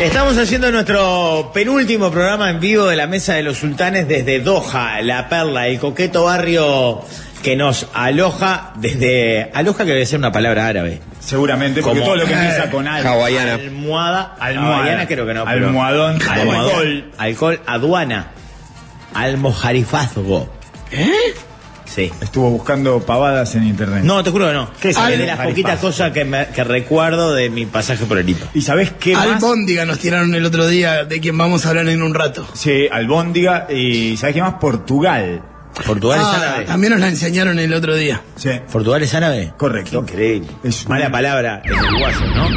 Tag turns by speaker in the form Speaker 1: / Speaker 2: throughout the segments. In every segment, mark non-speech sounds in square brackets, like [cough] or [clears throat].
Speaker 1: Estamos haciendo nuestro penúltimo programa en vivo de la Mesa de los Sultanes desde Doha, La Perla, el coqueto barrio que nos aloja desde... Aloja que debe ser una palabra árabe.
Speaker 2: Seguramente, porque
Speaker 1: Como-
Speaker 2: todo lo
Speaker 1: [laughs]
Speaker 2: que [laughs] empieza con al,
Speaker 3: Hawaiana.
Speaker 1: Almohada.
Speaker 2: Almohada.
Speaker 1: hawaiana creo que no. pero-
Speaker 2: Almohadón,
Speaker 1: Alcohol.
Speaker 2: alcohol.
Speaker 1: Alcohol. Aduana. Almojarifazgo. ¿Eh? Sí.
Speaker 2: estuvo buscando pavadas en internet.
Speaker 1: No, te juro que no.
Speaker 2: ¿Qué es
Speaker 1: es de las
Speaker 2: almojarifazgo?
Speaker 1: poquitas cosas que, me- que recuerdo de mi pasaje por el IPA.
Speaker 2: ¿Y sabés qué más?
Speaker 4: Albóndiga nos tiraron el otro día, de quien vamos a hablar en un rato.
Speaker 2: Sí, albóndiga y ¿sabés qué más? Portugal.
Speaker 1: Portugal
Speaker 4: Ah,
Speaker 1: es árabe.
Speaker 4: también nos la enseñaron el otro día.
Speaker 2: Sí.
Speaker 1: ¿Portugal es árabe?
Speaker 2: Correcto.
Speaker 1: Increíble.
Speaker 2: Es un-
Speaker 1: Mala palabra en uruguayo, ¿no?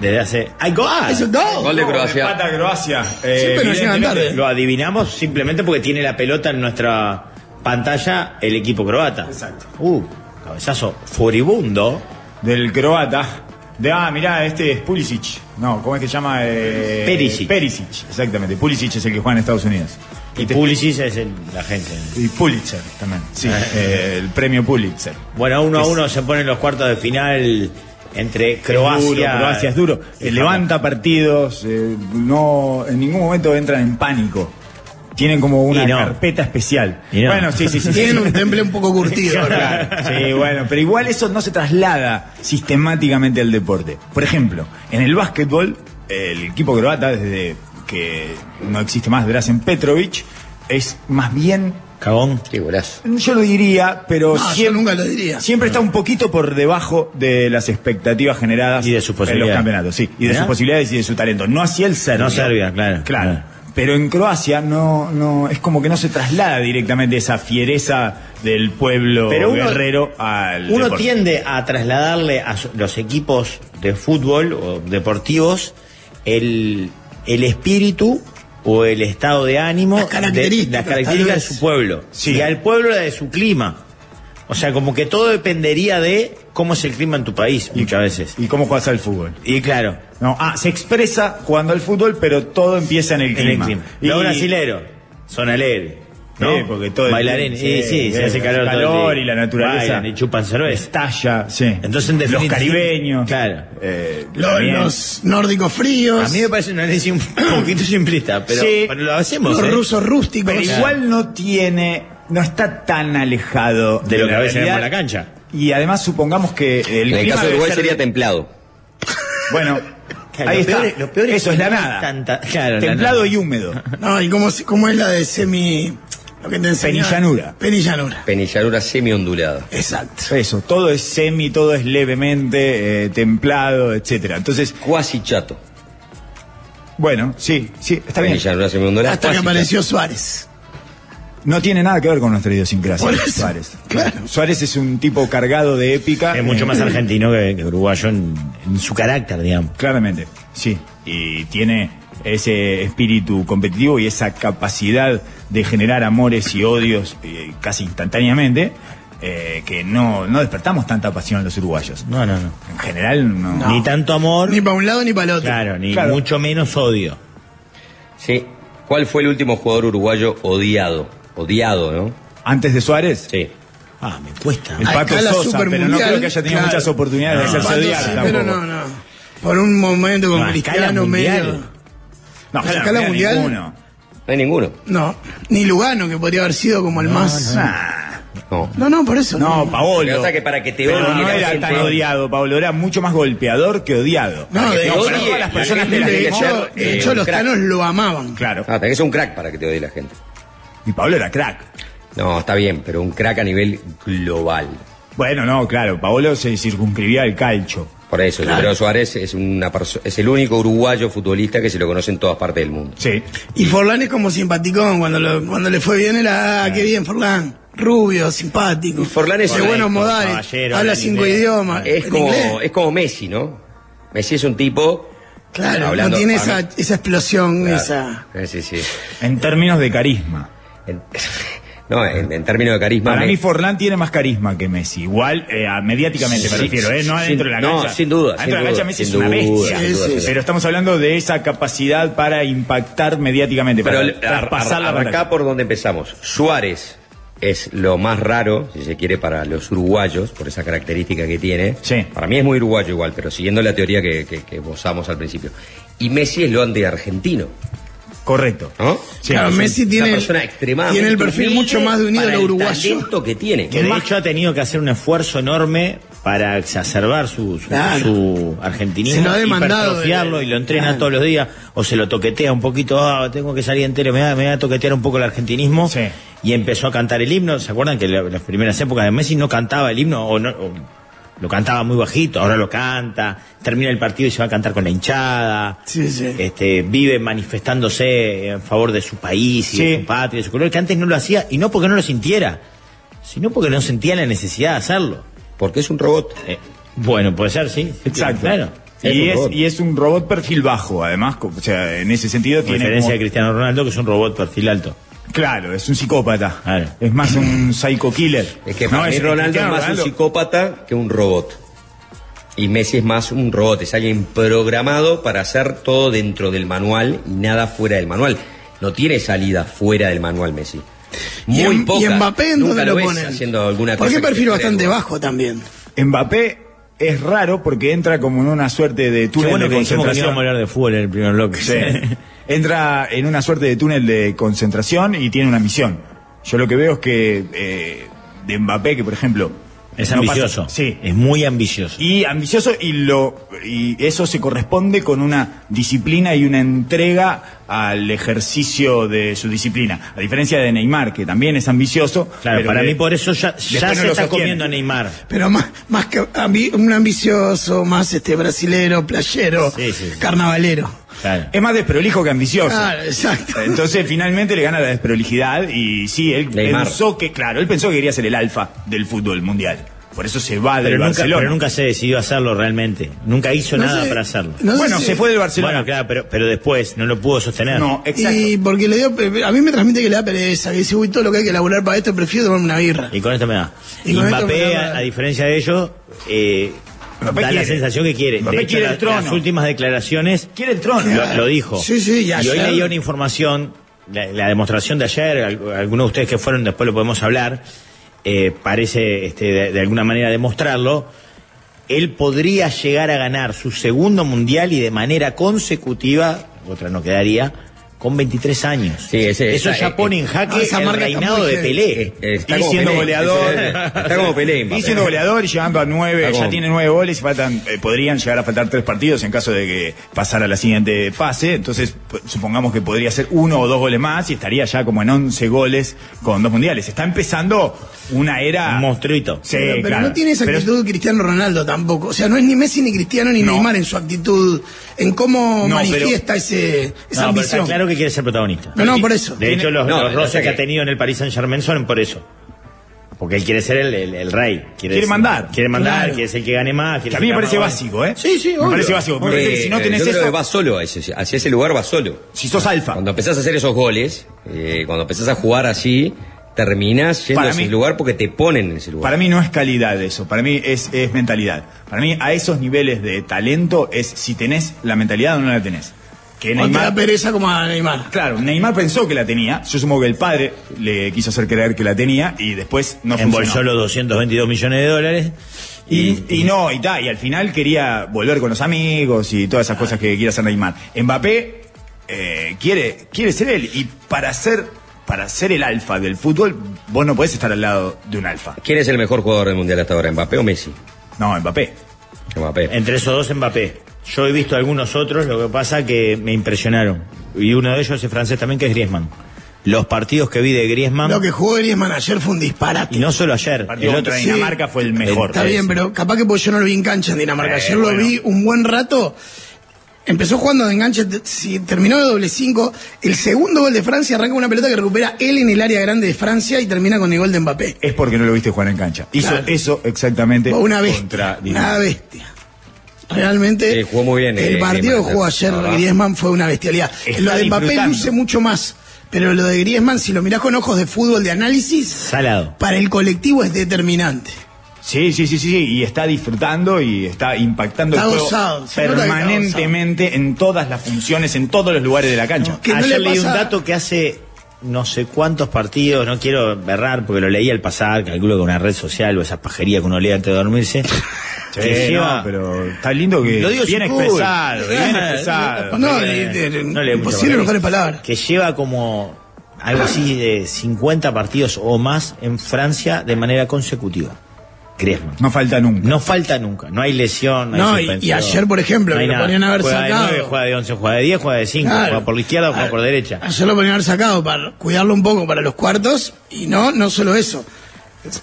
Speaker 1: Desde hace. ¡Ay, go- ah!
Speaker 4: Eso
Speaker 3: Gol de Croacia.
Speaker 2: Empata Croacia. Eh,
Speaker 4: Siempre nos llegan
Speaker 2: evidentemente,
Speaker 4: tarde.
Speaker 1: Lo adivinamos simplemente porque tiene la pelota en nuestra pantalla el equipo croata.
Speaker 2: Exacto.
Speaker 1: Uh, cabezazo furibundo.
Speaker 2: Del croata. De, ah, mirá, este es Pulisic. No, ¿cómo es que se llama? Eh,
Speaker 1: Perisic.
Speaker 2: Perisic, exactamente. Pulisic es el que juega en Estados Unidos.
Speaker 1: Y
Speaker 2: te-
Speaker 1: Pulisic es el- la gente.
Speaker 2: y Pulitzer también. Sí, eh, el premio Pulitzer.
Speaker 1: Bueno, uno a uno se ponen los cuartos de final entre Croacia.
Speaker 2: Es duro, Croacia es duro.
Speaker 1: y
Speaker 2: Eh,
Speaker 1: Japón.
Speaker 2: levanta partidos, eh, no, en ningún momento entran en pánico. Tienen como una
Speaker 1: Y no.
Speaker 2: carpeta especial.
Speaker 1: Y no.
Speaker 2: Bueno, sí, sí, sí.
Speaker 4: [laughs]
Speaker 2: sí.
Speaker 4: Tienen
Speaker 2: [laughs]
Speaker 4: un temple un poco curtido.
Speaker 2: Claro, sí, bueno, pero igual eso no se traslada sistemáticamente al deporte. Por ejemplo, en el básquetbol, el equipo croata, desde que no existe más Drazen Petrovic, es más bien,
Speaker 1: Cagón.
Speaker 3: Qué golazo.
Speaker 2: yo lo diría,
Speaker 4: No,
Speaker 2: pero
Speaker 4: yo
Speaker 2: siempre,
Speaker 4: nunca lo diría.
Speaker 2: siempre está un poquito por debajo de las expectativas generadas
Speaker 1: Y de sus
Speaker 2: en los
Speaker 1: posibilidades.
Speaker 2: campeonatos, sí, y de
Speaker 1: ¿Mirá?
Speaker 2: sus posibilidades y de su talento. No así el serbio.
Speaker 1: No Serbia, claro.
Speaker 2: Claro.
Speaker 1: Claro.
Speaker 2: Pero en Croacia no, no, es como que no se traslada directamente esa fiereza del pueblo
Speaker 1: Pero uno-
Speaker 2: guerrero al
Speaker 1: Uno
Speaker 2: deporte.
Speaker 1: tiende a trasladarle a su- los equipos de fútbol o deportivos el, el espíritu o el estado de ánimo,
Speaker 4: Las características,
Speaker 1: de, las
Speaker 4: tal
Speaker 1: características de
Speaker 4: vez.
Speaker 1: su pueblo
Speaker 2: Sí.
Speaker 1: y al pueblo la de su clima. O sea, como que todo dependería de cómo es el clima en tu país muchas veces.
Speaker 2: ¿Y cómo juegas al fútbol?
Speaker 1: Y claro,
Speaker 2: No, ah, se expresa jugando al fútbol, pero todo empieza en el
Speaker 1: en el
Speaker 2: clima.
Speaker 1: clima.
Speaker 2: Y-
Speaker 1: Los brasileros son alegres. ¿no?
Speaker 2: Sí, porque todo el-
Speaker 1: Bailarín, sí, sí,
Speaker 2: sí,
Speaker 1: se hace calor, todo el
Speaker 2: calor
Speaker 1: día.
Speaker 2: y la naturaleza.
Speaker 1: Bailan y chupan cerveza. [coughs]
Speaker 2: Estalla, sí.
Speaker 1: Entonces, en
Speaker 2: los
Speaker 1: definitiva-
Speaker 2: caribeños.
Speaker 1: Claro.
Speaker 2: eh,
Speaker 4: Lo-
Speaker 2: también.
Speaker 4: los nórdicos fríos,
Speaker 1: A mí me parece una análisis un poquito simplista, pero,
Speaker 2: Sí.
Speaker 1: pero lo hacemos.
Speaker 4: los
Speaker 1: ¿eh?
Speaker 4: rusos rústicos.
Speaker 2: Pero igual no tiene, no está tan alejado
Speaker 1: De lo que
Speaker 2: la
Speaker 1: a veces
Speaker 2: realidad.
Speaker 1: vemos en la cancha.
Speaker 2: Y además supongamos que el
Speaker 3: En el
Speaker 2: clima
Speaker 3: caso de
Speaker 2: debe
Speaker 3: Uruguay
Speaker 2: ser-
Speaker 3: sería templado.
Speaker 2: Bueno,
Speaker 1: Claro,
Speaker 2: ahí
Speaker 1: lo
Speaker 2: está.
Speaker 3: [laughs]
Speaker 1: peor es- lo peor es
Speaker 2: Eso
Speaker 1: que
Speaker 2: es la
Speaker 1: no hay
Speaker 2: nada.
Speaker 1: tanta- claro, la
Speaker 2: Templado
Speaker 1: nada.
Speaker 2: y húmedo.
Speaker 4: No, y cómo, se- cómo es la de semi. Lo que te enseñaron?
Speaker 2: Penillanura.
Speaker 4: Penillanura.
Speaker 3: Penillanura semi-ondulada.
Speaker 4: Exacto.
Speaker 2: Eso, todo es semi, todo es levemente eh, templado, etcétera. Entonces,
Speaker 3: Cuasi chato.
Speaker 2: bueno, sí, sí, está bien.
Speaker 3: Penillanura semi-ondulada.
Speaker 4: Hasta que
Speaker 3: cuasi
Speaker 4: apareció Suárez.
Speaker 2: No tiene nada que ver con nuestra idiosincrasia,
Speaker 4: Por eso, [laughs]
Speaker 2: Suárez.
Speaker 4: claro.
Speaker 2: Suárez es un tipo cargado de épica.
Speaker 1: Es mucho
Speaker 2: eh,
Speaker 1: más argentino que, que uruguayo en, en su carácter, digamos.
Speaker 2: Claramente, sí. Y tiene ese espíritu competitivo y esa capacidad de generar amores y odios eh, casi instantáneamente, eh, que no, no despertamos tanta pasión los uruguayos.
Speaker 1: No, no, no.
Speaker 2: En general, no.
Speaker 1: Ni tanto amor,
Speaker 4: Ni para un lado ni para el otro.
Speaker 1: claro, ni
Speaker 2: Claro.
Speaker 1: mucho menos odio.
Speaker 3: chato. Sí. ¿Cuál fue el último jugador uruguayo odiado? Odiado, ¿no?
Speaker 2: Antes de Suárez,
Speaker 3: Sí.
Speaker 1: Ah, me cuesta.
Speaker 2: el
Speaker 4: A
Speaker 2: Pato
Speaker 4: escala
Speaker 2: Sosa, pero no
Speaker 4: supermundial,
Speaker 2: creo que haya tenido
Speaker 4: claro.
Speaker 2: muchas oportunidades de
Speaker 1: No,
Speaker 2: hacerse
Speaker 4: Pato
Speaker 2: odiar
Speaker 4: sí,
Speaker 2: tampoco.
Speaker 4: pero no, no. Por un momento con
Speaker 1: No, a escala
Speaker 4: Cristiano
Speaker 1: mundial.
Speaker 4: medio.
Speaker 2: No,
Speaker 4: A escala
Speaker 2: no,
Speaker 4: mundial.
Speaker 2: ninguno.
Speaker 3: No hay ninguno.
Speaker 4: No, ni Lugano, que podría haber sido como el más. No,
Speaker 3: No.
Speaker 4: no, por eso.
Speaker 2: No,
Speaker 3: Lo que
Speaker 2: Paolo.
Speaker 3: pasa es que para que te
Speaker 2: Pero
Speaker 3: odien
Speaker 2: no
Speaker 3: la
Speaker 2: era
Speaker 3: gente-
Speaker 2: tan odiado, Paolo. Era mucho más golpeador que odiado.
Speaker 4: No,
Speaker 2: Para que
Speaker 4: de-
Speaker 2: te
Speaker 4: no,
Speaker 2: odie,
Speaker 4: pero
Speaker 3: todas
Speaker 2: las
Speaker 3: las
Speaker 2: personas te
Speaker 3: gente
Speaker 4: de,
Speaker 2: las
Speaker 3: le-
Speaker 2: dicen,
Speaker 4: hecho,
Speaker 3: ayer,
Speaker 4: de
Speaker 3: eh,
Speaker 4: hecho,
Speaker 3: un
Speaker 4: los
Speaker 3: crack.
Speaker 4: canos lo amaban.
Speaker 2: Claro.
Speaker 3: Ah, tenés que ser un crack para que te odie la gente.
Speaker 2: Y Paolo era crack.
Speaker 3: No, está bien, pero un crack a nivel global.
Speaker 2: Bueno, no, claro, Paolo se circunscribía al calcho.
Speaker 3: Por eso, yo creo que Suárez es, una perso- es el único uruguayo futbolista que se lo conoce en todas partes del mundo.
Speaker 2: Sí.
Speaker 4: Y Forlán es como simpaticón. Cuando, lo- cuando le fue bien era, ah, qué bien Forlán. Rubio, simpático.
Speaker 3: Y Forlán es
Speaker 4: De
Speaker 3: un-
Speaker 4: buenos modales.
Speaker 1: caballero,
Speaker 4: Habla Ah.
Speaker 1: en
Speaker 4: cinco
Speaker 1: inglés.
Speaker 4: idiomas.
Speaker 3: Es
Speaker 4: en
Speaker 3: como,
Speaker 4: inglés.
Speaker 3: es como Messi, ¿no? Messi es un tipo.
Speaker 4: Claro,
Speaker 3: hablando-
Speaker 4: no tiene
Speaker 3: habla-
Speaker 4: esa, esa explosión,
Speaker 3: Claro.
Speaker 4: esa...
Speaker 3: Eh, Sí, sí.
Speaker 2: En términos de carisma.
Speaker 3: En- [laughs] no, en, en términos de carisma.
Speaker 2: Para
Speaker 3: me-
Speaker 2: mí Forlán tiene más carisma que Messi. Igual, eh, a- mediáticamente me
Speaker 3: Sí,
Speaker 2: refiero, ¿eh? No
Speaker 3: sin-
Speaker 2: adentro de la
Speaker 3: no,
Speaker 2: cancha.
Speaker 3: sin duda,
Speaker 2: Adentro
Speaker 3: sin
Speaker 2: de la
Speaker 3: duda,
Speaker 2: cancha Messi es
Speaker 3: sin
Speaker 2: una
Speaker 3: duda,
Speaker 2: bestia.
Speaker 4: sin duda, sin duda.
Speaker 2: Pero estamos hablando de esa capacidad para impactar mediáticamente,
Speaker 3: pero
Speaker 2: para
Speaker 3: ar- ar-
Speaker 2: traspasar la
Speaker 3: arrancá
Speaker 2: pantalla.
Speaker 3: por donde empezamos. Suárez, es lo más raro, si se quiere, para los uruguayos, por esa característica que tiene.
Speaker 2: Sí.
Speaker 3: Para mí es muy uruguayo igual, pero siguiendo la teoría que, que, que esbozamos al principio. Y Messi es lo anti-argentino,
Speaker 2: Correcto.
Speaker 3: ¿no?
Speaker 2: Sí,
Speaker 4: Claro,
Speaker 2: es un-
Speaker 4: Messi
Speaker 3: Una
Speaker 4: tiene,
Speaker 3: persona extremadamente
Speaker 4: tiene el perfil
Speaker 3: humilde
Speaker 4: mucho más de unido a
Speaker 3: para
Speaker 4: lo
Speaker 3: el
Speaker 4: uruguayo.
Speaker 3: talento que tiene.
Speaker 1: Que de hecho ha tenido que hacer un esfuerzo enorme para exacerbar su, su,
Speaker 4: Claro.
Speaker 1: su argentinismo
Speaker 4: Se lo ha
Speaker 1: y
Speaker 4: demandado,
Speaker 1: hipertrofiarlo,
Speaker 4: eh.
Speaker 1: y lo entrena
Speaker 4: Claro.
Speaker 1: todos los días o se lo toquetea un poquito, ah, tengo que salir entero, me va, me va a toquetear un poco el argentinismo
Speaker 2: Sí.
Speaker 1: y empezó a cantar el himno, ¿se acuerdan que la- las primeras épocas de Messi no cantaba el himno o, no, o lo cantaba muy bajito, ahora lo canta, termina el partido y se va a cantar con la hinchada,
Speaker 4: Sí, sí.
Speaker 1: este, vive manifestándose en favor de su país y
Speaker 2: Sí.
Speaker 1: de su patria, de su color, que antes no lo hacía y no porque no lo sintiera sino porque no sentía la necesidad de hacerlo.
Speaker 3: Porque es un robot.
Speaker 1: Eh, bueno, puede ser, sí.
Speaker 2: Exacto.
Speaker 1: Claro.
Speaker 2: Y es,
Speaker 3: Es un robot.
Speaker 2: y es un robot perfil bajo, además. co- O sea, en ese sentido
Speaker 1: En
Speaker 2: tiene.
Speaker 1: diferencia
Speaker 2: como-
Speaker 1: de Cristiano Ronaldo, que es un robot perfil alto.
Speaker 2: Claro, es un psicópata.
Speaker 1: Claro.
Speaker 2: Es más
Speaker 3: [laughs]
Speaker 2: un psycho killer.
Speaker 3: Es que para mí
Speaker 2: es-
Speaker 3: Ronaldo es
Speaker 2: Cristiano
Speaker 3: más
Speaker 2: Ronaldo-
Speaker 3: un psicópata que un robot. Y Messi es más un robot, es alguien programado para hacer todo dentro del manual y nada fuera del manual. No tiene salida fuera del manual Messi.
Speaker 4: Y
Speaker 3: Muy
Speaker 4: en-
Speaker 3: poca.
Speaker 4: Y Mbappé, ¿en
Speaker 3: Nunca
Speaker 4: dónde
Speaker 3: lo
Speaker 4: lo,
Speaker 3: ves
Speaker 4: ponen?
Speaker 3: haciendo alguna
Speaker 4: Porque
Speaker 3: cosa
Speaker 4: es
Speaker 3: que
Speaker 4: perfil
Speaker 3: se
Speaker 4: bastante
Speaker 3: fuera
Speaker 4: bajo también.
Speaker 2: Mbappé es raro porque entra como en una suerte de
Speaker 1: Qué
Speaker 2: túnel
Speaker 1: bueno
Speaker 2: de
Speaker 1: que dijimos que no
Speaker 2: concentración.
Speaker 1: íbamos a hablar de fútbol en el primer bloque.
Speaker 2: Sí. [laughs] Entra en una suerte de túnel de concentración y tiene una misión. Yo lo que veo es que eh, de Mbappé, que por ejemplo...
Speaker 1: Es
Speaker 2: no
Speaker 1: ambicioso.
Speaker 2: pasa- sí.
Speaker 1: Es muy ambicioso.
Speaker 2: Y ambicioso y, lo, y eso se corresponde con una disciplina y una entrega al ejercicio de su disciplina. A diferencia de Neymar, que también es ambicioso.
Speaker 1: claro,
Speaker 2: pero
Speaker 1: para
Speaker 2: que-
Speaker 1: mí por eso ya,
Speaker 2: después
Speaker 1: ya
Speaker 2: no
Speaker 1: se
Speaker 2: lo
Speaker 1: está
Speaker 2: sostiene.
Speaker 1: comiendo a Neymar.
Speaker 4: Pero más, más que ambi- un ambicioso, más este brasilero, playero,
Speaker 1: Sí, sí, sí.
Speaker 4: carnavalero.
Speaker 1: Claro.
Speaker 2: Es más desprolijo que ambicioso.
Speaker 4: Claro, exacto.
Speaker 2: Entonces finalmente le gana la desprolijidad y sí, él
Speaker 3: Neymar.
Speaker 2: pensó que, claro, él pensó que quería ser el alfa del fútbol mundial. Por eso se va del
Speaker 1: Pero nunca,
Speaker 2: Barcelona.
Speaker 1: pero nunca se decidió a hacerlo realmente. Nunca hizo
Speaker 4: No
Speaker 1: nada
Speaker 4: sé-
Speaker 1: para hacerlo.
Speaker 4: no sé
Speaker 2: bueno,
Speaker 4: si-
Speaker 2: se fue del Barcelona.
Speaker 1: bueno, claro, pero, pero después no lo pudo sostener.
Speaker 2: No, exacto.
Speaker 4: Y porque le dio, pe- a mí me transmite que le da pereza, que dice, uy, todo lo que hay que elaborar para esto, prefiero tomarme una birra.
Speaker 1: Y con esto me da.
Speaker 4: Y
Speaker 1: Y
Speaker 4: con esto me
Speaker 1: Mbappé,
Speaker 4: da-
Speaker 1: a, a diferencia de ellos, eh, da
Speaker 2: Mbappé
Speaker 1: la
Speaker 2: quiere.
Speaker 1: sensación que quiere.
Speaker 2: Mbappé
Speaker 1: de hecho,
Speaker 2: quiere
Speaker 1: la-
Speaker 2: el trono.
Speaker 1: las últimas declaraciones
Speaker 2: Quiere el trono.
Speaker 1: lo, lo dijo.
Speaker 4: Sí, sí, y
Speaker 1: y
Speaker 4: ayer-
Speaker 1: hoy leía una información, la, la demostración de ayer, al- algunos de ustedes que fueron, después lo podemos hablar, eh, parece este, de, de alguna manera demostrarlo. Él podría llegar a ganar su segundo mundial y de manera consecutiva, otra no quedaría, con 23 años.
Speaker 3: Sí, ese-
Speaker 1: Eso
Speaker 3: Eh, ah, esa-
Speaker 1: ya pone en
Speaker 2: Ah,
Speaker 1: jaque
Speaker 4: esa
Speaker 1: el
Speaker 4: marca está
Speaker 1: reinado
Speaker 4: muy
Speaker 1: de
Speaker 4: heavy.
Speaker 1: Pelé.
Speaker 3: del- Eh, está
Speaker 2: Y
Speaker 3: como
Speaker 2: siendo
Speaker 3: Pelé.
Speaker 2: goleador.
Speaker 3: Está como Pelé. Mbappé.
Speaker 2: Y siendo goleador y llevando a nueve,
Speaker 3: Está
Speaker 2: ya
Speaker 3: como-
Speaker 2: tiene nueve goles y faltan, eh, podrían llegar a faltar tres partidos en caso de que pasara la siguiente fase. Entonces, p- supongamos que podría ser uno o dos goles más y estaría ya como en once goles con dos mundiales. Está empezando una era.
Speaker 1: Un monstruito.
Speaker 2: Sí,
Speaker 4: pero pero
Speaker 2: claro.
Speaker 4: no tiene esa
Speaker 2: Pero-
Speaker 4: actitud Cristiano Ronaldo tampoco. O sea, no es ni Messi, ni Cristiano, ni
Speaker 2: No.
Speaker 4: Neymar en su actitud, en cómo
Speaker 2: No, pero-
Speaker 4: manifiesta ese, esa
Speaker 1: No, pero está
Speaker 4: ambición.
Speaker 1: claro que quiere ser protagonista.
Speaker 4: No, no, por eso.
Speaker 1: De hecho, los,
Speaker 3: No,
Speaker 1: los
Speaker 3: ya
Speaker 1: roces
Speaker 3: sé
Speaker 1: que
Speaker 3: que-
Speaker 1: ha tenido en el Paris Saint Germain son por eso. Porque él quiere ser el, el- el rey.
Speaker 2: Quiere mandar.
Speaker 1: Quiere mandar,
Speaker 4: Claro.
Speaker 1: quiere ser el que gane más. quiere
Speaker 2: Que a mí me
Speaker 1: ser el
Speaker 2: parece
Speaker 1: más bueno.
Speaker 2: básico, ¿eh?
Speaker 1: Sí, sí,
Speaker 2: Me
Speaker 1: obvio.
Speaker 2: parece básico. Me
Speaker 3: Eh,
Speaker 2: parece que si no tenés
Speaker 3: yo creo
Speaker 2: eso,
Speaker 3: que va solo a ese- hacia ese lugar va solo.
Speaker 2: si sos alfa.
Speaker 3: Cuando empezás a hacer esos goles, eh, cuando empezás a jugar así, terminás yendo
Speaker 2: Para
Speaker 3: a ese
Speaker 2: mí-
Speaker 3: lugar porque te ponen en ese lugar.
Speaker 2: Para mí no es calidad eso, para mí es, es mentalidad. Para mí a esos niveles de talento es si tenés la mentalidad o no la tenés.
Speaker 4: O
Speaker 2: Que
Speaker 4: te da
Speaker 2: Neymar,
Speaker 4: pereza como a Neymar.
Speaker 2: claro, Neymar pensó que la tenía, yo supongo que el padre le quiso hacer creer que la tenía y después no
Speaker 1: Embolsó
Speaker 2: funcionó.
Speaker 1: los 222 millones de dólares.
Speaker 2: Y, y no, y ta, y al final quería volver con los amigos y todas esas cosas que quiere hacer Neymar. Mbappé eh, quiere, quiere ser él y para ser... Para ser el alfa del fútbol, vos no podés estar al lado de un alfa.
Speaker 3: ¿Quién es el mejor jugador del mundial hasta ahora, Mbappé o Messi?
Speaker 2: No, Mbappé.
Speaker 3: Mbappé.
Speaker 1: Entre esos dos, Mbappé. Yo he visto algunos otros, lo que pasa que me impresionaron. Y uno de ellos es francés también, que es Griezmann. Los partidos que vi de Griezmann,
Speaker 4: Lo que jugó Griezmann ayer fue un
Speaker 1: y
Speaker 4: disparate.
Speaker 1: no solo ayer,
Speaker 2: El partido
Speaker 1: el
Speaker 2: contra
Speaker 1: otro- Eh,
Speaker 4: sí.
Speaker 2: Dinamarca fue el mejor.
Speaker 4: Está bien, pero capaz que porque yo no lo vi en cancha en Dinamarca.
Speaker 2: Eh,
Speaker 4: Ayer lo
Speaker 2: bueno.
Speaker 4: vi un buen rato. Empezó jugando de enganche, te- si- terminó de doble cinco. El segundo gol de Francia arranca una pelota que recupera él en el área grande de Francia y termina con el gol de Mbappé.
Speaker 2: Es porque no lo viste jugar en cancha. Hizo
Speaker 4: Claro.
Speaker 2: eso exactamente
Speaker 4: Una
Speaker 2: contra
Speaker 4: bestia. Una
Speaker 2: Dinamarca.
Speaker 4: bestia. Realmente.
Speaker 3: Sí, jugó muy bien,
Speaker 4: El
Speaker 3: eh,
Speaker 4: partido que
Speaker 3: Griezmann,
Speaker 4: jugó
Speaker 3: la
Speaker 4: ayer
Speaker 3: verdad.
Speaker 4: Griezmann fue una bestialidad.
Speaker 2: Está
Speaker 4: lo de Mbappé
Speaker 2: disfrutando.
Speaker 4: luce mucho más. Pero lo de Griezmann, si lo mirás con ojos de fútbol de análisis,
Speaker 1: Salado.
Speaker 4: para el colectivo es determinante.
Speaker 2: Sí, sí, sí, sí, sí. Y está disfrutando y está impactando
Speaker 4: Está
Speaker 2: el juego
Speaker 4: gozado, se nota que está
Speaker 2: permanentemente en todas las funciones, en todos los lugares de la cancha.
Speaker 4: No, que no
Speaker 1: Ayer
Speaker 4: le
Speaker 1: leí un
Speaker 4: pasa-
Speaker 1: dato que hace no sé cuántos partidos, no quiero berrar porque lo leí al pasar, calculo que una red social o esa pajería que uno lee antes de
Speaker 4: [laughs]
Speaker 1: dormirse. que
Speaker 2: Che,
Speaker 1: lleva-
Speaker 2: no, pero está lindo que.
Speaker 1: Lo digo
Speaker 2: bien
Speaker 1: sin culpa.
Speaker 2: expresado,
Speaker 1: [laughs]
Speaker 2: bien
Speaker 1: Ah,
Speaker 2: expresado.
Speaker 4: No,
Speaker 1: Eh,
Speaker 4: de- de-
Speaker 1: no le-
Speaker 4: imposible
Speaker 1: mucho
Speaker 4: mejor en palabras.
Speaker 1: que lleva como algo así de 50 partidos o más en Francia de manera consecutiva. Griezmann.
Speaker 2: No falta nunca.
Speaker 1: No falta nunca, no hay lesión. hay
Speaker 4: No, y-
Speaker 1: suspensión,
Speaker 4: y ayer, por ejemplo,
Speaker 1: no hay
Speaker 4: que lo
Speaker 1: nada.
Speaker 4: podrían haber
Speaker 1: juega
Speaker 4: sacado.
Speaker 1: de 9, juega de 11, juega de 10, juega de 5,
Speaker 4: Claro.
Speaker 1: juega por la izquierda o juega
Speaker 4: Ah,
Speaker 1: por derecha.
Speaker 4: Ayer lo podrían haber sacado para cuidarlo un poco para los cuartos y no, no solo eso.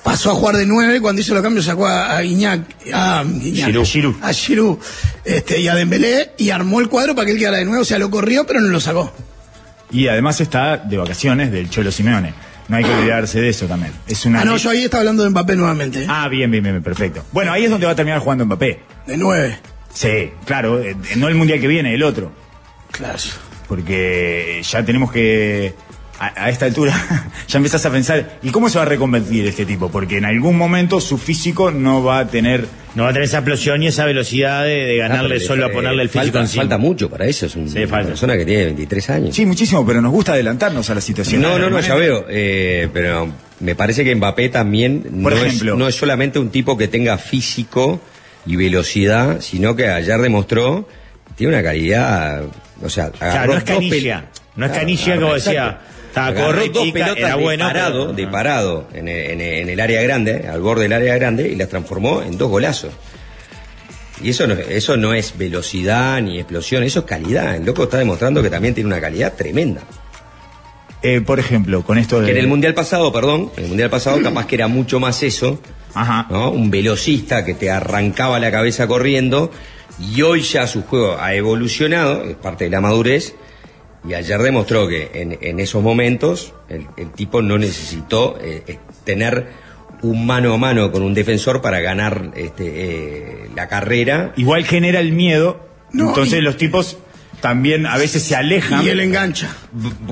Speaker 4: Pasó a jugar de nueve, cuando hizo los cambios sacó a, a Guiñac, a Guiñac,
Speaker 1: Giroud.
Speaker 4: a Giroud, este, y a Dembélé y armó el cuadro para que él quedara de nuevo, o sea, lo corrió pero no lo sacó.
Speaker 2: Y además está de vacaciones del Cholo Simeone. No hay que olvidarse de eso también. Es una.
Speaker 4: Ah, no, yo ahí estaba hablando de Mbappé nuevamente, ¿eh?
Speaker 2: Ah, bien, bien, bien, perfecto. Bueno, ahí es donde va a terminar jugando Mbappé.
Speaker 4: de nueve.
Speaker 2: Sí, claro, eh, no el mundial que viene, el otro.
Speaker 4: Claro.
Speaker 2: Porque ya tenemos que. A, a esta altura [laughs] ya empezás a pensar, ¿y cómo se va a reconvertir este tipo? Porque en algún momento su físico no va a tener.
Speaker 1: No va a tener esa explosión y esa velocidad de, de ganarle
Speaker 3: Ah, pero
Speaker 1: solo a
Speaker 3: eh,
Speaker 1: ponerle el físico
Speaker 3: falta,
Speaker 1: encima.
Speaker 3: Falta mucho para eso, es un-
Speaker 1: Sí,
Speaker 3: una
Speaker 1: falta.
Speaker 3: persona que tiene 23 años.
Speaker 2: Sí, muchísimo, pero nos gusta adelantarnos a la situación.
Speaker 3: No, no, no, ya veo. eh, pero me parece que Mbappé también
Speaker 2: Por
Speaker 3: no,
Speaker 2: ejemplo.
Speaker 3: es, no es solamente un tipo que tenga físico y velocidad, sino que ayer demostró tiene una calidad. O sea,
Speaker 1: O sea,
Speaker 3: agarró
Speaker 1: no es
Speaker 3: dos
Speaker 1: canilla.
Speaker 3: pel-
Speaker 1: No es
Speaker 3: Claro,
Speaker 1: canilla
Speaker 3: agarró-
Speaker 1: como decía.
Speaker 3: exacto.
Speaker 1: Estaba
Speaker 3: Agarró
Speaker 1: correcta,
Speaker 3: dos pelotas
Speaker 1: era
Speaker 3: de
Speaker 1: buena.
Speaker 3: parado,
Speaker 1: pero-
Speaker 3: de parado en el, en el- en el área grande, al borde del área grande, y las transformó en dos golazos. Y eso no, eso no es velocidad ni explosión, eso es calidad. El loco está demostrando que también tiene una calidad tremenda.
Speaker 2: Eh, por ejemplo, con esto de.
Speaker 3: Que en el mundial pasado, perdón, en el mundial pasado capaz que era mucho más eso,
Speaker 2: Ajá.
Speaker 3: ¿no? Un velocista que te arrancaba la cabeza corriendo y hoy ya su juego ha evolucionado, es parte de la madurez. Y ayer demostró que en, en esos momentos el, el tipo no necesitó eh, eh, tener un mano a mano con un defensor para ganar este, eh, la carrera.
Speaker 2: Igual genera el miedo.
Speaker 4: No,
Speaker 2: entonces
Speaker 4: y-
Speaker 2: los tipos también a veces se alejan.
Speaker 4: Y él engancha.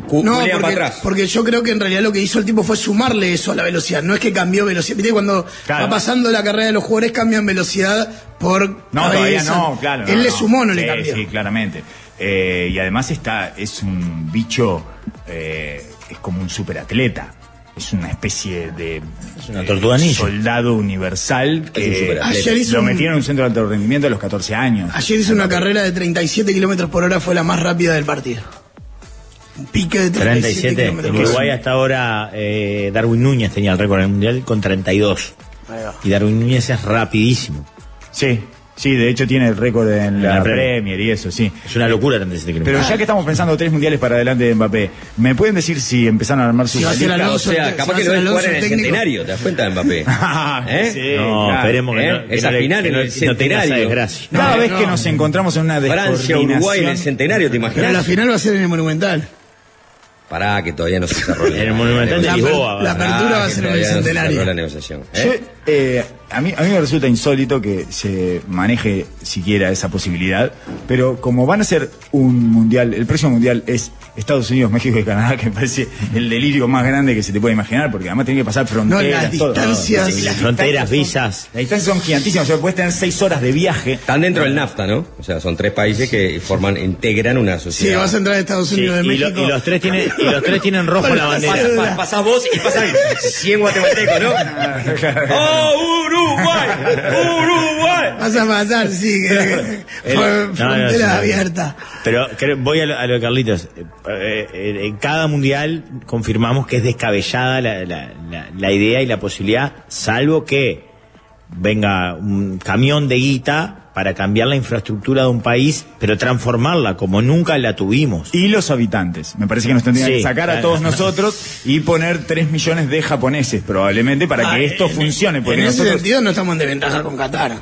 Speaker 3: Cu-
Speaker 4: No,
Speaker 3: culean para
Speaker 4: porque,
Speaker 3: atrás.
Speaker 4: porque yo creo que en realidad lo que hizo el tipo fue sumarle eso a la velocidad. No es que cambió velocidad. Viste, cuando
Speaker 2: Claro.
Speaker 4: va pasando la carrera de los jugadores cambian velocidad por.
Speaker 2: No,
Speaker 4: cabeza.
Speaker 2: todavía no, claro.
Speaker 4: Él le sumó, no le
Speaker 2: Sí,
Speaker 4: cambió.
Speaker 2: Sí, claramente. Eh, y además está, es un bicho, eh, es como un superatleta. Es una especie de
Speaker 1: una
Speaker 2: de
Speaker 1: tortuga ninja.
Speaker 2: soldado universal
Speaker 3: un
Speaker 2: que
Speaker 3: superatleta. Ah,
Speaker 4: Ayer hizo
Speaker 2: lo
Speaker 4: un-
Speaker 2: metieron en un centro de alto rendimiento a los 14 años.
Speaker 4: Ayer hizo una carrera de 37 kilómetros por hora, fue la más rápida del partido. Un pique de 37
Speaker 1: 37. En
Speaker 4: kilómetros por
Speaker 1: Uruguay
Speaker 4: hora.
Speaker 1: hasta ahora eh, Darwin Núñez tenía el récord en el mundial con 32.
Speaker 4: Ahí va.
Speaker 1: Y Darwin Núñez es rapidísimo.
Speaker 2: Sí, sí, de hecho tiene el récord en la,
Speaker 1: la Premier.
Speaker 2: Premier y eso, sí.
Speaker 1: Es una locura 37
Speaker 2: Pero
Speaker 1: kilómetros.
Speaker 2: ya que estamos pensando tres mundiales para adelante de Mbappé, ¿me pueden decir si empezaron a armar sus
Speaker 4: Si va a ser
Speaker 2: listas?
Speaker 3: O
Speaker 4: Alonso,
Speaker 3: sea,
Speaker 4: te-
Speaker 3: capaz
Speaker 4: se
Speaker 3: que
Speaker 4: va
Speaker 3: lo
Speaker 4: a hacer Alonso
Speaker 3: ven jugar en el
Speaker 4: técnico.
Speaker 3: centenario, ¿te das
Speaker 2: [laughs]
Speaker 3: cuenta, Mbappé? ¿Eh?
Speaker 2: Ah, Sí,
Speaker 1: No,
Speaker 2: claro.
Speaker 1: esperemos que
Speaker 3: ¿Eh?
Speaker 1: no, que
Speaker 3: Esa
Speaker 1: no le-
Speaker 3: final
Speaker 1: que
Speaker 3: en
Speaker 1: no-
Speaker 3: el
Speaker 1: que no tenga esa
Speaker 3: centenario.
Speaker 1: desgracia.
Speaker 2: Cada
Speaker 4: No,
Speaker 2: vez que
Speaker 4: no.
Speaker 2: nos encontramos en una
Speaker 3: Francia, Uruguay en el
Speaker 2: descoordinación...
Speaker 3: centenario, ¿te
Speaker 4: Pero
Speaker 3: imaginas?
Speaker 4: la final va a ser en el Monumental.
Speaker 3: Pará, que todavía no se cerró la
Speaker 1: En el Monumental de
Speaker 4: La-
Speaker 1: Lisboa.
Speaker 4: la-
Speaker 1: ¿verdad?
Speaker 3: Pará,
Speaker 4: apertura va a
Speaker 3: que
Speaker 4: ser en el
Speaker 3: todavía no se
Speaker 4: Bicentenario.
Speaker 3: cerró la negociación. ¿eh?
Speaker 2: Yo, eh, a, mí, a mí me resulta insólito que se maneje siquiera esa posibilidad, pero como van a ser un mundial, el próximo mundial es Estados Unidos, México y Canadá, que me parece el delirio más grande que se te puede imaginar, porque además tiene que pasar fronteras.
Speaker 4: las
Speaker 2: todo.
Speaker 4: distancias.
Speaker 2: Sí,
Speaker 1: Las fronteras,
Speaker 2: distancias
Speaker 1: visas.
Speaker 2: son- Las distancias son gigantísimas, o sea, puedes tener seis horas de viaje.
Speaker 3: Están dentro del NAFTA, ¿no? O sea, son tres países que forman, integran una
Speaker 4: Sí,
Speaker 3: sociedad.
Speaker 4: vas a entrar a Estados
Speaker 1: Sí, y,
Speaker 4: Unidos de
Speaker 1: lo-
Speaker 4: México.
Speaker 1: y los tres tienen, y los tres tienen rojo la bandera.
Speaker 3: Pas- pas- pasás vos y pasan 100
Speaker 4: [laughs]
Speaker 3: guatemaltecos, ¿no? ¡Oh, Uruguay! ¡Uruguay!
Speaker 4: Vas a pasar, sí.
Speaker 3: [laughs]
Speaker 4: que-
Speaker 1: El-
Speaker 4: fue
Speaker 1: Eh, no, no,
Speaker 4: frontera
Speaker 1: sí, no.
Speaker 4: abierta.
Speaker 1: Pero creo- voy a lo, a lo de Carlitos. Eh, eh, eh, en cada mundial confirmamos que es descabellada la, la- la- la idea y la posibilidad, salvo que venga un camión de guita para cambiar la infraestructura de un país, pero transformarla como nunca la tuvimos.
Speaker 2: Y los habitantes. Me parece que nos tendrían
Speaker 1: Sí,
Speaker 2: que sacar a
Speaker 1: claro.
Speaker 2: todos nosotros y poner 3 millones de japoneses, probablemente, para
Speaker 4: Ah,
Speaker 2: que esto
Speaker 4: en-
Speaker 2: funcione. Porque
Speaker 4: en ese
Speaker 2: pues nosotros...
Speaker 4: sentido no estamos en desventaja con Qatar.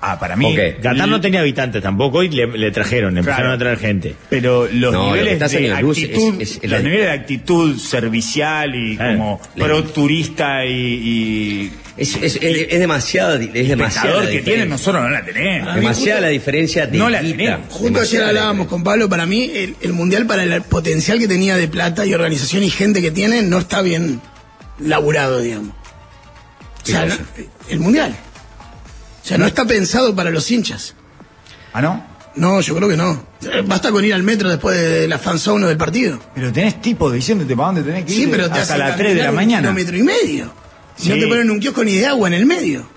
Speaker 2: Ah, para mí.
Speaker 3: Ok.
Speaker 1: Qatar no tenía habitantes tampoco y le, le trajeron, le empezaron
Speaker 2: Claro.
Speaker 1: a traer gente.
Speaker 2: Pero los
Speaker 3: No, lo que
Speaker 2: niveles
Speaker 3: está
Speaker 2: de
Speaker 3: haciendo el bus es-
Speaker 2: actitud,
Speaker 3: es- es
Speaker 2: los
Speaker 3: la-
Speaker 2: niveles de actitud servicial
Speaker 3: Eh,
Speaker 2: y
Speaker 1: Claro.
Speaker 2: como
Speaker 3: La-
Speaker 2: pro turista y, y
Speaker 3: Es, es, es, es demasiada, es demasiada
Speaker 2: espectador
Speaker 3: la
Speaker 2: que tienen,
Speaker 3: diferencia.
Speaker 2: nosotros no la tenemos.
Speaker 3: Demasiada la diferencia de
Speaker 2: No la
Speaker 3: guita.
Speaker 2: tenemos.
Speaker 4: Justo ayer
Speaker 3: Demasiada Ah, la
Speaker 4: hablábamos con Pablo, para mí el, el Mundial para el potencial que tenía de plata y organización y gente que tiene no está bien laburado, digamos. O sea, eh,
Speaker 3: ¿Qué cosa?
Speaker 4: no- el Mundial. O sea, no está pensado para los hinchas.
Speaker 2: Ah, ¿no?
Speaker 4: No, yo creo que no. Eh, Basta con ir al metro después de la fanzone o del partido.
Speaker 2: Pero tenés tipo diciéndote para dónde tenés que ir
Speaker 4: Sí, pero te
Speaker 2: hasta
Speaker 4: hacen
Speaker 2: las 3 de la
Speaker 4: caminar
Speaker 2: mañana.
Speaker 4: Un kilómetro y medio. Si
Speaker 2: Sí.
Speaker 4: no te ponen un kiosco ni de agua en el medio.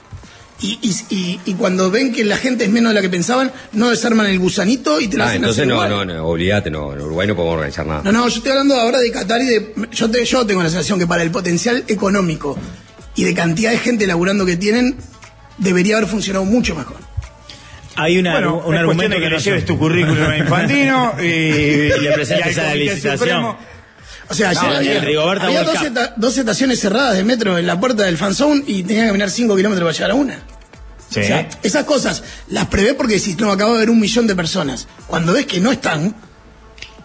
Speaker 4: Y, y, y, y cuando ven que la gente es menos de la que pensaban, no desarman el gusanito y te lo
Speaker 3: Ah,
Speaker 4: hacen
Speaker 3: entonces
Speaker 4: hacer
Speaker 3: no,
Speaker 4: igual.
Speaker 3: no, no, olvídate, no, en Uruguay no podemos organizar nada.
Speaker 4: No, no, yo estoy hablando ahora de Qatar y de. Yo, te- yo tengo la sensación que para el potencial económico y de cantidad de gente laburando que tienen, debería haber funcionado mucho mejor.
Speaker 1: Hay una,
Speaker 2: Bueno,
Speaker 1: un
Speaker 2: es cuestión
Speaker 1: argumento
Speaker 2: de que,
Speaker 1: que
Speaker 2: le
Speaker 1: no
Speaker 2: lleves
Speaker 1: sé.
Speaker 2: tu currículum a Infantino
Speaker 1: [laughs]
Speaker 2: y,
Speaker 1: le
Speaker 2: [laughs]
Speaker 1: presentes
Speaker 2: y al
Speaker 1: a la
Speaker 2: Comité
Speaker 1: licitación.
Speaker 2: Supremo.
Speaker 4: O sea, ayer
Speaker 1: No,
Speaker 4: había,
Speaker 1: el Rigoberta
Speaker 4: había
Speaker 1: World
Speaker 4: dos,
Speaker 1: Cup.
Speaker 4: esta- dos estaciones cerradas de metro en la puerta del fanzone y tenía que caminar 5 kilómetros para llegar a una.
Speaker 2: Sí.
Speaker 4: O sea, esas cosas las prevé porque decís, no, acabo de ver un millón de personas. Cuando ves que no están,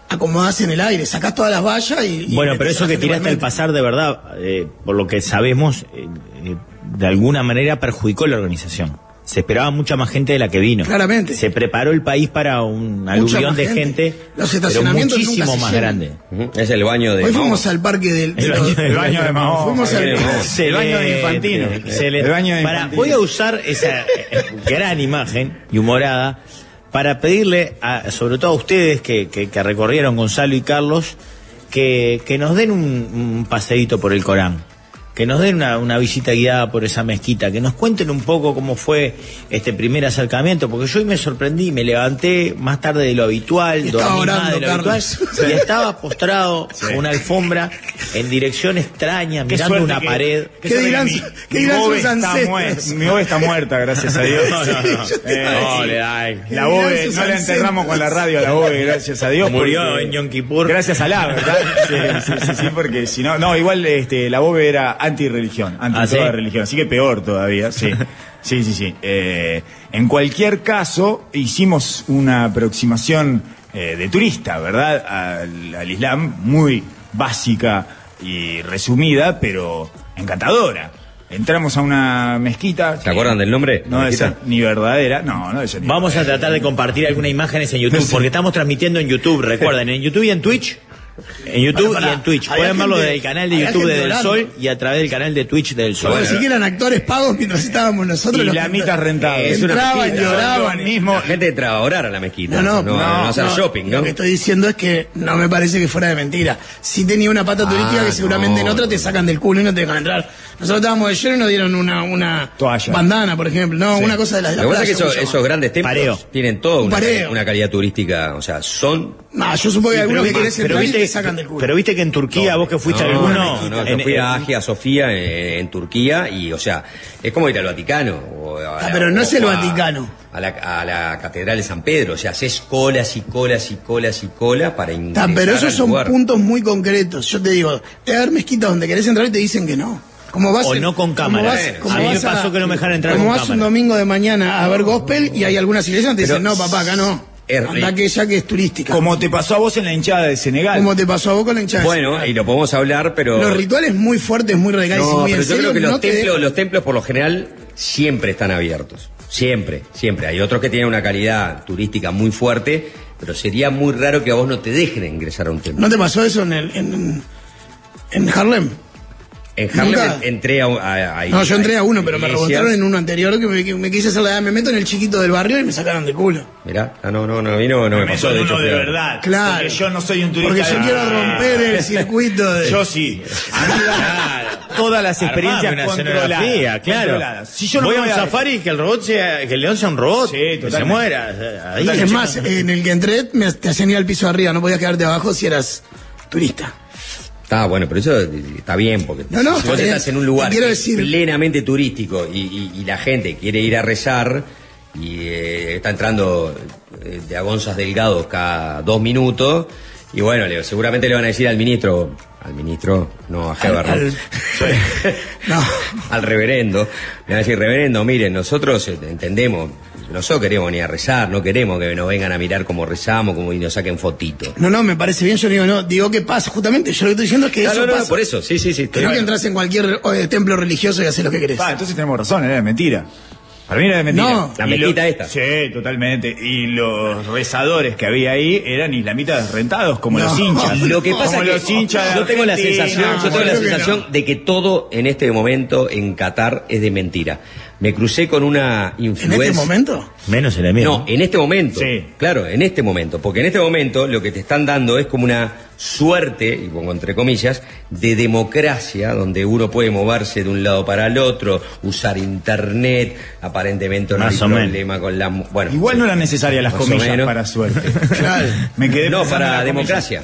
Speaker 4: acomodás en el aire, sacás todas las vallas y. y
Speaker 1: Bueno,
Speaker 4: metés
Speaker 1: pero
Speaker 4: a
Speaker 1: eso
Speaker 4: la
Speaker 1: que
Speaker 4: gente
Speaker 1: tiraste al
Speaker 4: igualmente.
Speaker 1: pasar, de verdad, eh, por lo que sabemos, eh, eh, de alguna manera perjudicó la organización. Se esperaba mucha más gente de la que vino.
Speaker 4: Claramente.
Speaker 1: Se preparó el país para un
Speaker 4: Mucha
Speaker 1: aluvión
Speaker 4: más
Speaker 1: de
Speaker 4: gente.
Speaker 1: gente,
Speaker 4: Los
Speaker 1: pero
Speaker 4: estacionamientos nunca
Speaker 1: muchísimo
Speaker 4: se
Speaker 1: más
Speaker 4: llenan.
Speaker 1: grande.
Speaker 3: Ujú, Es el baño de.
Speaker 4: Hoy
Speaker 3: Mao.
Speaker 4: fuimos al parque del.
Speaker 1: El baño de-
Speaker 2: El baño de Mahoma. Eh,
Speaker 4: Fuimos al-
Speaker 3: El baño de Mahoma.
Speaker 2: El baño de Infantino.
Speaker 1: se le-
Speaker 2: El baño de
Speaker 1: para-
Speaker 2: Infantino.
Speaker 1: voy a usar esa eh, gran imagen y humorada para pedirle, a- sobre todo a ustedes que, que- que recorrieron Gonzalo y Carlos, que, que nos den un, un paseíto por el Corán. Que nos den una, una visita guiada por esa mezquita, que nos cuenten un poco cómo fue este primer acercamiento, porque yo hoy me sorprendí, me levanté más tarde de lo habitual,
Speaker 4: Estaba
Speaker 1: dormí más
Speaker 4: orando,
Speaker 1: de lo habitual,
Speaker 4: Carlos.
Speaker 1: y estaba postrado en una alfombra en dirección extraña,
Speaker 2: Qué
Speaker 1: mirando
Speaker 2: suerte
Speaker 1: una
Speaker 2: que-
Speaker 1: pared.
Speaker 2: que
Speaker 4: ¿Qué
Speaker 2: suerte
Speaker 4: dirán
Speaker 2: que
Speaker 4: su-
Speaker 2: mi-
Speaker 4: qué
Speaker 2: mi
Speaker 4: dirán
Speaker 2: bobe
Speaker 4: sus
Speaker 2: está
Speaker 4: ancestros?
Speaker 2: muer- Mi bobe está muerta, gracias a [laughs] Dios.
Speaker 1: No, no, no.
Speaker 2: Sí, yo te
Speaker 1: Eh,
Speaker 2: iba a
Speaker 1: no,
Speaker 2: decir.
Speaker 1: le da-
Speaker 2: La
Speaker 4: Mirá
Speaker 2: bobe,
Speaker 4: sus
Speaker 2: no la
Speaker 4: ancestros.
Speaker 2: enterramos con la radio a la bobe, gracias a Dios.
Speaker 1: Murió en Yom Kippur.
Speaker 2: Gracias a la, ¿verdad? [laughs] Sí, sí, sí, sí, porque si no, no, igual este, la bobe era antirreligión, anti
Speaker 1: ¿Ah,
Speaker 2: toda
Speaker 1: sí?
Speaker 2: religión, así que peor todavía,
Speaker 1: [laughs]
Speaker 2: sí. Sí, sí, sí. Eh, en cualquier caso, hicimos una aproximación eh, de turista, ¿verdad? Al, al Islam, muy básica y resumida, pero encantadora. Entramos a una mezquita.
Speaker 3: ¿Te acuerdan del nombre?
Speaker 2: No,
Speaker 3: ¿La
Speaker 2: esa
Speaker 3: mezquita?
Speaker 2: ni verdadera. No, no, esa ni
Speaker 1: Vamos a tratar de compartir algunas imágenes en YouTube, porque estamos transmitiendo en YouTube, recuerden, en YouTube y en Twitch. En YouTube
Speaker 4: Pará, pará.
Speaker 1: y en Twitch.
Speaker 4: Había
Speaker 1: Pueden verlo
Speaker 4: gente-
Speaker 1: del canal de
Speaker 4: había
Speaker 1: YouTube
Speaker 4: gente
Speaker 1: de Del
Speaker 4: orando.
Speaker 1: Sol y a través del canal de Twitch de Del Sol.
Speaker 4: Como si que eran actores pagos mientras estábamos nosotros.
Speaker 2: Y
Speaker 4: los- Eh,
Speaker 2: lamitas rentables.
Speaker 4: Es una Entraban,
Speaker 2: mezquita.
Speaker 4: lloraban.
Speaker 2: Son lo mismo.
Speaker 3: La gente de trabajar a la mezquita.
Speaker 4: No, no, no,
Speaker 3: hacer shopping, ¿no?
Speaker 4: Lo que estoy diciendo es que no me parece que fuera de mentira. Sí tenía una pata turística que seguramente en
Speaker 3: no.
Speaker 4: otra te sacan del culo y no te dejan entrar. Nosotros estábamos de lleno y nos dieron una, una
Speaker 2: Toalla.
Speaker 4: bandana, por ejemplo. No,
Speaker 2: Sí.
Speaker 4: una cosa de las de la
Speaker 3: Lo que pasa es
Speaker 4: playa,
Speaker 3: que esos,
Speaker 4: ¿cómo se llama?
Speaker 3: esos grandes templos
Speaker 1: Pareo.
Speaker 3: tienen todo una,
Speaker 4: Pareo.
Speaker 3: una calidad turística, o sea, son...
Speaker 4: No, yo supongo que algunos que querés
Speaker 1: Pero
Speaker 4: entrar y
Speaker 1: viste,
Speaker 4: te sacan del culo.
Speaker 1: pero viste que en Turquía, vos que fuiste a
Speaker 3: no,
Speaker 1: alguno,
Speaker 3: no, no, yo
Speaker 1: en-
Speaker 3: fui a
Speaker 1: en-
Speaker 3: Agia Sofía eh, en, Turquía y, o sea, es como ir al Vaticano. o a
Speaker 4: Ah, pero no es el
Speaker 3: o a-
Speaker 4: Vaticano.
Speaker 3: A la, a la Catedral de San Pedro, o sea, haces colas y colas y colas y colas para
Speaker 4: Ta,
Speaker 3: ingresar
Speaker 4: pero esos
Speaker 3: al
Speaker 4: son
Speaker 3: lugar.
Speaker 4: puntos muy concretos. Yo te digo, te va a haber mezquitas donde querés entrar y te dicen que no. Como vas
Speaker 1: O
Speaker 4: en-
Speaker 1: no con
Speaker 4: como
Speaker 1: cámara.
Speaker 4: vas-
Speaker 1: Bueno,
Speaker 4: como
Speaker 1: a mí me
Speaker 4: vas
Speaker 1: pasó que no me dejaron entrar
Speaker 4: Como
Speaker 1: con
Speaker 4: vas un
Speaker 1: cámara.
Speaker 4: domingo de mañana a ver gospel y hay algunas iglesias que te
Speaker 3: Pero
Speaker 4: dicen, no, papá, acá no.
Speaker 3: es
Speaker 4: Anda
Speaker 3: rico.
Speaker 4: que ya que es turística. Como,
Speaker 2: Como te pasó a vos en la hinchada de Senegal.
Speaker 4: te pasó a vos con la hinchada.
Speaker 3: Bueno, y lo podemos hablar, pero...
Speaker 4: Los rituales muy fuertes, muy regales y
Speaker 3: No,
Speaker 4: muy
Speaker 3: pero
Speaker 4: en
Speaker 3: yo
Speaker 4: serio
Speaker 3: creo que los,
Speaker 4: no te
Speaker 3: templos,
Speaker 4: dejan.
Speaker 3: los templos por lo general siempre están abiertos. Siempre, siempre. Hay otros que tienen una calidad turística muy fuerte, pero sería muy raro que a vos no te dejen ingresar a un templo.
Speaker 4: ¿No te pasó eso en, el, en, en Harlem?
Speaker 3: en Harlem
Speaker 4: nunca-
Speaker 3: en- entré a, a- a-
Speaker 4: No, yo entré a uno, pero me
Speaker 3: iglesias.
Speaker 4: rebotaron en uno anterior que me, que me quise hacer la edad. Me meto en el chiquito del barrio y me sacaron de culo.
Speaker 3: Mirá, ah, no, no, no, a mí no, no me,
Speaker 2: Me
Speaker 3: pasó.
Speaker 2: meto en
Speaker 3: de hecho,
Speaker 2: uno de
Speaker 3: fui a-
Speaker 2: verdad.
Speaker 4: Claro.
Speaker 2: Porque yo no soy un turista.
Speaker 4: Porque yo
Speaker 2: de-
Speaker 4: quiero romper el circuito de...
Speaker 2: Yo sí. A mí dame Todas las experiencias
Speaker 1: Armame una
Speaker 2: controladas,
Speaker 1: escenografía, claro.
Speaker 2: controladas. Si yo no
Speaker 1: voy
Speaker 2: me
Speaker 1: a un safari y que el robot sea, que el león sea un robot,
Speaker 2: Sí,
Speaker 1: que se
Speaker 2: totalmente. eh,
Speaker 1: muera. Ahí,
Speaker 4: Es más, en el que entré me, te hacían ir al piso de arriba, no podías quedarte abajo si eras turista.
Speaker 3: Está Ah, bueno, pero eso está bien, porque
Speaker 4: No, no,
Speaker 3: si
Speaker 4: está
Speaker 3: vos
Speaker 4: bien.
Speaker 3: estás en un lugar
Speaker 4: Te quiero
Speaker 3: que es
Speaker 4: decir-
Speaker 3: plenamente turístico y, y- y la gente quiere ir a rezar y eh, está entrando eh, de agonzas delgados cada dos minutos y bueno, le- seguramente le van a decir al ministro, al ministro, no a Heber, ¿no? [laughs]
Speaker 4: al- No.
Speaker 3: al reverendo, le van a decir, reverendo, miren, nosotros eh, entendemos, nosotros queremos ni a rezar, no queremos que nos vengan a mirar como rezamos como y nos saquen fotitos.
Speaker 4: No, no, me parece bien, yo digo, no, digo que pasa, justamente, yo lo que estoy diciendo es que
Speaker 3: No,
Speaker 4: eso
Speaker 3: no, no,
Speaker 4: pasa.
Speaker 3: por eso, sí, sí, sí.
Speaker 4: Que no que entras en cualquier eh, templo religioso y haces lo que querés.
Speaker 2: Ah, entonces tenemos razón, era de mentira. Para mí era de mentira.
Speaker 4: No.
Speaker 3: La
Speaker 2: Y lo-
Speaker 3: mezquita esta.
Speaker 2: Sí, totalmente. Y los rezadores que había ahí eran islamitas rentados, como
Speaker 4: No.
Speaker 2: los hinchas.
Speaker 4: Y
Speaker 3: [laughs] Lo que pasa
Speaker 2: como
Speaker 3: es
Speaker 2: los
Speaker 3: que
Speaker 2: hinchas de
Speaker 3: yo tengo la
Speaker 2: Argentina,
Speaker 3: sensación, yo
Speaker 2: como
Speaker 3: tengo la
Speaker 4: creo que
Speaker 3: sensación de que todo en este momento en Qatar es de mentira. Me crucé con una
Speaker 4: ¿En
Speaker 3: influencia.
Speaker 1: Pues,
Speaker 4: este momento?
Speaker 1: Menos enemigo.
Speaker 3: No, en este momento.
Speaker 2: Sí.
Speaker 3: Claro, en este momento. Porque en este momento lo que te están dando es como una suerte, y pongo entre comillas, de democracia, donde uno puede moverse de un lado para el otro, usar internet, aparentemente no
Speaker 1: Más
Speaker 3: hay
Speaker 1: o menos.
Speaker 3: problema con la... mu- Bueno,
Speaker 2: Igual no eran necesarias las
Speaker 3: Más o
Speaker 2: comillas
Speaker 3: menos.
Speaker 2: para suerte.
Speaker 3: [laughs]
Speaker 4: Claro.
Speaker 2: Me quedé
Speaker 3: no,
Speaker 2: pensando en
Speaker 3: para
Speaker 2: las comillas.
Speaker 3: democracia.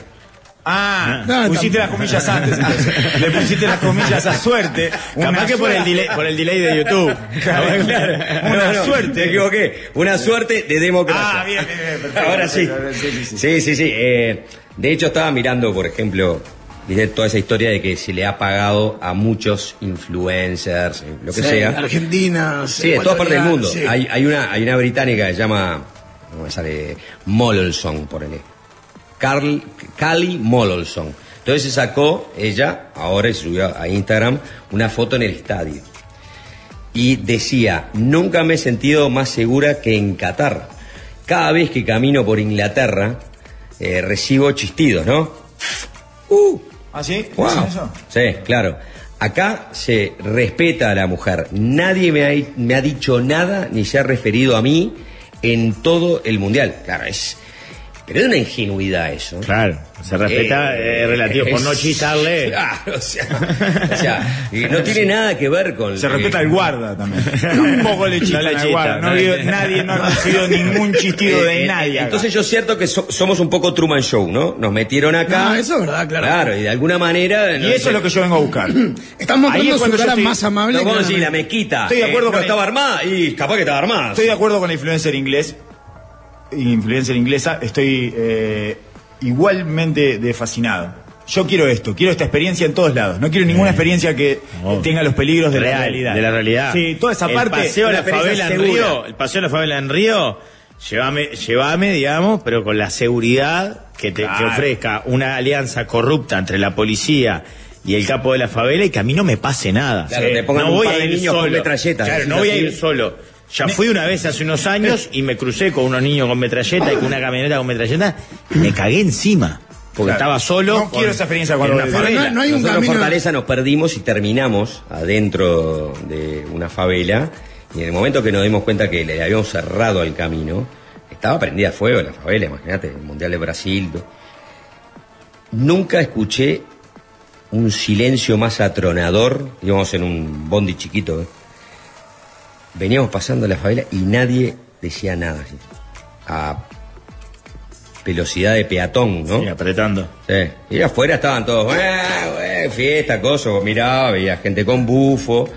Speaker 2: Ah,
Speaker 4: No,
Speaker 2: pusiste
Speaker 4: tampoco.
Speaker 2: las comillas antes. entonces. Le pusiste [laughs] las comillas a suerte.
Speaker 1: Capaz
Speaker 2: Una
Speaker 1: que por el,
Speaker 2: suerte-
Speaker 1: delay, por el delay de
Speaker 3: [laughs]
Speaker 1: YouTube.
Speaker 2: [laughs] Claro, claro. Una
Speaker 3: No, no, Me
Speaker 2: suerte.
Speaker 3: equivoqué. Una suerte de democracia.
Speaker 2: Ah, bien, bien, bien, perfecto,
Speaker 1: [laughs]
Speaker 3: Ahora sí.
Speaker 2: perfecto, sí, sí, sí.
Speaker 3: Sí, sí, sí. Eh, de hecho, estaba mirando, por ejemplo, viste toda esa historia de que se le ha pagado a muchos influencers, eh, lo que
Speaker 4: Sí,
Speaker 3: sea.
Speaker 4: Argentina.
Speaker 3: Sí, de todas partes del mundo.
Speaker 4: sí.
Speaker 3: Hay, hay una, hay una británica que se llama. ¿Cómo me sale? Mololson, ponele. Carl, Cali Mololson. Entonces se sacó ella, ahora y subió a Instagram, una foto en el estadio. Y decía: Nunca me he sentido más segura que en Qatar. Cada vez que camino por Inglaterra, eh, recibo chistidos, ¿no? ¡Uh!
Speaker 2: ¿Ah, sí?
Speaker 3: Wow.
Speaker 2: ¿Hacen eso?
Speaker 3: Sí, claro. Acá se respeta a la mujer. Nadie me ha, me ha dicho nada ni se ha referido a mí en todo el mundial. Claro, es. Pero es una ingenuidad eso.
Speaker 1: Claro, se respeta
Speaker 3: Eh,
Speaker 1: eh, relativo, por
Speaker 3: es-
Speaker 1: no chistarle.
Speaker 3: [laughs] Claro, o sea, o sea, y no tiene nada que ver con.
Speaker 2: Se respeta el
Speaker 3: eh,
Speaker 2: guarda
Speaker 1: [laughs]
Speaker 2: también. Tampoco le chistan
Speaker 1: le
Speaker 2: al
Speaker 1: chistan,
Speaker 2: guarda. No
Speaker 1: no
Speaker 2: ha
Speaker 1: le-
Speaker 2: habido- nadie no ha
Speaker 1: [laughs]
Speaker 2: recibido ningún chistido
Speaker 3: eh,
Speaker 2: de
Speaker 3: eh,
Speaker 2: nadie. acá.
Speaker 3: Entonces yo es cierto que so- somos un poco Truman Show, ¿no? Nos metieron acá.
Speaker 4: No, eso es verdad, claro.
Speaker 3: Claro, y de alguna manera.
Speaker 2: y eso es lo que yo vengo a buscar.
Speaker 4: Están
Speaker 2: Ahí
Speaker 4: mostrando su
Speaker 2: es cuando yo
Speaker 4: cara
Speaker 2: estoy-
Speaker 4: más amable.
Speaker 3: No, vamos a decir, la
Speaker 4: claramente.
Speaker 3: mezquita. eh,
Speaker 2: Estoy de acuerdo
Speaker 3: no
Speaker 2: con-
Speaker 3: estaba armada y capaz que estaba armada.
Speaker 2: Estoy de acuerdo con la influencer inglés. Influencer inglesa. Estoy eh, igualmente de fascinado. Yo quiero esto, quiero esta experiencia en todos lados. No quiero ninguna experiencia que
Speaker 1: Oh.
Speaker 2: tenga los peligros de la
Speaker 1: Real,
Speaker 2: realidad.
Speaker 1: De la realidad.
Speaker 2: Sí, toda esa
Speaker 1: el
Speaker 2: parte.
Speaker 1: Paseo a
Speaker 2: una
Speaker 1: la
Speaker 2: experiencia
Speaker 1: favela en
Speaker 2: segura.
Speaker 1: Río, el paseo a la favela en Río, llévame, llévame digamos, pero con la seguridad que te que
Speaker 2: Claro.
Speaker 1: ofrezca una alianza corrupta entre la policía y el capo de la favela y que a mí no me pase nada.
Speaker 3: Claro, que te pongan
Speaker 1: no
Speaker 3: un
Speaker 1: voy
Speaker 3: par de
Speaker 1: a ir
Speaker 3: niños con
Speaker 1: solo.
Speaker 3: metralletas.
Speaker 1: Claro, no
Speaker 3: Así.
Speaker 1: voy a ir solo. Ya fui una vez hace unos años y me crucé con unos niños con metralleta y con una camioneta con metralleta y me cagué encima. Porque
Speaker 2: Claro.
Speaker 1: estaba solo.
Speaker 2: No quiero esa experiencia cuando
Speaker 1: en una
Speaker 2: voy de-
Speaker 1: favela.
Speaker 4: No, no hay un
Speaker 3: Nosotros en
Speaker 4: camino.
Speaker 3: Fortaleza nos perdimos y terminamos adentro de una favela. Y en el momento que nos dimos cuenta que le habíamos cerrado el camino, estaba prendida a fuego la favela, imagínate, el Mundial de Brasil. Nunca escuché un silencio más atronador. Íbamos en un bondi chiquito. ¿eh? Veníamos pasando la favela y nadie decía nada. así. A velocidad de peatón, ¿no?
Speaker 1: Sí, apretando.
Speaker 3: Sí. Y afuera estaban todos, "Eh, eh, fiesta, coso, miraba, veía gente con bufo.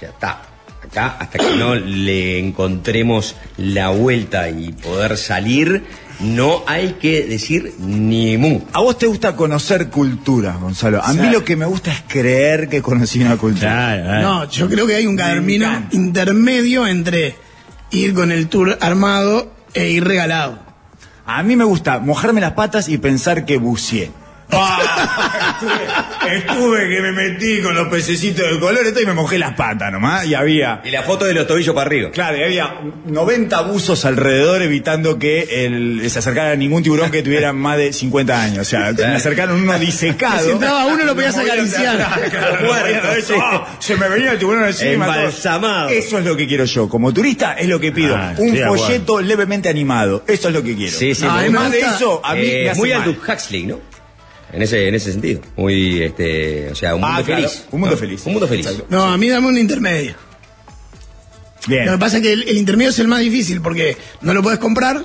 Speaker 3: Ya está. Acá, hasta que no le encontremos la vuelta y poder salir, no hay que decir ni mu.
Speaker 2: A vos te gusta conocer culturas, Gonzalo. A mí
Speaker 4: Claro.
Speaker 2: lo que me gusta es creer que conocí una cultura.
Speaker 1: Claro, claro.
Speaker 4: No, yo creo que hay un camino
Speaker 2: encanta.
Speaker 4: intermedio entre ir con el tour armado e ir regalado.
Speaker 2: A mí me gusta mojarme las patas y pensar que buceé. estuve, estuve que me metí con los pececitos de color esto, y me mojé las patas nomás. Y había,
Speaker 3: Y la foto de los tobillos para arriba.
Speaker 2: claro, y había 90 buzos alrededor evitando que el- se acercara ningún tiburón que
Speaker 3: [laughs]
Speaker 2: tuviera más de 50 años. O sea, se me acercaron uno disecado.
Speaker 4: Si entraba uno, lo podías
Speaker 2: Me movían de
Speaker 4: acariciar.
Speaker 2: atrás, claro, me movían de atrás.
Speaker 3: Sí.
Speaker 2: Ah, Se me venía el tiburón encima. todo.
Speaker 3: Embalsamado.
Speaker 2: Eso es lo que quiero yo. Como turista es lo que pido.
Speaker 1: Ah,
Speaker 2: Un
Speaker 1: estoy de acuerdo.
Speaker 2: folleto levemente animado. Eso es lo que quiero.
Speaker 3: Sí, sí,
Speaker 4: No,
Speaker 3: me
Speaker 4: a mí
Speaker 3: gusta.
Speaker 4: me
Speaker 2: Además de
Speaker 4: gusta,
Speaker 2: eso, a mí
Speaker 3: Eh,
Speaker 2: me hace
Speaker 3: muy
Speaker 2: mal.
Speaker 3: Aldous Huxley, ¿no? En ese, en ese sentido. Muy, este, o sea, un
Speaker 2: Ah,
Speaker 3: mundo
Speaker 2: claro,
Speaker 3: feliz.
Speaker 2: un mundo
Speaker 3: ¿no?
Speaker 2: feliz.
Speaker 3: Un mundo feliz.
Speaker 2: Exacto.
Speaker 4: No, a mí dame un intermedio.
Speaker 2: Bien.
Speaker 4: Lo que pasa es que el, el intermedio es el más difícil porque no lo puedes comprar,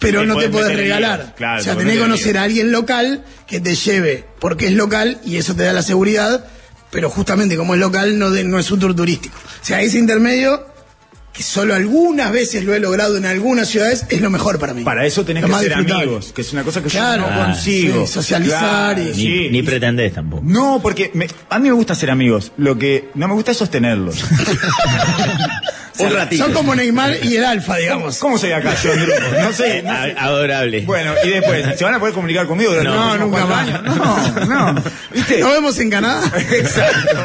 Speaker 4: pero
Speaker 1: Te
Speaker 4: no te
Speaker 1: pueden
Speaker 4: puedes
Speaker 1: meter en
Speaker 4: regalar.
Speaker 1: líos, claro,
Speaker 4: o sea,
Speaker 1: te
Speaker 4: tenés que
Speaker 1: meten en
Speaker 4: conocer a alguien local que te lleve porque es local y eso te da la seguridad, pero justamente como es local no, de- no es un tour turístico. O sea, ese intermedio, que solo algunas veces lo he logrado en algunas ciudades, es lo mejor para mí.
Speaker 2: Para eso tenés
Speaker 4: Lo
Speaker 2: que
Speaker 4: más
Speaker 2: ser
Speaker 4: disfrutable.
Speaker 2: amigos, que es una cosa que
Speaker 4: Claro.
Speaker 2: yo no
Speaker 4: Ah,
Speaker 2: consigo.
Speaker 4: sí, socializar
Speaker 2: Claro,
Speaker 4: y-
Speaker 1: Ni,
Speaker 2: sí.
Speaker 1: ni pretendés tampoco.
Speaker 2: No, porque me- a mí me gusta ser amigos. Lo que no me gusta es
Speaker 4: [laughs]
Speaker 2: sostenerlos.
Speaker 3: Un ratito.
Speaker 4: Son como Neymar y el Alfa, digamos.
Speaker 2: ¿Cómo soy acá yo en grupo? No sé. no sé.
Speaker 1: A- Adorable.
Speaker 2: Bueno, y después, ¿se van a poder comunicar conmigo? durante
Speaker 4: No,
Speaker 2: los próximos
Speaker 4: nunca
Speaker 2: cuatro años? No, no. [laughs] ¿Viste?
Speaker 4: Nos vemos en Canadá.
Speaker 2: Exacto.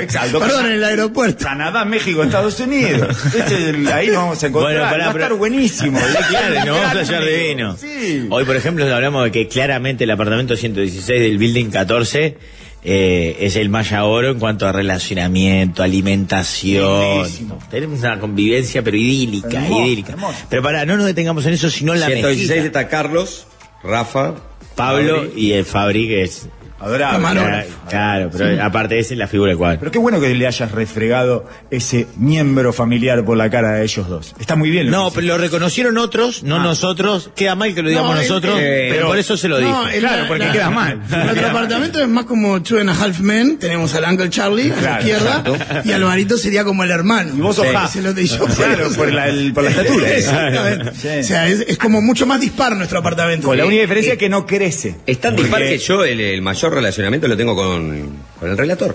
Speaker 2: Exacto.
Speaker 4: Perdón, en el aeropuerto.
Speaker 2: Canadá, México, Estados Unidos. Este es el- ahí nos vamos a encontrar.
Speaker 1: Bueno, pará,
Speaker 2: Va a estar
Speaker 1: pero-
Speaker 2: buenísimo.
Speaker 1: [laughs] Claro, nos vamos a hallar de vino.
Speaker 2: Sí.
Speaker 1: Hoy, por ejemplo, hablamos de que claramente el apartamento 116 del Building 14 eh, es el Maya Oro en cuanto a relacionamiento, alimentación.
Speaker 2: Lindísimo.
Speaker 1: Tenemos una convivencia, pero idílica,
Speaker 2: Hermoso,
Speaker 1: idílica.
Speaker 2: hermoso.
Speaker 1: Pero pará, no nos detengamos en eso, sino en la
Speaker 3: 116
Speaker 1: mezquita.
Speaker 3: está Carlos, Rafa,
Speaker 1: Pablo
Speaker 3: Fabri.
Speaker 1: y el Fabri, que es...
Speaker 2: Adorable.
Speaker 1: Claro,
Speaker 4: Camarógrafo.
Speaker 1: claro, pero aparte esa es la figura del cuadro.
Speaker 2: Pero qué bueno que le hayas refregado ese miembro familiar por la cara de ellos dos. Está muy bien. lo
Speaker 1: No,
Speaker 2: que Ah.
Speaker 1: pero lo reconocieron otros, no nosotros. Queda mal que lo digamos
Speaker 4: No, él-
Speaker 1: nosotros,
Speaker 4: eh,
Speaker 1: pero por eso se lo dijo.
Speaker 4: No, el-
Speaker 2: Claro, porque queda mal.
Speaker 4: Nuestro apartamento es más como Two and a Half Men. Tenemos al Uncle Charlie a la
Speaker 2: Claro,
Speaker 4: izquierda y Alvarito sería como el hermano.
Speaker 2: Y vos sos half.
Speaker 4: Se lo di yo.
Speaker 2: Claro, por la, el- por la estatura.
Speaker 4: Exactamente.
Speaker 2: Sí.
Speaker 4: O sea, es, es como mucho más dispar nuestro apartamento.
Speaker 2: Con Pues la única
Speaker 4: Eh,
Speaker 2: diferencia es que no crece.
Speaker 3: Es tan
Speaker 2: Porque-
Speaker 3: dispar que yo el, el mayor relacionamiento lo tengo con, con el relator.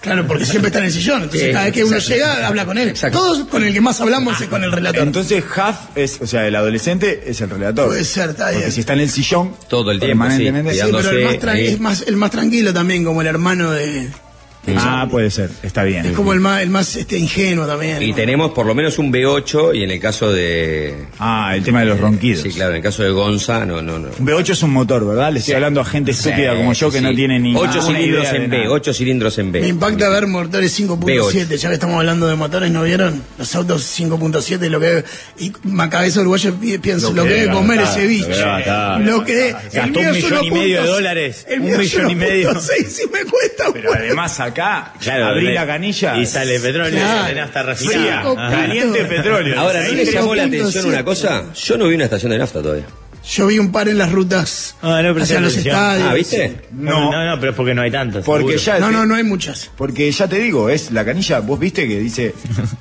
Speaker 4: Claro, porque siempre está en el sillón. Entonces,
Speaker 3: Sí,
Speaker 4: cada vez que uno
Speaker 3: exacto.
Speaker 4: llega, habla con él.
Speaker 3: Exacto.
Speaker 4: Todos con el que más hablamos es con el relator.
Speaker 2: Entonces, half es, o sea, el adolescente es el relator.
Speaker 4: Puede ser, está
Speaker 2: Porque
Speaker 4: bien.
Speaker 2: si está en el sillón.
Speaker 3: Todo el tiempo,
Speaker 2: permanentemente-
Speaker 3: sí,
Speaker 4: Sí, pero
Speaker 3: cuidando.
Speaker 4: el más,
Speaker 3: dándose
Speaker 4: tran-
Speaker 3: ahí.
Speaker 4: es más, el más tranquilo también, como el hermano de.
Speaker 2: Ah, puede ser. Está bien.
Speaker 4: Es como el más, el más este, ingenuo también.
Speaker 3: Y
Speaker 4: ¿no?
Speaker 3: tenemos por lo menos un B8 y en el caso de...
Speaker 2: Ah, el tema de los ronquidos.
Speaker 3: Sí, claro, en el caso de Gonza, no, no, no.
Speaker 2: Un B8 es un motor, ¿verdad? Le estoy hablando a gente estúpida como yo que no tiene ni
Speaker 3: 8
Speaker 2: ninguna
Speaker 3: cilindros
Speaker 2: idea de
Speaker 3: en
Speaker 2: nada.
Speaker 3: B, 8 cilindros en B.
Speaker 4: Me impacta ver motores 5.7, ya que estamos hablando de motores, ¿no vieron? Los autos 5.7, lo que... Y Macabeza Uruguayo pi- piensa, lo, que debe comer
Speaker 1: gastar,
Speaker 4: ese bicho.
Speaker 1: lo que debe gastar.
Speaker 4: Lo que...
Speaker 1: Gastó un millón y medio de dólares,
Speaker 4: El
Speaker 1: un
Speaker 4: mío es
Speaker 1: millón y medio.
Speaker 4: 1.6 y me cuesta un
Speaker 2: Pero además acá,
Speaker 1: Claro,
Speaker 2: abrí
Speaker 1: de-
Speaker 2: la canilla.
Speaker 1: Y sale petróleo, y
Speaker 4: Claro.
Speaker 1: sale hasta
Speaker 2: fría,
Speaker 1: refinada.
Speaker 4: Cinco
Speaker 1: Ajá.
Speaker 4: puntos.
Speaker 2: caliente petróleo.
Speaker 3: Ahora, ¿no
Speaker 2: Ahí
Speaker 3: les
Speaker 2: tenés-
Speaker 3: llamó la
Speaker 4: 3.7?
Speaker 3: atención una cosa? Yo no vi una estación de nafta todavía.
Speaker 4: Yo vi un par en las rutas
Speaker 1: Ah, no, pero
Speaker 4: hacia
Speaker 1: sí,
Speaker 4: los
Speaker 1: atención.
Speaker 4: estadios.
Speaker 3: Ah, ¿viste?
Speaker 1: No. no, no, pero es porque no hay tantos.
Speaker 2: Porque
Speaker 1: seguro.
Speaker 2: ya,
Speaker 4: No, no, no hay muchas.
Speaker 2: porque ya te digo, es la canilla, vos viste que
Speaker 1: [laughs]
Speaker 2: dice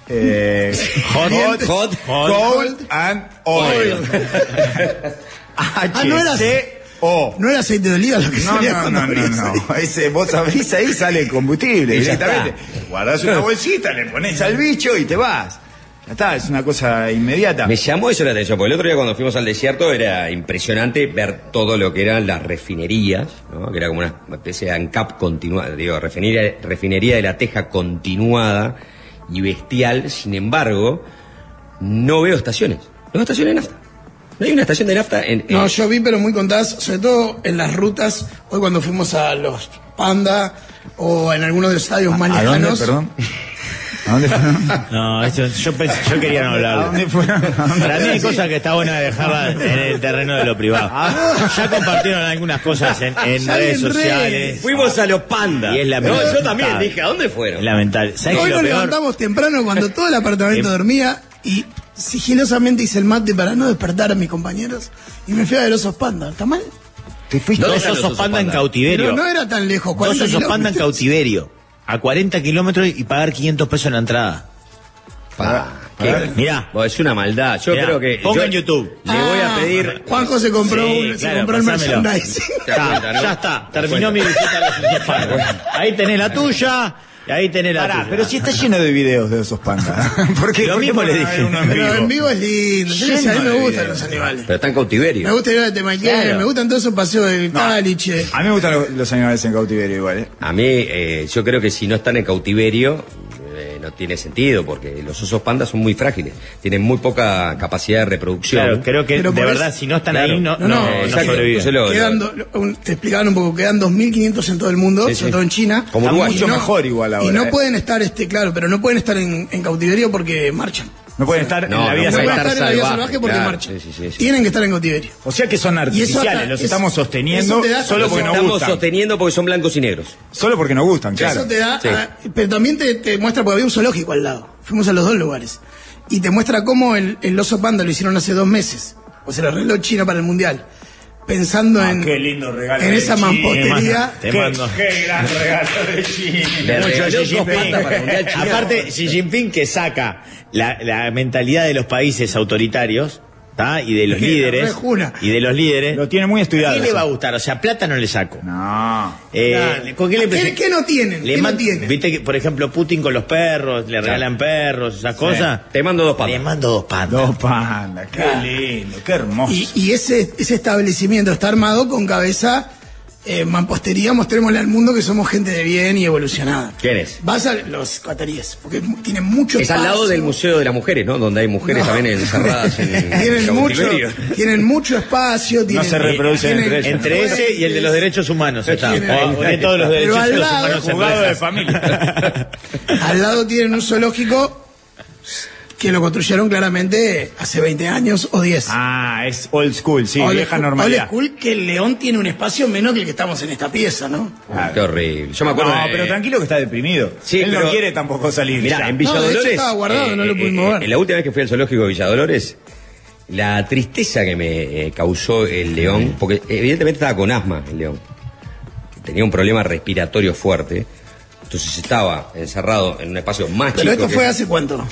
Speaker 2: eh,
Speaker 1: Hot,
Speaker 2: hot,
Speaker 3: hot,
Speaker 1: hot,
Speaker 2: cold and [laughs] oil.
Speaker 4: Ah, no era-
Speaker 2: H-C-O.
Speaker 4: No era aceite de oliva lo que
Speaker 2: No,
Speaker 4: salía
Speaker 2: no,
Speaker 4: cuando
Speaker 2: no, no,
Speaker 4: abrías ahí.
Speaker 2: no. Ese, vos abrís ahí, sale el combustible
Speaker 3: Y ya
Speaker 2: directamente. Guardás una bolsita, le pones al bicho y te vas. Ya está, es una cosa inmediata.
Speaker 3: [laughs] Me llamó eso la atención, porque el otro día cuando fuimos al desierto era impresionante ver todo lo que eran las refinerías, ¿no? que era como una especie de ANCAP continuada, digo, refinería, refinería de la teja continuada y bestial, sin embargo, no veo estaciones, no veo estaciones de nafta. No hay una estación de nafta en... en-
Speaker 4: No, yo vi, pero muy contadas, sobre todo en las rutas, hoy cuando fuimos a los Panda o en algunos de los estadios más
Speaker 2: ¿A dónde,
Speaker 4: lejanos. [laughs]
Speaker 2: perdón? ¿A dónde fueron?
Speaker 1: No, esto- yo, pens- yo quería no
Speaker 2: ¿A
Speaker 1: hablarlo.
Speaker 2: dónde fueron? ¿A dónde
Speaker 1: [laughs] Para mí hay
Speaker 2: fueron?
Speaker 1: cosas que está buena dejarlas en el terreno de lo privado.
Speaker 2: Ah.
Speaker 1: Ya compartieron algunas cosas en, en
Speaker 4: Ya
Speaker 1: redes
Speaker 4: en redes.
Speaker 1: sociales.
Speaker 3: Fuimos a los pandas.
Speaker 1: Y es la
Speaker 3: no,
Speaker 1: peor.
Speaker 3: yo también
Speaker 1: Ah.
Speaker 3: dije, ¿a dónde fueron?
Speaker 1: Es lamentable. ¿Sabes
Speaker 4: Hoy
Speaker 1: qué es
Speaker 4: nos
Speaker 1: lo peor?
Speaker 4: levantamos temprano cuando todo el apartamento
Speaker 1: Eh.
Speaker 4: dormía y sigilosamente hice el mate para no despertar a mis compañeros y me fui a ver osos panda. ¿Está mal?
Speaker 2: Te fuiste.
Speaker 1: Dos
Speaker 3: ¿Dónde están los
Speaker 1: osos
Speaker 3: osos
Speaker 1: panda en
Speaker 3: panda?
Speaker 1: cautiverio.
Speaker 4: Pero no era tan lejos.
Speaker 1: Dos
Speaker 4: 40
Speaker 1: osos panda en
Speaker 4: kilómetros.
Speaker 1: cautiverio. A 40 kilómetros y pagar 500 pesos en la entrada.
Speaker 3: Pa, ¿qué?
Speaker 1: Mirá.
Speaker 3: Vos, es una maldad. Yo
Speaker 1: Mirá,
Speaker 3: creo que...
Speaker 1: ponga
Speaker 3: yo
Speaker 1: en YouTube.
Speaker 3: Le voy a
Speaker 4: Ah,
Speaker 3: pedir...
Speaker 4: Juanjo se compró,
Speaker 1: Sí,
Speaker 4: un- se
Speaker 1: claro,
Speaker 4: compró el
Speaker 1: pasámelo. Ah,
Speaker 4: merchandising.
Speaker 3: Te das cuenta, ¿no?
Speaker 1: Ya está.
Speaker 3: Te das
Speaker 1: Terminó mi
Speaker 3: cuenta.
Speaker 1: visita a los osos panda. Ahí tenés la tuya. Y ahí tenés la
Speaker 2: Pará,
Speaker 1: tuya.
Speaker 2: pero si está lleno de videos de esos [laughs] pandas. ¿Por qué?
Speaker 1: Lo
Speaker 2: ¿Por qué
Speaker 1: mismo le
Speaker 2: ponen a
Speaker 1: dije.
Speaker 2: ver uno en
Speaker 4: Pero en
Speaker 2: vivo?
Speaker 4: vivo es lindo. ¿Sabes? A mí
Speaker 2: Lleno
Speaker 4: me
Speaker 2: de
Speaker 4: gustan
Speaker 2: videos.
Speaker 4: los animales.
Speaker 3: Pero está en cautiverio.
Speaker 4: Me gusta ir a Temaquera,
Speaker 1: Claro.
Speaker 4: me gustan todos esos paseos del
Speaker 2: No.
Speaker 4: Caliche.
Speaker 2: A mí me gustan los, los animales en cautiverio igual, ¿eh?
Speaker 3: A mí, eh, yo creo que si no están en cautiverio, eh, no tiene sentido, porque los osos pandas son muy frágiles, tienen muy poca capacidad de reproducción.
Speaker 1: Claro, creo que
Speaker 4: Pero
Speaker 1: de
Speaker 4: por
Speaker 1: verdad,
Speaker 4: eso-
Speaker 1: si no están
Speaker 3: Claro.
Speaker 1: ahí, no, no,
Speaker 4: No, no,
Speaker 1: no
Speaker 3: exacto.
Speaker 1: sobreviven.
Speaker 3: Entonces lo-
Speaker 4: Quedan do- un- te explicaban un poco, quedan 2.500 en todo el mundo,
Speaker 3: Sí, sí.
Speaker 4: sobre todo en China. Ah,
Speaker 3: Como
Speaker 4: Y
Speaker 3: Uruguay. Mucho
Speaker 2: mejor igual ahora,
Speaker 4: Y no
Speaker 2: eh.
Speaker 4: pueden estar, este claro, pero no pueden estar en, en cautiverio porque marchan.
Speaker 2: No pueden estar
Speaker 3: No,
Speaker 2: en la
Speaker 3: no
Speaker 4: No
Speaker 2: vida
Speaker 3: pueden
Speaker 2: salvaje.
Speaker 4: pueden
Speaker 3: estar
Speaker 4: estar en la vida
Speaker 3: salvaje,
Speaker 4: salvaje porque
Speaker 3: claro.
Speaker 4: marchan.
Speaker 3: Sí, sí, sí, sí.
Speaker 4: Tienen que estar en cautiverio.
Speaker 2: O sea que son
Speaker 4: Y eso
Speaker 2: artificiales,
Speaker 4: acá-
Speaker 2: los
Speaker 4: eso-
Speaker 2: estamos
Speaker 4: eso
Speaker 2: sosteniendo
Speaker 4: te da-
Speaker 2: solo porque nos
Speaker 3: Estamos
Speaker 2: gustan.
Speaker 3: sosteniendo porque son blancos y negros.
Speaker 2: Solo porque nos gustan, claro.
Speaker 4: Eso te da,
Speaker 3: sí.
Speaker 4: ah, pero también te, te muestra, porque había un zoológico al lado. Fuimos a los dos lugares. Y te muestra cómo el, el oso panda lo hicieron hace dos meses. O se lo arregló China para el mundial. Pensando
Speaker 2: Ah,
Speaker 4: en.
Speaker 2: qué lindo regalo
Speaker 4: En
Speaker 2: de
Speaker 4: esa
Speaker 2: China.
Speaker 4: mampostería.
Speaker 1: Te
Speaker 2: Qué-
Speaker 1: mando.
Speaker 2: Qué gran regalo de China.
Speaker 3: Le regaló
Speaker 1: Mucho Xi
Speaker 3: dos
Speaker 1: Jinping.
Speaker 3: pandas para el Mundial chileno.
Speaker 1: Aparte, Xi Jinping que saca la, la mentalidad de los países autoritarios ¿tá? y de los
Speaker 4: Sí,
Speaker 1: líderes.
Speaker 4: rejuna.
Speaker 1: Y de los líderes.
Speaker 2: Lo tiene muy estudiado.
Speaker 1: ¿Qué le
Speaker 2: eso.
Speaker 1: va a gustar? O sea, plata no le saco.
Speaker 2: No.
Speaker 1: Eh,
Speaker 4: Claro.
Speaker 1: ¿Con qué le
Speaker 4: ¿Qué,
Speaker 1: presen-
Speaker 4: qué no tienen?
Speaker 1: Le
Speaker 4: ¿Qué no
Speaker 1: man-
Speaker 4: tienen?
Speaker 1: Viste que, por ejemplo, Putin con los perros, le regalan perros, esas cosas.
Speaker 3: Te mando dos
Speaker 1: Le
Speaker 3: pandas.
Speaker 1: mando dos pandas.
Speaker 2: Dos pandas, qué lindo, qué hermoso.
Speaker 4: Y, y ese, ese establecimiento está armado con cabeza eh, mampostería, mostrémosle al mundo que somos gente de bien y evolucionada.
Speaker 3: ¿Quién es?
Speaker 4: Vas a los cataríes, porque tienen mucho
Speaker 3: Es al lado
Speaker 4: espacio.
Speaker 3: del Museo de las Mujeres, ¿no? Donde hay mujeres
Speaker 4: No.
Speaker 3: también
Speaker 4: [laughs]
Speaker 3: encerradas en
Speaker 4: tienen
Speaker 3: en
Speaker 4: mucho,
Speaker 3: cautiverio.
Speaker 4: tienen mucho espacio, tienen,
Speaker 2: se reproducen
Speaker 4: tienen-
Speaker 2: entre ellos.
Speaker 1: Entre ese y el de los derechos humanos está. O- o de todos los derechos
Speaker 4: al
Speaker 1: de los
Speaker 4: lado,
Speaker 1: humanos en
Speaker 2: Juzgado de
Speaker 1: rejas.
Speaker 2: familia.
Speaker 4: Al lado tienen un zoológico que lo construyeron claramente hace 20 años o 10.
Speaker 2: ah, es old school, sí,
Speaker 4: Old
Speaker 2: vieja
Speaker 4: school-
Speaker 2: normalidad.
Speaker 4: old school que el león tiene un espacio menos que el que estamos en esta pieza, ¿no?
Speaker 3: Ah, Qué horrible. Yo me acuerdo.
Speaker 2: No,
Speaker 3: de-
Speaker 2: pero tranquilo que está deprimido.
Speaker 3: Sí,
Speaker 2: Él no
Speaker 3: pero-
Speaker 2: quiere tampoco salir.
Speaker 3: Mirá,
Speaker 2: ya.
Speaker 3: en eh, Villa
Speaker 4: No, de hecho
Speaker 3: Dolores.
Speaker 4: estaba guardado, no lo pudimos ver.
Speaker 3: La última vez que fui al zoológico de Villa Dolores, la tristeza que me eh, causó el león, porque evidentemente estaba con asma el león. Tenía un problema respiratorio fuerte. Entonces estaba encerrado en un espacio
Speaker 2: Ah,
Speaker 3: más
Speaker 4: Pero
Speaker 3: chico.
Speaker 4: esto fue hace cuánto.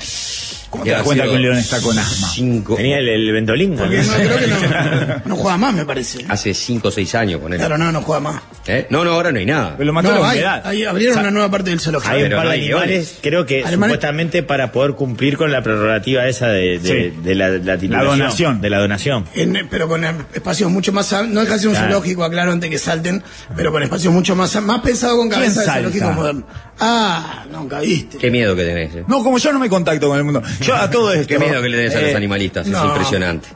Speaker 2: ¿Cómo te das cuenta que un león está con asma?
Speaker 3: Cinco,
Speaker 1: Tenía el, el Ventolín. ¿no?
Speaker 4: Porque no, creo que
Speaker 3: [laughs]
Speaker 4: no, no juega más, me parece.
Speaker 3: hace 5 o 6 años con él.
Speaker 4: Claro, no, no juega más.
Speaker 3: ¿Eh? No, no, ahora no hay nada.
Speaker 2: Pero lo mató
Speaker 4: No,
Speaker 2: la
Speaker 4: hay,
Speaker 2: humedad.
Speaker 4: hay- abrieron una nueva parte del zoológico.
Speaker 1: Hay un
Speaker 3: Pero
Speaker 1: par
Speaker 3: no
Speaker 1: de
Speaker 3: hay leones.
Speaker 1: animales, creo que
Speaker 4: Alemanes-
Speaker 1: supuestamente para poder cumplir con la prerrogativa esa de, de-
Speaker 2: Sí.
Speaker 1: de la, la titulación,
Speaker 2: donación.
Speaker 1: De la donación.
Speaker 4: En- pero con em- espacios mucho más am- no deja de ser un
Speaker 1: Claro.
Speaker 4: zoológico aclaro antes que salten pero con espacios mucho más am- más pensado con
Speaker 2: ¿Quién
Speaker 4: cabeza de
Speaker 2: salta?
Speaker 4: zoológico moderno ah nunca viste
Speaker 3: Qué miedo que tenés. ¿eh?
Speaker 2: No, como yo no me contacto con el mundo. Yo a todo esto.
Speaker 3: Qué miedo que le tenés a los
Speaker 2: eh,
Speaker 3: animalistas. Es
Speaker 4: no.
Speaker 3: impresionante.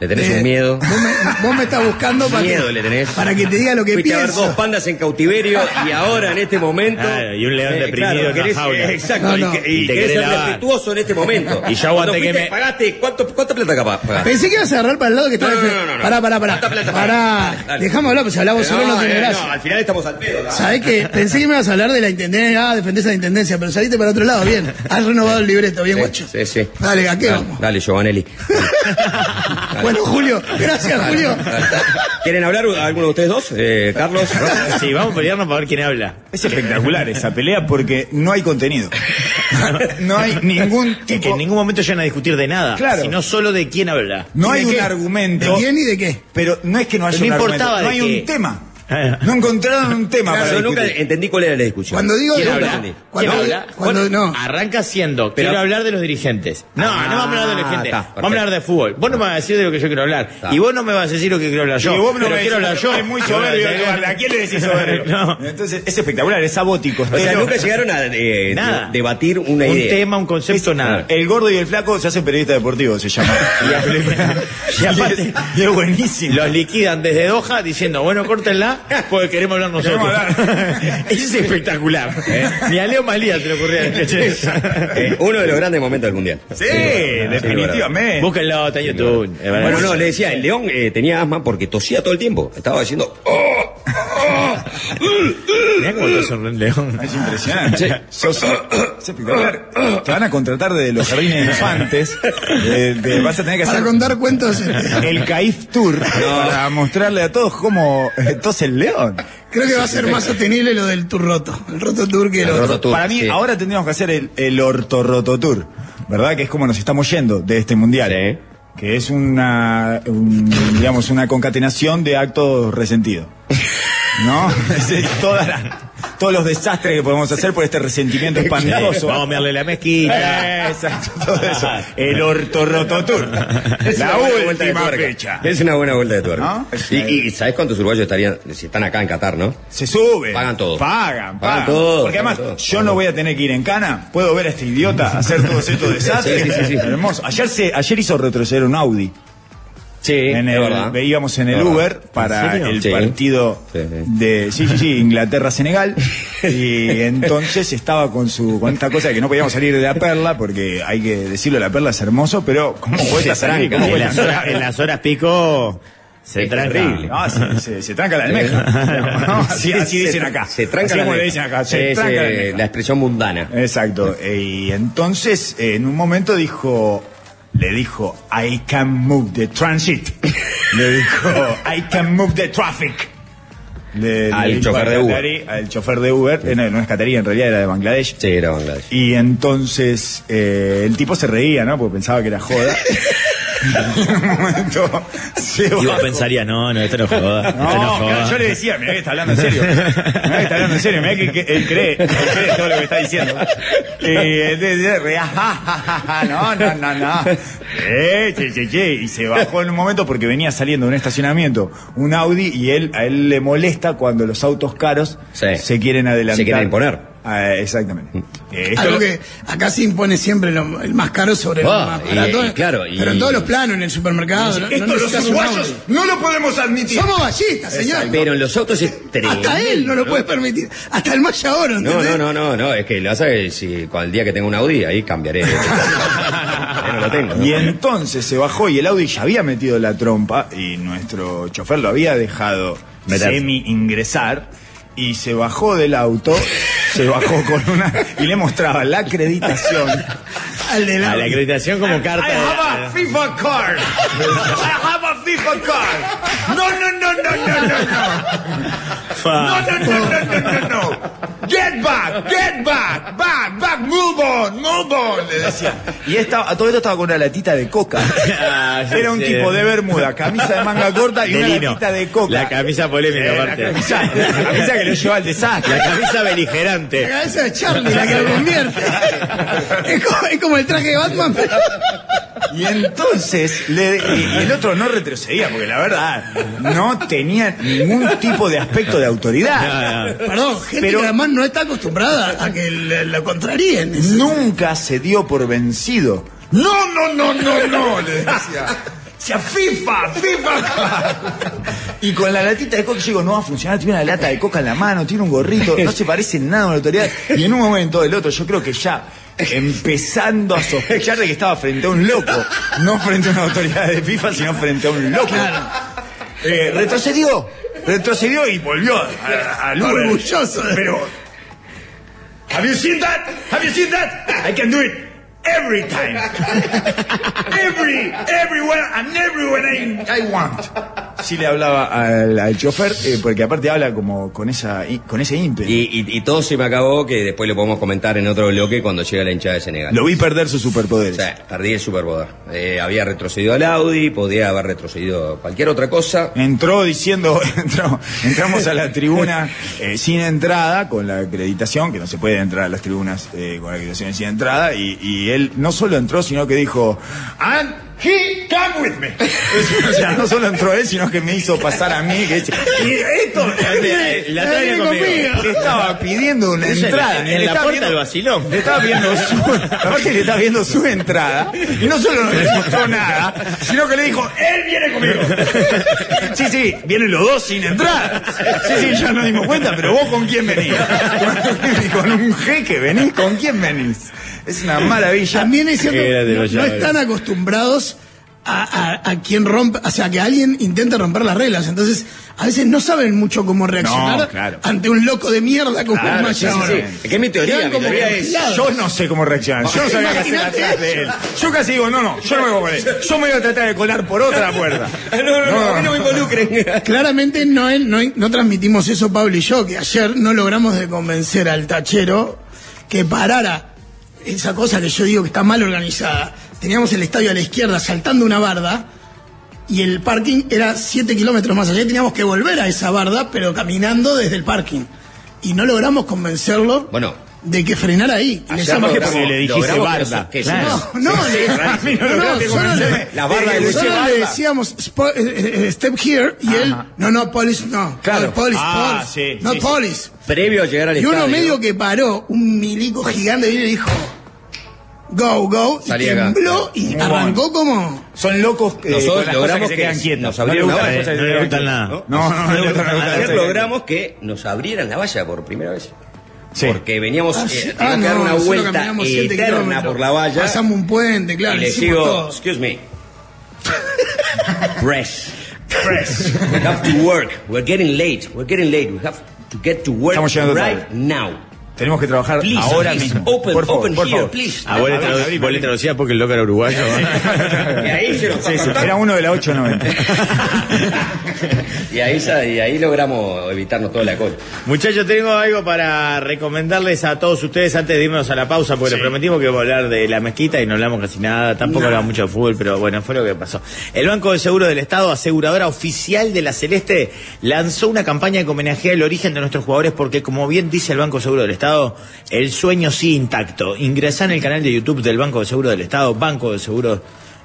Speaker 3: Le tenés
Speaker 4: Eh,
Speaker 3: un miedo.
Speaker 4: vos me, vos me estás buscando para
Speaker 3: Miedo
Speaker 4: que,
Speaker 3: le tenés.
Speaker 4: para que te diga lo que
Speaker 3: Fuiste a ver
Speaker 4: pienso
Speaker 3: dos pandas en cautiverio y ahora en este momento. eh,
Speaker 1: Claro, Ah, y un león deprimido en una
Speaker 3: querés-
Speaker 1: jaula.
Speaker 3: eh,
Speaker 4: No,
Speaker 3: Exacto,
Speaker 4: no.
Speaker 3: y, que- y
Speaker 1: Y te
Speaker 3: querés
Speaker 1: querés
Speaker 3: ser
Speaker 1: lavar.
Speaker 3: respetuoso en este momento.
Speaker 1: [laughs] Y ya aguante
Speaker 3: Cuando
Speaker 1: que
Speaker 3: fuiste,
Speaker 1: me-
Speaker 3: pagaste, ¿cuánto, ¿cuánta plata capa- pagaste?
Speaker 4: Pensé que ibas a agarrar para el lado que
Speaker 3: No,
Speaker 4: estaba.
Speaker 3: no, no, no, no.
Speaker 4: Pará, pará,
Speaker 3: ¿Cuánta
Speaker 4: pará.
Speaker 3: plata
Speaker 4: Pará.
Speaker 3: pagaste? Dale.
Speaker 4: Dejamos hablar, pues si hablamos solo no tiene
Speaker 3: eh,
Speaker 4: gracia.
Speaker 3: no, al final estamos al pedo. ¿no?
Speaker 4: ¿Sabés qué? Pensé que me ibas a hablar de la intendencia. Ah, defendés a la intendencia, pero saliste para otro lado. Bien. Has renovado el libreto, bien,
Speaker 3: Sí,
Speaker 4: guacho.
Speaker 3: sí, sí.
Speaker 4: Dale, ¿a qué
Speaker 3: Dale,
Speaker 4: vamos?
Speaker 3: Dale, Giovanelli.
Speaker 4: Bueno, Julio. Gracias, Julio.
Speaker 3: Dale. ¿Quieren hablar alguno de ustedes dos? Eh,
Speaker 2: [laughs]
Speaker 3: Carlos. Rafa.
Speaker 1: Sí, vamos a pelearnos para ver quién habla.
Speaker 2: Es espectacular esa pelea porque no hay
Speaker 3: [laughs]
Speaker 2: contenido. No hay ningún
Speaker 1: Es que
Speaker 2: tipo.
Speaker 1: en ningún momento llegan a discutir de nada,
Speaker 2: Claro.
Speaker 1: sino solo de quién habla.
Speaker 2: No
Speaker 4: ¿De
Speaker 2: hay un
Speaker 4: qué? ¿De
Speaker 2: argumento.
Speaker 4: quién y de qué?
Speaker 2: Pero no es que no haya
Speaker 1: No
Speaker 2: un
Speaker 1: importaba
Speaker 2: argumento, No hay
Speaker 1: de qué.
Speaker 2: un tema. No encontraron un tema para
Speaker 3: Yo nunca
Speaker 2: discutir.
Speaker 3: entendí cuál era la discusión.
Speaker 4: Cuando digo
Speaker 3: ¿Quién
Speaker 4: de
Speaker 3: habla?
Speaker 4: una-
Speaker 3: Entendí.
Speaker 4: cuando-
Speaker 3: ¿Quién habla?
Speaker 4: cuando-
Speaker 1: Bueno,
Speaker 4: no.
Speaker 1: Arranca siendo, quiero
Speaker 3: Pero-
Speaker 1: hablar de los dirigentes. No,
Speaker 3: Ah,
Speaker 1: no vamos a hablar de los dirigentes.
Speaker 3: está,
Speaker 1: vamos a hablar de fútbol. Vos no me vas a decir de lo que yo quiero hablar.
Speaker 3: Está.
Speaker 1: Y vos no me vas a decir lo que quiero hablar yo.
Speaker 2: Y vos no
Speaker 1: pero
Speaker 2: me
Speaker 1: quiero hablar
Speaker 2: decís,
Speaker 1: yo.
Speaker 2: Es muy soberbio.
Speaker 1: Pero-
Speaker 2: ¿A quién le decís soberbio?
Speaker 1: [laughs] No.
Speaker 2: Entonces, es espectacular, es abótico.
Speaker 3: O sea, nunca llegaron a eh,
Speaker 1: Nada.
Speaker 3: debatir una
Speaker 1: un
Speaker 3: idea.
Speaker 1: tema, un concepto, nada.
Speaker 2: El gordo y el flaco se hacen periodista deportivo, se llama. [laughs] Y, la película- [laughs]
Speaker 1: Y aparte-
Speaker 2: y es buenísimo.
Speaker 1: Los liquidan desde Doha diciendo, bueno, córtenla porque queremos hablar nosotros.
Speaker 2: Queremos hablar.
Speaker 1: Eso [laughs] es espectacular. ¿eh? Ni a Leo Malía se le ocurría decir eso.
Speaker 3: Eh, [laughs] uno de los grandes momentos del mundial.
Speaker 2: Sí, definitivamente.
Speaker 1: Búsquenlo, está en YouTube. Eh,
Speaker 3: Bueno,
Speaker 1: bueno,
Speaker 3: no, le decía, el león eh, tenía asma porque tosía todo el tiempo. Estaba diciendo. "Oh".
Speaker 1: mirá cómo te sonríe León.
Speaker 2: Es impresionante. Sos- es espectacular. Te van a contratar de los jardines de infantes. De- de- Eh, vas a tener que
Speaker 4: Para
Speaker 2: hacer
Speaker 4: contar cuentos. este,
Speaker 2: el Caif Tour para mostrarle a todos cómo eh, tose el león.
Speaker 4: Creo que va a ser más sostenible lo del tour roto. El roto tour que el
Speaker 3: El
Speaker 4: otro.
Speaker 3: roto tour.
Speaker 2: Para mí,
Speaker 3: sí.
Speaker 2: ahora tendríamos que hacer el, el ortorroto tour, ¿verdad? Que es como nos estamos yendo de este mundial.
Speaker 3: Sí.
Speaker 2: Que es una, un- digamos, una concatenación de actos resentidos.
Speaker 3: [laughs]
Speaker 2: ¿No? Es- es toda la- todos los desastres que podemos hacer por este resentimiento
Speaker 1: Vamos
Speaker 2: espantoso.
Speaker 1: a mirarle la mezquita.
Speaker 2: Eh, Exacto, [laughs] todo eso. El ortorrototur.
Speaker 3: [laughs] Es una
Speaker 2: La
Speaker 3: buena vuelta de
Speaker 2: última
Speaker 3: tuerca.
Speaker 2: fecha.
Speaker 3: [laughs] Es una buena vuelta de tuerca.
Speaker 2: ¿No?
Speaker 3: Y, y ¿sabes cuántos uruguayos estarían, si están acá en Qatar, no?
Speaker 2: Se sube.
Speaker 3: Pagan todo.
Speaker 2: Pagan, pagan.
Speaker 3: Pagan todo,
Speaker 2: Porque además,
Speaker 3: pagan todo.
Speaker 2: yo no voy a tener que ir en cana. Puedo ver a este
Speaker 3: [laughs]
Speaker 2: idiota hacer todos estos desastres.
Speaker 3: Sí, sí, sí, sí.
Speaker 2: Hermoso. Ayer, se, ayer hizo retroceder un Audi.
Speaker 3: Sí,
Speaker 2: En el- veíamos en el
Speaker 3: Es verdad.
Speaker 2: Uber para
Speaker 1: serio?
Speaker 2: el
Speaker 3: Sí.
Speaker 2: partido
Speaker 3: Sí, sí.
Speaker 2: de sí, sí, sí,
Speaker 3: [laughs]
Speaker 2: Inglaterra-Senegal. Y entonces estaba con su con esta cosa de que no podíamos salir de la perla, porque hay que decirlo, la perla es hermoso, pero ¿cómo
Speaker 1: [laughs]
Speaker 2: cuesta
Speaker 3: Se
Speaker 2: salir?
Speaker 3: tranca,
Speaker 2: ¿Cómo
Speaker 3: de
Speaker 1: En
Speaker 2: cuesta
Speaker 1: las
Speaker 3: [laughs]
Speaker 1: horas, en las horas pico se
Speaker 3: Es
Speaker 1: tranca.
Speaker 3: terrible.
Speaker 2: No, se, se- se tranca la
Speaker 1: [laughs]
Speaker 3: [laughs]
Speaker 2: almeja. No, así, así dicen acá.
Speaker 3: Se tranca
Speaker 2: Así
Speaker 3: la
Speaker 2: como le dicen
Speaker 3: almeja.
Speaker 2: acá.
Speaker 3: Sí,
Speaker 2: Se
Speaker 3: sí,
Speaker 2: tranca la almeja.
Speaker 3: la expresión mundana. [laughs]
Speaker 2: Exacto. Eh, Y entonces, eh, en un momento dijo, le dijo, I can move the
Speaker 3: [laughs]
Speaker 2: transit. Le dijo, I can move the traffic. Le- le
Speaker 3: Al
Speaker 2: dijo
Speaker 3: chofer
Speaker 2: a
Speaker 3: de Uber.
Speaker 2: Qatari- Al chofer de Uber, eh, no, no es catarí, en realidad era de Bangladesh.
Speaker 3: Sí, era Bangladesh. [laughs]
Speaker 2: Y entonces eh, el tipo se reía, ¿no? Porque pensaba que era joda. [laughs] En un momento se
Speaker 1: Y vos
Speaker 2: bajó.
Speaker 1: pensarías, no, no, esto
Speaker 2: [laughs]
Speaker 1: no joda. esto no
Speaker 2: No,
Speaker 1: joda.
Speaker 2: claro, yo le decía, mirá que está hablando en serio. Mirá que está hablando en serio, mirá que, que él cree, él cree todo lo que está diciendo. Y él decía, re, ah, ah, ah, ah, no, no, no, no.
Speaker 1: [laughs]
Speaker 2: Eh, che, che, che. Y se bajó en un momento porque venía saliendo de un estacionamiento un Audi y él, a él le molesta cuando los autos caros
Speaker 3: Sí.
Speaker 2: se quieren adelantar.
Speaker 3: Se quieren imponer.
Speaker 2: Ah, exactamente. Eh, esto
Speaker 4: Algo
Speaker 2: lo-
Speaker 4: que acá se impone siempre lo- el más caro sobre el
Speaker 3: Ah,
Speaker 4: más
Speaker 3: y-
Speaker 4: barato.
Speaker 3: y claro, y-
Speaker 4: Pero en todos los planos, en el supermercado. no- no
Speaker 2: esto
Speaker 4: necesitas
Speaker 2: los
Speaker 4: un
Speaker 2: uruguayos
Speaker 4: Audi.
Speaker 2: no lo podemos admitir.
Speaker 4: Somos ballistas, señor.
Speaker 3: Pero en los autos es tremendo.
Speaker 4: Hasta él no lo puedes permitir. Hasta el Maya Oro.
Speaker 3: No,
Speaker 4: ¿entendés?
Speaker 3: no, no, no, no, es que lo hace si con el día que tenga un Audi, ahí cambiaré. Ahí no lo tengo. ¿no?
Speaker 2: Y entonces se bajó y el Audi ya había metido la trompa y nuestro chofer lo había dejado
Speaker 3: Meter.
Speaker 2: semi ingresar y se bajó del auto, se bajó con una y le mostraba la acreditación.
Speaker 4: Al de la-
Speaker 1: A Ah, la acreditación como carta.
Speaker 2: I have a
Speaker 1: de-
Speaker 2: FIFA card. I have a FIFA card. No, no, no, no, no, no, no. No,
Speaker 1: Fa.
Speaker 2: no, no, no, no, no, no. Get back, get back, back, back, move on, move on, le [laughs] decía. Y esta, a todo esto estaba con una latita de coca.
Speaker 1: Ah, sí,
Speaker 2: [laughs] Era un
Speaker 1: sí.
Speaker 2: tipo de bermuda, camisa de manga corta y
Speaker 1: De
Speaker 2: una
Speaker 1: lino.
Speaker 2: latita de coca.
Speaker 1: La camisa polémica,
Speaker 2: Eh, la
Speaker 1: aparte.
Speaker 2: camisa, la camisa que lo lleva al desastre.
Speaker 1: La camisa beligerante.
Speaker 4: La cabeza de Charlie, la que
Speaker 3: [laughs]
Speaker 4: lo convierte. Es como, es como el traje de Batman. pero-
Speaker 2: Y entonces, le- y- y el otro no retrocedía, porque la verdad, no tenía ningún tipo de aspecto de autoridad.
Speaker 4: Perdón, gente
Speaker 2: Pero-
Speaker 4: que además no está acostumbrada a que le- la contraríen. Es-
Speaker 2: Nunca se dio por vencido. No, no, no, no, no,
Speaker 4: [laughs]
Speaker 2: le decía. Decía, FIFA, FIFA. [laughs] Y con la latita de coca, yo digo, no va a funcionar, tiene una lata de coca en la mano, tiene un gorrito, no se parece en nada a una autoridad. Y en un momento, el otro, yo creo que ya empezando a sospechar de que estaba frente a un loco, no frente a una autoridad de FIFA, sino frente a un loco. Eh, retrocedió, retrocedió y volvió a- a- al Uber.
Speaker 4: Orgulloso.
Speaker 2: Pero Have you seen that? Have you seen that? I can do it every time. Every, everywhere and everywhere I, I want. Sí le hablaba al, al chofer, eh, porque aparte habla como con esa i- con ese ímpetu.
Speaker 3: Y, y- y todo se me acabó, que después lo podemos comentar en otro bloque cuando llega la hinchada de Senegal.
Speaker 2: Lo vi perder sus
Speaker 3: O
Speaker 2: superpoderes.
Speaker 3: sea, perdí el superpoder. Eh, había retrocedido al Audi, podía haber retrocedido a cualquier otra cosa.
Speaker 2: Entró diciendo, [laughs] entró- entramos a la tribuna eh, sin entrada, con la acreditación, que no se puede entrar a las tribunas eh, con la acreditación sin entrada, y, y él no solo entró, sino que dijo, and he came with me. o sea, no solo entró él, sino que me hizo pasar a mí, que y esto,
Speaker 1: La trae
Speaker 4: Viene
Speaker 1: conmigo.
Speaker 4: conmigo.
Speaker 2: le estaba pidiendo una
Speaker 1: Ella en
Speaker 2: entrada.
Speaker 1: la- en
Speaker 2: le
Speaker 1: la
Speaker 2: estaba
Speaker 1: puerta del vacilón.
Speaker 2: Le estaba viendo su, [laughs] aparte le estaba viendo su entrada. Y no solo no le mostró nada, sino que le dijo, él viene conmigo. Sí, sí, vienen los dos sin entrada. Sí, sí, ya nos dimos cuenta, pero vos con quién venís. Con un jeque venís, ¿con quién venís? Es una maravilla.
Speaker 4: También es cierto,
Speaker 1: Qué grande,
Speaker 4: no,
Speaker 1: Maya
Speaker 4: no
Speaker 1: Oro.
Speaker 4: están acostumbrados a, a- a quien rompe, o sea, a que alguien intente romper las reglas. Entonces, a veces no saben mucho cómo reaccionar
Speaker 2: No, claro.
Speaker 4: ante un loco de mierda como el
Speaker 2: Claro,
Speaker 4: Maya
Speaker 2: sí, sí,
Speaker 4: Oro.
Speaker 2: sí.
Speaker 3: Es que mi teoría,
Speaker 4: Quedan
Speaker 3: mi
Speaker 4: como
Speaker 3: teoría es-
Speaker 4: congelados.
Speaker 2: Yo no sé cómo reaccionar. Yo no sabía qué hacer
Speaker 4: Imagínate
Speaker 2: atrás de él. Yo casi digo, no, no, yo no me voy con él. Yo me voy a tratar de colar por otra puerta.
Speaker 3: [laughs] a mí me involucren.
Speaker 4: [laughs] Claramente no, es- no, no transmitimos eso Pablo y yo, que ayer no logramos de convencer al tachero que parara esa cosa que yo digo que está mal organizada. Teníamos el estadio a la izquierda saltando una barda y el parking era 7 kilómetros más allá y teníamos que volver a esa barda, pero caminando desde el parking. Y no logramos convencerlo
Speaker 3: Bueno.
Speaker 4: de que frenara ahí. Y le
Speaker 3: Ayer
Speaker 4: decíamos,
Speaker 3: logramos-
Speaker 2: porque le dijiste
Speaker 3: logramos que
Speaker 2: barda.
Speaker 3: se- que se-
Speaker 2: Claro.
Speaker 4: no, no, le-
Speaker 2: mí
Speaker 4: [laughs]
Speaker 2: no
Speaker 4: no,
Speaker 2: lograste
Speaker 4: solo
Speaker 2: convencerme.
Speaker 4: le-
Speaker 3: La barba de
Speaker 4: solo
Speaker 3: Lucho.
Speaker 4: Eh, le decíamos spo- eh, eh, step here y él, no, no, police, no.
Speaker 2: Claro.
Speaker 4: No, police,
Speaker 2: Ah,
Speaker 4: police.
Speaker 2: sí,
Speaker 4: no,
Speaker 2: sí, sí.
Speaker 4: police.
Speaker 3: Previo a llegar al
Speaker 4: Y uno
Speaker 3: estadio,
Speaker 4: medio que paró, un milico gigante, y le dijo, go, go, y
Speaker 3: Salí acá.
Speaker 4: tembló y
Speaker 2: Muy
Speaker 4: arrancó como...
Speaker 2: Son locos eh,
Speaker 3: Nosotros
Speaker 2: con las
Speaker 3: logramos
Speaker 2: cosas que,
Speaker 3: que
Speaker 2: se quedan quietos.
Speaker 3: nos abrieron
Speaker 2: No le
Speaker 3: una
Speaker 2: gustan las cosas que
Speaker 1: valla, no le
Speaker 2: se
Speaker 1: gustan
Speaker 2: quedan quietas. No, no, no, le gustan las cosas que
Speaker 3: Ayer
Speaker 2: se quedan
Speaker 3: logramos que nos abrieran la valla por primera vez.
Speaker 2: Sí.
Speaker 3: Porque veníamos
Speaker 4: Ah,
Speaker 3: eh,
Speaker 4: sí.
Speaker 3: teníamos
Speaker 4: Ah,
Speaker 3: que dar
Speaker 4: no,
Speaker 3: una
Speaker 4: solo
Speaker 3: vuelta
Speaker 4: caminamos siete
Speaker 3: eterna
Speaker 4: kilómetros.
Speaker 3: por la valla.
Speaker 4: Pasamos un puente, claro.
Speaker 3: y le
Speaker 4: hicimos
Speaker 3: sigo,
Speaker 4: todo.
Speaker 3: excuse me. Press. Press. We have to work. We're getting late. We're getting late. We have to get to work
Speaker 2: Estamos llegando
Speaker 3: right
Speaker 2: tarde.
Speaker 3: now.
Speaker 2: Tenemos que trabajar
Speaker 3: Please,
Speaker 2: ahora
Speaker 3: please,
Speaker 2: mismo.
Speaker 3: open-
Speaker 2: por favor,
Speaker 3: open
Speaker 2: por
Speaker 3: here,
Speaker 2: favor.
Speaker 3: please.
Speaker 2: A-
Speaker 1: Ah, vos le
Speaker 2: a ver,
Speaker 1: tradu-
Speaker 2: abrí,
Speaker 1: vos le
Speaker 2: abrí.
Speaker 1: traducías porque el loco era uruguayo.
Speaker 3: Y ahí se nos
Speaker 2: Sí, sí,
Speaker 3: está
Speaker 2: Era uno de la 890.
Speaker 3: Y ahí, sa- y ahí logramos evitarnos toda la cola.
Speaker 1: Muchachos, tengo algo para recomendarles a todos ustedes antes de irnos a la pausa, porque les prometimos que íbamos a hablar de la mezquita y no hablamos casi nada, tampoco hablamos mucho de fútbol, pero bueno, fue lo que pasó. El Banco de Seguro del Estado, aseguradora oficial de la Celeste, lanzó una campaña que homenajea el origen de nuestros jugadores, porque como bien dice el Banco de Seguro del Estado, el sueño sigue intacto. Ingresá en el canal de YouTube del Banco de Seguro del Estado, Banco de Seguros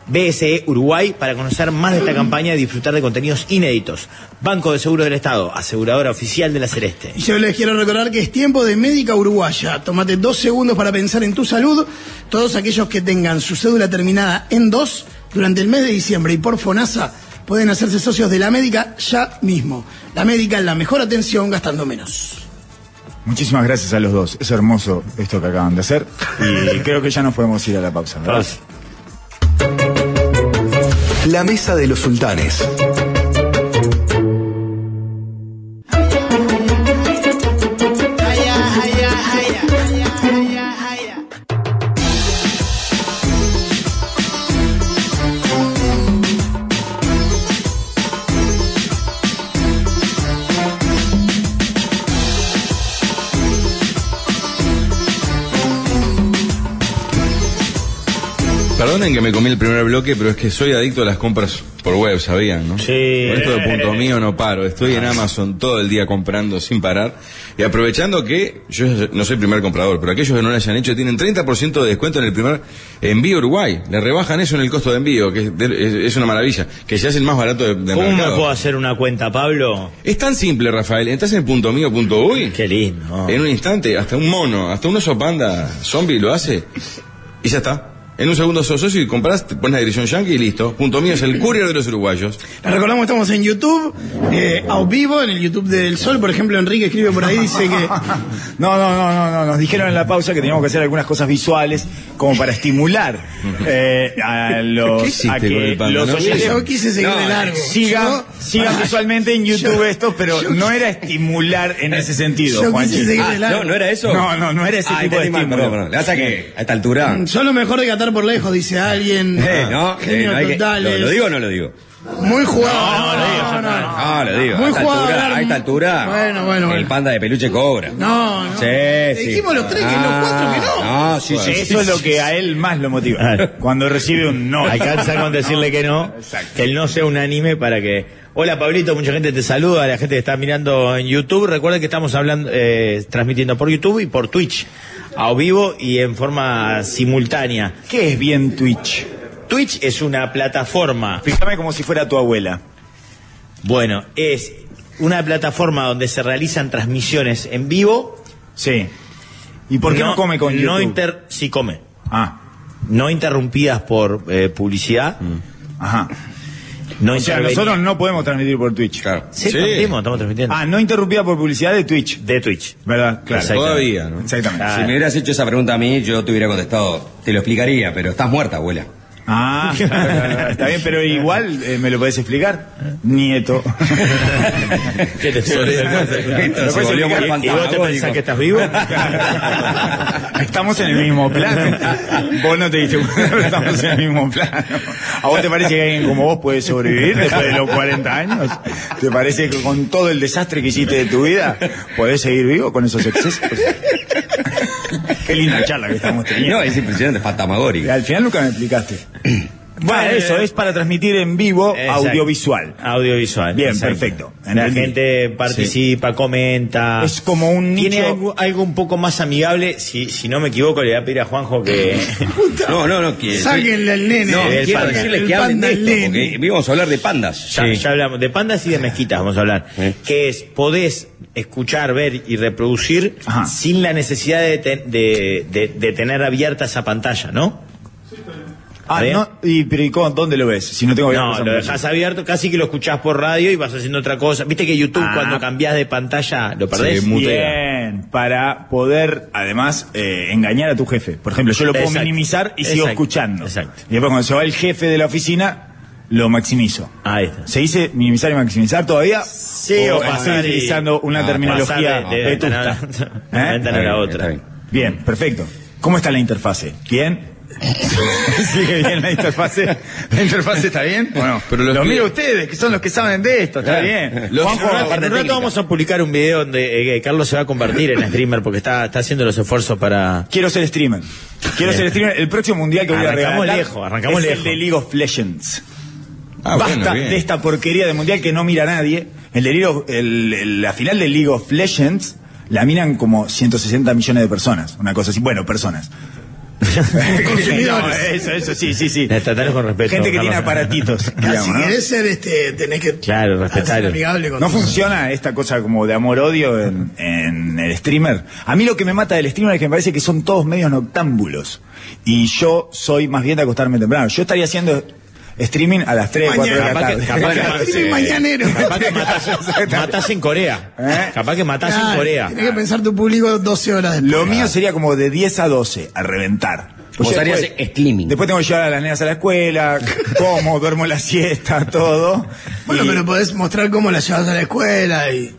Speaker 1: BSE E Uruguay para conocer más de esta campaña y disfrutar de contenidos inéditos. Banco de Seguro del Estado, aseguradora oficial de la Celeste.
Speaker 4: Y yo les quiero recordar que es tiempo de médica uruguaya. Tómate dos segundos para pensar en tu salud. Todos aquellos que tengan su cédula terminada en dos durante el mes de diciembre y por FONASA pueden hacerse socios de la médica ya mismo. La médica es la mejor atención gastando menos.
Speaker 2: Muchísimas gracias a los dos. Es hermoso esto que acaban de hacer. Y creo que ya nos podemos ir a la pausa. ¿verdad?
Speaker 5: La mesa de los sultanes.
Speaker 6: Perdonen que me comí el primer bloque, pero es que soy adicto a las compras por web, sabían, ¿no?
Speaker 1: Sí.
Speaker 6: Con esto de punto mío no paro. Estoy en Amazon todo el día comprando sin parar. Y aprovechando que yo no soy primer comprador, pero aquellos que no lo hayan hecho tienen 30% de descuento en el primer envío a Uruguay. Le rebajan eso en el costo de envío, que es, de- es- es una maravilla. Que se hacen más barato de, de
Speaker 1: ¿Cómo me
Speaker 6: mercado.
Speaker 1: puedo hacer una cuenta, Pablo?
Speaker 6: Es tan simple, Rafael. Estás en punto mío, punto uy.
Speaker 1: Qué lindo.
Speaker 6: En un instante, hasta un mono, hasta un oso panda zombie lo hace y ya está. En un segundo sos socio y compras, te pones la dirección yankee y listo. Punto mío es el courier de los uruguayos.
Speaker 4: Les recordamos, estamos en YouTube, eh, a vivo, en el YouTube del Sol. Por ejemplo, Enrique escribe por ahí, dice que
Speaker 2: [laughs] No, no, no, no, no. Nos dijeron en la pausa que teníamos que hacer algunas cosas visuales como para estimular eh, a
Speaker 6: ¿Qué
Speaker 2: los,
Speaker 6: hiciste
Speaker 2: a
Speaker 6: con el
Speaker 2: que
Speaker 6: panda?
Speaker 2: los
Speaker 6: No
Speaker 2: oyentes
Speaker 4: yo quise seguir de largo.
Speaker 2: sigan,
Speaker 4: Yo- Ah,
Speaker 2: sigan visualmente en YouTube
Speaker 4: yo-
Speaker 2: esto, pero no era estimular en ese sentido,
Speaker 4: yo
Speaker 2: Juanchi.
Speaker 4: quise seguir
Speaker 3: Ah,
Speaker 4: de largo.
Speaker 3: no, no era eso.
Speaker 2: No, no, no era ese
Speaker 3: Ah,
Speaker 2: tipo de
Speaker 3: entendí mal,
Speaker 2: estímulo.
Speaker 3: perdón, perdón. Le pasa que a esta altura.
Speaker 4: Son lo mejor de Qatar por lejos, dice alguien.
Speaker 3: [laughs] Eh,
Speaker 4: [laughs]
Speaker 3: no, eh,
Speaker 4: Genios
Speaker 3: no hay que-
Speaker 4: totales.
Speaker 3: ¿lo, lo digo o no lo digo?
Speaker 4: Muy jugado. No, no, no.
Speaker 3: No, lo digo.
Speaker 4: Muy
Speaker 3: a esta
Speaker 4: jugado,
Speaker 3: altura,
Speaker 4: Alan.
Speaker 3: a esta altura, Eh,
Speaker 4: Bueno, bueno,
Speaker 3: El
Speaker 4: bueno.
Speaker 3: panda de peluche cobra.
Speaker 4: No, no.
Speaker 3: Sí,
Speaker 4: Te
Speaker 3: sí.
Speaker 4: Dijimos los tres que
Speaker 3: Ah,
Speaker 4: los cuatro que no.
Speaker 3: No, sí, sí, sí.
Speaker 2: Eso es lo que a él más lo motiva.
Speaker 1: Claro.
Speaker 2: Cuando recibe un no.
Speaker 1: Alcanza con decirle que no, que el no sea unánime para que... Hola Pablito, mucha gente te saluda, la gente que está mirando en YouTube. Recuerden que estamos hablando, eh, transmitiendo por YouTube y por Twitch, a vivo y en forma simultánea.
Speaker 2: ¿Qué es bien Twitch?
Speaker 1: Twitch es una plataforma
Speaker 2: Fíjame como si fuera tu abuela.
Speaker 1: Bueno, es una plataforma donde se realizan transmisiones en vivo.
Speaker 2: Sí. ¿Y por qué no, come con YouTube?
Speaker 1: No inter, sí come.
Speaker 2: Ah, Mm.
Speaker 1: No interrumpidas por eh, publicidad.
Speaker 2: ajá.
Speaker 1: No
Speaker 2: O sea,
Speaker 1: intervenidas-
Speaker 2: nosotros no podemos transmitir por Twitch. Claro.
Speaker 1: Sí,
Speaker 6: Sí.
Speaker 1: transmitimos, estamos transmitiendo.
Speaker 2: Ah, no interrumpida por publicidad de Twitch.
Speaker 1: De Twitch.
Speaker 2: ¿Verdad? Claro.
Speaker 1: Exacto.
Speaker 6: Todavía, ¿no?
Speaker 2: Exactamente.
Speaker 1: Ah.
Speaker 3: Si me hubieras hecho esa pregunta a mí, yo te hubiera contestado. Te lo explicaría, pero estás muerta, abuela.
Speaker 2: Ah, [laughs] claro, claro, claro. está bien, pero igual eh, me lo podés explicar, nieto.
Speaker 1: ¿Qué te
Speaker 3: Entonces,
Speaker 2: Lo puedes
Speaker 3: volvió
Speaker 2: explicar.
Speaker 3: muy
Speaker 1: ¿Y vos te
Speaker 3: fantasmagórico.
Speaker 1: pensás que estás vivo?
Speaker 2: [laughs] Estamos en el mismo plano. Vos no te diste cuenta, pero estamos en el mismo plano. ¿A vos te parece que alguien como vos puede sobrevivir después de los 40 años? ¿Te parece que con todo el desastre que hiciste de tu vida, podés seguir vivo con esos excesos? Qué linda charla que estamos teniendo.
Speaker 3: No, es impresionante, fantasmagórico.
Speaker 2: Al final nunca me explicaste. Bueno, eso es para transmitir en vivo
Speaker 1: Exacto.
Speaker 2: audiovisual.
Speaker 1: Audiovisual.
Speaker 2: Bien, perfecto.
Speaker 1: La
Speaker 2: Entendí.
Speaker 1: gente participa, comenta.
Speaker 2: Es como un
Speaker 1: Tiene
Speaker 2: nicho-
Speaker 1: algo, algo un poco más amigable. Si, si no me equivoco, le voy a pedir a Juanjo que.
Speaker 3: No, no, no. Que,
Speaker 4: Sáquenle al nene.
Speaker 3: No,
Speaker 1: El
Speaker 3: quiero
Speaker 1: panda.
Speaker 3: decirles
Speaker 4: El
Speaker 3: que hablen
Speaker 4: panda
Speaker 3: de esto,
Speaker 4: Lenny.
Speaker 3: porque íbamos a hablar de pandas. Eh.
Speaker 1: Ya, ya hablamos de pandas y de mezquitas, vamos a hablar.
Speaker 3: Sí.
Speaker 1: Que es, podés escuchar, ver y reproducir
Speaker 2: Ajá.
Speaker 1: sin la necesidad de, ten- de, de- de tener abierta esa pantalla, ¿no?
Speaker 2: Ah,
Speaker 1: ¿Está bien?
Speaker 2: no, y, pero ¿y cómo- dónde lo ves? Si no tengo
Speaker 1: No,
Speaker 2: esa
Speaker 1: lo
Speaker 2: música.
Speaker 1: dejás abierto, casi que lo escuchás por radio y vas haciendo otra cosa. Viste que YouTube
Speaker 2: Ah.
Speaker 1: cuando cambiás de pantalla lo perdés.
Speaker 6: Sí, mutea.
Speaker 2: Bien, para poder además eh, engañar a tu jefe. Por ejemplo, yo lo puedo
Speaker 1: Exacto.
Speaker 2: minimizar y sigo
Speaker 1: Exacto.
Speaker 2: escuchando.
Speaker 1: Exacto.
Speaker 2: Y después cuando se va el jefe de la oficina, lo maximizo.
Speaker 1: Ahí está.
Speaker 2: ¿Se dice minimizar y maximizar todavía?
Speaker 1: Sí, o,
Speaker 2: estoy
Speaker 1: pasar y-
Speaker 2: utilizando una
Speaker 1: Ah,
Speaker 2: terminología
Speaker 1: pasar de- de
Speaker 2: vetusta.
Speaker 1: ventana a-
Speaker 2: ¿Eh?
Speaker 1: de ventana a la
Speaker 3: Está
Speaker 1: otra.
Speaker 3: bien.
Speaker 2: Bien, perfecto. ¿Cómo está la interfase? ¿Bien? [laughs] ¿Sigue bien la interfase? ¿La interfase está bien? Bueno,
Speaker 6: Pero los
Speaker 2: lo
Speaker 6: que-
Speaker 2: miro a ustedes, que son los que saben de esto, está bien.
Speaker 6: Los-
Speaker 2: Juanjo,
Speaker 6: Juanjo,
Speaker 1: En un rato- en un rato vamos a publicar un video donde eh, Carlos se va a convertir en streamer porque está, está haciendo los esfuerzos para.
Speaker 2: quiero ser streamer. Quiero ser streamer. El próximo mundial que voy a
Speaker 1: Arrancamos
Speaker 2: regalar
Speaker 1: lejos, arrancamos
Speaker 2: es
Speaker 1: lejos.
Speaker 2: el de League of Legends.
Speaker 6: Ah,
Speaker 2: Basta
Speaker 6: bueno, bien.
Speaker 2: de esta porquería de mundial que no mira nadie. El de League of- el- el- la final de League of Legends la miran como 160 millones de personas. Una cosa así. Bueno, personas.
Speaker 1: [laughs]
Speaker 4: Consumidores.
Speaker 2: No, eso, eso, sí, sí, sí.
Speaker 1: Eh, tratarlos con respeto,
Speaker 2: Gente que tiene
Speaker 1: Carlos.
Speaker 2: aparatitos.
Speaker 6: [laughs]
Speaker 4: Ah,
Speaker 2: digamos,
Speaker 4: Si
Speaker 2: ¿no?
Speaker 4: querés ser este, tenés que
Speaker 1: Claro, respetar.
Speaker 4: ser amigable con
Speaker 2: No
Speaker 4: tus-
Speaker 2: funciona esta cosa como de amor-odio en, en el streamer. A mí lo que me mata del streamer es que me parece que son todos medios noctámbulos. Y yo soy más bien de acostarme temprano. Yo estaría haciendo streaming a las 3, 4 de la
Speaker 1: Capaz
Speaker 2: tarde.
Speaker 1: que, capaz
Speaker 2: [laughs]
Speaker 1: que-
Speaker 4: Streaming mañanero.
Speaker 1: capaz [laughs] que matás, matás en Corea.
Speaker 2: ¿Eh?
Speaker 1: Capaz que matás
Speaker 4: Claro,
Speaker 1: en Corea.
Speaker 4: Tenés
Speaker 3: Ah.
Speaker 4: que pensar tu público 12 horas después.
Speaker 2: Lo mío sería como de 10 a 12, a reventar.
Speaker 3: Vos
Speaker 2: Yo
Speaker 3: harías
Speaker 2: después-
Speaker 3: streaming.
Speaker 2: Después tengo que llevar a las nenas a la
Speaker 4: [laughs]
Speaker 2: escuela, como, duermo la siesta, todo.
Speaker 4: Bueno,
Speaker 2: Y-
Speaker 4: pero podés mostrar cómo la llevas a la escuela y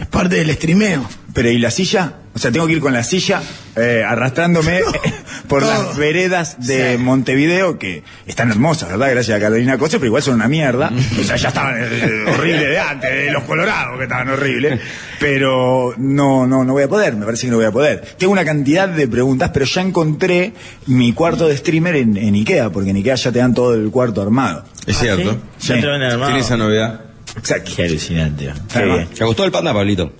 Speaker 4: es parte del streameo.
Speaker 2: Pero ¿y la silla? O sea, tengo que ir con la silla eh,
Speaker 4: [laughs]
Speaker 2: arrastrándome [laughs] por
Speaker 4: todo.
Speaker 2: las veredas de
Speaker 4: Sí.
Speaker 2: Montevideo, que están hermosas, ¿verdad? Gracias a Carolina Coche, pero igual son una mierda. O sea, ya estaban eh, horribles de antes, de los colorados que estaban horribles. Pero no, no, no voy a poder, me parece que no voy a poder. Tengo una cantidad de preguntas, pero ya encontré mi cuarto de streamer en, en Ikea, porque en Ikea ya te dan todo el cuarto armado.
Speaker 6: Es cierto.
Speaker 1: Ah, ¿Sí? Ya te lo ven armado.
Speaker 6: Tiene esa novedad.
Speaker 2: Exacto.
Speaker 1: Qué alucinante.
Speaker 2: Está
Speaker 1: Qué
Speaker 2: bien.
Speaker 1: bien.
Speaker 3: ¿Te gustó el panda, Pablito?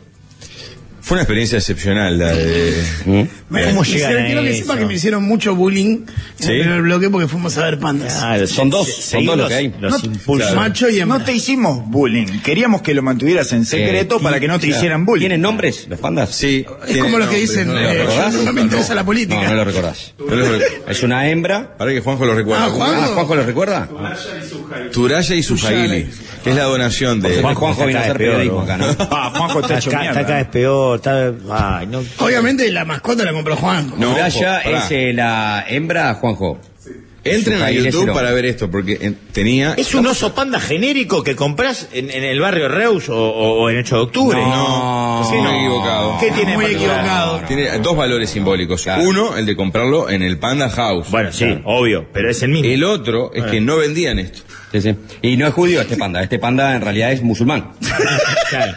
Speaker 6: Fue una experiencia excepcional la de.
Speaker 3: Eh,
Speaker 4: Me-
Speaker 1: ¿Cómo
Speaker 4: me
Speaker 1: llegan
Speaker 4: hicieron-
Speaker 1: a
Speaker 4: Quiero que
Speaker 1: eso?
Speaker 4: sepa que me hicieron mucho bullying
Speaker 6: Sí.
Speaker 4: en el primer bloque porque fuimos a ver pandas.
Speaker 1: Claro,
Speaker 3: Son
Speaker 1: se-
Speaker 3: dos,
Speaker 1: se-
Speaker 3: son
Speaker 1: seguí
Speaker 3: dos lo
Speaker 1: los-
Speaker 3: que hay.
Speaker 1: Los
Speaker 2: No,
Speaker 1: impulsos.
Speaker 4: claro. Macho y hembra.
Speaker 2: No te hicimos bullying. Queríamos que lo mantuvieras en secreto
Speaker 3: Eh,
Speaker 2: para que no te hicieran bullying.
Speaker 3: ¿Tienen nombres los pandas?
Speaker 6: Sí.
Speaker 4: Es como lo que dicen,
Speaker 6: No,
Speaker 4: eh,
Speaker 6: lo recordás?
Speaker 4: yo no me interesa la política.
Speaker 3: No, no lo recordás.
Speaker 6: No lo recu-
Speaker 3: Es una hembra.
Speaker 6: Para que Juanjo lo recuerda.
Speaker 4: Ah, Juan-
Speaker 3: Ah, ¿Juanjo lo recuerda?
Speaker 6: Turaya y Sujaili, que es la donación de.
Speaker 3: Juanjo,
Speaker 1: Juanjo
Speaker 3: vino a
Speaker 1: está
Speaker 3: hacer
Speaker 1: peor,
Speaker 3: periodismo
Speaker 1: ¿no?
Speaker 3: acá, ¿no?
Speaker 2: Ah, Juanjo está
Speaker 1: Está
Speaker 2: hecho
Speaker 1: acá,
Speaker 2: mierda. ¿eh?
Speaker 1: está acá es peor. Está, ay, no.
Speaker 4: Obviamente la mascota la compró Juan.
Speaker 6: No,
Speaker 3: Uraya
Speaker 6: po, pará.
Speaker 3: es eh, la hembra, Juanjo.
Speaker 6: Entren a
Speaker 3: Sujaili es el
Speaker 6: YouTube
Speaker 3: hombre.
Speaker 6: para ver esto, porque en- tenía.
Speaker 1: Es un oso panda genérico que compras en, en el barrio Reus o, o- o en 8 de octubre.
Speaker 6: No,
Speaker 1: ¿Qué
Speaker 6: no, equivocado.
Speaker 1: ¿Qué tiene
Speaker 4: Muy
Speaker 1: de particular?
Speaker 4: equivocado.
Speaker 6: Tiene dos valores simbólicos.
Speaker 3: Claro.
Speaker 6: Uno, el de comprarlo en el Panda House.
Speaker 1: Bueno, sí, obvio, pero es el mismo.
Speaker 6: El otro es que no vendían esto.
Speaker 3: Sí, sí. Y no es judío este panda. Este panda en realidad es musulmán.
Speaker 1: Claro.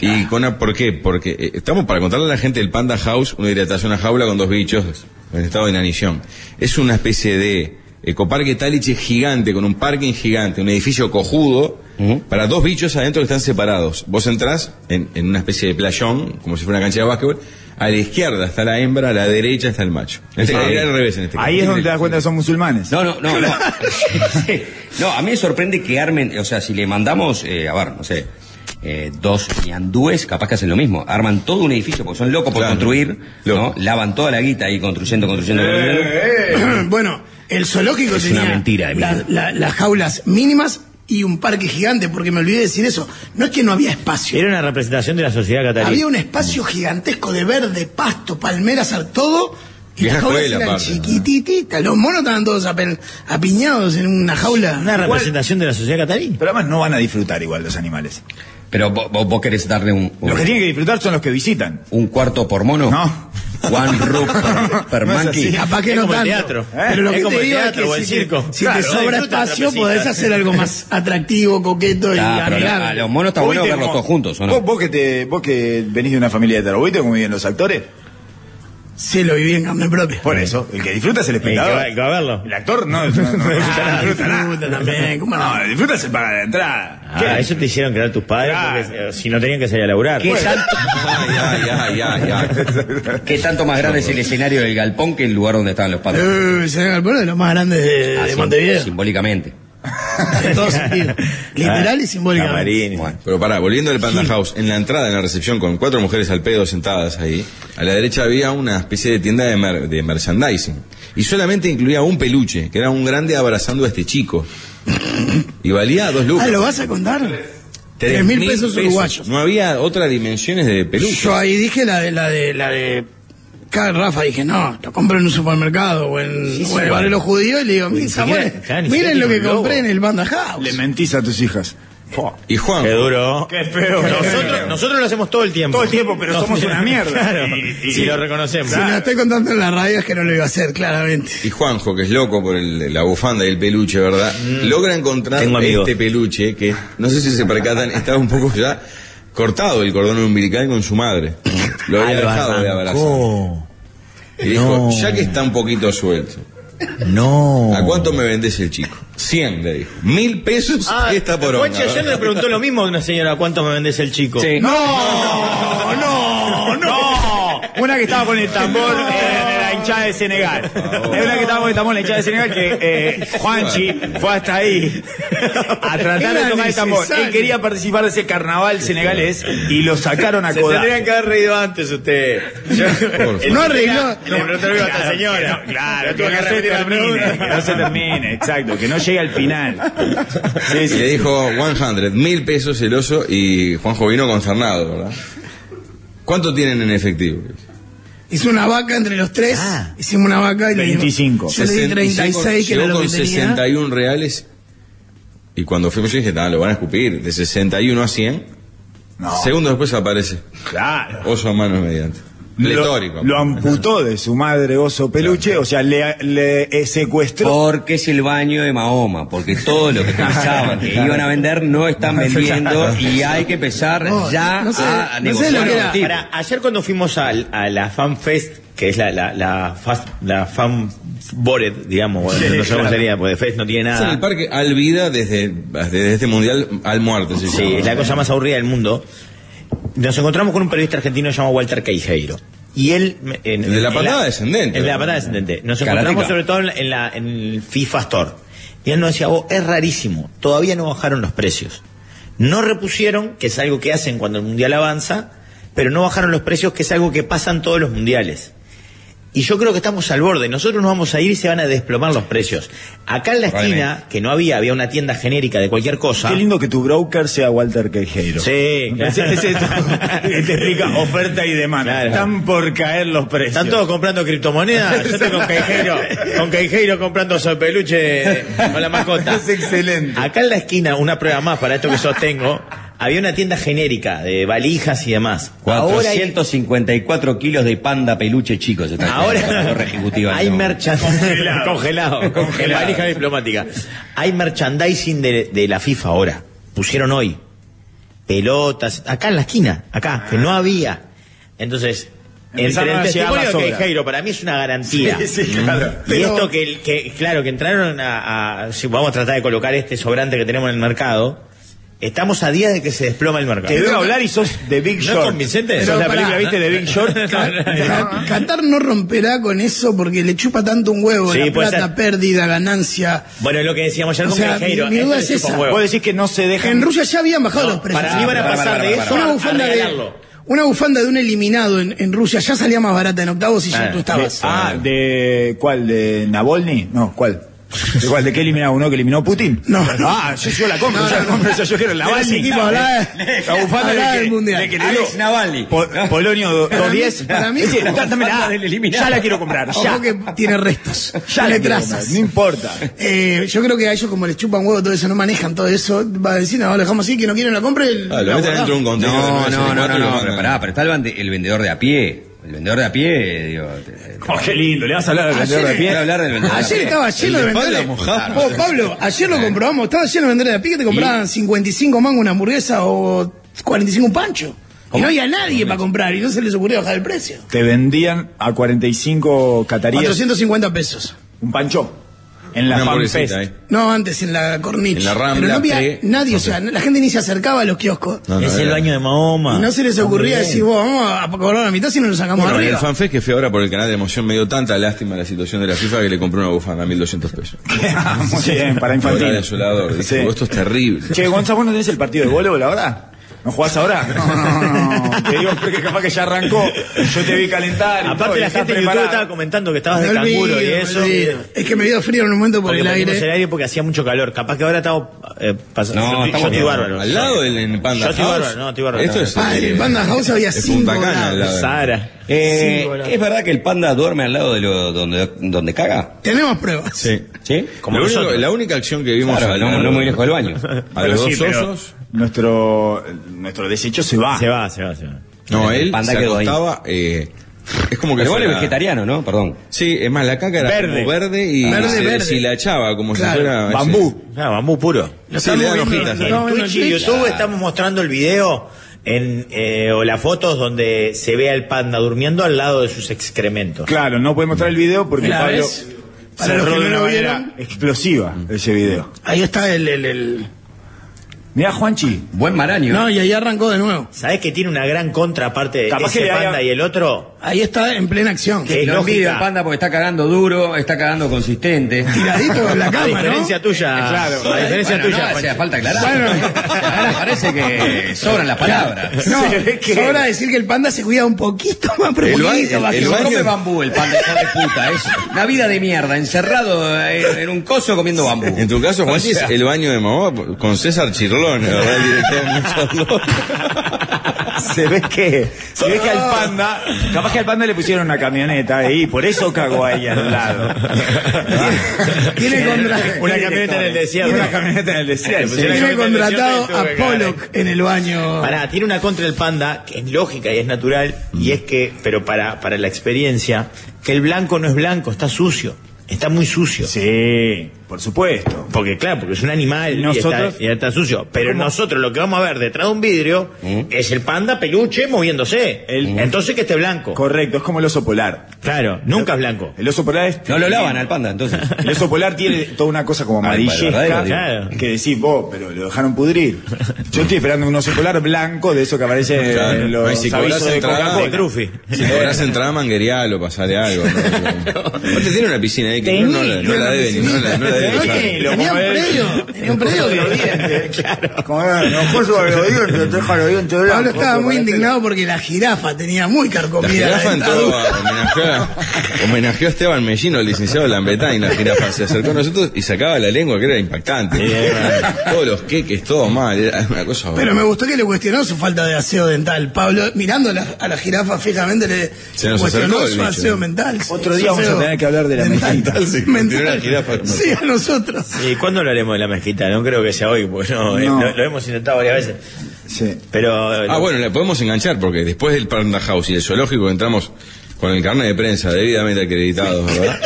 Speaker 6: ¿Y Cona, por qué? Porque eh, estamos para contarle a la gente del Panda House, una hidratación a jaula con dos bichos en estado de inanición. Es una especie de ecoparque Taliche gigante, con un parking gigante, un edificio cojudo, para dos bichos adentro que están separados. Vos entrás en, en una especie de playón, como si fuera una cancha de básquetbol, a la izquierda está la hembra, a la derecha está el macho. En
Speaker 2: Ah,
Speaker 6: Este, era al revés en este
Speaker 2: Ahí
Speaker 6: caso.
Speaker 2: es donde te das cuenta que son musulmanes.
Speaker 3: No, no, no. No, Sí. No, a mí me sorprende que armen, o sea, si le mandamos, eh, a ver, no sé, eh, dos ñandúes, capaz que hacen lo mismo. Arman todo un edificio, porque son locos por
Speaker 6: Claro.
Speaker 3: construir,
Speaker 6: Loco.
Speaker 3: ¿no? Lavan toda la guita ahí construyendo, construyendo.
Speaker 1: Eh.
Speaker 4: [clears throat]
Speaker 3: construyendo.
Speaker 4: bueno, el zoológico
Speaker 3: Eh. Es
Speaker 4: tenía
Speaker 3: una mentira, Emilio.
Speaker 4: la- la- las jaulas mínimas y un parque gigante, porque me olvidé de decir eso. No es que no había espacio.
Speaker 1: Era una representación de la sociedad catalana.
Speaker 4: Había un espacio gigantesco de verde, pasto, palmeras, al todo. Y
Speaker 6: Vieja
Speaker 4: las jaulas
Speaker 6: escuela,
Speaker 4: eran
Speaker 6: aparte, ¿no?
Speaker 4: chiquitititas. Los monos estaban todos apen- apiñados en una jaula.
Speaker 1: Una
Speaker 3: [laughs]
Speaker 1: representación de la sociedad catalana.
Speaker 2: Pero además no van a disfrutar igual los animales.
Speaker 3: Pero vos, vos- vos querés darle un, un-
Speaker 2: Los que tienen que disfrutar son los que visitan.
Speaker 3: un cuarto por mono.
Speaker 2: No.
Speaker 3: One roof per, per
Speaker 2: No es
Speaker 3: monkey.
Speaker 2: así.
Speaker 4: Capaz que
Speaker 1: Es
Speaker 4: no
Speaker 1: como el
Speaker 4: tanto.
Speaker 1: teatro, ¿eh?
Speaker 4: Pero lo
Speaker 1: Es
Speaker 4: que
Speaker 1: como
Speaker 4: te
Speaker 1: el
Speaker 4: digo
Speaker 1: teatro
Speaker 4: es
Speaker 1: o
Speaker 4: que
Speaker 1: el
Speaker 4: si, te-
Speaker 1: circo.
Speaker 4: si
Speaker 1: Claro,
Speaker 4: te sobra
Speaker 1: disfruta la
Speaker 4: espacio
Speaker 1: trapecita.
Speaker 4: podés hacer algo
Speaker 1: [laughs]
Speaker 4: más atractivo, coqueto y
Speaker 3: Ah, pero a- a
Speaker 4: amigable.
Speaker 3: los monos está
Speaker 2: ¿Vos
Speaker 3: bueno
Speaker 2: viste
Speaker 3: verlos
Speaker 2: cómo-
Speaker 3: todos juntos, ¿o no?
Speaker 2: ¿Vos, vos que te, vos que venís de una familia de ¿viste cómo viven los actores?
Speaker 4: Se lo viví en carne propia.
Speaker 2: Por eso, el que disfruta es el espectador.
Speaker 1: El que va- el que va a verlo.
Speaker 2: El actor no, no, no,
Speaker 1: [laughs]
Speaker 2: no disfruta
Speaker 4: Ah,
Speaker 2: nada.
Speaker 4: disfruta también, ¿cómo no?
Speaker 2: No, disfruta se paga la entrada.
Speaker 1: Ah,
Speaker 2: ¿Qué?
Speaker 1: eso te hicieron crear tus padres
Speaker 2: Claro.
Speaker 1: porque, eh, si no tenían que salir a laburar.
Speaker 3: ¿Qué
Speaker 1: Bueno,
Speaker 3: tanto,
Speaker 6: Ay, ay, ay, ay, ay.
Speaker 3: qué tanto más grande es el escenario del galpón que el lugar donde estaban los padres?
Speaker 4: Eh, se ve el pueblo de los más grandes de, de
Speaker 3: Así,
Speaker 4: Montevideo.
Speaker 3: Simbólicamente.
Speaker 4: [laughs] En todo sentido. Literal y simbólicamente.
Speaker 1: Camarín.
Speaker 3: Bueno.
Speaker 6: Pero pará, volviendo al Panda House, en la entrada, en la recepción, con cuatro mujeres al pedo sentadas ahí, a la derecha había una especie de tienda de, mer- de merchandising. Y solamente incluía un peluche, que era un grande abrazando a este chico. Y valía dos lucas.
Speaker 4: Ah, ¿lo vas a contar?
Speaker 6: Tres
Speaker 4: Tres mil pesos uruguayos.
Speaker 6: No había otras dimensiones de peluche.
Speaker 4: Yo ahí dije la de la de la de Claro, Rafa, dije, no, lo compro en un supermercado o en,
Speaker 1: Sí,
Speaker 4: o en el
Speaker 1: sí, claro.
Speaker 4: barrio judío y le digo, miren,
Speaker 1: Ni siquiera-
Speaker 4: Samuel,
Speaker 1: claro, ni siquiera
Speaker 4: miren lo
Speaker 1: tiene
Speaker 4: que
Speaker 1: un logo.
Speaker 4: compré en el Banda House.
Speaker 2: Le mentís a tus hijas.
Speaker 6: Y Juan.
Speaker 1: Qué duro.
Speaker 2: Qué feo.
Speaker 1: Nosotros, nosotros lo hacemos todo el tiempo.
Speaker 2: Todo el tiempo, pero somos
Speaker 4: [laughs]
Speaker 2: una mierda.
Speaker 1: Claro,
Speaker 2: Y- y-
Speaker 1: si lo reconocemos.
Speaker 4: Si me lo estoy contando en la radio es que no lo iba a hacer, claramente.
Speaker 6: y Juanjo, que es loco por el- la bufanda y el peluche, ¿verdad? Logra encontrar
Speaker 1: Tengo amigos.
Speaker 6: este peluche que, no sé si se percatan, estaba un poco ya cortado el cordón umbilical con su madre. Lo había
Speaker 1: Ah, lo
Speaker 6: dejado de abrazar.
Speaker 7: Co-
Speaker 6: Y dijo,
Speaker 7: No.
Speaker 6: ya que está un poquito suelto,
Speaker 7: No.
Speaker 6: ¿a cuánto me vendés el chico? 100, le dijo. Mil pesos
Speaker 1: Ah,
Speaker 6: esta por
Speaker 1: Juanchi ayer le preguntó lo mismo a una señora, ¿cuánto me vendés el chico?
Speaker 2: [laughs] ¡No! ¡No! ¡No! Una que estaba con el tambor eh, la hinchada de Senegal. Es una que estaba con el tambor la hinchada de Senegal que eh, Juanchi fue hasta
Speaker 1: [laughs]
Speaker 2: ahí a tratar de
Speaker 4: Era
Speaker 2: tocar el tambor.
Speaker 4: necesario.
Speaker 2: Él quería participar de ese carnaval senegalés y lo sacaron a
Speaker 1: Se
Speaker 2: coda.
Speaker 1: tendrían que haber reído antes usted. [laughs]
Speaker 6: favor.
Speaker 4: No arregló.
Speaker 1: Le preguntó lo mismo a esta señora.
Speaker 2: Claro,
Speaker 1: Lo
Speaker 2: que
Speaker 1: tuvo
Speaker 2: no
Speaker 1: que
Speaker 2: se
Speaker 1: repetir al
Speaker 2: termine, que
Speaker 1: principio.
Speaker 2: no se termine, exacto, que no llegue al final.
Speaker 6: [laughs]
Speaker 2: Sí,
Speaker 6: Y le
Speaker 2: sí.
Speaker 6: dijo 100, mil pesos el oso y Juanjo vino concernado, ¿verdad? ¿Cuánto tienen en efectivo?
Speaker 4: Hice una vaca entre los tres,
Speaker 7: Ah.
Speaker 4: hicimos una vaca y le dimos-
Speaker 2: 25.
Speaker 4: Yo le di 36, que
Speaker 6: llegó
Speaker 4: era lo
Speaker 6: con
Speaker 4: que tenía.
Speaker 6: 61 reales. Y cuando fuimos yo dije, "Ah, lo van a escupir. De 61 a 100.
Speaker 2: No.
Speaker 6: Segundos después aparece.
Speaker 2: Claro.
Speaker 6: Oso a manos mediante. Pletórico.
Speaker 2: Lo, lo amputó de su madre oso peluche, o sea, le, le, eh, secuestró.
Speaker 3: Porque es el baño de Mahoma, porque todo lo que pensaban que iban a vender no están
Speaker 1: [laughs]
Speaker 3: vendiendo y hay que empezar
Speaker 4: No,
Speaker 3: ya
Speaker 4: no sé,
Speaker 3: a
Speaker 4: no sé
Speaker 3: negociar.
Speaker 4: lo que
Speaker 3: con
Speaker 4: era.
Speaker 3: el tipo.
Speaker 1: Pará, ayer cuando fuimos al- a, la Fan Fest, que es la, la, la, fast- la Fan Bored, digamos, bueno, no sé cómo sería, porque Fest no tiene
Speaker 6: Es en el
Speaker 1: nada.
Speaker 6: parque Alvida desde, desde este mundial al muerte. se
Speaker 1: Sí,
Speaker 6: llama.
Speaker 1: es la cosa más aburrida del mundo. Nos encontramos con un periodista argentino llamado Walter Queijeiro. Y él. me-
Speaker 3: [laughs]
Speaker 1: en-
Speaker 6: El de la
Speaker 1: en
Speaker 6: patada descendente.
Speaker 1: El de la patada descendente. Nos encontramos
Speaker 3: Karateka.
Speaker 1: sobre todo en, la- en la, en el FIFA Store. Y él nos decía, vos, es rarísimo, todavía no bajaron los precios. No repusieron, que es algo que hacen cuando el mundial avanza, pero no bajaron los precios, que es algo que pasan todos los mundiales. Y yo creo que estamos al borde. Nosotros nos vamos a ir y se van a desplomar los precios. Acá en la esquina,
Speaker 3: Probablemente.
Speaker 1: que no había, había una tienda genérica de cualquier cosa.
Speaker 2: Qué lindo que tu broker sea Walter Queijeiro.
Speaker 1: Ah. Sí, claro.
Speaker 2: Ese- ese-
Speaker 1: [laughs]
Speaker 2: que te explica oferta y demanda.
Speaker 1: Claro.
Speaker 2: Están por caer los precios.
Speaker 1: Están todos comprando
Speaker 2: [laughs]
Speaker 1: criptomonedas. Yo estoy con Queijeiro, con Queijeiro comprando su peluche con la mascota.
Speaker 2: Es excelente.
Speaker 1: Acá en la esquina, una prueba más para esto que sostengo, había una tienda genérica de valijas y demás. Ahora hay,
Speaker 3: 454 kilos de panda peluche chicos. se
Speaker 1: [laughs]
Speaker 3: está haciendo la torre
Speaker 1: ahora
Speaker 3: ejecutiva.
Speaker 1: hay
Speaker 4: este
Speaker 3: ¿no?
Speaker 2: [laughs]
Speaker 1: merchandising congelado, congelado. valija diplomática. Hay merchandising de, de la FIFA ahora. Pusieron hoy pelotas acá en la esquina, acá que no había. Entonces,
Speaker 2: Empezaron
Speaker 1: entre el
Speaker 2: a llegar
Speaker 1: testimonio
Speaker 2: las
Speaker 1: de
Speaker 2: obras.
Speaker 1: Queijeiro para mí es una garantía.
Speaker 2: Sí, sí, claro.
Speaker 1: Y esto que, que, claro, que entraron a, a- Si vamos a tratar de colocar este sobrante que tenemos en el mercado, estamos a día de que se desploma el mercado.
Speaker 2: Te veo hablar y sos de Big
Speaker 1: ¿No es
Speaker 2: Short.
Speaker 1: convincente?
Speaker 2: Sos
Speaker 1: Pero
Speaker 2: la
Speaker 1: pará.
Speaker 2: película, ¿viste? De
Speaker 1: [laughs]
Speaker 2: Big Short.
Speaker 4: Ca- Qatar no romperá con eso porque le chupa tanto un huevo
Speaker 1: Sí,
Speaker 4: la
Speaker 1: puede
Speaker 4: plata,
Speaker 1: ser.
Speaker 4: pérdida, ganancia.
Speaker 1: Bueno, es lo que decíamos ayer
Speaker 4: O
Speaker 1: con
Speaker 4: sea,
Speaker 1: Queijeiro.
Speaker 4: mi- mi
Speaker 1: esto
Speaker 4: duda
Speaker 1: le
Speaker 4: es
Speaker 1: chupa un
Speaker 4: esa.
Speaker 1: huevo.
Speaker 2: Vos decís que no se dejan...
Speaker 4: En Rusia ya habían bajado los precios.
Speaker 1: Para mí van a
Speaker 6: pará,
Speaker 1: pasar
Speaker 6: pará,
Speaker 1: de
Speaker 6: pará,
Speaker 1: eso
Speaker 6: pará.
Speaker 4: una
Speaker 1: a
Speaker 4: bufanda de
Speaker 1: regalarlo.
Speaker 4: una bufanda de un eliminado en, en Rusia ya salía más barata en octavos y ya tú estabas.
Speaker 2: Ah, ¿de cuál? ¿De Navolny? No, ¿cuál? ¿De cuál? ¿De qué eliminado? ¿Uno que eliminó Putin?
Speaker 4: No.
Speaker 2: Ah, yo, yo la compro,
Speaker 4: No,
Speaker 2: yo la
Speaker 4: no.
Speaker 2: compro, esa yo quiero la
Speaker 4: Pero ese
Speaker 2: Navalny.
Speaker 4: equipo hablaba-
Speaker 2: La bufanda
Speaker 4: hablaba
Speaker 2: de que-
Speaker 4: del Mundial.
Speaker 2: de que le
Speaker 3: Alex
Speaker 2: dio-
Speaker 3: Navalny.
Speaker 2: Po- Polonio do-
Speaker 4: Para mí-
Speaker 2: 210.
Speaker 4: para mí-
Speaker 2: Ese,
Speaker 4: la
Speaker 2: dámela.
Speaker 3: bufanda del eliminado.
Speaker 2: ya la quiero comprar. Ya.
Speaker 4: Ojo que tiene restos.
Speaker 2: [laughs] Ya
Speaker 4: Ya
Speaker 2: la
Speaker 4: le
Speaker 2: quiero comprar,
Speaker 4: trazas.
Speaker 2: No importa.
Speaker 4: Eh, yo creo que a ellos como les chupan huevo todo eso, no manejan todo eso, va a decir, no, lo dejamos así, que no quieren la compra y
Speaker 6: Ah,
Speaker 4: la
Speaker 6: lo meten
Speaker 4: guardamos.
Speaker 6: dentro de un contenedor. de
Speaker 3: No,
Speaker 6: 9,
Speaker 3: no,
Speaker 6: 74
Speaker 3: no, no,
Speaker 6: y lo
Speaker 3: no,
Speaker 6: mandan.
Speaker 3: pero pará, pero está el, vende- el vendedor de a pie. El vendedor de a pie, digo. te- te-
Speaker 2: Oh, qué lindo, le vas a hablar al vendedor de
Speaker 4: Ayer-
Speaker 2: pie.
Speaker 3: Quiero hablar del vendedor de a
Speaker 4: Ayer
Speaker 3: pie.
Speaker 4: estaba lleno de
Speaker 6: de espalda
Speaker 4: vendedores.
Speaker 6: mojado.
Speaker 4: Vos, Pablo, ayer lo comprobamos, estaba lleno de vendedores de pique que te compraban 55 mangos una hamburguesa o 45 un pancho. Y no había nadie para comprar y no se les ocurrió bajar el precio.
Speaker 2: Te vendían a 45 cataríes
Speaker 4: 450 pesos.
Speaker 2: un pancho en la
Speaker 6: Una
Speaker 2: fanfest.
Speaker 6: hamburguesita, eh.
Speaker 4: No, antes en la corniche.
Speaker 6: En la Rambla,
Speaker 4: Pero no había
Speaker 6: P.
Speaker 4: nadie, o sea, la gente ni se acercaba a los kioscos.
Speaker 6: No, no,
Speaker 1: Es
Speaker 6: era-
Speaker 1: el baño de Mahoma.
Speaker 4: Y no se les ocurría decir, vos, vamos a cobrar la mitad si no nos sacamos
Speaker 6: Bueno, en el
Speaker 4: arriba.
Speaker 6: fanfest que fui ahora por el canal de emoción me dio tanta lástima la situación de la FIFA que le compré una bufanda a 1200
Speaker 4: [laughs]
Speaker 6: pesos.
Speaker 2: Muy bien, para
Speaker 6: Era
Speaker 2: infantil.
Speaker 6: desolador. Dice,
Speaker 2: Sí.
Speaker 6: "Esto es terrible.
Speaker 2: Che, Gonzalo, ¿vos no tenés el partido de voleibol ahora? ¿No jugás ahora? No, no, no. [laughs] Te digo porque capaz que ya arrancó. Yo te vi calentar. y todo,
Speaker 1: Aparte
Speaker 2: y
Speaker 1: la
Speaker 2: estás
Speaker 1: gente en YouTube
Speaker 2: preparado.
Speaker 1: estaba comentando que estabas
Speaker 4: Me
Speaker 1: de
Speaker 4: olvido,
Speaker 1: canguro y
Speaker 4: me
Speaker 1: eso.
Speaker 4: olvido. Es que me dio frío en un momento por
Speaker 1: Porque
Speaker 4: el
Speaker 1: pusimos el
Speaker 4: aire.
Speaker 1: aire porque hacía mucho calor. Capaz que ahora estamos eh, pasando.
Speaker 3: No,
Speaker 1: yo, estoy- yo
Speaker 3: estamos
Speaker 1: estoy
Speaker 3: bien.
Speaker 1: bárbaro.
Speaker 6: Al lado del en Panda
Speaker 1: Yo estoy
Speaker 6: House.
Speaker 1: bárbaro, no, estoy bárbaro.
Speaker 6: Esto es.
Speaker 4: Padre,
Speaker 6: eh,
Speaker 4: en Ah, Panda House había
Speaker 6: de
Speaker 4: cinco
Speaker 6: Punta Cana, al lado.
Speaker 1: Sara.
Speaker 3: Eh,
Speaker 4: Sí, boludo.
Speaker 3: ¿Es verdad que el panda duerme al lado de lo, donde, donde caga?
Speaker 4: Tenemos pruebas.
Speaker 6: Sí.
Speaker 3: ¿Sí?
Speaker 1: Como
Speaker 6: Lo único-
Speaker 1: nosotros.
Speaker 6: la única acción que vimos
Speaker 3: Claro,
Speaker 6: al-
Speaker 3: no,
Speaker 6: al-
Speaker 3: no muy lejos del baño.
Speaker 6: a los
Speaker 2: Pero sí,
Speaker 6: dos
Speaker 2: pero
Speaker 6: osos.
Speaker 2: Nuestro, nuestro desecho se va.
Speaker 1: Se va, se va, se va.
Speaker 6: No, él
Speaker 3: panda
Speaker 6: se
Speaker 3: quedó ahí.
Speaker 6: acostaba. eh, es como que
Speaker 3: Pero vos
Speaker 6: fuera-
Speaker 3: eres vegetariano, ¿no? Perdón.
Speaker 6: Sí, es más, la caca era
Speaker 1: Verde.
Speaker 6: como verde y
Speaker 4: Verde,
Speaker 6: se
Speaker 4: verde.
Speaker 6: deshilachaba como si
Speaker 4: Claro.
Speaker 6: fuera.
Speaker 2: Bambú.
Speaker 1: Ah, bambú puro.
Speaker 4: Lo
Speaker 6: Sí,
Speaker 4: estamos
Speaker 6: le dan
Speaker 4: viendo,
Speaker 6: hojitas
Speaker 4: lo
Speaker 6: ahí.
Speaker 1: En
Speaker 4: estamos viendo
Speaker 1: Twitch y YouTube estamos mostrando el video en, eh, o las fotos donde se ve al panda durmiendo al lado de sus excrementos.
Speaker 2: Claro, no puede mostrar el video porque
Speaker 4: Mira,
Speaker 2: Pablo
Speaker 4: ¿ves? Para los
Speaker 2: cerró
Speaker 4: que no
Speaker 2: de una
Speaker 4: lo
Speaker 2: manera
Speaker 4: vieron.
Speaker 2: explosiva
Speaker 6: Mm.
Speaker 2: ese video.
Speaker 4: Ahí está el, el, el-
Speaker 2: Mirá, Juanchi.
Speaker 3: Buen maraño.
Speaker 4: No, y ahí arrancó de nuevo.
Speaker 1: ¿Sabés que tiene una gran contra aparte de
Speaker 2: Capaz que
Speaker 1: ese
Speaker 2: le haya-
Speaker 1: panda y
Speaker 2: [laughs]
Speaker 1: el otro?
Speaker 4: Ahí está en plena acción.
Speaker 1: Que es
Speaker 3: Lo envidio al
Speaker 1: lógica.
Speaker 3: panda porque está cagando duro, está cagando consistente.
Speaker 4: Tiradito en la
Speaker 1: A
Speaker 4: cama, ¿no?
Speaker 1: diferencia
Speaker 3: Eh,
Speaker 1: tuya.
Speaker 2: Claro.
Speaker 1: A diferencia
Speaker 3: Bueno,
Speaker 1: tuya.
Speaker 3: no,
Speaker 1: Juanchi.
Speaker 3: hacía falta aclarar. [laughs] Me parece que sobran las [laughs]
Speaker 4: [laughs]
Speaker 3: palabras.
Speaker 4: No,
Speaker 2: Se ve que-
Speaker 4: sobra decir que el panda se cuida un poquito más, pero
Speaker 6: El
Speaker 4: un
Speaker 6: baño-
Speaker 4: poquito más.
Speaker 6: el
Speaker 3: No
Speaker 6: baño-
Speaker 3: come bambú el panda hijo de puta, es una vida de mierda, encerrado en, en un coso comiendo bambú.
Speaker 6: En tu caso, Juan,
Speaker 3: O sea,
Speaker 6: es el baño de mamá con César Chirlón, la ¿verdad? El director de Mucho
Speaker 2: [laughs] Se ve que. Se ve
Speaker 6: [laughs]
Speaker 2: que al panda. Capaz que al panda le pusieron una camioneta y por eso cagó ahí al lado.
Speaker 6: [laughs]
Speaker 1: [laughs]
Speaker 4: Tiene contra-
Speaker 1: Una camioneta en el desierto.
Speaker 2: Una camioneta en el desierto.
Speaker 1: Sí.
Speaker 4: Tiene contratado
Speaker 1: Tuve
Speaker 4: a
Speaker 1: que ganar.
Speaker 6: eh.
Speaker 4: Pollock en el baño.
Speaker 1: Pará, tiene una contra el panda que es lógica y es natural, y es que, pero para, para la experiencia, que el blanco no es blanco, está sucio, está muy sucio.
Speaker 2: Sí, por supuesto.
Speaker 1: Porque claro, porque es un animal y
Speaker 2: Nosotros-
Speaker 1: está, y está sucio. Pero nosotros lo que vamos a ver detrás de un vidrio es el panda peluche moviéndose.
Speaker 2: El-
Speaker 1: Entonces que esté blanco.
Speaker 2: Correcto, es como el oso polar.
Speaker 1: Claro, nunca es blanco.
Speaker 2: El oso polar es.
Speaker 3: no lo lavan al
Speaker 1: [laughs]
Speaker 3: panda, entonces.
Speaker 2: El oso polar tiene toda una cosa como
Speaker 3: Ay, para el
Speaker 2: amarillesca
Speaker 1: verdadero, digo.
Speaker 2: que decís vos, pero lo dejaron
Speaker 1: [laughs]
Speaker 2: pudrir. Yo estoy esperando un oso polar blanco de eso que aparece
Speaker 6: Claro.
Speaker 2: Eh, en
Speaker 6: No, y
Speaker 2: los
Speaker 6: si
Speaker 2: avisos
Speaker 6: cobras
Speaker 2: de
Speaker 6: entrada,
Speaker 2: Coca-Cola.
Speaker 1: De Crufi.
Speaker 6: Si cobras entrada manguerial o pasaré algo. ¿no? Aparte tiene una piscina ahí que no, no la, no la debe ni no la, no la debe
Speaker 4: Tenía-
Speaker 6: echar.
Speaker 4: Tenía
Speaker 2: Lo
Speaker 4: un
Speaker 2: como él.
Speaker 4: predio, tenía un predio que lo dientes.
Speaker 2: Como era, enojó su algodón, te deja los dientes blancos.
Speaker 4: Pablo estaba muy
Speaker 2: Parece-
Speaker 4: indignado porque la jirafa tenía muy
Speaker 6: La
Speaker 4: carcomida.
Speaker 6: jirafa entró
Speaker 4: dentadura.
Speaker 6: a- homenajeó a, homenajeó a Esteban Mellino, el licenciado Lambertán, y la jirafa se acercó a nosotros y sacaba la lengua, que era impactante. Todos los queques, todo mal, era una cosa
Speaker 4: Pero me gustó que le cuestionó su falta de aseo dental. Pablo, mirando a la, a la jirafa fijamente, le
Speaker 6: Se nos
Speaker 4: cuestionó
Speaker 6: acercó el
Speaker 4: su
Speaker 6: bicho.
Speaker 4: aseo mental.
Speaker 2: Otro
Speaker 4: su
Speaker 2: día vamos a
Speaker 4: aseo
Speaker 2: tener que hablar de la
Speaker 4: dental.
Speaker 2: mejita. [laughs]
Speaker 6: Sí,
Speaker 4: Mental.
Speaker 6: tiene una jirafa hermosa.
Speaker 4: Sí, a nosotros.
Speaker 1: ¿Y cuándo hablaremos de la mezquita? No creo que sea hoy, porque no, eh,
Speaker 2: No.
Speaker 1: Lo, lo hemos intentado varias veces.
Speaker 2: Sí.
Speaker 1: Pero
Speaker 6: Ah, bueno, la podemos enganchar porque después del Panda House y el zoológico entramos con el carnet de prensa debidamente acreditado, ¿verdad?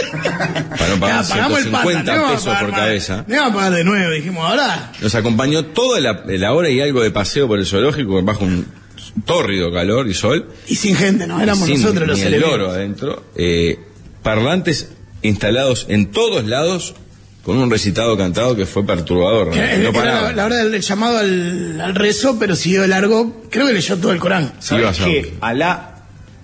Speaker 6: Para no pagar
Speaker 4: Ya, pagamos el
Speaker 6: 150
Speaker 4: panda, no íbamos a
Speaker 6: pesos
Speaker 4: pagar
Speaker 6: por
Speaker 4: más.
Speaker 6: cabeza.
Speaker 4: No íbamos a pagar de nuevo, dijimos, ahora.
Speaker 6: Nos acompañó toda la, la hora y algo de paseo por el zoológico bajo un tórrido calor y sol.
Speaker 4: Y sin gente, no éramos
Speaker 6: sin
Speaker 4: nosotros los
Speaker 6: ni el
Speaker 4: elegidos.
Speaker 6: loro adentro. Eh, parlantes instalados en todos lados con un recitado cantado que fue perturbador.
Speaker 4: Era-
Speaker 6: Eh, no
Speaker 4: Eh, era
Speaker 6: paraba.
Speaker 4: la, la hora del del llamado al, al rezo, pero siguió de largo. Creo que leyó todo el Corán.
Speaker 2: ¿Sabes
Speaker 6: Ibas a-
Speaker 2: qué? Alá,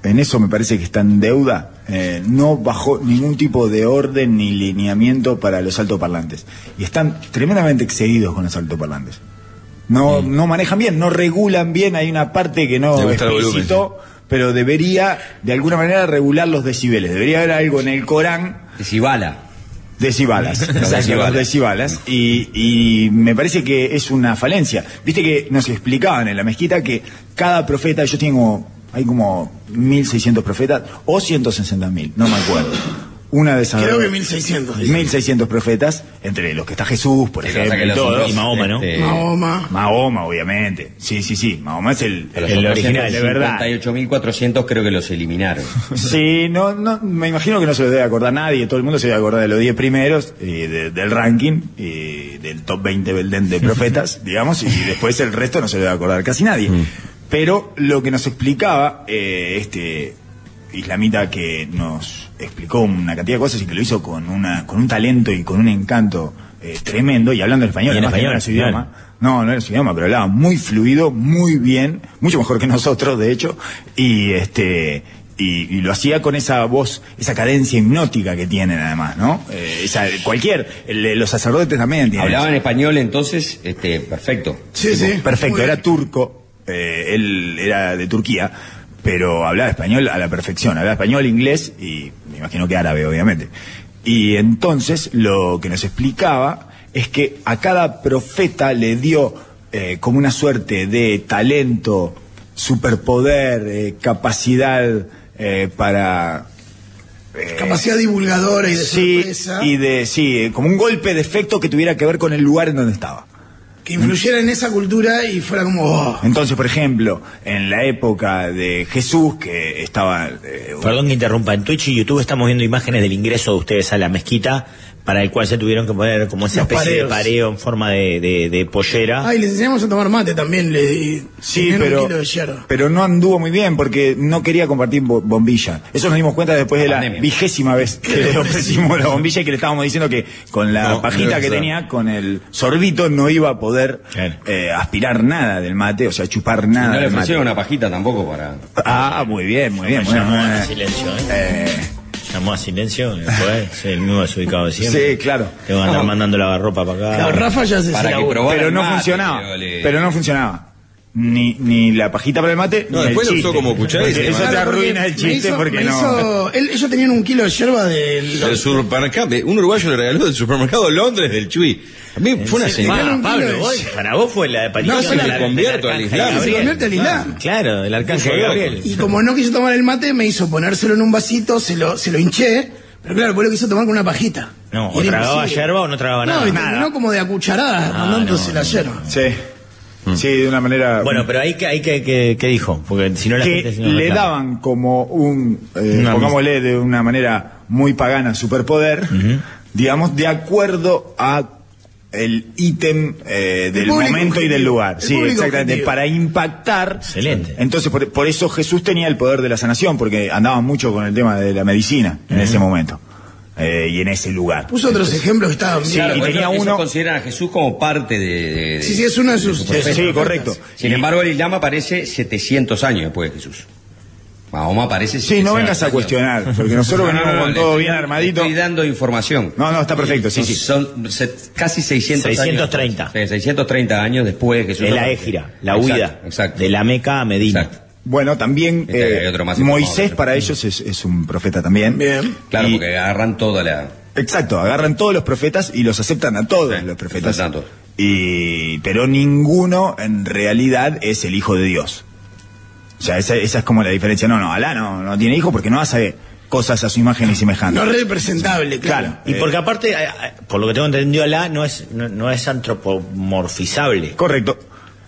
Speaker 2: en eso me parece que está en deuda, eh, no bajó ningún tipo de orden ni lineamiento para los altoparlantes. Y están tremendamente excedidos con los altoparlantes. No, no manejan bien, no regulan bien, hay una parte que no
Speaker 6: Le gusta el volumen,
Speaker 2: explicitó, pero debería de alguna manera regular los decibeles. Debería haber algo en el Corán
Speaker 3: Si bala. [laughs]
Speaker 2: Decibalas,
Speaker 3: Exacto.
Speaker 2: los decibalas. Y, y me parece que es una falencia. Viste que nos explicaban en la mezquita que cada profeta, yo tengo, hay como 1600 profetas, o 160.000, no me acuerdo. Una de esas.
Speaker 4: Creo que 1600. dice.
Speaker 2: 1600 profetas, entre los que está Jesús, por
Speaker 3: Lo que pasa
Speaker 2: ejemplo,
Speaker 3: que
Speaker 2: y
Speaker 3: los
Speaker 2: todo.
Speaker 3: otros,
Speaker 1: y Mahoma, ¿no?
Speaker 3: este,
Speaker 4: Mahoma.
Speaker 2: Mahoma, obviamente. Sí, sí, sí. Mahoma es el,
Speaker 3: los
Speaker 2: el
Speaker 3: otros
Speaker 2: original, de verdad.
Speaker 3: 58.400 creo que los eliminaron.
Speaker 2: [laughs] Sí, no, no, me imagino que no se lo debe acordar nadie, todo el mundo se debe acordar de los 10 primeros, y de- del ranking, y del top 20 Belden de profetas, digamos, y después el resto no se lo debe acordar casi nadie. Pero lo que nos explicaba eh, este islamita que nos explicó una cantidad de cosas y que lo hizo con, una, con un talento y con un encanto eh, tremendo, y hablando en español,
Speaker 1: Y en
Speaker 2: además, que no
Speaker 1: español,
Speaker 2: era su
Speaker 1: claro.
Speaker 2: idioma. No, no era su idioma, pero hablaba muy fluido, muy bien, mucho mejor que [laughs] nosotros, de hecho, y este y, y lo hacía con esa voz, esa cadencia hipnótica que tienen además, ¿no? Eh, esa- cualquier, el- eh, los sacerdotes también tienen.
Speaker 3: Hablaban español entonces, este, perfecto.
Speaker 4: Sí, sí.
Speaker 2: Perfecto,
Speaker 4: Muy
Speaker 2: era turco. eh, él era de Turquía, pero hablaba español a la perfección, hablaba español, inglés y me imagino que árabe, obviamente. Y entonces lo que nos explicaba es que a cada profeta le dio eh, como una suerte de talento, superpoder, eh, capacidad eh, para eh,
Speaker 4: Capacidad divulgadora y de
Speaker 2: sí,
Speaker 4: sorpresa
Speaker 2: y de sí, eh, como un golpe de efecto que tuviera que ver con el lugar en donde estaba.
Speaker 4: que influyera en esa cultura y fuera como. oh,
Speaker 2: Entonces, por ejemplo, en la época de Jesús que estaba eh,
Speaker 1: Perdón que interrumpa, en Twitch y YouTube estamos viendo imágenes del ingreso de ustedes a la mezquita, para el cual se tuvieron que poner como esa
Speaker 4: Los
Speaker 1: especie de
Speaker 4: pareos.
Speaker 1: pareo en forma de, de- de pollera.
Speaker 4: Ay, les enseñamos a tomar mate también. Le, y
Speaker 2: Ah. Sí,
Speaker 4: tenían Un
Speaker 2: pero,
Speaker 4: kilo de yerba.
Speaker 2: pero no anduvo muy bien porque no quería compartir bo- bombilla. Eso nos dimos cuenta después de la
Speaker 3: Pandemia.
Speaker 2: vigésima
Speaker 4: [laughs]
Speaker 2: vez que le ofrecimos la bombilla y que le estábamos diciendo que con la
Speaker 6: No,
Speaker 2: pajita
Speaker 6: no,
Speaker 2: que
Speaker 6: no.
Speaker 2: tenía, con el sorbito, no iba a poder
Speaker 1: Claro.
Speaker 2: eh, aspirar nada del mate, o sea, chupar
Speaker 3: Y
Speaker 2: nada
Speaker 3: no le
Speaker 2: del mate.
Speaker 3: ofrecieron una pajita tampoco para.
Speaker 2: Ah, muy bien, muy bien. muy bien,
Speaker 1: Llamó
Speaker 2: muy
Speaker 1: a
Speaker 2: bien.
Speaker 1: silencio, ¿eh?
Speaker 2: Eh,
Speaker 1: Llamó a silencio, después,
Speaker 2: [laughs]
Speaker 1: sí, el mismo desubicado de siempre.
Speaker 2: Sí, claro.
Speaker 1: Te van a andar mandando la ropa para acá.
Speaker 4: No, Rafa ya se
Speaker 3: Para que
Speaker 4: labura.
Speaker 3: probara
Speaker 2: pero
Speaker 3: el
Speaker 2: no
Speaker 3: mate,
Speaker 2: funcionaba.
Speaker 3: que vale.
Speaker 2: Pero no funcionaba. Ni, ni la pajita para el mate.
Speaker 6: No,
Speaker 2: ni
Speaker 6: después
Speaker 2: el
Speaker 6: lo usó
Speaker 2: chiste.
Speaker 6: como cuchara y se
Speaker 2: Eso te
Speaker 6: levantó.
Speaker 2: arruina el
Speaker 4: Me
Speaker 2: chiste
Speaker 4: hizo-
Speaker 2: porque
Speaker 4: me
Speaker 2: no.
Speaker 4: hizo- él- ellos tenían un kilo de yerba de. los-
Speaker 6: Del supermercado, de- un uruguayo le regaló del supermercado Londres del Chuy. A mí fue una
Speaker 1: Para,
Speaker 6: señal.
Speaker 4: un kilo
Speaker 1: Pablo,
Speaker 4: de
Speaker 1: vos-
Speaker 4: yerba.
Speaker 1: para vos fue la de Patricio
Speaker 6: No, se
Speaker 1: la
Speaker 6: me
Speaker 1: del
Speaker 6: convierto al
Speaker 1: Arcángel
Speaker 6: Islam.
Speaker 4: Se
Speaker 1: Gabriel.
Speaker 4: convierte al Islam.
Speaker 1: Claro, el arcángel
Speaker 6: Yo loco.
Speaker 1: Gabriel.
Speaker 4: Y como no quiso tomar el mate, me hizo ponérselo en un vasito, se lo, se lo hinché. Pero claro, pues lo quiso tomar con una pajita.
Speaker 1: No,
Speaker 4: Y
Speaker 1: o
Speaker 4: era
Speaker 1: tragaba
Speaker 4: imposible.
Speaker 1: yerba o no tragaba
Speaker 4: No,
Speaker 1: nada.
Speaker 4: y terminó como de a cucharadas, mandándose la yerba.
Speaker 2: Sí. Sí, de una manera.
Speaker 1: Mm. Bueno, pero ahí que, ahí que, que- que dijo, porque si no la
Speaker 2: que
Speaker 1: gente se nos
Speaker 2: le
Speaker 1: reclama.
Speaker 2: daban como un, eh,
Speaker 1: Una
Speaker 2: pongámosle de una manera muy pagana, superpoder, digamos, de acuerdo a el ítem eh, del
Speaker 4: público
Speaker 2: momento y del
Speaker 4: objetivo.
Speaker 2: lugar.
Speaker 4: El
Speaker 2: Sí,
Speaker 4: público
Speaker 2: exactamente.
Speaker 4: objetivo.
Speaker 2: Para impactar.
Speaker 1: Excelente.
Speaker 2: Entonces, por, por eso Jesús tenía el poder de la sanación, porque andaba mucho con el tema de la medicina en ese momento eh, y en ese lugar.
Speaker 4: Puso otros ejemplos que estaban bien.
Speaker 2: y
Speaker 3: Claro,
Speaker 2: tenía
Speaker 3: ellos
Speaker 2: uno-
Speaker 3: consideran a Jesús como parte de. de- de-
Speaker 4: Sí, sí, es uno de sus.
Speaker 2: Sí, sí, correcto.
Speaker 3: Sin embargo, el Islam aparece 700 años después de Jesús. Mahoma aparece.
Speaker 2: Sí, no
Speaker 3: 700
Speaker 2: vengas a
Speaker 3: años.
Speaker 2: cuestionar, porque nosotros
Speaker 3: [laughs] No, no,
Speaker 2: venimos
Speaker 3: no,
Speaker 2: con
Speaker 3: le
Speaker 2: todo
Speaker 3: estoy-
Speaker 2: bien armadito.
Speaker 3: Estoy dando información.
Speaker 2: No, no, está perfecto, sí, sí.
Speaker 3: Son se- casi 600
Speaker 1: 630.
Speaker 3: años. Sí, 630 años después de Jesús.
Speaker 1: Es la égira, la
Speaker 3: Exacto,
Speaker 1: huida.
Speaker 3: Exacto.
Speaker 1: De la Meca a Medina.
Speaker 3: Exacto.
Speaker 2: Bueno, también
Speaker 3: Este,
Speaker 2: eh,
Speaker 3: hay otro más
Speaker 2: Moisés
Speaker 3: informado.
Speaker 2: para ellos es, es un profeta también.
Speaker 4: Bien.
Speaker 3: Claro,
Speaker 2: Y-
Speaker 3: porque agarran toda la.
Speaker 2: Exacto, agarran todos los profetas y los aceptan a todos
Speaker 3: Sí,
Speaker 2: los profetas.
Speaker 3: aceptan a todos.
Speaker 2: Y, pero ninguno en realidad es el hijo de Dios. O sea, esa, esa es como la diferencia. No, no, Alá no, no tiene hijo porque no hace cosas a su imagen y semejanza.
Speaker 4: No representable, claro.
Speaker 1: Y porque aparte, eh, eh, por lo que tengo entendido, Alá no es, no, no es antropomorfizable.
Speaker 2: Correcto.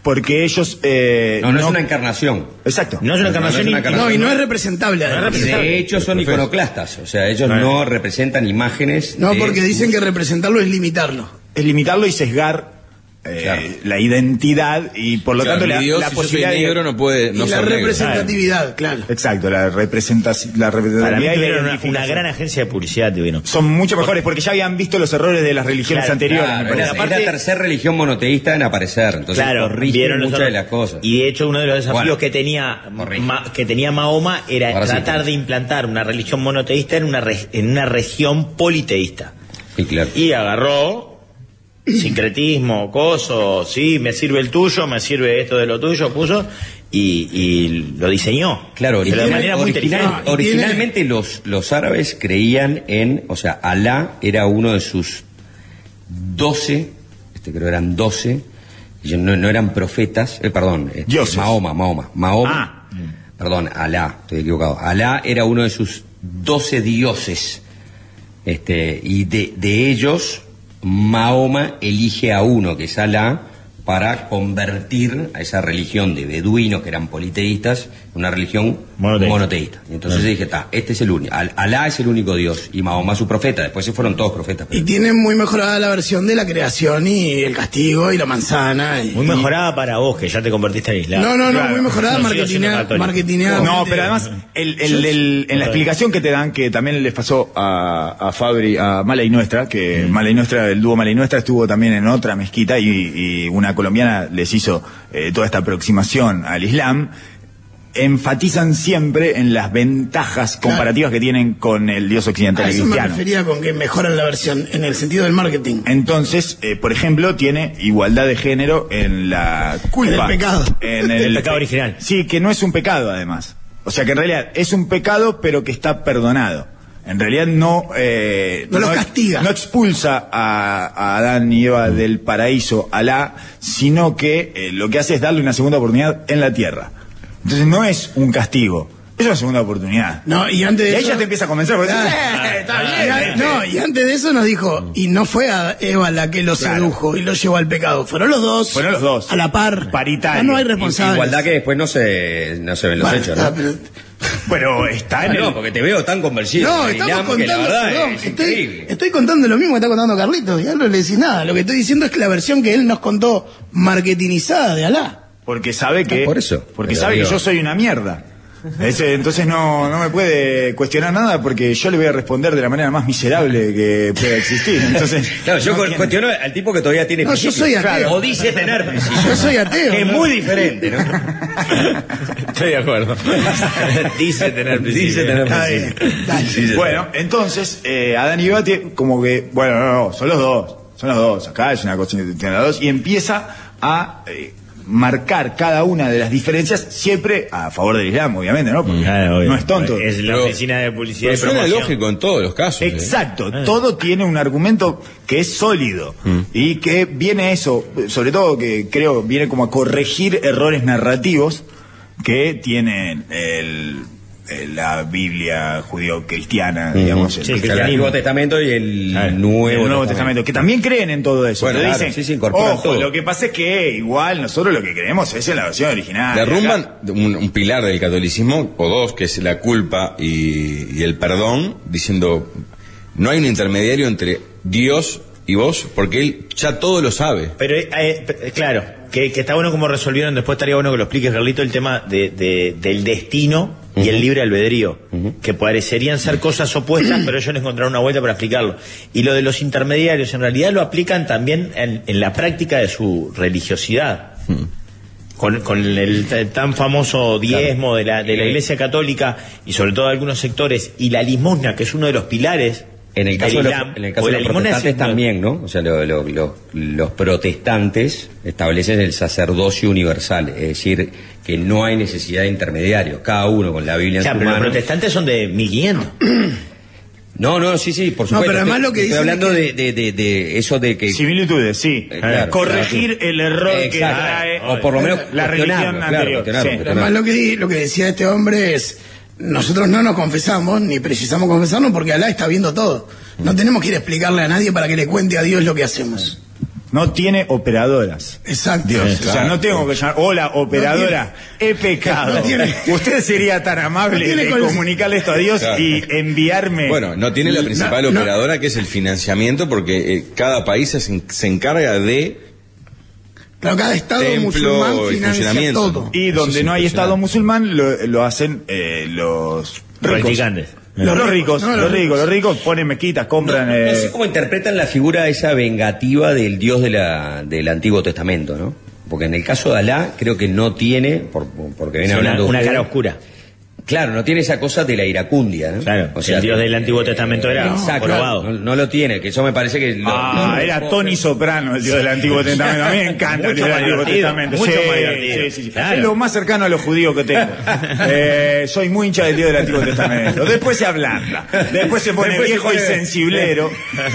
Speaker 2: Porque ellos... eh,
Speaker 3: No, no, es una encarnación.
Speaker 2: Exacto.
Speaker 1: No es una encarnación
Speaker 3: No, no
Speaker 1: ni-
Speaker 3: es una
Speaker 4: No, y no es representable. además.
Speaker 3: Y de hecho son iconoclastas. O sea, ellos no representan imágenes.
Speaker 4: No,
Speaker 3: de-
Speaker 4: porque dicen que representarlo es limitarlo.
Speaker 2: es limitarlo y sesgar eh,
Speaker 3: Claro.
Speaker 2: la identidad y por lo
Speaker 6: Claro,
Speaker 2: tanto la,
Speaker 6: mi Dios,
Speaker 2: la
Speaker 6: si yo soy
Speaker 2: posibilidad
Speaker 6: negro,
Speaker 2: de...
Speaker 6: no puede no
Speaker 4: y
Speaker 6: ser
Speaker 4: la
Speaker 6: negro.
Speaker 4: representatividad, claro.
Speaker 2: Exacto, la representación... La
Speaker 1: Para mí
Speaker 2: representatividad y la
Speaker 1: tuvieron una, una
Speaker 2: identificación.
Speaker 1: gran agencia de publicidad, tuvieron.
Speaker 2: Son mucho mejores porque ya habían visto los errores de las religiones
Speaker 1: Claro,
Speaker 2: anteriores.
Speaker 3: Claro,
Speaker 2: me
Speaker 3: es la-
Speaker 2: parece.
Speaker 3: es
Speaker 1: aparte-
Speaker 3: la tercera religión monoteísta en aparecer. Entonces
Speaker 1: Claro,
Speaker 3: corrigen
Speaker 1: vieron
Speaker 3: muchas
Speaker 1: nosotros-
Speaker 3: de las cosas.
Speaker 1: Y de hecho uno de los desafíos
Speaker 3: Bueno,
Speaker 1: que tenía
Speaker 3: corrige.
Speaker 1: Ma- que tenía Mahoma era
Speaker 3: Ahora sí,
Speaker 1: tratar
Speaker 3: corrige.
Speaker 1: de implantar una religión monoteísta en una re- en una región politeísta.
Speaker 3: Sí, claro.
Speaker 1: Y agarró sincretismo, coso, sí, me sirve el tuyo, me sirve esto de lo tuyo, puso y, y lo diseñó.
Speaker 3: Claro,
Speaker 1: Pero de
Speaker 3: original-
Speaker 1: manera muy
Speaker 3: original-
Speaker 1: inteligente.
Speaker 4: y tiene-
Speaker 3: originalmente los, los árabes creían en, o sea, Alá era uno de sus doce, este creo eran doce, y no, no eran profetas, eh, perdón, este,
Speaker 2: Dioses.
Speaker 3: Mahoma, Mahoma, Mahoma, perdón, Alá, estoy equivocado, Alá era uno de sus doce dioses, este, y de, de ellos Mahoma elige a uno, que es Alá, para convertir a esa religión de beduinos que eran politeístas en una religión
Speaker 1: Monoteísta.
Speaker 3: monoteísta. Y entonces yo dije, está, este es el único, Al- Alá es el único Dios y Mahoma su profeta, después se fueron todos profetas.
Speaker 4: Y tienen muy mejorada la versión de la creación y el castigo y la manzana. y-
Speaker 1: Muy mejorada para vos, que ya te convertiste en Islam.
Speaker 4: No, no, no,
Speaker 2: Claro.
Speaker 4: muy mejorada
Speaker 1: No, sigo siendo
Speaker 4: marketinea-
Speaker 1: católico.
Speaker 4: marketineada.
Speaker 2: No, pero además, el- el- el- en la explicación que te dan, que también les pasó a, a Fabri, a Mala y Nuestra, que Mala y Nuestra, el dúo Mala y Nuestra estuvo también en otra mezquita y, y una colombiana les hizo eh, toda esta aproximación al Islam. enfatizan siempre en las ventajas comparativas que tienen con el dios occidental
Speaker 4: A
Speaker 2: y
Speaker 4: eso me
Speaker 2: cristiano.
Speaker 4: refería con que mejoran la versión en el sentido del marketing.
Speaker 2: Entonces, eh, por ejemplo, tiene igualdad de género en la culpa.
Speaker 4: En el pecado.
Speaker 2: En el,
Speaker 1: [laughs] El pecado original.
Speaker 2: Sí, que no es un pecado además. O sea que en realidad es un pecado, pero que está perdonado. En realidad no... eh,
Speaker 4: No lo castiga.
Speaker 2: No expulsa a, a Adán y Eva del paraíso, Alá, sino que eh, lo que hace es darle una segunda oportunidad en la tierra. Entonces no es un castigo, es una segunda oportunidad.
Speaker 4: No, y antes de
Speaker 2: Y ahí
Speaker 4: eso-
Speaker 2: ya te empieza a convencer. porque decís, "Eh, está bien,
Speaker 4: Y a-
Speaker 2: este".
Speaker 4: no, y antes de eso nos dijo, y no fue a Eva la que lo
Speaker 2: Claro.
Speaker 4: sedujo y lo llevó al pecado, fueron los dos.
Speaker 2: Fueron los dos.
Speaker 4: A la par.
Speaker 2: Paritario.
Speaker 4: Ah, No, no hay
Speaker 2: I-
Speaker 4: responsables.
Speaker 3: Igualdad que después no se, no se ven los
Speaker 4: Bueno,
Speaker 3: hechos,
Speaker 4: ah, [laughs]
Speaker 3: ¿no?
Speaker 4: pero-
Speaker 2: Pero está
Speaker 3: Ah,
Speaker 2: en el...
Speaker 3: no, porque te veo tan convencido.
Speaker 4: No,
Speaker 3: Marilán,
Speaker 4: estamos
Speaker 3: que la
Speaker 4: contando,
Speaker 3: verdad
Speaker 4: perdón,
Speaker 3: es
Speaker 4: estoy,
Speaker 3: increíble.
Speaker 4: estoy contando lo mismo que está contando Carlitos, ya no le decís nada. Lo que estoy diciendo es que la versión que él nos contó marketinizada de Alá.
Speaker 2: Porque sabe que.
Speaker 3: Ah, por eso.
Speaker 2: Porque
Speaker 3: Pero
Speaker 2: sabe
Speaker 3: digo-
Speaker 2: que yo soy una mierda. Ese, entonces no, no me puede cuestionar nada porque yo le voy a responder de la manera más miserable que pueda existir. Entonces.
Speaker 3: [laughs] Claro, yo
Speaker 2: no
Speaker 3: cu-
Speaker 2: tiene-
Speaker 3: cuestiono al tipo que todavía tiene
Speaker 4: No, yo
Speaker 3: principios.
Speaker 4: soy ateo.
Speaker 3: O dice tener
Speaker 4: [laughs]
Speaker 3: principios.
Speaker 4: Yo soy ateo,
Speaker 3: Que es
Speaker 4: ¿no?
Speaker 3: muy diferente, ¿no?
Speaker 1: Estoy de acuerdo. [laughs] Dice tener principio.
Speaker 3: Dice tener
Speaker 4: Está bien,
Speaker 3: principios.
Speaker 4: dale.
Speaker 3: Dice tener-
Speaker 2: Bueno, entonces, eh, Adán y Eva tie- como que, bueno, no, no, son los dos, son los dos, acá es una cosa de los dos, y empieza a eh, marcar cada una de las diferencias, siempre a favor del Islam, obviamente, ¿no? Porque no es tonto.
Speaker 1: Es la
Speaker 6: Pero-
Speaker 1: oficina de publicidad
Speaker 6: Pero
Speaker 1: y
Speaker 6: suena
Speaker 1: promoción.
Speaker 6: lógico en todos los casos. ¿eh?
Speaker 2: Exacto, todo tiene un argumento que es sólido
Speaker 6: Mm.
Speaker 2: y que viene eso, sobre todo que creo viene como a corregir errores narrativos que tienen el, el- la Biblia judío-cristiana,
Speaker 6: Mm.
Speaker 2: digamos, el
Speaker 1: Sí,
Speaker 3: El Antiguo Testamento y el Nuevo,
Speaker 2: el Nuevo Testamento, que también creen en todo eso.
Speaker 6: Bueno,
Speaker 2: pero
Speaker 6: claro,
Speaker 2: dicen,
Speaker 3: sí, sí, incorporan
Speaker 2: ojo,
Speaker 3: todo".
Speaker 2: lo que pasa es que igual nosotros lo que creemos es en la versión original.
Speaker 6: Derrumban un, un pilar del catolicismo, o dos, que es la culpa y, y el perdón, diciendo, no hay un intermediario entre Dios y vos, porque Él ya todo lo sabe.
Speaker 1: Pero, eh, eh, claro, que, que está bueno como resolvieron, después estaría bueno que lo expliques, Carlito, el tema de- de- del destino y el libre albedrío, que parecerían ser cosas opuestas, pero ellos le encontraron una vuelta para explicarlo. Y lo de los intermediarios, en realidad lo aplican también en, en la práctica de su religiosidad.
Speaker 3: Mm.
Speaker 1: Con, con el t- tan famoso diezmo de la, de
Speaker 3: Eh.
Speaker 1: la Iglesia Católica y sobre todo de algunos sectores, y la limosna, que es uno de los pilares
Speaker 3: En el caso,
Speaker 1: del
Speaker 3: de los,
Speaker 1: Islam,
Speaker 3: en el caso
Speaker 1: o
Speaker 3: de
Speaker 1: la
Speaker 3: los
Speaker 1: limosna es-
Speaker 3: protestantes también, ¿no? O sea, lo- lo- lo- los protestantes establecen el sacerdocio universal, es decir, que no hay necesidad de intermediarios, cada uno con la Biblia en
Speaker 1: Claro,
Speaker 3: su
Speaker 1: pero los
Speaker 3: mano.
Speaker 1: protestantes son de 1500.
Speaker 3: [clears throat] No, no, sí, sí, por
Speaker 4: No,
Speaker 3: supuesto.
Speaker 4: pero además
Speaker 3: Estoy-
Speaker 4: lo que
Speaker 3: estoy
Speaker 4: dicen es
Speaker 3: hablando de, de- de- de eso de que...
Speaker 2: Similitudes, sí.
Speaker 3: Eh, claro,
Speaker 2: Corregir el error que
Speaker 3: Exacto.
Speaker 2: trae
Speaker 3: O por lo menos
Speaker 2: la religión
Speaker 3: cuestionarlo, claro,
Speaker 2: anterior.
Speaker 3: cuestionarlo,
Speaker 2: sí.
Speaker 4: Pero además lo que, di- lo que decía este hombre es, nosotros no nos confesamos, ni precisamos confesarnos porque Alá está viendo todo. No tenemos que ir a explicarle a nadie para que le cuente a Dios lo que hacemos.
Speaker 2: No tiene operadoras.
Speaker 4: Exacto.
Speaker 2: Dios. O sea, no tengo que llamar. Hola, operadora. He pecado.
Speaker 4: No tiene-
Speaker 2: Usted sería tan
Speaker 4: No
Speaker 2: amable
Speaker 4: tiene
Speaker 2: de
Speaker 4: col-
Speaker 2: comunicarle esto a Dios
Speaker 6: Claro.
Speaker 2: y enviarme.
Speaker 6: Bueno, no tiene la principal
Speaker 4: no.
Speaker 6: operadora, que es el financiamiento, porque eh, cada país se, en- se encarga de...
Speaker 4: Claro, cada estado
Speaker 6: Templo
Speaker 4: musulmán
Speaker 6: y
Speaker 4: financia
Speaker 6: funcionamiento.
Speaker 4: todo.
Speaker 2: Y
Speaker 6: Eso
Speaker 2: donde
Speaker 6: es
Speaker 2: no hay
Speaker 6: impresionante.
Speaker 2: Estado musulmán, lo, lo hacen eh, los ricos.
Speaker 1: Practicantes.
Speaker 2: Los, los ricos,
Speaker 4: No,
Speaker 2: los ricos, los ricos ponen mezquitas, compran.
Speaker 3: No
Speaker 2: eh,
Speaker 3: sé cómo interpretan la figura esa vengativa del Dios de la- del Antiguo Testamento, ¿no? Porque en el caso de Alá, creo que no tiene, por- por- porque viene
Speaker 1: Es una,
Speaker 3: hablando.
Speaker 1: una
Speaker 3: usted,
Speaker 1: cara oscura.
Speaker 3: Claro, no tiene esa cosa de la iracundia, ¿no?
Speaker 1: Claro, el Dios del Antiguo Testamento era
Speaker 3: exacto,
Speaker 1: jorobado.
Speaker 3: No, no lo tiene, que eso me parece que. lo-
Speaker 2: Ah,
Speaker 3: lo-
Speaker 2: era Tony Soprano, el dios del Antiguo Testamento. A mí me encanta el dios
Speaker 1: Mucho
Speaker 2: del
Speaker 1: más
Speaker 2: Antiguo
Speaker 1: divertido,
Speaker 2: Testamento.
Speaker 1: mucho
Speaker 2: Sí,
Speaker 1: más divertido.
Speaker 2: sí, sí, sí.
Speaker 1: Claro.
Speaker 2: Es lo más cercano a los judíos que
Speaker 3: [laughs]
Speaker 2: tengo. Eh, soy muy hincha del dios del Antiguo Testamento. Después se ablanda. Después se pone
Speaker 3: Después se
Speaker 2: viejo
Speaker 3: pone-
Speaker 2: y sensiblero.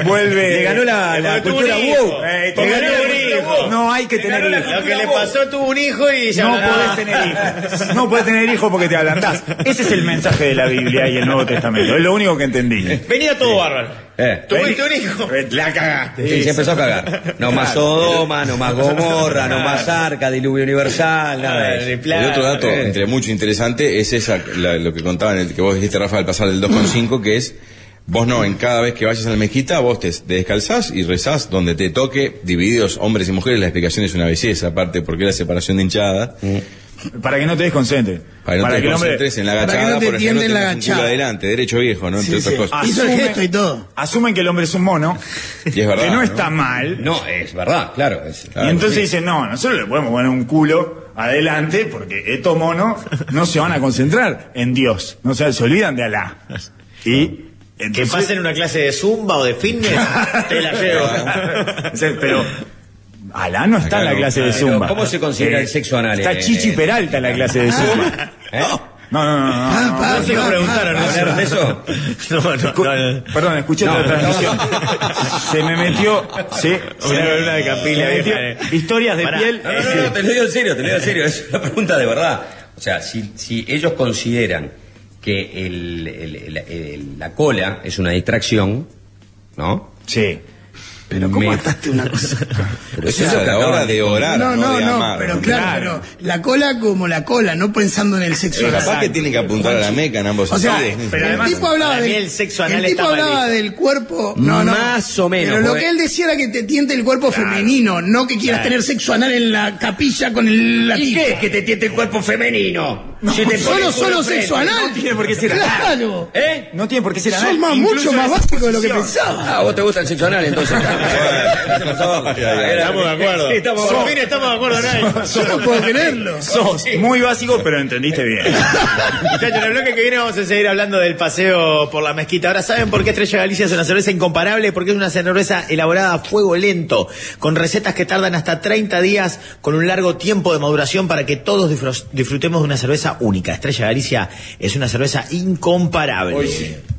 Speaker 2: Vuelve.
Speaker 3: Le ganó la- la
Speaker 2: Porque tuvo
Speaker 3: cultura
Speaker 2: un hijo.
Speaker 3: woke.
Speaker 2: Eh,
Speaker 1: Porque
Speaker 2: le ganó
Speaker 1: tuvo un
Speaker 2: la
Speaker 1: hijo.
Speaker 2: cultura woke. No hay que
Speaker 1: Le
Speaker 2: tener
Speaker 1: ganó la
Speaker 2: hijos.
Speaker 1: Lo que le pasó tuvo un hijo y ya
Speaker 2: No podés tener hijos. No podés tener hijos porque te ablandás. Ese es el mensaje de la Biblia y el Nuevo Testamento. Es lo único que entendí.
Speaker 1: Venía todo bárbaro.
Speaker 3: Eh,
Speaker 1: Tuviste un hijo.
Speaker 2: La cagaste.
Speaker 3: Sí, se empezó a cagar. No más Sodoma, no más Gomorra, no más Arca, Diluvio Universal, nada de eso.
Speaker 6: El otro dato,
Speaker 3: eh.
Speaker 6: entre mucho interesante, es esa, la- lo que contaban, el que vos dijiste, Rafa, al pasar del 2,5, que es, vos no, en cada vez que vayas a la mezquita, vos te, te descalzás y rezás donde te toque, divididos hombres y mujeres, la explicación es una belleza, aparte, porque la separación de hinchada,
Speaker 2: Para que no te desconcentres.
Speaker 6: para que no te
Speaker 2: el hombre-
Speaker 6: concentres en la
Speaker 4: para que
Speaker 6: agachada,
Speaker 4: no te
Speaker 6: por ejemplo,
Speaker 4: tienden la
Speaker 6: tengas un culo
Speaker 4: agachada.
Speaker 6: adelante, derecho viejo, ¿no? Entre
Speaker 4: Sí,
Speaker 6: otras
Speaker 4: sí.
Speaker 6: cosas.
Speaker 4: Hizo el gesto y todo.
Speaker 2: Asumen que el hombre es un mono,
Speaker 6: [laughs] Y es verdad.
Speaker 2: que no
Speaker 6: ¿no?
Speaker 2: está mal.
Speaker 3: No, es verdad, claro. es-
Speaker 2: y entonces dicen, no, nosotros le podemos poner un culo adelante, porque estos monos no se van a concentrar en Dios. No se, se olvidan de Alá. Y.
Speaker 1: Que
Speaker 2: entonces-
Speaker 1: pasen una clase de zumba o de fitness, te la llevo.
Speaker 2: O sea, pero. Alá no está
Speaker 6: Acá
Speaker 2: en la
Speaker 6: no.
Speaker 2: clase de
Speaker 6: Pero,
Speaker 2: Zumba.
Speaker 3: ¿cómo se considera
Speaker 2: Eh,
Speaker 3: el sexo anal?
Speaker 2: Está
Speaker 3: Eh,
Speaker 2: Chichi
Speaker 3: eh,
Speaker 2: Peralta en la clase de Zumba.
Speaker 3: ¿Eh?
Speaker 2: No, no, no, no, no.
Speaker 4: pa,
Speaker 1: No se lo
Speaker 4: pa,
Speaker 1: preguntaron,
Speaker 4: pa,
Speaker 1: ¿no?
Speaker 4: pa.
Speaker 3: ¿Hablar de eso?
Speaker 1: No, no, no, no.
Speaker 2: Perdón, escuché
Speaker 3: No,
Speaker 2: toda la
Speaker 3: no.
Speaker 2: transmisión. Se me metió. Sí, se
Speaker 1: Una
Speaker 2: me-
Speaker 1: columna de Capilla,
Speaker 2: se
Speaker 1: vieja,
Speaker 2: metió
Speaker 1: eh.
Speaker 2: Historias de
Speaker 1: Pará.
Speaker 2: piel.
Speaker 3: No, no, no, no, te lo digo en serio, te lo digo en serio, es una pregunta de verdad. O sea, si, si ellos consideran que el- el- el- el- la cola es una distracción, ¿no?
Speaker 2: Sí.
Speaker 4: Pero ¿cómo
Speaker 3: Me-
Speaker 4: ataste una cosa?
Speaker 3: Pero
Speaker 6: Eso es
Speaker 3: lo
Speaker 6: a
Speaker 3: que
Speaker 6: la
Speaker 3: acaban
Speaker 6: hora
Speaker 3: de-
Speaker 6: de orar, no,
Speaker 4: no, no,
Speaker 6: de
Speaker 4: no,
Speaker 6: amar.
Speaker 4: pero claro,
Speaker 2: Claro.
Speaker 4: pero la cola como la cola, no pensando en el sexo.
Speaker 6: Pero
Speaker 4: anal.
Speaker 6: capaz que tienen que apuntar a la meca en ambos
Speaker 4: O sea,
Speaker 6: sentidos.
Speaker 4: el
Speaker 1: además,
Speaker 4: tipo hablaba,
Speaker 1: para mí
Speaker 4: del,
Speaker 1: el sexo
Speaker 4: el
Speaker 1: anal
Speaker 4: tipo
Speaker 1: está mal
Speaker 4: hablaba
Speaker 1: visto.
Speaker 4: del cuerpo. No, no.
Speaker 3: Más o menos,
Speaker 4: Pero lo
Speaker 3: porque-
Speaker 4: que él decía era que te tiente el cuerpo femenino, no que quieras tener sexo anal en la capilla con el la
Speaker 3: ¿Y
Speaker 4: tipa.
Speaker 3: qué es que te tiente el cuerpo femenino? Si te
Speaker 4: solo,
Speaker 3: pones por
Speaker 4: solo
Speaker 3: el frente.
Speaker 4: sexo anal.
Speaker 2: no tiene por qué ser anal.
Speaker 4: Claro.
Speaker 3: ¿Eh?
Speaker 2: No tiene por qué ser
Speaker 4: Sos
Speaker 2: anal.
Speaker 4: más-
Speaker 2: incluso
Speaker 4: mucho
Speaker 2: en
Speaker 4: más
Speaker 2: esa
Speaker 4: básico de lo que
Speaker 2: posición.
Speaker 4: pensaba.
Speaker 3: Ah, ¿a vos te gusta el sexo anal entonces.
Speaker 1: Estamos de acuerdo.
Speaker 3: Sí, estamos de
Speaker 1: Por
Speaker 3: acuerdo.
Speaker 1: fin estamos de acuerdo, Nay.
Speaker 4: Yo no puedo creerlo.
Speaker 2: Sos muy básico, pero entendiste bien.
Speaker 1: Muchachos, en el bloque que viene vamos a seguir hablando del paseo por la mezquita. Ahora saben por qué Estrella Galicia es una cerveza incomparable, porque es una cerveza elaborada a fuego lento, con recetas que tardan hasta 30 días, con un largo tiempo de maduración para que todos disfrus- disfrutemos de una cerveza única. Estrella Galicia es una cerveza incomparable.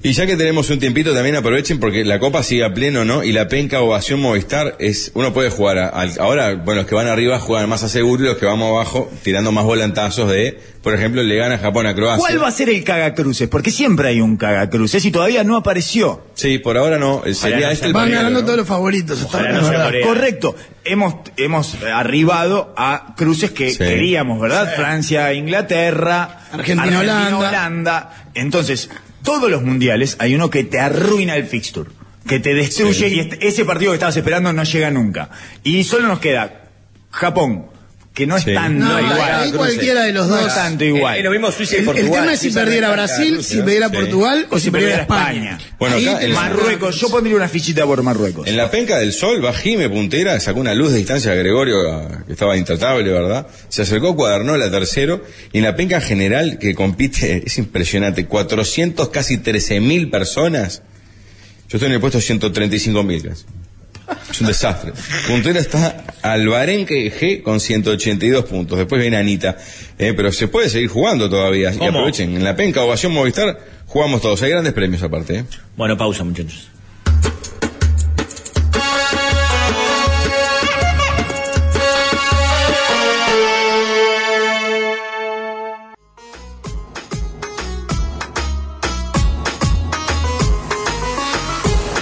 Speaker 6: Y ya que tenemos un tiempito, también aprovechen porque la copa sigue a pleno, ¿no? Y la penca ovación Movistar es. Uno puede jugar. a- al- ahora, bueno, los que van arriba juegan más a seguro y los que vamos abajo tirando más volantazos de. Por ejemplo, le gana Japón a Croacia.
Speaker 2: ¿Cuál va a ser el cagacruces? Porque siempre hay un cagacruces y todavía no apareció.
Speaker 6: Sí, por ahora no. eh, Sería
Speaker 1: no
Speaker 6: este
Speaker 1: sea-
Speaker 6: el
Speaker 4: Van
Speaker 6: primero,
Speaker 4: ganando
Speaker 6: ¿no?
Speaker 4: todos los favoritos. hasta
Speaker 1: Ojalá
Speaker 4: ahora,
Speaker 1: no sea
Speaker 4: ¿verdad?
Speaker 1: Corea.
Speaker 2: Correcto. Hemos, hemos eh, arribado a cruces que
Speaker 6: Sí.
Speaker 2: queríamos, ¿verdad? Francia, Inglaterra,
Speaker 4: Argentina, Holanda.
Speaker 2: Holanda. Entonces, todos los mundiales hay uno que te arruina el fixture, que te destruye y este- ese partido que estabas esperando no llega nunca. Y solo nos queda Japón, que no es
Speaker 6: Sí.
Speaker 2: tanto
Speaker 4: No,
Speaker 2: igual.
Speaker 4: ahí cualquiera de los
Speaker 2: No
Speaker 4: dos.
Speaker 2: es tanto
Speaker 3: Eh,
Speaker 2: igual.
Speaker 3: eh, lo mismo Suiza y
Speaker 4: El, el
Speaker 3: Portugal.
Speaker 4: tema es si
Speaker 3: Suiza
Speaker 4: perdiera
Speaker 3: no está
Speaker 4: Brasil,
Speaker 3: acá,
Speaker 4: si
Speaker 3: ¿no?
Speaker 4: perdiera
Speaker 6: Sí.
Speaker 4: Portugal o si perdiera España.
Speaker 6: Bueno,
Speaker 4: Ahí
Speaker 6: acá
Speaker 4: te-
Speaker 6: el-
Speaker 2: Marruecos, yo pondría una fichita por Marruecos.
Speaker 6: En la penca del sol, Bajime, puntera, sacó una luz de distancia a Gregorio, a- que estaba intratable, ¿verdad? Se acercó Cuadernola, tercero, y en la penca general, que compite, [laughs] es impresionante, 400, casi 13.000 personas. Yo estoy en el puesto 135.000 casi. Es un desastre. Puntera está Albarenque G con 182 puntos. Después viene Anita. Eh, pero se puede seguir jugando todavía. Y
Speaker 1: ¿Cómo?
Speaker 6: aprovechen, en la penca Ovación Movistar jugamos todos. Hay grandes premios aparte. ¿eh?
Speaker 1: Bueno, pausa, muchachos.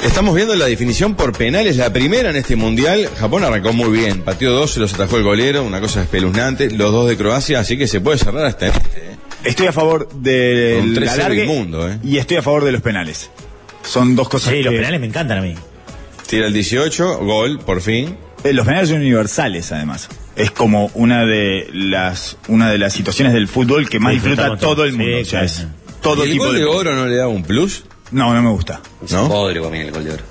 Speaker 6: Estamos viendo la definición por penales, la primera en este mundial. Japón arrancó muy bien, pateó dos, se los atajó el golero, una cosa espeluznante, los dos de Croacia, así que se puede cerrar hasta en este. ¿eh?
Speaker 2: Estoy a favor
Speaker 6: Con
Speaker 2: del
Speaker 6: 3-0
Speaker 2: alargue
Speaker 6: inmundo, eh.
Speaker 2: y estoy a favor de los penales. Son dos cosas
Speaker 1: Sí,
Speaker 2: que-
Speaker 1: los penales me encantan a mí.
Speaker 6: Tira el 18, gol, por fin.
Speaker 2: Eh, los penales son universales, además. Es como una de las una de las situaciones del fútbol que más
Speaker 1: Sí,
Speaker 2: disfruta
Speaker 1: disfrutamos
Speaker 2: todo el
Speaker 1: todos.
Speaker 2: mundo.
Speaker 1: Sí,
Speaker 2: O sea,
Speaker 1: claro.
Speaker 2: es todo
Speaker 6: ¿Y el
Speaker 2: tipo
Speaker 6: gol
Speaker 2: de...
Speaker 6: de oro no le da un plus?
Speaker 2: No, no me gusta.
Speaker 6: ¿No? Pues,
Speaker 3: Podre comía el gol de oro.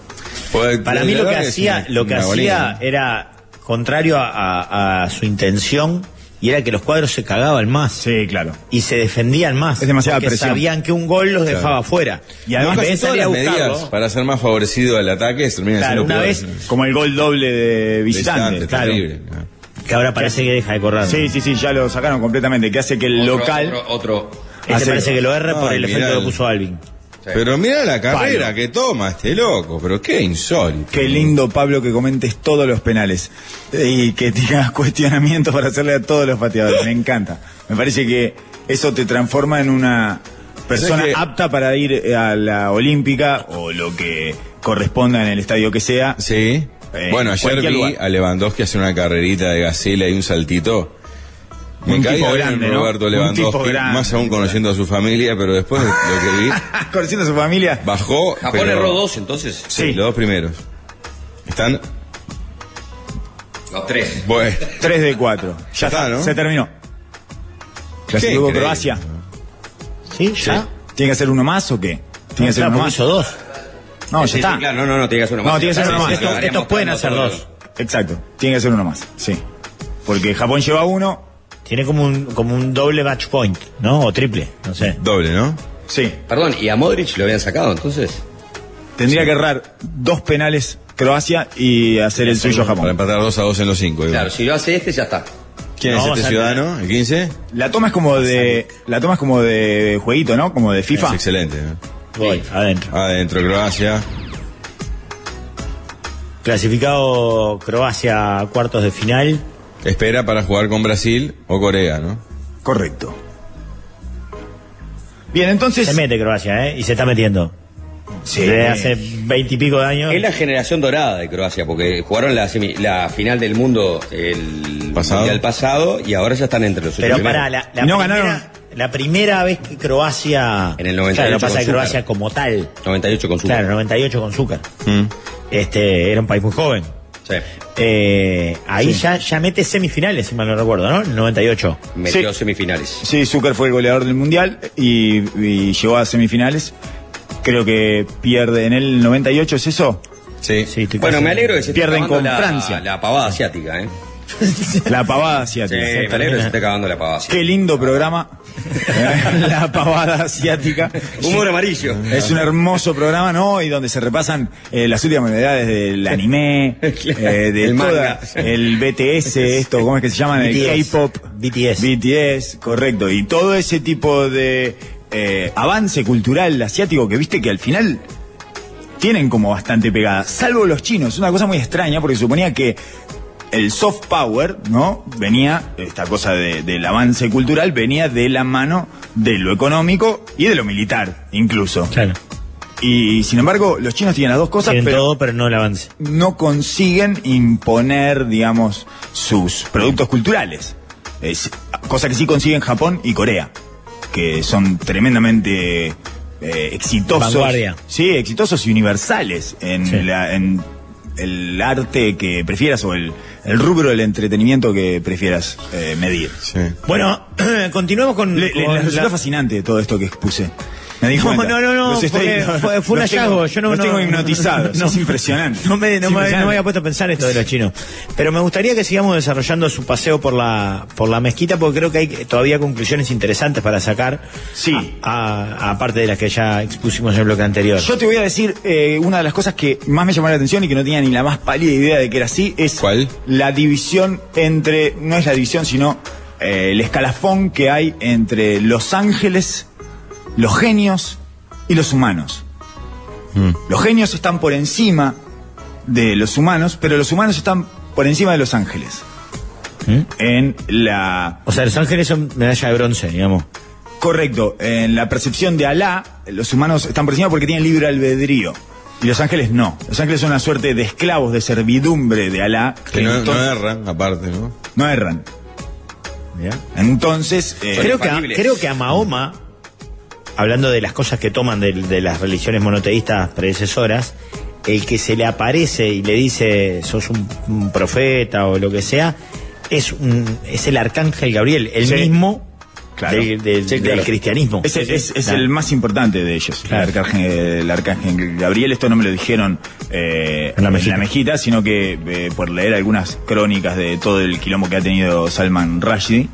Speaker 6: Porque
Speaker 1: Para
Speaker 6: el
Speaker 1: mí
Speaker 6: de
Speaker 1: lo que
Speaker 6: oro es
Speaker 1: hacía,
Speaker 6: una-
Speaker 1: lo que
Speaker 6: una
Speaker 1: hacía
Speaker 6: golina.
Speaker 1: era contrario a, a- a su intención y era que los cuadros se cagaban más.
Speaker 2: Sí, claro.
Speaker 1: y se defendían más.
Speaker 2: Es demasiada
Speaker 1: porque
Speaker 2: presión.
Speaker 1: sabían que un gol los dejaba fuera.
Speaker 2: Y además
Speaker 1: En
Speaker 6: Casi
Speaker 1: vez de
Speaker 6: todas
Speaker 1: salir a
Speaker 6: las medidas
Speaker 1: buscarlo,
Speaker 6: para ser más favorecido al ataque, termina
Speaker 1: Claro,
Speaker 6: siendo
Speaker 1: una
Speaker 6: peor.
Speaker 1: vez-
Speaker 2: Como el gol doble de visitante.
Speaker 6: Distante,
Speaker 1: claro.
Speaker 6: terrible.
Speaker 1: que ahora parece que deja de correr. ¿no?
Speaker 2: Sí, sí, sí, ya lo sacaron completamente. Que hace que el
Speaker 3: Otro-
Speaker 2: local...
Speaker 3: Otro, otro.
Speaker 1: Este
Speaker 2: hace-
Speaker 1: parece que lo erra por
Speaker 6: Ah, Ay,
Speaker 1: el
Speaker 6: mirá
Speaker 1: efecto
Speaker 6: el-
Speaker 1: que puso Alvin.
Speaker 6: Pero mira la carrera que toma este loco, pero qué insólito.
Speaker 2: Qué lindo, Pablo, que comentes todos los penales eh, y que [laughs] tengas cuestionamientos para hacerle a todos los pateadores. Me encanta. Me parece que eso te transforma en una persona
Speaker 6: ¿Sabes qué?
Speaker 2: apta para ir eh, a la Olímpica o lo que corresponda en el estadio que sea.
Speaker 6: Sí.
Speaker 2: Eh,
Speaker 6: bueno, ayer vi
Speaker 2: cualquier lugar.
Speaker 6: a Lewandowski hacer una carrerita de gacela y un saltito.
Speaker 2: Un
Speaker 6: caí
Speaker 2: tipo
Speaker 6: a ver en
Speaker 2: grande, ¿no?
Speaker 6: Roberto
Speaker 2: Un
Speaker 6: Lewandowski,
Speaker 2: tipo grande.
Speaker 6: más aún conociendo a su familia, pero después de lo que vi,
Speaker 2: [laughs] Conociendo a su familia.
Speaker 6: bajó.
Speaker 3: Japón
Speaker 6: pero-
Speaker 3: erró dos entonces.
Speaker 6: Sí,
Speaker 2: Sí.
Speaker 6: los dos primeros. Están.
Speaker 3: Los tres.
Speaker 6: Bueno.
Speaker 2: 3 de 4.
Speaker 6: Ya está, ¿no?
Speaker 2: Se terminó. Clasificó
Speaker 6: increíble.
Speaker 2: Croacia.
Speaker 1: ¿Sí? ¿Ya?
Speaker 2: ¿Tiene que hacer uno más o qué? ¿Tiene que hacer
Speaker 1: Ah,
Speaker 2: uno
Speaker 1: porque
Speaker 2: más?
Speaker 1: hizo dos.
Speaker 2: No, ya
Speaker 3: Sí, sí,
Speaker 2: está.
Speaker 3: claro, no, no, no, tiene que hacer uno
Speaker 2: No,
Speaker 3: más.
Speaker 2: tiene que hacer uno más.
Speaker 1: Estos- estos pueden hacer dos.
Speaker 2: Exacto, tiene que hacer uno más, sí. Porque Japón lleva uno,
Speaker 1: Tiene como un, como un doble match point, ¿no? O triple, no sé.
Speaker 6: Doble, ¿no?
Speaker 2: Sí.
Speaker 3: Perdón, ¿y a Modric lo habían sacado entonces?
Speaker 2: Tendría que errar dos penales Croacia y hacer el suyo
Speaker 6: Para
Speaker 2: Japón.
Speaker 6: empatar 2 a 2 en los 5.
Speaker 3: Claro, si lo hace este ya está.
Speaker 6: ¿Quién
Speaker 1: No,
Speaker 6: es
Speaker 1: vamos
Speaker 6: este
Speaker 1: a-
Speaker 6: ciudadano? ¿El 15?
Speaker 2: La toma es como de. La toma es como de jueguito, ¿no? Como de
Speaker 6: Es
Speaker 2: FIFA.
Speaker 6: excelente. ¿no?
Speaker 1: Voy, adentro.
Speaker 6: Adentro, Croacia.
Speaker 1: Clasificado Croacia a cuartos de final.
Speaker 6: Espera para jugar con Brasil o Corea, ¿no?
Speaker 2: Correcto. Bien, entonces.
Speaker 1: Se mete Croacia, ¿eh? Y se está metiendo.
Speaker 2: Sí.
Speaker 1: Desde hace veintipico de años.
Speaker 3: Es la generación dorada de Croacia, porque jugaron la, semi- la final del mundo el
Speaker 6: Pasado.
Speaker 3: mundial pasado y ahora ya están entre los ocho
Speaker 1: Pero
Speaker 3: primeros.
Speaker 1: pará, la, la
Speaker 2: No
Speaker 1: primera,
Speaker 2: ganaron.
Speaker 1: la primera vez que Croacia.
Speaker 3: En el 98
Speaker 1: Claro, lo pasa
Speaker 3: con
Speaker 1: de Croacia
Speaker 3: Zúcar.
Speaker 1: como tal.
Speaker 3: 98 con su.
Speaker 1: Claro, 98 con Zúcar.
Speaker 6: Mm.
Speaker 1: Este, era un país muy joven.
Speaker 3: Sí.
Speaker 1: Eh, ahí ya, ya mete semifinales, si mal no recuerdo, ¿no? En 98.
Speaker 3: Metió
Speaker 2: Sí.
Speaker 3: semifinales.
Speaker 2: Sí, Zucker fue el goleador del mundial y, y llegó a semifinales. Creo que pierde en el 98, ¿es eso?
Speaker 6: Sí.
Speaker 1: Sí, estoy
Speaker 3: Bueno,
Speaker 1: casi-
Speaker 3: me alegro que se esté
Speaker 2: Pierden
Speaker 3: acabando
Speaker 2: con
Speaker 3: la,
Speaker 2: Francia.
Speaker 3: La pavada asiática, ¿eh?
Speaker 2: La pavada
Speaker 3: Sí,
Speaker 2: asiática.
Speaker 3: me alegro que se esté acabando la pavada asiática.
Speaker 2: Qué lindo programa. [laughs] la pavada asiática.
Speaker 3: Humor amarillo.
Speaker 2: Es un hermoso programa, ¿no? Y donde se repasan eh, las últimas novedades del
Speaker 3: [laughs]
Speaker 2: anime, eh, de
Speaker 3: El
Speaker 2: toda-
Speaker 3: manga.
Speaker 2: el BTS, esto, ¿cómo es que se llaman? El
Speaker 1: BTS.
Speaker 2: K-pop.
Speaker 1: BTS.
Speaker 2: BTS, correcto. Y todo ese tipo de eh, avance cultural asiático que viste que al final tienen como bastante pegada, salvo los chinos. Es una cosa muy extraña porque suponía que el soft power, ¿no? Venía, esta cosa de- del avance cultural, venía de la mano de lo económico y de lo militar, incluso.
Speaker 1: Claro.
Speaker 2: Y sin embargo, los chinos tienen las dos cosas,
Speaker 1: Tienen
Speaker 2: pero
Speaker 1: todo, pero no el avance.
Speaker 2: no consiguen imponer, digamos, sus productos culturales. Es- cosa que sí consiguen Japón y Corea, que son tremendamente eh, exitosos.
Speaker 1: Vanguardia.
Speaker 2: Sí, exitosos y universales en,
Speaker 1: Sí.
Speaker 2: la- en el arte que prefieras o el, el rubro del entretenimiento que prefieras eh, medir.
Speaker 6: Sí.
Speaker 1: Bueno, [clears throat] continuemos con.
Speaker 2: Le, le-
Speaker 1: con
Speaker 2: les resulta
Speaker 1: la-
Speaker 2: fascinante todo esto que expuse. Me di
Speaker 1: No,
Speaker 2: cuenta.
Speaker 1: no, no, no,
Speaker 2: Los
Speaker 1: fue- fue- fue un
Speaker 2: los tengo-
Speaker 1: hallazgo, yo no-
Speaker 2: los
Speaker 1: no-
Speaker 2: tengo hipnotizados.
Speaker 1: [laughs] no.
Speaker 2: es impresionante.
Speaker 1: No me,
Speaker 2: Es
Speaker 1: no, me-
Speaker 2: impresionante.
Speaker 1: no me había puesto a pensar esto de los chinos. Pero me gustaría que sigamos desarrollando su paseo por la, por la mezquita, porque creo que hay todavía conclusiones interesantes para sacar.
Speaker 2: Sí.
Speaker 1: a- a- Aparte de las que ya expusimos en el bloque anterior.
Speaker 2: Yo te voy a decir eh, una de las cosas que más me llamó la atención y que no tenía ni la más pálida idea de que era así, es
Speaker 6: ¿Cuál?
Speaker 2: la división entre, no es la división, sino eh, el escalafón que hay entre los ángeles, los genios y los humanos.
Speaker 1: Mm.
Speaker 2: Los genios están por encima de los humanos, pero los humanos están por encima de los ángeles.
Speaker 1: ¿Mm?
Speaker 2: En la
Speaker 1: O sea, Los Ángeles son medalla de bronce, digamos.
Speaker 2: Correcto. En la percepción de Alá, los humanos están por encima porque tienen libre albedrío. Y los ángeles no. Los ángeles son una suerte de esclavos, de servidumbre de Alá.
Speaker 6: Que no, no
Speaker 2: entonces-
Speaker 6: erran, aparte, ¿no?
Speaker 2: no erran. Entonces, eh,
Speaker 1: creo, que a,
Speaker 3: infalibles.
Speaker 1: creo que a Mahoma, hablando de las cosas que toman del- de, las religiones monoteístas predecesoras, el que se le aparece y le dice sos un, un profeta o lo que sea, es, un, es el arcángel Gabriel, el
Speaker 2: Sí.
Speaker 1: mismo
Speaker 2: Claro.
Speaker 1: del, del-
Speaker 3: Sí, claro.
Speaker 1: del cristianismo.
Speaker 2: es, el- es- es
Speaker 1: Claro.
Speaker 2: el más importante de ellos. El,
Speaker 1: Claro.
Speaker 2: arcángel, el arcángel Gabriel, esto no me lo dijeron eh,
Speaker 1: En la mejita.
Speaker 2: mejita, sino que eh, por leer algunas crónicas de todo el quilombo que ha tenido Salman Rushdie.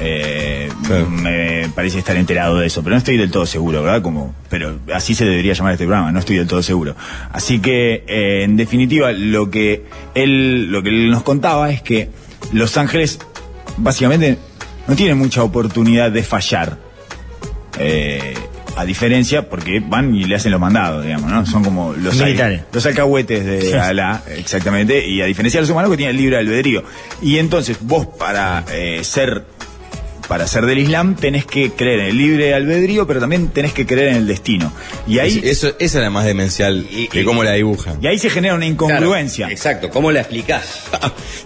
Speaker 2: eh,
Speaker 6: Claro.
Speaker 2: Me parece estar enterado de eso, pero no estoy del todo seguro, ¿verdad? Como, pero así se debería llamar este programa, no estoy del todo seguro. Así que, eh, en definitiva, lo que él, lo que él nos contaba es que Los Ángeles básicamente no tienen mucha oportunidad de fallar. Eh, a diferencia, porque van y le hacen los mandados, digamos, ¿no? Son como los,
Speaker 1: Militares.
Speaker 2: los alcahuetes de Alá, exactamente, y a diferencia de los humanos que tienen libre albedrío. Y entonces, vos para eh, ser para ser del Islam tenés que creer en el libre albedrío, pero también tenés que creer en el destino. Y ahí,
Speaker 6: Es- eso, esa es la más demencial
Speaker 3: Y-
Speaker 6: de cómo la dibujan.
Speaker 2: y ahí se genera una incongruencia.
Speaker 3: Claro, exacto, ¿cómo la
Speaker 2: [laughs]
Speaker 3: explicás?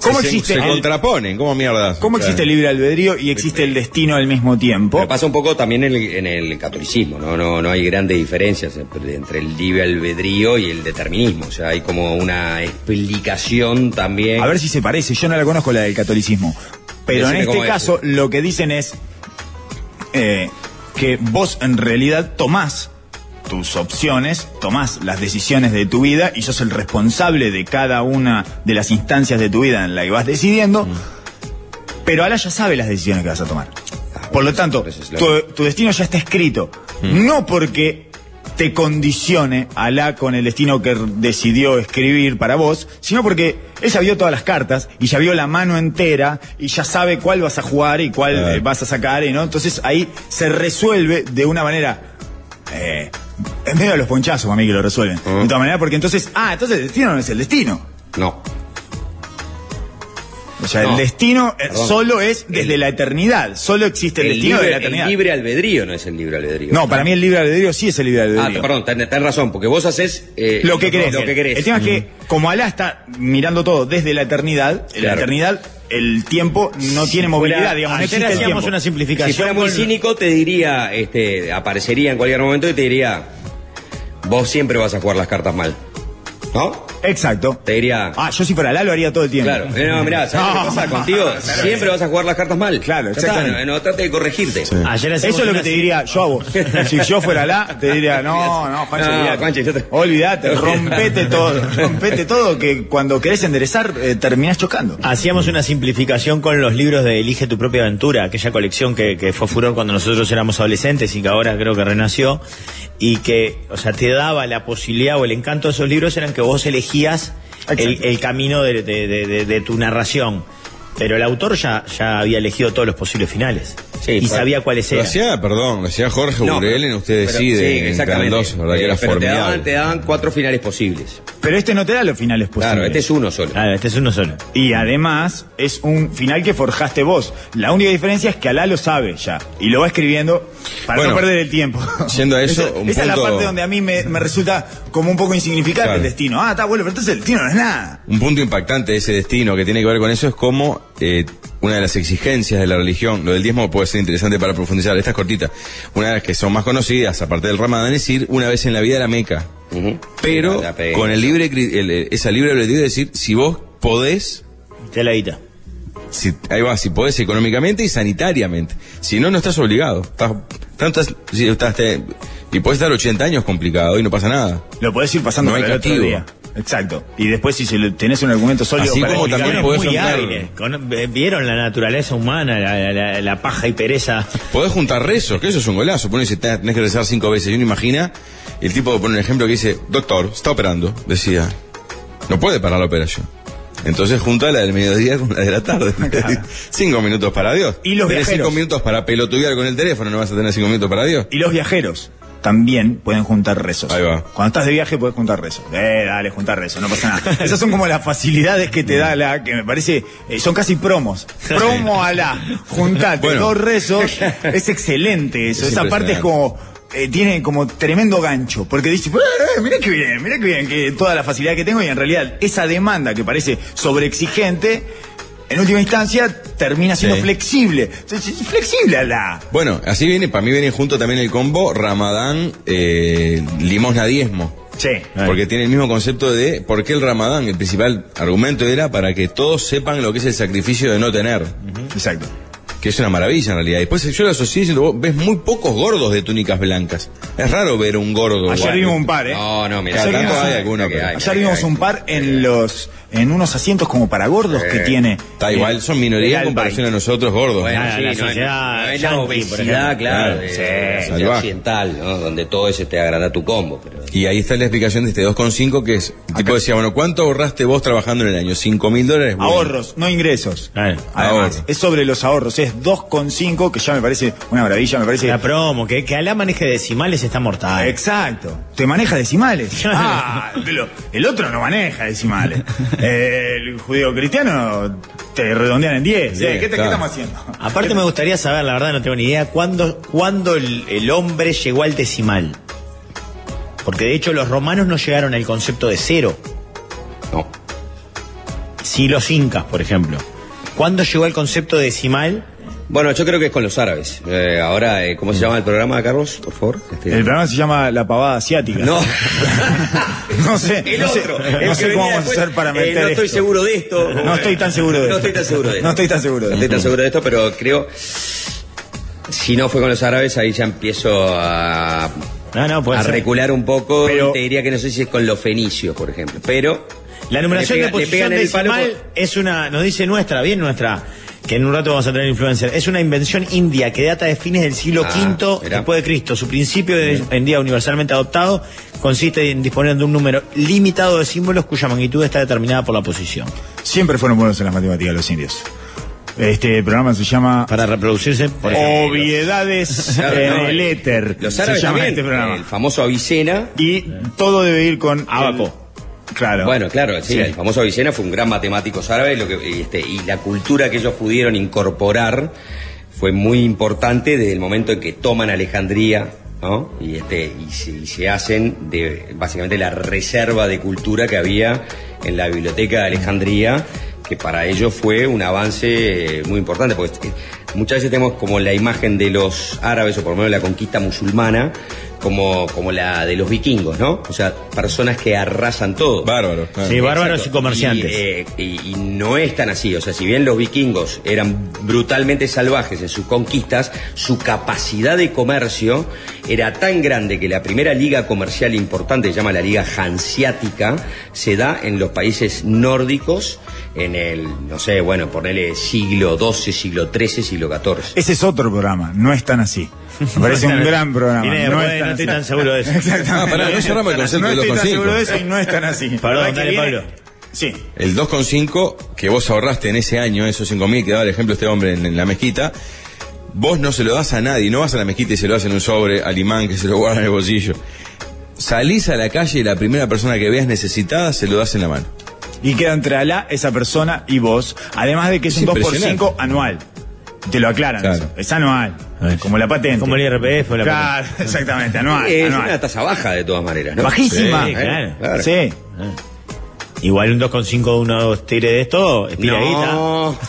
Speaker 2: ¿Cómo
Speaker 6: Se-
Speaker 2: existe
Speaker 6: Se,
Speaker 2: el-
Speaker 6: contraponen, ¿cómo mierda?
Speaker 2: ¿Cómo existe el libre albedrío y existe el destino al mismo tiempo?
Speaker 3: Pero pasa un poco también en el, en el catolicismo, ¿no? No, no hay grandes diferencias entre, entre el libre albedrío y el determinismo. O sea, hay como una explicación también.
Speaker 2: A ver si se parece, yo no la conozco la del catolicismo. Pero
Speaker 3: Decime
Speaker 2: en este
Speaker 3: cómo es.
Speaker 2: caso lo que dicen es eh, que vos en realidad tomás tus opciones, tomás las decisiones de tu vida y sos el
Speaker 3: Mm.
Speaker 2: responsable de cada una de las instancias de tu vida en la que vas decidiendo. Pero Alá ya sabe las decisiones que vas a tomar. Por lo tanto,
Speaker 3: Ah, Eso es lo Mm.
Speaker 2: tu, tu destino ya está escrito. No porque te condicione Alá con el destino que decidió escribir para vos, sino porque él ya vio todas las cartas y ya vio la mano entera y ya sabe cuál vas a jugar y cuál
Speaker 6: Claro.
Speaker 2: eh, vas a sacar, y ¿no? Entonces ahí se resuelve de una manera eh, en medio de los ponchazos, para mí, que lo resuelven.
Speaker 3: Mm.
Speaker 2: De todas maneras, porque entonces, ah, entonces el destino no es el destino.
Speaker 3: No.
Speaker 2: O sea,
Speaker 3: No.
Speaker 2: el destino eh,
Speaker 3: Perdón.
Speaker 2: solo es desde la eternidad. Solo existe Ah, el, destino
Speaker 3: libre,
Speaker 2: de la
Speaker 3: el
Speaker 2: eternidad.
Speaker 3: libre albedrío no es el libre albedrío.
Speaker 2: No, para mí el libre albedrío sí es el libre albedrío.
Speaker 3: Ah, te- perdón, ten, ten razón, porque vos haces eh,
Speaker 2: Lo que crees.
Speaker 3: Lo que querés.
Speaker 2: El tema es que, como Alá está mirando todo desde la eternidad, en la
Speaker 3: Claro.
Speaker 2: eternidad, el tiempo no tiene movilidad, digamos, no
Speaker 1: Ayer
Speaker 2: existe el
Speaker 1: hacíamos
Speaker 2: tiempo.
Speaker 1: una simplificación.
Speaker 3: Si fuera muy
Speaker 1: con-
Speaker 3: cínico, te diría, este, aparecería en cualquier momento y te diría, vos siempre vas a jugar las cartas mal. ¿No?
Speaker 2: Exacto.
Speaker 3: Te diría,
Speaker 2: Ah, yo si fuera Alá lo haría todo el tiempo.
Speaker 3: claro, eh, no, mirá, ¿sabes lo que
Speaker 2: [laughs]
Speaker 3: pasa contigo? Siempre vas a jugar las cartas mal.
Speaker 2: Claro,
Speaker 3: Ya está,
Speaker 2: exactamente.
Speaker 3: No, no, trate de corregirte.
Speaker 1: Ayer
Speaker 2: Eso
Speaker 1: hacíamos
Speaker 2: es lo que
Speaker 1: una
Speaker 2: te diría yo a
Speaker 3: [laughs]
Speaker 2: vos. Si yo fuera Alá, te diría, no, no, Juancho,
Speaker 3: No,
Speaker 2: olvidate.
Speaker 3: Juancho, yo te-
Speaker 2: Olvidate, rompete todo,
Speaker 3: [laughs]
Speaker 2: rompete todo, que cuando querés enderezar, eh, terminás chocando.
Speaker 1: Hacíamos una simplificación con los libros de Elige tu propia aventura, aquella colección que, que fue furor cuando nosotros éramos adolescentes y que ahora creo que renació, y que, o sea, te daba la posibilidad o el encanto de esos libros eran que vos elegías el,
Speaker 2: Exacto.
Speaker 1: el camino de, de- de- de- de tu narración. Pero el autor ya, ya había elegido todos los posibles finales
Speaker 3: Sí,
Speaker 1: y
Speaker 3: claro.
Speaker 1: sabía cuáles
Speaker 6: Lo
Speaker 1: eran.
Speaker 6: hacía, perdón, lo hacía Jorge
Speaker 3: No,
Speaker 6: Burel en Usted
Speaker 3: pero-
Speaker 6: Decide.
Speaker 3: sí,
Speaker 6: en
Speaker 3: exactamente.
Speaker 6: Canal 2, la verdad que
Speaker 3: Eh,
Speaker 6: era
Speaker 3: pero te
Speaker 6: formidable.
Speaker 3: daban, te daban cuatro finales posibles.
Speaker 2: Pero este no te da los finales posibles.
Speaker 3: Claro, este es uno solo.
Speaker 1: Claro, este es uno solo.
Speaker 2: Y además es un final que forjaste vos. La única diferencia es que Alá lo sabe ya y lo va escribiendo para
Speaker 6: Bueno,
Speaker 2: no perder el tiempo.
Speaker 6: yendo a eso,
Speaker 2: esa,
Speaker 6: un
Speaker 2: esa es la
Speaker 6: punto-
Speaker 2: parte donde a mí me, me resulta como un poco insignificante
Speaker 6: Claro.
Speaker 2: el destino. Ah, está bueno, pero entonces el destino no es nada.
Speaker 6: Un punto impactante de ese destino que tiene que ver con eso es cómo eh, una de las exigencias de la religión, lo del diezmo puede ser interesante para profundizar, esta es cortita, una de las que son más conocidas, aparte del ramadán, es ir una vez en la vida a la Meca. Pero
Speaker 3: Sí, la Meca.
Speaker 6: con el libre, cri- el- eh, esa libre albedrío de decir, si vos podés,
Speaker 1: Te la guita.
Speaker 6: si, ahí va, si podés económicamente y sanitariamente. Si no, no estás obligado. Estás, tantas, si estás te- y podés estar 80 años complicado y no pasa nada.
Speaker 2: Lo podés ir pasando
Speaker 6: No hay
Speaker 2: para el otro
Speaker 6: castigo.
Speaker 2: día. Exacto. Y después si se lo- tenés un argumento sólido
Speaker 6: Así
Speaker 2: para
Speaker 6: como
Speaker 2: explicarlo,
Speaker 6: también
Speaker 1: Eran
Speaker 6: podés
Speaker 1: muy
Speaker 6: juntar-
Speaker 1: hábiles, con- eh, vieron la naturaleza humana, la- la- la paja y pereza
Speaker 6: Podés juntar rezos, que eso es un golazo. Pone dice, "Te- tenés que rezar cinco veces. Y uno imagina, el tipo pone un ejemplo que dice, doctor, está operando. Decía, no puede parar la operación. Entonces junta la del mediodía con la de la
Speaker 1: [laughs]
Speaker 6: tarde. cinco minutos para Dios.
Speaker 2: Y los
Speaker 6: Tenés
Speaker 2: viajeros.
Speaker 6: cinco minutos para pelotudear con el teléfono, no vas a tener cinco minutos para Dios.
Speaker 2: Y los viajeros también pueden juntar rezos.
Speaker 6: Ahí va.
Speaker 2: Cuando estás de viaje puedes juntar rezos. Eh, dale, juntar rezos, no
Speaker 6: [laughs]
Speaker 2: pasa nada. Esas son como las facilidades que te
Speaker 6: Mm.
Speaker 2: da la, que me parece, eh, son casi promos. Promo a la, juntate
Speaker 6: Bueno. [laughs]
Speaker 2: dos rezos. Es excelente eso.
Speaker 6: Es
Speaker 2: Esa parte es
Speaker 6: impresionante.
Speaker 2: como, eh, tiene como tremendo gancho, porque dice, "Eh, eh, mirá que bien, mirá que bien, que toda la facilidad que tengo y en realidad esa demanda que parece sobreexigente, en última instancia termina siendo
Speaker 6: Sí.
Speaker 2: flexible. Entonces, es flexible a la...
Speaker 6: Bueno, así viene, para mí viene junto también el combo Ramadán, eh, limosna diezmo.
Speaker 2: Che.
Speaker 6: Porque tiene el mismo concepto de por qué el Ramadán. El principal argumento era para que todos sepan lo que es el sacrificio de no tener.
Speaker 2: Exacto.
Speaker 6: Que es una maravilla en realidad. Después yo lo asocié diciendo, vos ves muy pocos gordos de túnicas blancas. Es raro ver un gordo.
Speaker 2: Ayer
Speaker 6: guapo.
Speaker 2: vimos un par, ¿eh?
Speaker 3: No, no, mirá,
Speaker 2: Ayer
Speaker 6: tanto
Speaker 2: vimos,
Speaker 6: hay
Speaker 2: un-
Speaker 6: alguno,
Speaker 2: ayer
Speaker 6: pero-
Speaker 2: ayer vimos un par en los en unos asientos como para gordos que tiene.
Speaker 6: Eh,
Speaker 2: eh,
Speaker 6: Está igual, son minoría en comparación a nosotros gordos.
Speaker 3: Bueno,
Speaker 1: Nada,
Speaker 3: sí,
Speaker 1: la
Speaker 3: no,
Speaker 1: sociedad
Speaker 3: no, no es
Speaker 1: yankee,
Speaker 3: la
Speaker 1: por ejemplo.
Speaker 3: obesidad, Pues claro,
Speaker 6: Claro,
Speaker 3: de-
Speaker 6: sí,
Speaker 3: de la sociedad
Speaker 6: salvaje.
Speaker 3: occidental, ¿no? donde todo ese te agrada tu combo. Pero...
Speaker 6: Y ahí está la explicación de este 2,5 que es, el tipo decía, bueno, ¿cuánto ahorraste vos trabajando en el año? ¿5 mil dólares? Bueno,
Speaker 2: Ahorros, no ingresos.
Speaker 1: Claro.
Speaker 2: Además,
Speaker 6: Ahorro.
Speaker 2: es sobre los ahorros, es 2,5, que ya me parece una maravilla, me parece...
Speaker 1: La promo, que, que Alá maneje decimales está
Speaker 2: Ah,
Speaker 1: mortal.
Speaker 2: Exacto. Te maneja
Speaker 1: [laughs]
Speaker 2: decimales. Ah, lo- el otro no maneja decimales. Eh, el judío cristiano te redondean en 10. Eh, ¿qué, te-
Speaker 6: claro.
Speaker 2: ¿Qué estamos haciendo?
Speaker 1: Aparte me gustaría saber, la verdad no tengo ni idea, cuándo, cuándo el, el hombre llegó al decimal. Porque de hecho los romanos no llegaron al concepto de cero.
Speaker 3: No.
Speaker 1: Sí los incas, por ejemplo. ¿Cuándo llegó el concepto de decimal? Mm.
Speaker 3: Bueno, yo creo que es con los árabes. Eh, ahora, eh, ¿cómo se llama el programa, Carlos? Por favor. Este-
Speaker 2: El programa se llama La Pavada Asiática.
Speaker 3: No.
Speaker 2: [laughs] No sé,
Speaker 3: El
Speaker 2: no sé,
Speaker 3: otro.
Speaker 2: no
Speaker 3: el que
Speaker 2: sé
Speaker 3: venía
Speaker 2: cómo vamos
Speaker 3: después.
Speaker 2: a hacer para
Speaker 3: Eh,
Speaker 2: meter
Speaker 3: no estoy
Speaker 2: esto.
Speaker 3: seguro de esto.
Speaker 2: No estoy tan seguro de esto.
Speaker 3: No estoy tan seguro de esto.
Speaker 2: No estoy tan seguro de
Speaker 3: No
Speaker 2: esto.
Speaker 3: estoy tan seguro de esto, pero creo... Si no fue con los árabes, ahí ya empiezo a,
Speaker 1: No, no, puede
Speaker 3: a
Speaker 1: ser.
Speaker 3: recular un poco.
Speaker 1: Pero-
Speaker 3: y te diría que no sé si es con los fenicios, por ejemplo. Pero...
Speaker 1: La numeración
Speaker 3: le pega-
Speaker 1: de
Speaker 3: le
Speaker 1: posición
Speaker 3: pegan en el palo
Speaker 1: decimal es una, nos dice nuestra, bien nuestra, que en un rato vamos a tener influencer. Es una invención india que data de fines del siglo
Speaker 3: Ah,
Speaker 1: V
Speaker 3: mirá.
Speaker 1: después de Cristo. Su principio de- en día universalmente adoptado consiste en disponer de un número limitado de símbolos cuya magnitud está determinada por la posición.
Speaker 2: Siempre fueron buenos en las matemáticas los indios. Este programa se llama Eh,
Speaker 1: Para reproducirse, por ejemplo.
Speaker 2: Obviedades
Speaker 3: Claro,
Speaker 2: en
Speaker 3: no,
Speaker 2: el éter.
Speaker 3: Los
Speaker 2: se
Speaker 3: árabes
Speaker 2: llama
Speaker 3: también,
Speaker 2: este programa.
Speaker 3: el famoso Avicena.
Speaker 2: Y todo debe ir con
Speaker 1: Abaco.
Speaker 2: el- Claro.
Speaker 3: Bueno, claro, sí,
Speaker 2: Sí.
Speaker 3: el famoso Avicena fue un gran matemático árabe lo que- y, este, y la cultura que ellos pudieron incorporar fue muy importante desde el momento en que toman Alejandría ¿no? y, este, y, se, y se hacen de básicamente la reserva de cultura que había en la biblioteca de Alejandría, que para ellos fue un avance eh, muy importante, porque eh, muchas veces tenemos como la imagen de los árabes, o por lo menos la conquista musulmana, como, como la de los vikingos, ¿no? O sea, personas que arrasan todo.
Speaker 6: Bárbaro. claro.
Speaker 1: Sí, bárbaros y
Speaker 3: Exacto.
Speaker 1: comerciantes.
Speaker 3: Y, eh, y- y no es tan así. O sea, si bien los vikingos eran brutalmente salvajes en sus conquistas, su capacidad de comercio era tan grande que la primera liga comercial importante, que se llama la Liga Hanseática, se da en los países nórdicos en el, no sé, bueno, ponerle siglo XII, siglo XIII, siglo XIV.
Speaker 2: Ese es otro programa, no es tan así. Me parece un gran programa.
Speaker 1: Tiene-
Speaker 2: no,
Speaker 1: bueno,
Speaker 2: es tan
Speaker 1: no estoy
Speaker 2: así.
Speaker 1: tan seguro de
Speaker 2: [laughs]
Speaker 1: eso.
Speaker 2: Exactamente.
Speaker 6: Ah, pará, no cerramos el concepto
Speaker 2: No
Speaker 6: de
Speaker 2: estoy
Speaker 6: los
Speaker 2: tan seguro de
Speaker 6: consejos.
Speaker 2: eso y no es tan así.
Speaker 1: Perdón,
Speaker 2: La que
Speaker 1: dale,
Speaker 2: viene-
Speaker 1: Pablo.
Speaker 2: Sí.
Speaker 6: El 2,5 que vos ahorraste en ese año, esos 5.000 que daba el ejemplo este hombre en, en la mezquita, vos no se lo das a nadie, no vas a la mezquita y se lo das en un sobre al imán que se lo guarda en el bolsillo. Salís a la calle y la primera persona que veas necesitada se lo das en la mano.
Speaker 2: Y queda entre Alá, esa persona y vos. Además de que es,
Speaker 6: Es
Speaker 2: un 2x5
Speaker 6: impresionante.
Speaker 2: anual. Te lo aclaran.
Speaker 6: Claro.
Speaker 2: eso. Es anual.
Speaker 1: Ah, es.
Speaker 2: Como la patente.
Speaker 1: Como el IRPF o la
Speaker 2: Claro, [laughs] exactamente, anual.
Speaker 3: es
Speaker 2: anual.
Speaker 3: una tasa baja de todas maneras, ¿no?
Speaker 2: Bajísima.
Speaker 1: Sí, claro.
Speaker 3: Claro.
Speaker 2: Sí.
Speaker 1: Igual un 2,5 uno tire de esto, es piraguita.
Speaker 3: No.
Speaker 2: [laughs]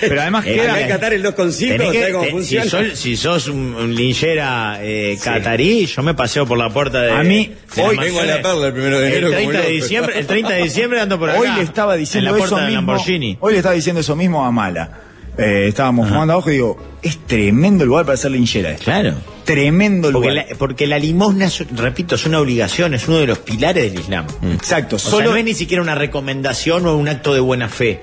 Speaker 2: Pero además
Speaker 1: Eh,
Speaker 2: queda.
Speaker 1: hay
Speaker 3: Hay que atar el 2,5,
Speaker 1: Tenés que-
Speaker 3: ¿sabés cómo
Speaker 1: te- si,
Speaker 3: funciona?
Speaker 1: sos, si sos un, un linchera eh, catarí, yo me paseo por la puerta de.
Speaker 2: A mí,
Speaker 1: de
Speaker 2: hoy-
Speaker 1: las
Speaker 6: Vengo a la
Speaker 1: mansiones.
Speaker 6: perla el primero de enero.
Speaker 1: El
Speaker 6: como
Speaker 1: 30 de
Speaker 6: loco.
Speaker 1: diciembre, el 30 de diciembre ando por acá.
Speaker 2: Hoy le estaba diciendo
Speaker 1: en la
Speaker 2: eso
Speaker 1: puerta del
Speaker 2: mismo.
Speaker 1: Lamborghini.
Speaker 2: Hoy le estaba diciendo eso mismo a Mala. Eh, estábamos fumando abajo y digo, es tremendo lugar para hacer linchera. este.
Speaker 1: Claro.
Speaker 2: Tremendo
Speaker 1: Porque
Speaker 2: lugar.
Speaker 1: la, porque la limosna, es- repito, es una obligación, es uno de los pilares del Islam.
Speaker 2: Exacto.
Speaker 1: O sea,
Speaker 2: Solo,
Speaker 1: no es ni siquiera una recomendación o un acto de buena fe.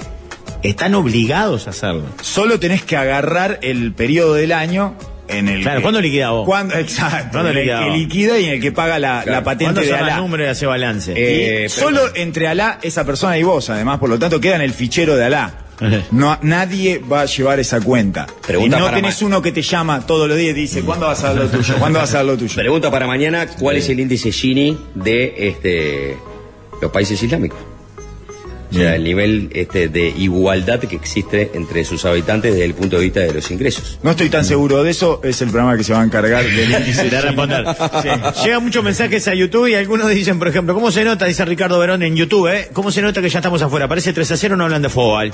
Speaker 1: Están obligados a hacerlo.
Speaker 2: solo tenés que agarrar el periodo del año en el.
Speaker 1: Claro,
Speaker 2: que-
Speaker 1: ¿cuándo liquidás vos?
Speaker 2: ¿Cuándo? Exacto.
Speaker 1: ¿Cuándo
Speaker 2: en el
Speaker 1: liquidás
Speaker 2: que
Speaker 1: vos?
Speaker 2: liquida y en el que paga la,
Speaker 3: Claro.
Speaker 2: la patente
Speaker 1: ¿Cuándo
Speaker 2: de
Speaker 1: se llama
Speaker 2: Alá.
Speaker 1: el número y hace balance?
Speaker 2: Y
Speaker 3: Eh, pero-
Speaker 2: solo entre Alá, esa persona y vos, además, por lo tanto, queda en el fichero de Alá.
Speaker 1: Eh.
Speaker 2: No, nadie va a llevar esa cuenta.
Speaker 3: Pregunta
Speaker 2: y no
Speaker 3: para
Speaker 2: tenés
Speaker 3: Ma-
Speaker 2: uno que te llama todos los días y te dice, ¿cuándo vas a dar lo tuyo? ¿Cuándo vas a dar lo tuyo?
Speaker 3: Pregunta para mañana, ¿cuál es el índice Gini de este los países islámicos? O sea, el nivel este, de igualdad que existe entre sus habitantes desde el punto de vista de los ingresos.
Speaker 2: No estoy tan seguro de eso, es el programa que se va a encargar
Speaker 1: [laughs]
Speaker 2: del índice.
Speaker 1: de
Speaker 2: [laughs]
Speaker 1: responder.
Speaker 3: [laughs]
Speaker 1: Llegan muchos mensajes a YouTube y algunos dicen, por ejemplo, ¿cómo se nota? Dice Ricardo Verón en YouTube, ¿eh? ¿Cómo se nota que ya estamos afuera? Parece 3 a 0, no hablan de fútbol.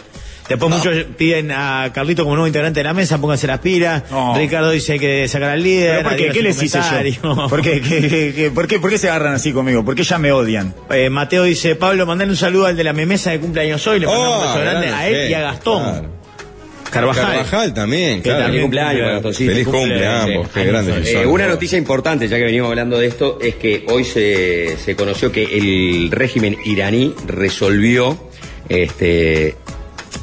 Speaker 1: Después muchos piden a Carlito como nuevo integrante de la mesa, pónganse las pilas.
Speaker 2: No.
Speaker 1: Ricardo dice hay que sacar al líder.
Speaker 2: ¿Pero por qué?
Speaker 1: arriba
Speaker 2: ¿Qué
Speaker 1: su
Speaker 2: les hice yo?
Speaker 1: comentario.
Speaker 2: [laughs] ¿Por qué? ¿Qué- qué- qué- por, qué, ¿Por qué se agarran así conmigo? ¿Por qué ya me odian?
Speaker 1: Eh, Mateo dice, Pablo, mandale un saludo al de la memesa de cumpleaños hoy. Le mandamos
Speaker 6: Oh,
Speaker 1: un beso grande
Speaker 6: grande,
Speaker 1: a él
Speaker 6: sí,
Speaker 1: y a Gastón.
Speaker 6: claro.
Speaker 1: Carvajal.
Speaker 6: Carvajal también,
Speaker 1: Que
Speaker 6: claro.
Speaker 1: también
Speaker 3: cumpleaños, Gastoncito.
Speaker 6: Feliz cumple,
Speaker 1: Cumple,
Speaker 6: a ambos,
Speaker 1: sí.
Speaker 6: qué grandes que
Speaker 3: Eh,
Speaker 6: son.
Speaker 3: una noticia importante, ya que venimos hablando de esto, es que hoy se, se conoció que el régimen iraní resolvió este,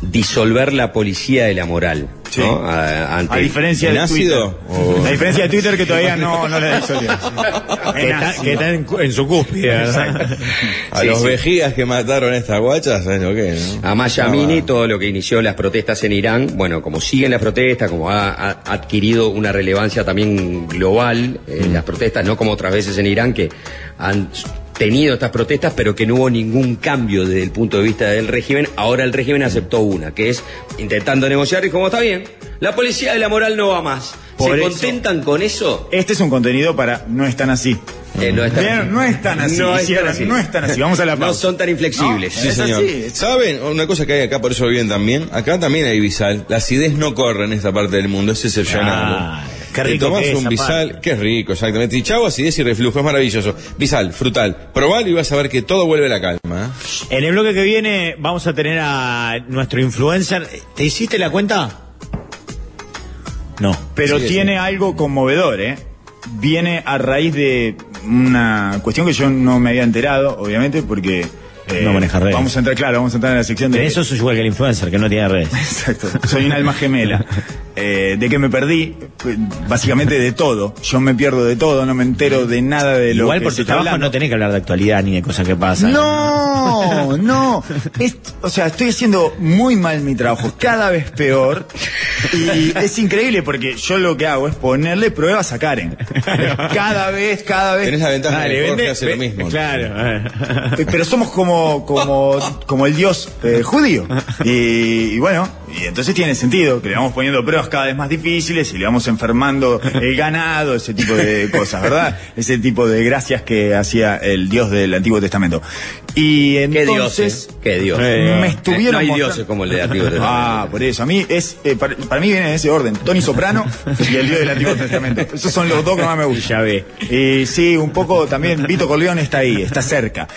Speaker 3: disolver la policía de la moral.
Speaker 2: Sí.
Speaker 3: ¿no? A- ante-
Speaker 2: A diferencia
Speaker 6: ¿En
Speaker 2: de Twitter.
Speaker 6: ácido? O-
Speaker 2: A diferencia de Twitter que todavía no, no la disolvió.
Speaker 1: Que
Speaker 2: En
Speaker 1: está,
Speaker 2: ácido.
Speaker 1: que está en, en su cúspide, ¿verdad?
Speaker 6: A
Speaker 3: Sí,
Speaker 6: los
Speaker 3: sí.
Speaker 6: vejigas que mataron a estas guachas, ¿sabes lo que es? no? Ah,
Speaker 3: a Mayamini, todo lo que inició las protestas en Irán, bueno, como siguen las protestas, como ha, ha adquirido una relevancia también global, eh,
Speaker 6: Mm.
Speaker 3: las protestas, no como otras veces en Irán, que han tenido estas protestas, pero que no hubo ningún cambio desde el punto de vista del régimen, ahora el régimen aceptó una, que es intentando negociar y como está bien, la policía de la moral no va más.
Speaker 2: Por
Speaker 3: ¿Se
Speaker 2: eso.
Speaker 3: contentan con eso?
Speaker 2: Este es un contenido para no es tan así.
Speaker 3: Eh, no es tan
Speaker 2: Bien,
Speaker 3: así.
Speaker 2: no es tan así.
Speaker 3: No es
Speaker 2: Cierra,
Speaker 3: tan así.
Speaker 2: no es tan así. Vamos a la
Speaker 3: No
Speaker 2: pausa.
Speaker 3: son tan inflexibles.
Speaker 6: Sí,
Speaker 2: Es
Speaker 6: señor.
Speaker 2: así, es-
Speaker 6: ¿Saben? Una cosa que hay acá, por eso viven también. Acá también hay bisal. Las ideas no corren en esta parte del mundo, es excepcional.
Speaker 1: Ah, qué rico
Speaker 6: Te tomás
Speaker 1: que es
Speaker 6: un
Speaker 1: esa
Speaker 6: bisal,
Speaker 1: parte.
Speaker 6: que es rico, exactamente. Y chavo, acidez y reflujo, es maravilloso. Bisal, frutal. Probalo y vas a ver que todo vuelve a la calma. ¿eh?
Speaker 1: En el bloque que viene vamos a tener a nuestro influencer. ¿Te hiciste la cuenta? No.
Speaker 2: Pero
Speaker 6: Sí,
Speaker 2: tiene algo conmovedor, ¿eh? Viene a raíz de una cuestión que yo no me había enterado, obviamente, porque eh,
Speaker 1: No maneja redes.
Speaker 2: Vamos a entrar, claro, vamos a entrar en la sección de.
Speaker 1: En eso es igual que el influencer, que no tiene redes.
Speaker 2: [laughs] Exacto. Soy un alma
Speaker 1: [laughs]
Speaker 2: gemela. Eh, de que me perdí, Pues, básicamente de todo. Yo me pierdo de todo, no me entero de nada de lo
Speaker 1: Igual
Speaker 2: que
Speaker 1: por
Speaker 2: se
Speaker 1: tu
Speaker 2: está
Speaker 1: trabajo
Speaker 2: hablando.
Speaker 1: no tenés que hablar de actualidad ni de cosas que pasan.
Speaker 2: No, no. Es- o sea, estoy haciendo muy mal mi trabajo, cada vez peor. Y es increíble porque yo lo que hago es ponerle pruebas a Karen. Cada vez, cada vez.
Speaker 6: Tenés la ventaja
Speaker 1: Dale,
Speaker 6: de que Jorge
Speaker 1: vende-
Speaker 6: hace lo
Speaker 1: ve-
Speaker 6: mismo.
Speaker 1: Claro.
Speaker 2: Eh, Pero somos como, como, como el dios eh, judío. Y, y bueno, y entonces tiene sentido que le vamos poniendo pruebas cada vez más difíciles y le vamos enfermando el ganado, ese tipo de cosas, ¿verdad? Ese tipo de gracias que hacía el dios del Antiguo Testamento. Y
Speaker 3: Qué
Speaker 2: entonces...
Speaker 3: dioses. Qué dioses.
Speaker 1: Eh,
Speaker 2: me
Speaker 3: Eh,
Speaker 2: estuvieron
Speaker 3: no hay
Speaker 2: mostrando-
Speaker 3: dioses como el de Antiguo
Speaker 2: [laughs] Ah,
Speaker 3: Testamento.
Speaker 2: por eso. A mí es eh, para, para mí viene en ese orden. Tony Soprano y el dios del Antiguo Testamento. Esos son los dos que más me gustan.
Speaker 1: Ya ve.
Speaker 2: Y sí, un poco también Vito Corleone está ahí, está cerca.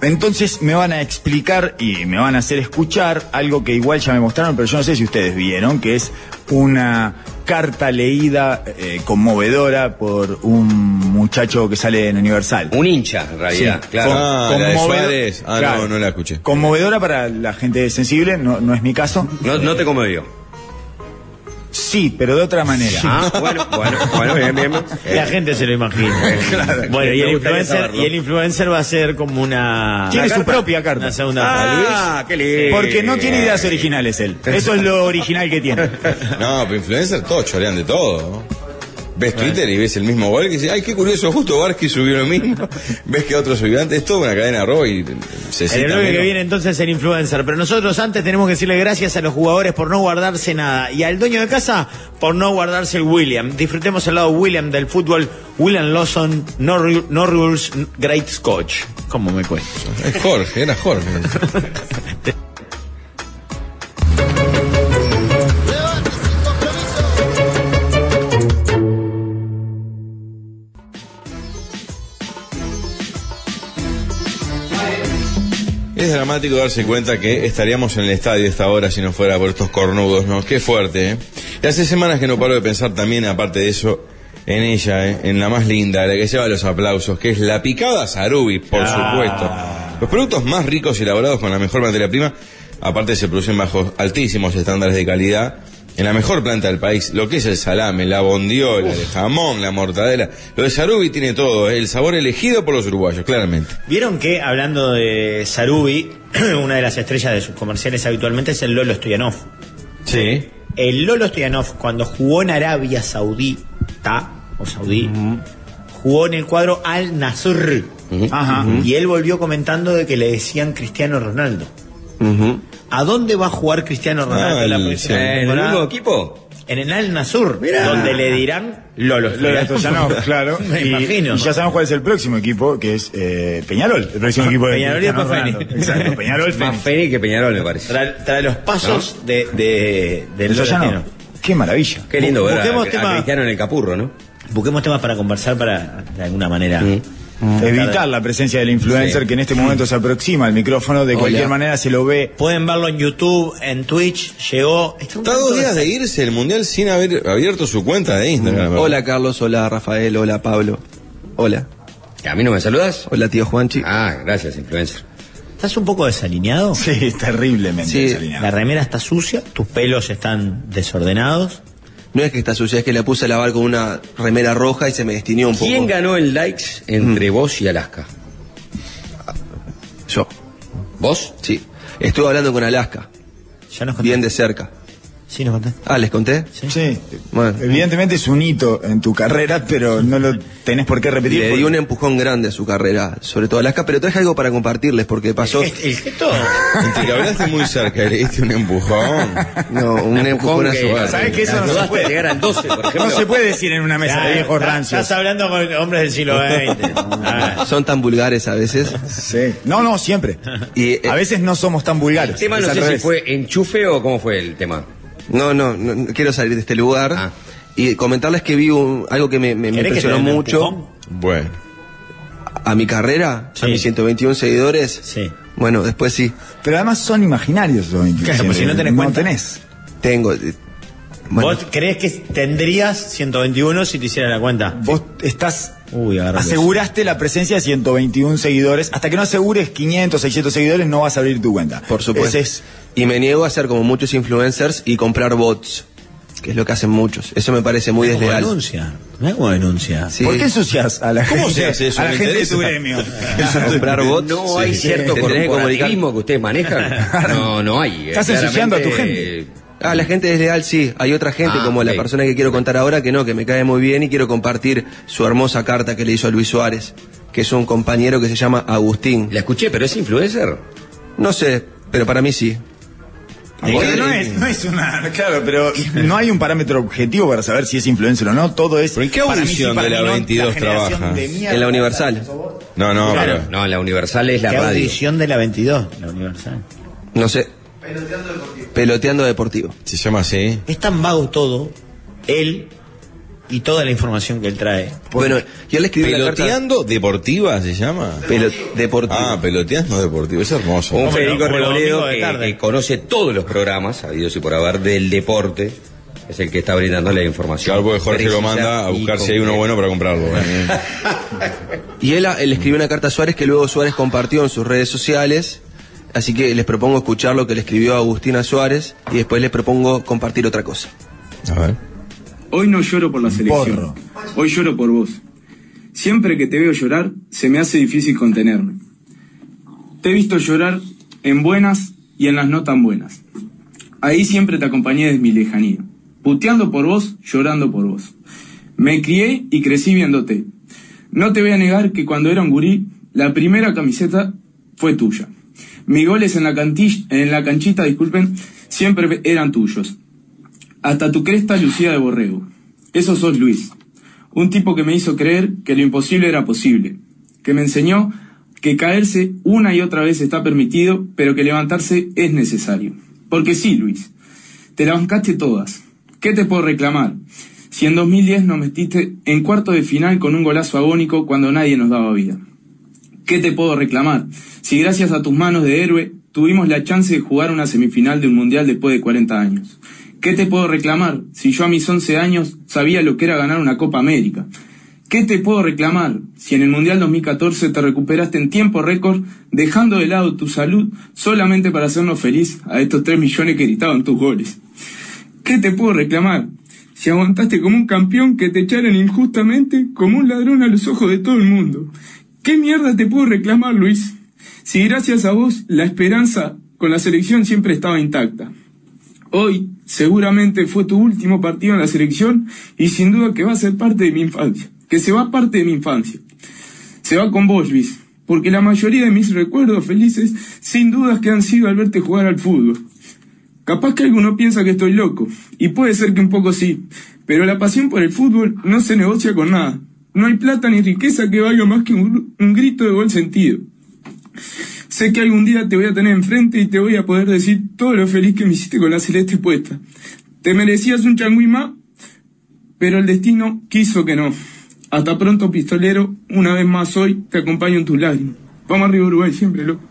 Speaker 2: Entonces me van a explicar y me van a hacer escuchar algo que igual ya me mostraron, pero yo no sé si ustedes vieron, que es una carta leída eh, conmovedora por un muchacho que sale en Universal.
Speaker 3: Un hincha, en realidad.
Speaker 2: Sí,
Speaker 3: Claro.
Speaker 2: con-
Speaker 6: Ah, la de
Speaker 2: conmovedo-
Speaker 6: Suárez. Ah,
Speaker 2: claro.
Speaker 6: no, no la escuché.
Speaker 2: Conmovedora para la gente sensible, no, no es mi caso.
Speaker 3: No, no te conmovió.
Speaker 2: Sí, pero de otra manera.
Speaker 3: Ah, bueno, bueno, bueno, bien, bien. bien. Eh,
Speaker 1: La gente se lo
Speaker 6: [laughs]
Speaker 1: imagina.
Speaker 3: Claro,
Speaker 1: bueno, y
Speaker 3: me
Speaker 1: el,
Speaker 3: gustaría
Speaker 1: influencer,
Speaker 3: saberlo.
Speaker 1: y el influencer va a ser como una.
Speaker 2: Tiene
Speaker 1: una
Speaker 2: su propia carta.
Speaker 1: Una segunda
Speaker 3: Ah, qué lindo.
Speaker 2: Porque no tiene ideas originales él. Eso es lo original que
Speaker 3: [laughs]
Speaker 2: tiene.
Speaker 6: No, pero influencer todos chorean de todo. Ves Twitter y ves el mismo gol y dices, ay, qué curioso, justo Barsky subió lo mismo. [laughs] Ves que otro subió antes, es toda una cadena de robo y se
Speaker 1: En
Speaker 6: cita
Speaker 1: el bloque que
Speaker 6: menos.
Speaker 1: viene entonces el influencer. Pero nosotros antes tenemos que decirle gracias a los jugadores por no guardarse nada. Y al dueño de casa por no guardarse el William. Disfrutemos el lado William del fútbol. William Lawson, no, ru- no rules, great coach. ¿Cómo me cuesta?
Speaker 6: Es
Speaker 1: [laughs]
Speaker 6: Jorge, era Jorge. Es dramático darse cuenta que estaríamos en el estadio a esta hora si no fuera por estos cornudos, ¿no? Qué fuerte, ¿eh? Y hace semanas que no paro de pensar también, aparte de eso, en ella, ¿eh? En la más linda, la que lleva los aplausos, que es la picada Sarubi, por supuesto. Los productos más ricos y elaborados con la mejor materia prima, aparte se producen bajo altísimos estándares de calidad, en la mejor planta del país, lo que es el salame, la bondiola, el jamón, la mortadela. Lo de Sarubi tiene todo, ¿eh? el sabor elegido por los uruguayos, claramente.
Speaker 1: Vieron que, hablando de Sarubi, [clears throat] una de las estrellas de sus comerciales habitualmente es el Lolo Stoyanov.
Speaker 6: Sí.
Speaker 1: El Lolo Stoyanov, cuando jugó en Arabia Saudita, o Saudí, jugó en el cuadro Al Nasr.
Speaker 2: Ajá.
Speaker 1: Y él volvió comentando de que le decían Cristiano Ronaldo. ¿A dónde va a jugar Cristiano Ronaldo
Speaker 6: Ah,
Speaker 1: la
Speaker 6: el-
Speaker 1: próxima
Speaker 3: ¿En el
Speaker 1: temporada?
Speaker 3: mismo equipo?
Speaker 1: En el Al Nasr, donde le dirán Lolo
Speaker 2: Lo de
Speaker 1: Stoyanov.
Speaker 3: [laughs]
Speaker 2: Stoyanov, claro.
Speaker 1: Me
Speaker 2: y,
Speaker 1: imagino.
Speaker 2: y ya sabemos cuál es el próximo equipo, que es eh, Peñarol. El próximo equipo de
Speaker 1: Peñarol y
Speaker 2: Cristiano
Speaker 1: después
Speaker 2: Ronaldo.
Speaker 1: Fénix.
Speaker 2: Exacto,
Speaker 1: [laughs]
Speaker 2: Peñarol
Speaker 3: Más
Speaker 2: Fénix.
Speaker 3: Feni que Peñarol, me parece.
Speaker 1: Tra- Tras los pasos de, de, del
Speaker 2: El
Speaker 1: Lolo
Speaker 2: Stoyanov.
Speaker 1: Stoyanov.
Speaker 2: Qué maravilla.
Speaker 3: Qué lindo ver a,
Speaker 1: Busquemos
Speaker 3: a
Speaker 1: tema-
Speaker 3: Cristiano en el capurro, ¿no?
Speaker 1: Busquemos temas para conversar para, de alguna manera.
Speaker 2: Evitar la presencia del influencer
Speaker 3: Sí.
Speaker 2: que en este momento se aproxima al micrófono, de cualquier manera se lo ve.
Speaker 1: Pueden verlo en YouTube, en Twitch, llegó. Está un
Speaker 6: Está dos
Speaker 1: tanto
Speaker 6: días de irse el mundial sin haber abierto su cuenta de Instagram. ¿verdad?
Speaker 7: Hola Carlos, hola Rafael, hola Pablo. Hola.
Speaker 3: ¿A mí no me saludas?
Speaker 7: Hola tío Juanchi.
Speaker 3: Ah, gracias, influencer.
Speaker 1: ¿Estás un poco desalineado?
Speaker 2: Sí, es terriblemente
Speaker 7: Sí.
Speaker 1: La
Speaker 2: desalineado.
Speaker 1: remera está sucia, tus pelos están desordenados.
Speaker 7: No es que está sucia, es que la puse a lavar con una remera roja y se me destinió un poco. Mm.
Speaker 3: ¿Quién ganó en likes entre vos y Alaska?
Speaker 7: Yo,
Speaker 3: ¿Vos?
Speaker 7: sí. Estuve hablando con Alaska,
Speaker 1: Ya nos contaste.
Speaker 7: bien de cerca.
Speaker 1: Sí, nos contaste.
Speaker 7: Ah, ¿les conté?
Speaker 2: Sí.
Speaker 7: Bueno.
Speaker 2: Evidentemente es un hito en tu carrera, pero no lo tenés por qué repetir.
Speaker 7: Le
Speaker 2: porque-
Speaker 7: di un empujón grande a su carrera, sobre todo a Alaska, pero traje algo para compartirles porque pasó...
Speaker 1: Este-
Speaker 7: [laughs]
Speaker 1: El gesto.
Speaker 6: Entre que hablaste muy cerca y le diste un empujón.
Speaker 7: No, un empujón a su
Speaker 3: que-
Speaker 7: carrera.
Speaker 2: ¿Sabes que eso no se
Speaker 3: Ayudaste a
Speaker 2: puede?
Speaker 3: llegar al 12, por ejemplo.
Speaker 2: No se puede decir en una mesa
Speaker 1: Ya,
Speaker 2: de viejos
Speaker 1: estás-
Speaker 2: rancios.
Speaker 1: Estás hablando con hombres del
Speaker 2: [laughs]
Speaker 1: siglo XX. Ah,
Speaker 7: Son tan vulgares a veces.
Speaker 2: Sí. No, no, siempre.
Speaker 7: Y, eh,
Speaker 2: a veces no somos tan vulgares.
Speaker 3: El tema
Speaker 2: Es
Speaker 3: no
Speaker 2: al
Speaker 3: sé si
Speaker 2: revés.
Speaker 3: fue enchufe o cómo fue el tema.
Speaker 7: No, no, no, no quiero salir de este lugar.
Speaker 3: Ah.
Speaker 7: Y comentarles que vi un- algo que me, me- me
Speaker 1: ¿querés que te
Speaker 7: impresionó
Speaker 1: den un
Speaker 7: mucho
Speaker 1: empujón?
Speaker 6: Bueno.
Speaker 7: a mi carrera,
Speaker 1: Sí.
Speaker 7: a mis 121 seguidores.
Speaker 1: Sí.
Speaker 7: Bueno, después sí,
Speaker 2: Pero además son imaginarios los 27.
Speaker 1: Claro, pues si no tenés cuenta.
Speaker 2: tenés.
Speaker 7: tengo. eh, Bueno.
Speaker 1: ¿Vos crees que tendrías 121 si te hiciera la cuenta?
Speaker 2: Vos estás.
Speaker 1: Uy, agarra el
Speaker 2: aseguraste la presencia de 121 seguidores. Hasta que no asegures 500, 600 seguidores, no vas a abrir tu cuenta.
Speaker 7: Por supuesto.
Speaker 2: Ese es.
Speaker 7: Y me niego a ser como muchos influencers y comprar bots, que es lo que hacen muchos. Eso me parece muy
Speaker 1: ¿Cómo
Speaker 7: desleal.
Speaker 1: denuncia? ¿Ves cómo denuncia?
Speaker 7: Sí.
Speaker 2: ¿Por qué ensucias a la
Speaker 6: ¿Cómo
Speaker 2: gente,
Speaker 6: se hace eso?
Speaker 2: A la
Speaker 6: Me
Speaker 2: gente de
Speaker 6: interesa.
Speaker 2: tu gremio.
Speaker 7: comprar bots?
Speaker 3: No hay
Speaker 7: Sí. Tendrás
Speaker 3: cierto
Speaker 7: que comunicar-
Speaker 3: corporativismo que ustedes manejan. No, no hay. eh,
Speaker 2: Estás ensuciando a tu
Speaker 3: claramente,
Speaker 2: gente.
Speaker 3: eh,
Speaker 7: Ah, la gente desleal, sí. Hay otra gente,
Speaker 3: Ah,
Speaker 7: como la
Speaker 3: ok.
Speaker 7: persona que quiero contar ahora, que no, que me cae muy bien y quiero compartir su hermosa carta que le hizo a Luis Suárez, que es un compañero que se llama Agustín.
Speaker 3: La escuché, pero es influencer.
Speaker 7: No sé, pero para mí sí.
Speaker 2: Porque no es, no es una. Claro, pero no hay un parámetro objetivo para saber si es influencer o no. Todo es.
Speaker 6: ¿Pero en qué
Speaker 2: para mí sí,
Speaker 6: audición
Speaker 2: para
Speaker 6: de la
Speaker 2: mí no,
Speaker 6: 22
Speaker 2: generación
Speaker 6: trabaja?
Speaker 2: de mierda.
Speaker 7: En la Universal.
Speaker 6: No, no,
Speaker 3: Claro.
Speaker 6: pero.
Speaker 3: No, la universal es la
Speaker 1: ¿Qué
Speaker 3: radio.
Speaker 1: audición de la 22? La Universal.
Speaker 7: No sé. Peloteando deportivo.
Speaker 6: Se llama así.
Speaker 1: Es tan vago todo, él y toda la información que él trae.
Speaker 7: Bueno, y él escribió una carta.
Speaker 6: ¿Peloteando deportiva se llama?
Speaker 7: Pelo- deportivo.
Speaker 6: Ah, peloteando deportivo. Es hermoso.
Speaker 3: Un
Speaker 1: Hombre,
Speaker 3: Federico
Speaker 1: como los
Speaker 3: Reboledo
Speaker 1: domingos de
Speaker 3: que,
Speaker 1: tarde.
Speaker 3: que conoce todos los programas, habidos y por haber, del deporte. Es el que está brindando la información.
Speaker 6: Claro, porque Jorge lo manda a buscar si hay uno bueno para comprarlo.
Speaker 3: [laughs]
Speaker 6: ¿eh?
Speaker 7: Y él, él escribió una carta a Suárez que luego Suárez compartió en sus redes sociales. Así que les propongo escuchar lo que le escribió Agustina Suárez y después les propongo compartir otra cosa.
Speaker 6: A ver.
Speaker 8: Hoy no lloro por la selección.
Speaker 2: Porro.
Speaker 8: Hoy lloro por vos. Siempre que te veo llorar, se me hace difícil contenerme. Te he visto llorar en buenas y en las no tan buenas. Ahí siempre te acompañé desde mi lejanía. Puteando por vos, llorando por vos. Me crié y crecí viéndote. No te voy a negar que cuando era un gurí, la primera camiseta fue tuya. Mis goles en la, canti- en la canchita, disculpen, siempre eran tuyos. Hasta tu cresta lucía de borrego. Eso sos Luis. Un tipo que me hizo creer que lo imposible era posible. Que me enseñó que caerse una y otra vez está permitido, pero que levantarse es necesario. Porque sí, Luis. Te la bancaste todas. ¿Qué te puedo reclamar? Si en 2010 nos metiste en cuarto de final con un golazo agónico cuando nadie nos daba vida. ¿Qué te puedo reclamar? Si gracias a tus manos de héroe tuvimos la chance de jugar una semifinal de un mundial después de 40 años. ¿Qué te puedo reclamar si yo a mis 11 años sabía lo que era ganar una Copa América? ¿Qué te puedo reclamar si en el Mundial 2014 te recuperaste en tiempo récord dejando de lado tu salud solamente para hacernos feliz a estos 3 millones que gritaban tus goles? ¿Qué te puedo reclamar? Si aguantaste como un campeón que te echaron injustamente como un ladrón a los ojos de todo el mundo. ¿Qué mierda te puedo reclamar, Luis? Si gracias a vos la esperanza con la selección siempre estaba intacta. Hoy seguramente fue tu último partido en la selección y sin duda que va a ser parte de mi infancia. Que se va parte de mi infancia. Se va con vos, Luis. Porque la mayoría de mis recuerdos felices sin dudas que han sido al verte jugar al fútbol. Capaz que alguno piensa que estoy loco, y puede ser que un poco sí, pero la pasión por el fútbol no se negocia con nada. No hay plata ni riqueza que valga más que un, gru- un grito de buen sentido. Sé que algún día te voy a tener enfrente y te voy a poder decir todo lo feliz que me hiciste con la celeste puesta. Te merecías un changüí más, pero el destino quiso que no. Hasta pronto, pistolero. Una vez más hoy te acompaño en tus lágrimas. Vamos arriba, Uruguay, siempre, loco.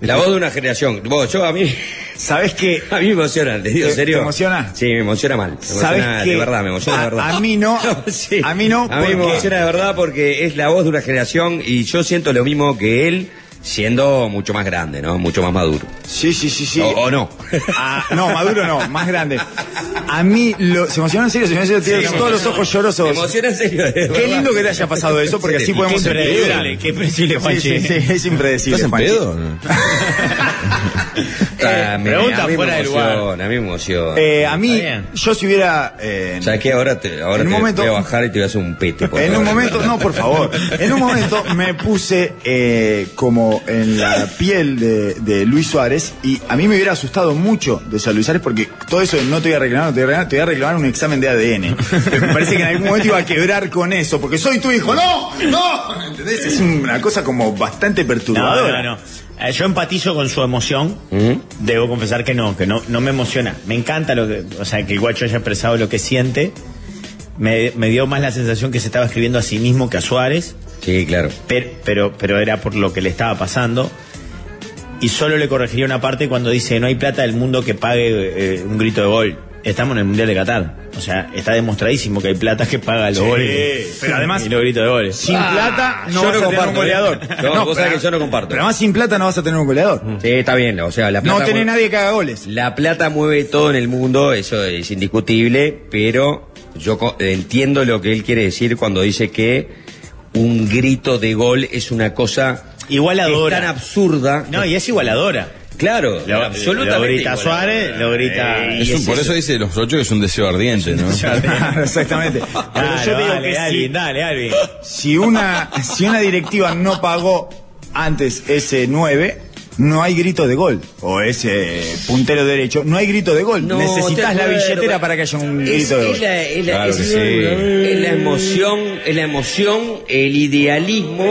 Speaker 3: La voz de una generación. Vos, yo a mí.
Speaker 2: ¿Sabes qué?
Speaker 3: [laughs] A mí me emociona, te digo,
Speaker 2: ¿Te-
Speaker 3: en serio.
Speaker 2: te emociona?
Speaker 3: Sí, me emociona mal. Me
Speaker 2: ¿Sabes
Speaker 3: emociona
Speaker 2: qué?
Speaker 3: de verdad, me emociona
Speaker 2: A-
Speaker 3: de verdad.
Speaker 2: a mí no,
Speaker 3: [laughs] sí.
Speaker 2: a mí no,
Speaker 3: A mí me
Speaker 2: porque-
Speaker 3: emociona de verdad porque es la voz de una generación y yo siento lo mismo que él siendo mucho más grande, ¿no? Mucho más maduro.
Speaker 2: Sí, sí, sí, sí.
Speaker 3: O, o no.
Speaker 2: Ah, no, Maduro no, más grande. A mí, lo, ¿se emocionó en serio? Se emocionó en serio,
Speaker 3: Sí,
Speaker 2: Tiene todos los ojos
Speaker 3: Me
Speaker 2: llorosos.
Speaker 3: emociona en serio. de
Speaker 2: Qué
Speaker 3: verdad.
Speaker 2: lindo que te haya pasado eso, porque así
Speaker 3: Sí,
Speaker 2: podemos
Speaker 1: Qué impredecible,
Speaker 2: entender.
Speaker 1: qué impredecible,
Speaker 2: Sí, sí,
Speaker 1: Juanchi.
Speaker 2: sí, es impredecible.
Speaker 6: ¿Estás en
Speaker 2: Juanchi.
Speaker 6: pedo? o
Speaker 2: [laughs]
Speaker 6: no?
Speaker 3: Ah, me-
Speaker 1: pregunta
Speaker 3: a mí me
Speaker 1: fuera de
Speaker 3: emociona,
Speaker 1: lugar.
Speaker 3: A mí me emociona.
Speaker 2: Eh, a mí,
Speaker 1: Está bien.
Speaker 2: yo si hubiera... eh,
Speaker 3: ¿Sabes qué? Ahora te, ahora
Speaker 2: En un
Speaker 3: te
Speaker 2: momento-
Speaker 3: voy a bajar y te voy a hacer un pete. por
Speaker 2: en un
Speaker 3: favor.
Speaker 2: momento, no, por favor. En un momento me puse eh, como en la piel de, de Luis Suárez y a mí me hubiera asustado mucho de ser Luis Suárez porque todo eso de no te voy a reclamar, no te voy a reclamar, te voy a reclamar un examen de ADN. Pero me parece que en algún momento iba a quebrar con eso porque soy tu hijo. ¡No! ¡No! ¿Entendés? Es una cosa como bastante
Speaker 1: No,
Speaker 2: perturbadora.
Speaker 1: no, no. Eh, Yo empatizo con su emoción.
Speaker 3: Mm.
Speaker 1: Debo confesar que no, que no, no me emociona. Me encanta lo que, o sea, que el guacho haya expresado lo que siente. Me, me dio más la sensación que se estaba escribiendo a sí mismo que a Suárez,
Speaker 3: Sí, claro.
Speaker 1: pero, pero, pero era por lo que le estaba pasando. Y solo le corregiría una parte cuando dice, no hay plata del mundo que pague eh, un grito de gol. estamos en el Mundial de Qatar. O sea, está demostradísimo que hay plata que paga los
Speaker 2: Sí,
Speaker 1: goles.
Speaker 2: pero además-
Speaker 1: [laughs] Y los gritos de goles.
Speaker 2: Sin plata no vas a
Speaker 3: Ah, yo no
Speaker 2: tener un
Speaker 3: comparto,
Speaker 2: goleador.
Speaker 3: ¿eh? No, vos sabés que yo no comparto.
Speaker 2: Pero además sin plata no vas a tener un goleador.
Speaker 3: Sí, está bien, o sea, la plata.
Speaker 2: No tenés
Speaker 3: mueve-
Speaker 2: nadie que haga goles.
Speaker 3: La plata mueve todo en el mundo, eso es indiscutible, pero yo co- entiendo lo que él quiere decir cuando dice que un grito de gol es una cosa
Speaker 1: Igualadora.
Speaker 3: tan absurda.
Speaker 1: No, y es igualadora.
Speaker 3: Claro,
Speaker 1: Lo,
Speaker 3: absolutamente.
Speaker 1: lo grita
Speaker 3: igual.
Speaker 1: Suárez, lo grita.
Speaker 3: Eh,
Speaker 6: Es
Speaker 3: y
Speaker 6: un-
Speaker 3: es
Speaker 6: por
Speaker 3: eso.
Speaker 6: eso dice los ocho que es un deseo ardiente, ¿no?
Speaker 2: [laughs]
Speaker 6: [laughs]
Speaker 2: Claro, Exactamente. Pero
Speaker 1: Claro,
Speaker 2: yo digo
Speaker 1: dale,
Speaker 2: que
Speaker 1: Alvin,
Speaker 2: si,
Speaker 1: dale, Alvin.
Speaker 2: si una, si una directiva no pagó antes ese 9, no hay grito de gol. O ese puntero derecho, no hay grito de gol.
Speaker 3: No,
Speaker 2: Necesitas
Speaker 3: te
Speaker 2: la
Speaker 3: acuerdo,
Speaker 2: billetera
Speaker 3: pero-
Speaker 2: para que haya un
Speaker 3: Es-
Speaker 2: grito de
Speaker 3: es
Speaker 2: gol.
Speaker 3: la- es la-
Speaker 6: Claro
Speaker 3: es
Speaker 6: que
Speaker 3: la-
Speaker 6: sí.
Speaker 3: es la emoción, es la emoción, el idealismo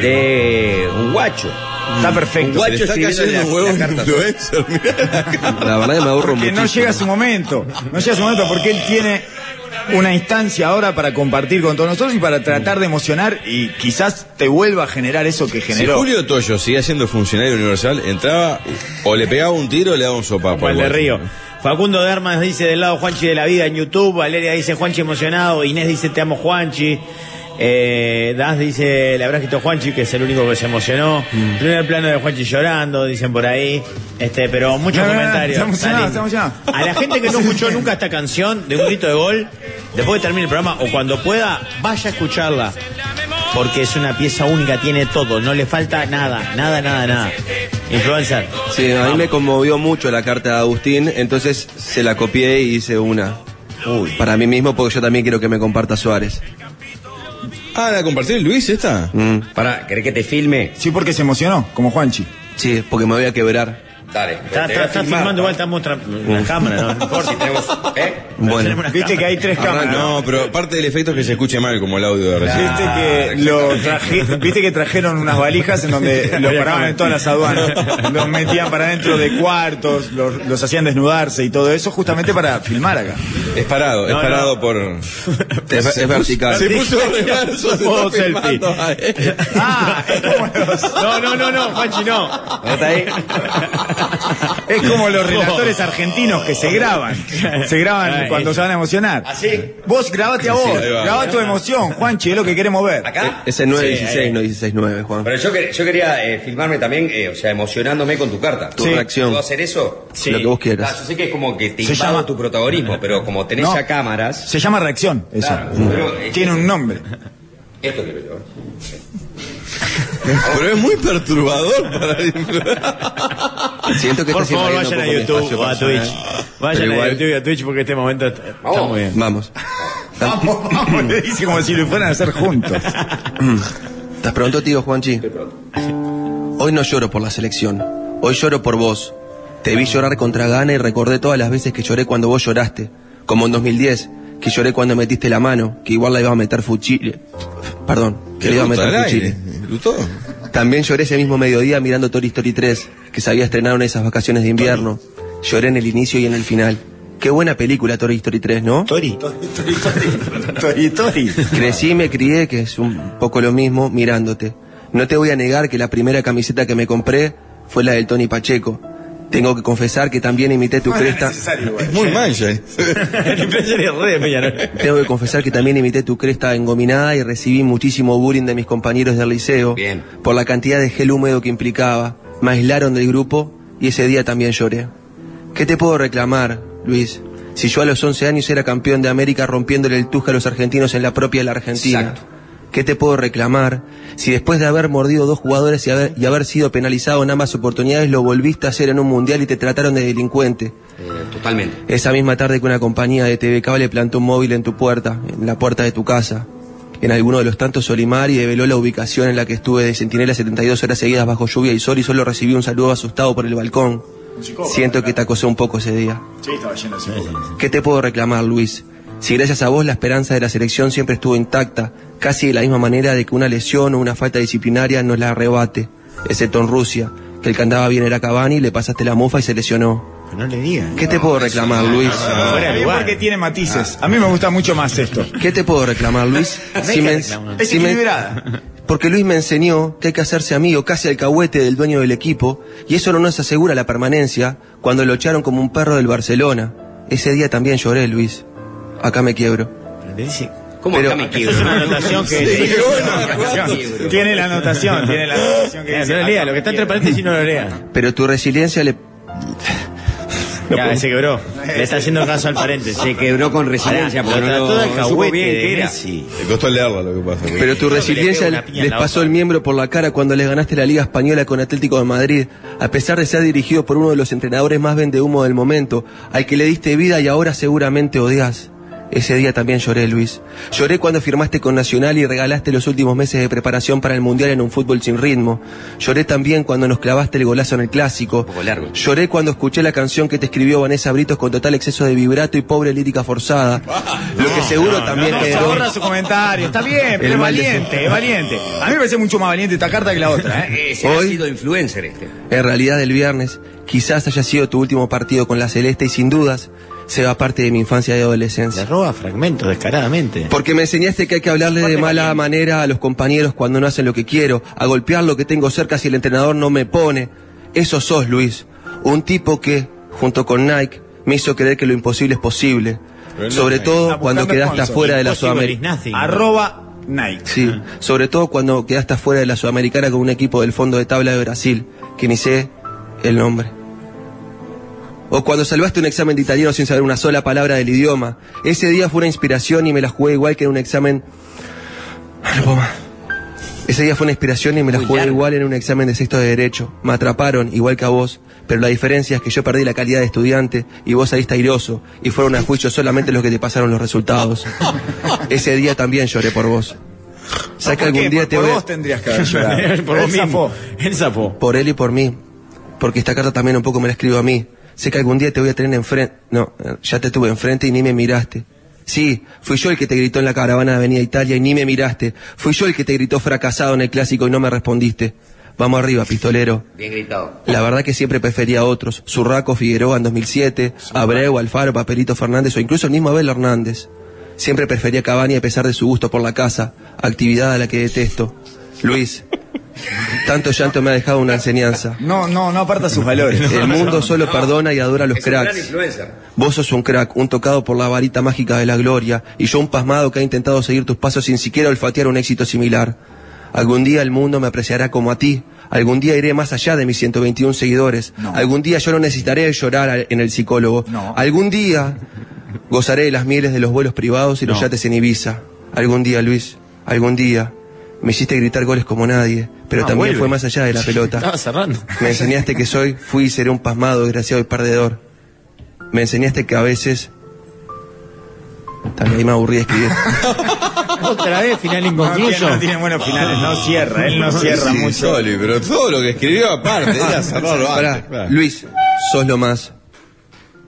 Speaker 3: de un guacho.
Speaker 2: Está perfecto.
Speaker 3: Guacho
Speaker 6: Se le está cayendo
Speaker 3: escribiendo las-
Speaker 6: un
Speaker 3: las
Speaker 6: huevo en
Speaker 3: cartas.
Speaker 2: ¿eh?
Speaker 6: lo eso, mirá.
Speaker 7: La verdad que me aburro
Speaker 2: Porque
Speaker 7: muchísimo.
Speaker 2: no llega su momento. No llega su momento porque él tiene una instancia ahora para compartir con todos nosotros y para tratar de emocionar y quizás te vuelva a generar eso que
Speaker 6: Si
Speaker 2: generó.
Speaker 6: Julio Toyo sigue siendo funcionario universal, entraba o le pegaba un tiro o le daba un sopapo.
Speaker 1: Como el
Speaker 6: al
Speaker 1: de
Speaker 6: guacho.
Speaker 1: Río. Facundo Dermas dice del lado Juanchi de la vida en YouTube. Valeria dice Juanchi emocionado. Inés dice te amo Juanchi. Eh, das dice le habrás quitado Juanchi que es el único que se emocionó.
Speaker 2: Mm.
Speaker 1: Primer plano de Juanchi llorando, dicen por ahí. Este, pero muchos
Speaker 2: No, no, no,
Speaker 1: comentarios.
Speaker 2: estamos
Speaker 1: Está
Speaker 2: emocionados,
Speaker 1: lindo.
Speaker 2: estamos emocionados.
Speaker 1: A la gente
Speaker 2: [laughs]
Speaker 1: que no escuchó nunca esta canción de un grito de gol, después de terminar el programa o cuando pueda, vaya a escucharla. Porque es una pieza única, tiene todo, no le falta nada, nada, nada, nada. Influencer.
Speaker 7: Sí, a mí me conmovió mucho la carta de Agustín, entonces se la copié y hice una.
Speaker 1: Uy.
Speaker 7: Para mí mismo, porque yo también quiero que me comparta Suárez.
Speaker 6: Ah, ¿la compartí Luis esta?
Speaker 7: Mm,
Speaker 3: Pará, ¿querés que te filme?
Speaker 2: Sí, porque se emocionó, como Juanchi.
Speaker 7: sí, porque me voy a quebrar.
Speaker 3: Dale.
Speaker 1: Está,
Speaker 3: te
Speaker 1: está,
Speaker 3: voy a
Speaker 1: está
Speaker 3: filmar.
Speaker 1: filmando igual, estamos tra- una cámara, ¿no? [laughs] No importa.
Speaker 3: Si tenemos- ¿eh?
Speaker 7: Bueno,
Speaker 1: Tenemos una
Speaker 2: Viste que
Speaker 1: cámara.
Speaker 2: hay tres
Speaker 6: Ah,
Speaker 2: cámaras.
Speaker 6: no, pero parte del efecto es que se escuche mal, como el audio de recién.
Speaker 2: Viste
Speaker 3: Ah,
Speaker 2: que, lo traje- viste que trajeron unas valijas en
Speaker 3: [laughs]
Speaker 2: donde los paraban en todas las aduanas, los metían para dentro de cuartos, los, los hacían desnudarse y todo eso justamente para filmar acá.
Speaker 6: Es parado, es
Speaker 1: No,
Speaker 6: parado
Speaker 1: no.
Speaker 6: por.
Speaker 7: es, es vertical.
Speaker 6: Se puso reverso, se
Speaker 1: Modo
Speaker 6: está filmando.
Speaker 2: Ah, es como los,
Speaker 1: [laughs] No, no, no, no, Juanchi, no.
Speaker 7: ¿Está
Speaker 1: [laughs]
Speaker 7: ahí?
Speaker 2: es como los relatores
Speaker 3: Oh.
Speaker 2: argentinos que se graban. Se graban
Speaker 1: Ay.
Speaker 2: cuando se van a emocionar.
Speaker 3: ¿Así?
Speaker 2: Vos grabate a vos,
Speaker 6: ahí va.
Speaker 2: grabá tu emoción, Juanchi, es lo que queremos ver.
Speaker 3: ¿Acá?
Speaker 7: Es el 9-16,
Speaker 3: Sí, ahí.
Speaker 7: no 16-9, Juan.
Speaker 3: Pero yo, que- yo quería eh, filmarme también, eh, o sea, emocionándome con tu carta.
Speaker 7: Tu Sí. reacción.
Speaker 3: ¿Puedo hacer eso?
Speaker 1: Sí.
Speaker 7: Lo que vos
Speaker 3: Ah, yo
Speaker 7: quieras.
Speaker 3: sé que es como que te
Speaker 2: Se
Speaker 3: invado
Speaker 2: llama-
Speaker 3: tu protagonismo, pero como tenés
Speaker 2: No.
Speaker 3: ya cámaras...
Speaker 2: Se llama reacción, eso.
Speaker 3: Claro, pero, eh,
Speaker 2: Tiene un nombre.
Speaker 3: Esto quiero yo.
Speaker 6: Pero es muy perturbador para
Speaker 7: Siento que
Speaker 1: Por
Speaker 7: estás
Speaker 1: favor,
Speaker 7: invadiendo un
Speaker 1: vayan a
Speaker 7: poco mi
Speaker 1: YouTube
Speaker 7: espacio
Speaker 1: o a
Speaker 7: personal.
Speaker 1: Twitch.
Speaker 7: Pero
Speaker 1: Vayan a
Speaker 7: igual-
Speaker 1: YouTube y a Twitch porque este momento está, está
Speaker 3: Vamos.
Speaker 1: muy bien.
Speaker 7: Vamos.
Speaker 2: Vamos, vamos, le dice como si lo fueran a hacer juntos.
Speaker 7: ¿Estás pronto, tío Juanchi? Hoy no lloro por la selección. Hoy lloro por vos. Te vi llorar contra Gana y recordé todas las veces que lloré cuando vos lloraste. Como en 2010, que lloré cuando metiste la mano, que igual la iba a meter Fuchile. Perdón, que le iba a meter Fuchile.
Speaker 6: ¿Lutó?
Speaker 7: También lloré ese mismo mediodía mirando Tori Story 3, que se había estrenado en esas vacaciones de invierno. Lloré en el inicio y en el final. Qué buena película Tori Story 3, ¿no?
Speaker 2: Tori. Tori, Tori.
Speaker 7: Crecí y me crié, que es un poco lo mismo, mirándote. No te voy a negar que la primera camiseta que me compré fue la del Tony Pacheco. Tengo que confesar que también imité tu cresta.
Speaker 6: Es muy mancha.
Speaker 1: [laughs] El influencer es re de Peñarol.
Speaker 7: Tengo que confesar que también imité tu cresta engominada y recibí muchísimo bullying de mis compañeros del liceo
Speaker 3: Bien.
Speaker 7: por la cantidad de gel húmedo que implicaba. Me aislaron del grupo y ese día también lloré. ¿Qué te puedo reclamar, Luis? Si yo a los 11 años era campeón de América rompiéndole el tuje a los argentinos en la propia de la Argentina.
Speaker 3: Exacto.
Speaker 7: ¿Qué te puedo reclamar? Si después de haber mordido dos jugadores y haber, y haber sido penalizado en ambas oportunidades lo volviste a hacer en un mundial y te trataron de delincuente.
Speaker 3: Eh, totalmente.
Speaker 7: Esa misma tarde que una compañía de TV Cable plantó un móvil en tu puerta, en la puerta de tu casa, en alguno de los tantos Solimar y develó la ubicación en la que estuve de centinela 72 horas seguidas bajo lluvia y sol y solo recibí un saludo asustado por el balcón. Siento que te acosé un poco ese día. ¿Qué te puedo reclamar, Luis? Si gracias a vos la esperanza de la selección siempre estuvo intacta, casi de la misma manera de que una lesión o una falta disciplinaria nos la arrebate, excepto en Rusia, que el que andaba bien era Cavani, le pasaste la mofa y se lesionó.
Speaker 1: No le digan.
Speaker 7: ¿Qué te puedo reclamar, Luis?
Speaker 1: Fuera de
Speaker 2: Bien
Speaker 1: lugar.
Speaker 2: porque tiene matices.
Speaker 7: Ah.
Speaker 2: A mí me gusta mucho más esto.
Speaker 7: ¿Qué te puedo reclamar, Luis? Si me-
Speaker 2: Es
Speaker 7: si me-
Speaker 2: equilibrada.
Speaker 7: porque Luis me enseñó que hay que hacerse amigo, casi alcahuete del dueño del equipo, y eso no nos asegura la permanencia cuando lo echaron como un perro del Barcelona. Ese día también lloré, Luis. Acá me quiebro.
Speaker 3: ¿Cómo
Speaker 7: Pero-
Speaker 3: acá me
Speaker 1: Eso
Speaker 3: quiebro?
Speaker 1: es una anotación que.
Speaker 3: [laughs] Sí,
Speaker 2: Tiene- Tiene la anotación, tiene la anotación que
Speaker 1: Mira,
Speaker 2: dice,
Speaker 1: Eh, no lo lea,
Speaker 2: acá
Speaker 1: lo que está entre
Speaker 2: quiero.
Speaker 1: paréntesis no lo lea.
Speaker 7: Pero tu resiliencia le...
Speaker 1: [laughs] Ya, se quebró. [laughs] Le está haciendo caso al paréntesis.
Speaker 3: Se quebró con resiliencia,
Speaker 1: Pará,
Speaker 3: porque
Speaker 1: lo
Speaker 3: no
Speaker 1: trató de
Speaker 3: lo no supo
Speaker 1: alcahuete
Speaker 3: bien
Speaker 1: de
Speaker 3: qué era.
Speaker 1: Eh, Messi.
Speaker 6: Le costó leerla lo que pasa. güey.
Speaker 7: Pero tu
Speaker 1: Creo que le
Speaker 7: resiliencia
Speaker 1: pega una piña en
Speaker 7: les
Speaker 1: la
Speaker 7: pasó
Speaker 1: boca.
Speaker 7: el miembro por la cara cuando les ganaste la Liga Española con Atlético de Madrid, a pesar de ser dirigido por uno de los entrenadores más vendehumo del momento, al que le diste vida y ahora seguramente odias. Ese día también lloré, Luis. Lloré cuando firmaste con Nacional y regalaste los últimos meses de preparación para el Mundial en un fútbol sin ritmo. Lloré también cuando nos clavaste el golazo en el Clásico.
Speaker 3: poco largo.
Speaker 7: Lloré cuando escuché la canción que te escribió Vanessa Britos con total exceso de vibrato y pobre lírica forzada. Lo que seguro también
Speaker 2: No, se
Speaker 7: generó-
Speaker 2: borra su comentario. Está bien, pero
Speaker 7: El
Speaker 2: es
Speaker 7: mal de-
Speaker 2: valiente, es valiente. A mí me parece mucho más valiente esta carta que la otra, ¿eh?
Speaker 3: Ese ha
Speaker 7: Hoy-
Speaker 3: sido influencer este.
Speaker 7: En realidad el viernes quizás haya sido tu último partido con la Celeste y sin dudas se va parte de mi infancia y
Speaker 1: Le
Speaker 7: adolescencia.
Speaker 1: roba fragmentos descaradamente.
Speaker 7: Porque me enseñaste que hay que hablarle de mala manera a los compañeros cuando no hacen lo que quiero, a golpear lo que tengo cerca si el entrenador no me pone. Eso sos, Luis. Un tipo que, junto con Nike, me hizo creer que lo imposible es posible.
Speaker 6: Pero no
Speaker 7: Sobre
Speaker 6: Nike.
Speaker 7: todo
Speaker 2: Está
Speaker 7: cuando
Speaker 2: buscando
Speaker 7: quedaste
Speaker 2: sponsor.
Speaker 7: afuera de la
Speaker 1: Impossible
Speaker 7: Sudamérica.
Speaker 1: is nothing.
Speaker 2: Arroba Nike.
Speaker 7: Sí, sobre todo cuando quedaste afuera de la Sudamericana con un equipo del fondo de tabla de Brasil, que ni sé el nombre. O cuando salvaste un examen de italiano sin saber una sola palabra del idioma. Ese día fue una inspiración y me la jugué igual que en un examen... Ah, No puedo más. Ese día fue una inspiración y me la
Speaker 3: Muy
Speaker 7: jugué
Speaker 3: largo.
Speaker 7: igual en un examen de sexto de derecho. Me atraparon, igual que a vos, pero la diferencia es que yo perdí la calidad de estudiante y vos saliste airoso y fueron a juicio solamente los que te pasaron los
Speaker 2: [laughs]
Speaker 7: resultados. Ese día también lloré por vos. Sé que
Speaker 2: ¿Por qué?
Speaker 7: algún día
Speaker 2: Por-
Speaker 7: te
Speaker 2: por
Speaker 7: voy a-
Speaker 2: vos tendrías
Speaker 7: [laughs]
Speaker 2: que haber llorado.
Speaker 1: Por vos
Speaker 2: Él zafó.
Speaker 1: mismo. Él zafó.
Speaker 7: por él y por mí, porque esta carta también un poco me la escribo a mí. Sé que algún día te voy a tener enfrente. No, eh, ya te tuve enfrente y ni me miraste. Sí, fui yo el que te gritó en la caravana de Avenida Italia y ni me miraste. Fui yo el que te gritó fracasado en el clásico y no me respondiste. Vamos arriba, pistolero.
Speaker 3: Bien gritado.
Speaker 7: La verdad que siempre prefería a otros. Zurraco, Figueroa en 2007, Abreu, Alfaro, Paperito Fernández o incluso el mismo Abel Hernández. Siempre prefería a Cavani a pesar de su gusto por la casa, actividad a la que detesto.
Speaker 3: [laughs]
Speaker 7: Luis, tanto llanto me ha dejado una enseñanza.
Speaker 2: No, no, no aparta sus valores.
Speaker 7: El mundo solo perdona y adora a los
Speaker 3: Es un gran
Speaker 7: cracks.
Speaker 3: influencer.
Speaker 7: Vos sos un crack, un tocado por la varita mágica de la gloria, y yo un pasmado que ha intentado seguir tus pasos sin siquiera olfatear un éxito similar. Algún día el mundo me apreciará como a ti. Algún día iré más allá de mis 121 seguidores. Algún día yo no necesitaré llorar al- en el psicólogo.
Speaker 2: No.
Speaker 7: Algún día gozaré de las mieles de los vuelos privados y los yates en Ibiza. Algún día, Luis, algún día. Me hiciste gritar goles como nadie, pero
Speaker 1: Ah,
Speaker 7: también
Speaker 1: vuelve.
Speaker 7: fue más allá
Speaker 8: [laughs]
Speaker 1: [laughs]
Speaker 7: de la pelota.
Speaker 8: Ah,
Speaker 1: Estaba cerrando.
Speaker 7: Me enseñaste que soy, fui y seré un pasmado, desgraciado y perdedor. Me enseñaste que a veces. También ahí me aburrí de
Speaker 6: [laughs]
Speaker 7: escribir.
Speaker 1: Otra vez, final
Speaker 2: No, Ah, tiene-
Speaker 1: inconcluso.
Speaker 2: no tiene buenos finales, no cierra, él no cierra
Speaker 6: Sí,
Speaker 2: mucho.
Speaker 6: Soli, pero todo lo que escribió aparte era cerrarlo antes.
Speaker 7: Ah, Pará, Luis, sos lo más.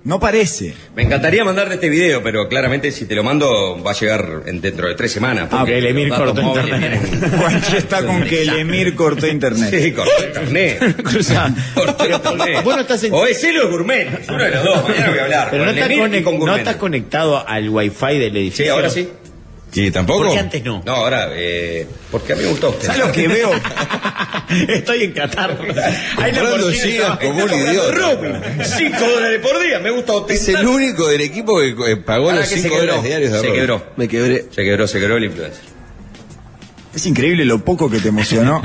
Speaker 2: No parece.
Speaker 3: Me encantaría mandarte este video, pero claramente si te lo mando va a llegar en- dentro de tres semanas.
Speaker 1: Ah, porque el Emir
Speaker 3: los datos
Speaker 1: cortó
Speaker 3: móviles
Speaker 1: internet.
Speaker 3: tienen-
Speaker 2: Juancho está con que el Emir cortó internet.
Speaker 3: Sí, cortó internet.
Speaker 2: [laughs]
Speaker 1: Cruzá.
Speaker 3: Cortó internet.
Speaker 1: Vos no estás en-
Speaker 3: O es él o es gourmet. Es uno de los dos. Mañana voy a hablar.
Speaker 1: Pero no
Speaker 3: con el
Speaker 1: estás,
Speaker 3: Emir y
Speaker 1: conec-
Speaker 3: con
Speaker 1: no
Speaker 3: gourmet.
Speaker 1: estás conectado al wifi del edificio.
Speaker 3: Sí, ahora sí.
Speaker 6: Sí, tampoco.
Speaker 1: ¿Por qué antes no?
Speaker 3: No, ahora, eh, porque a mí me gustó.
Speaker 2: ¿Sabes lo que veo?
Speaker 1: [laughs] Estoy en Qatar. Ahí la
Speaker 6: Comprando
Speaker 1: porcina
Speaker 6: gigas
Speaker 1: estaba-
Speaker 6: como un idiota.
Speaker 3: 5 dólares por día. Me gusta
Speaker 6: Es el único del equipo que eh, pagó
Speaker 3: Ahora
Speaker 6: los
Speaker 3: que se
Speaker 6: 5
Speaker 3: quebró.
Speaker 6: dólares diarios de
Speaker 3: Se
Speaker 6: arroz.
Speaker 3: quebró.
Speaker 7: Me quebré.
Speaker 3: Se quebró, se quebró el influencer.
Speaker 2: Es increíble lo poco que te emocionó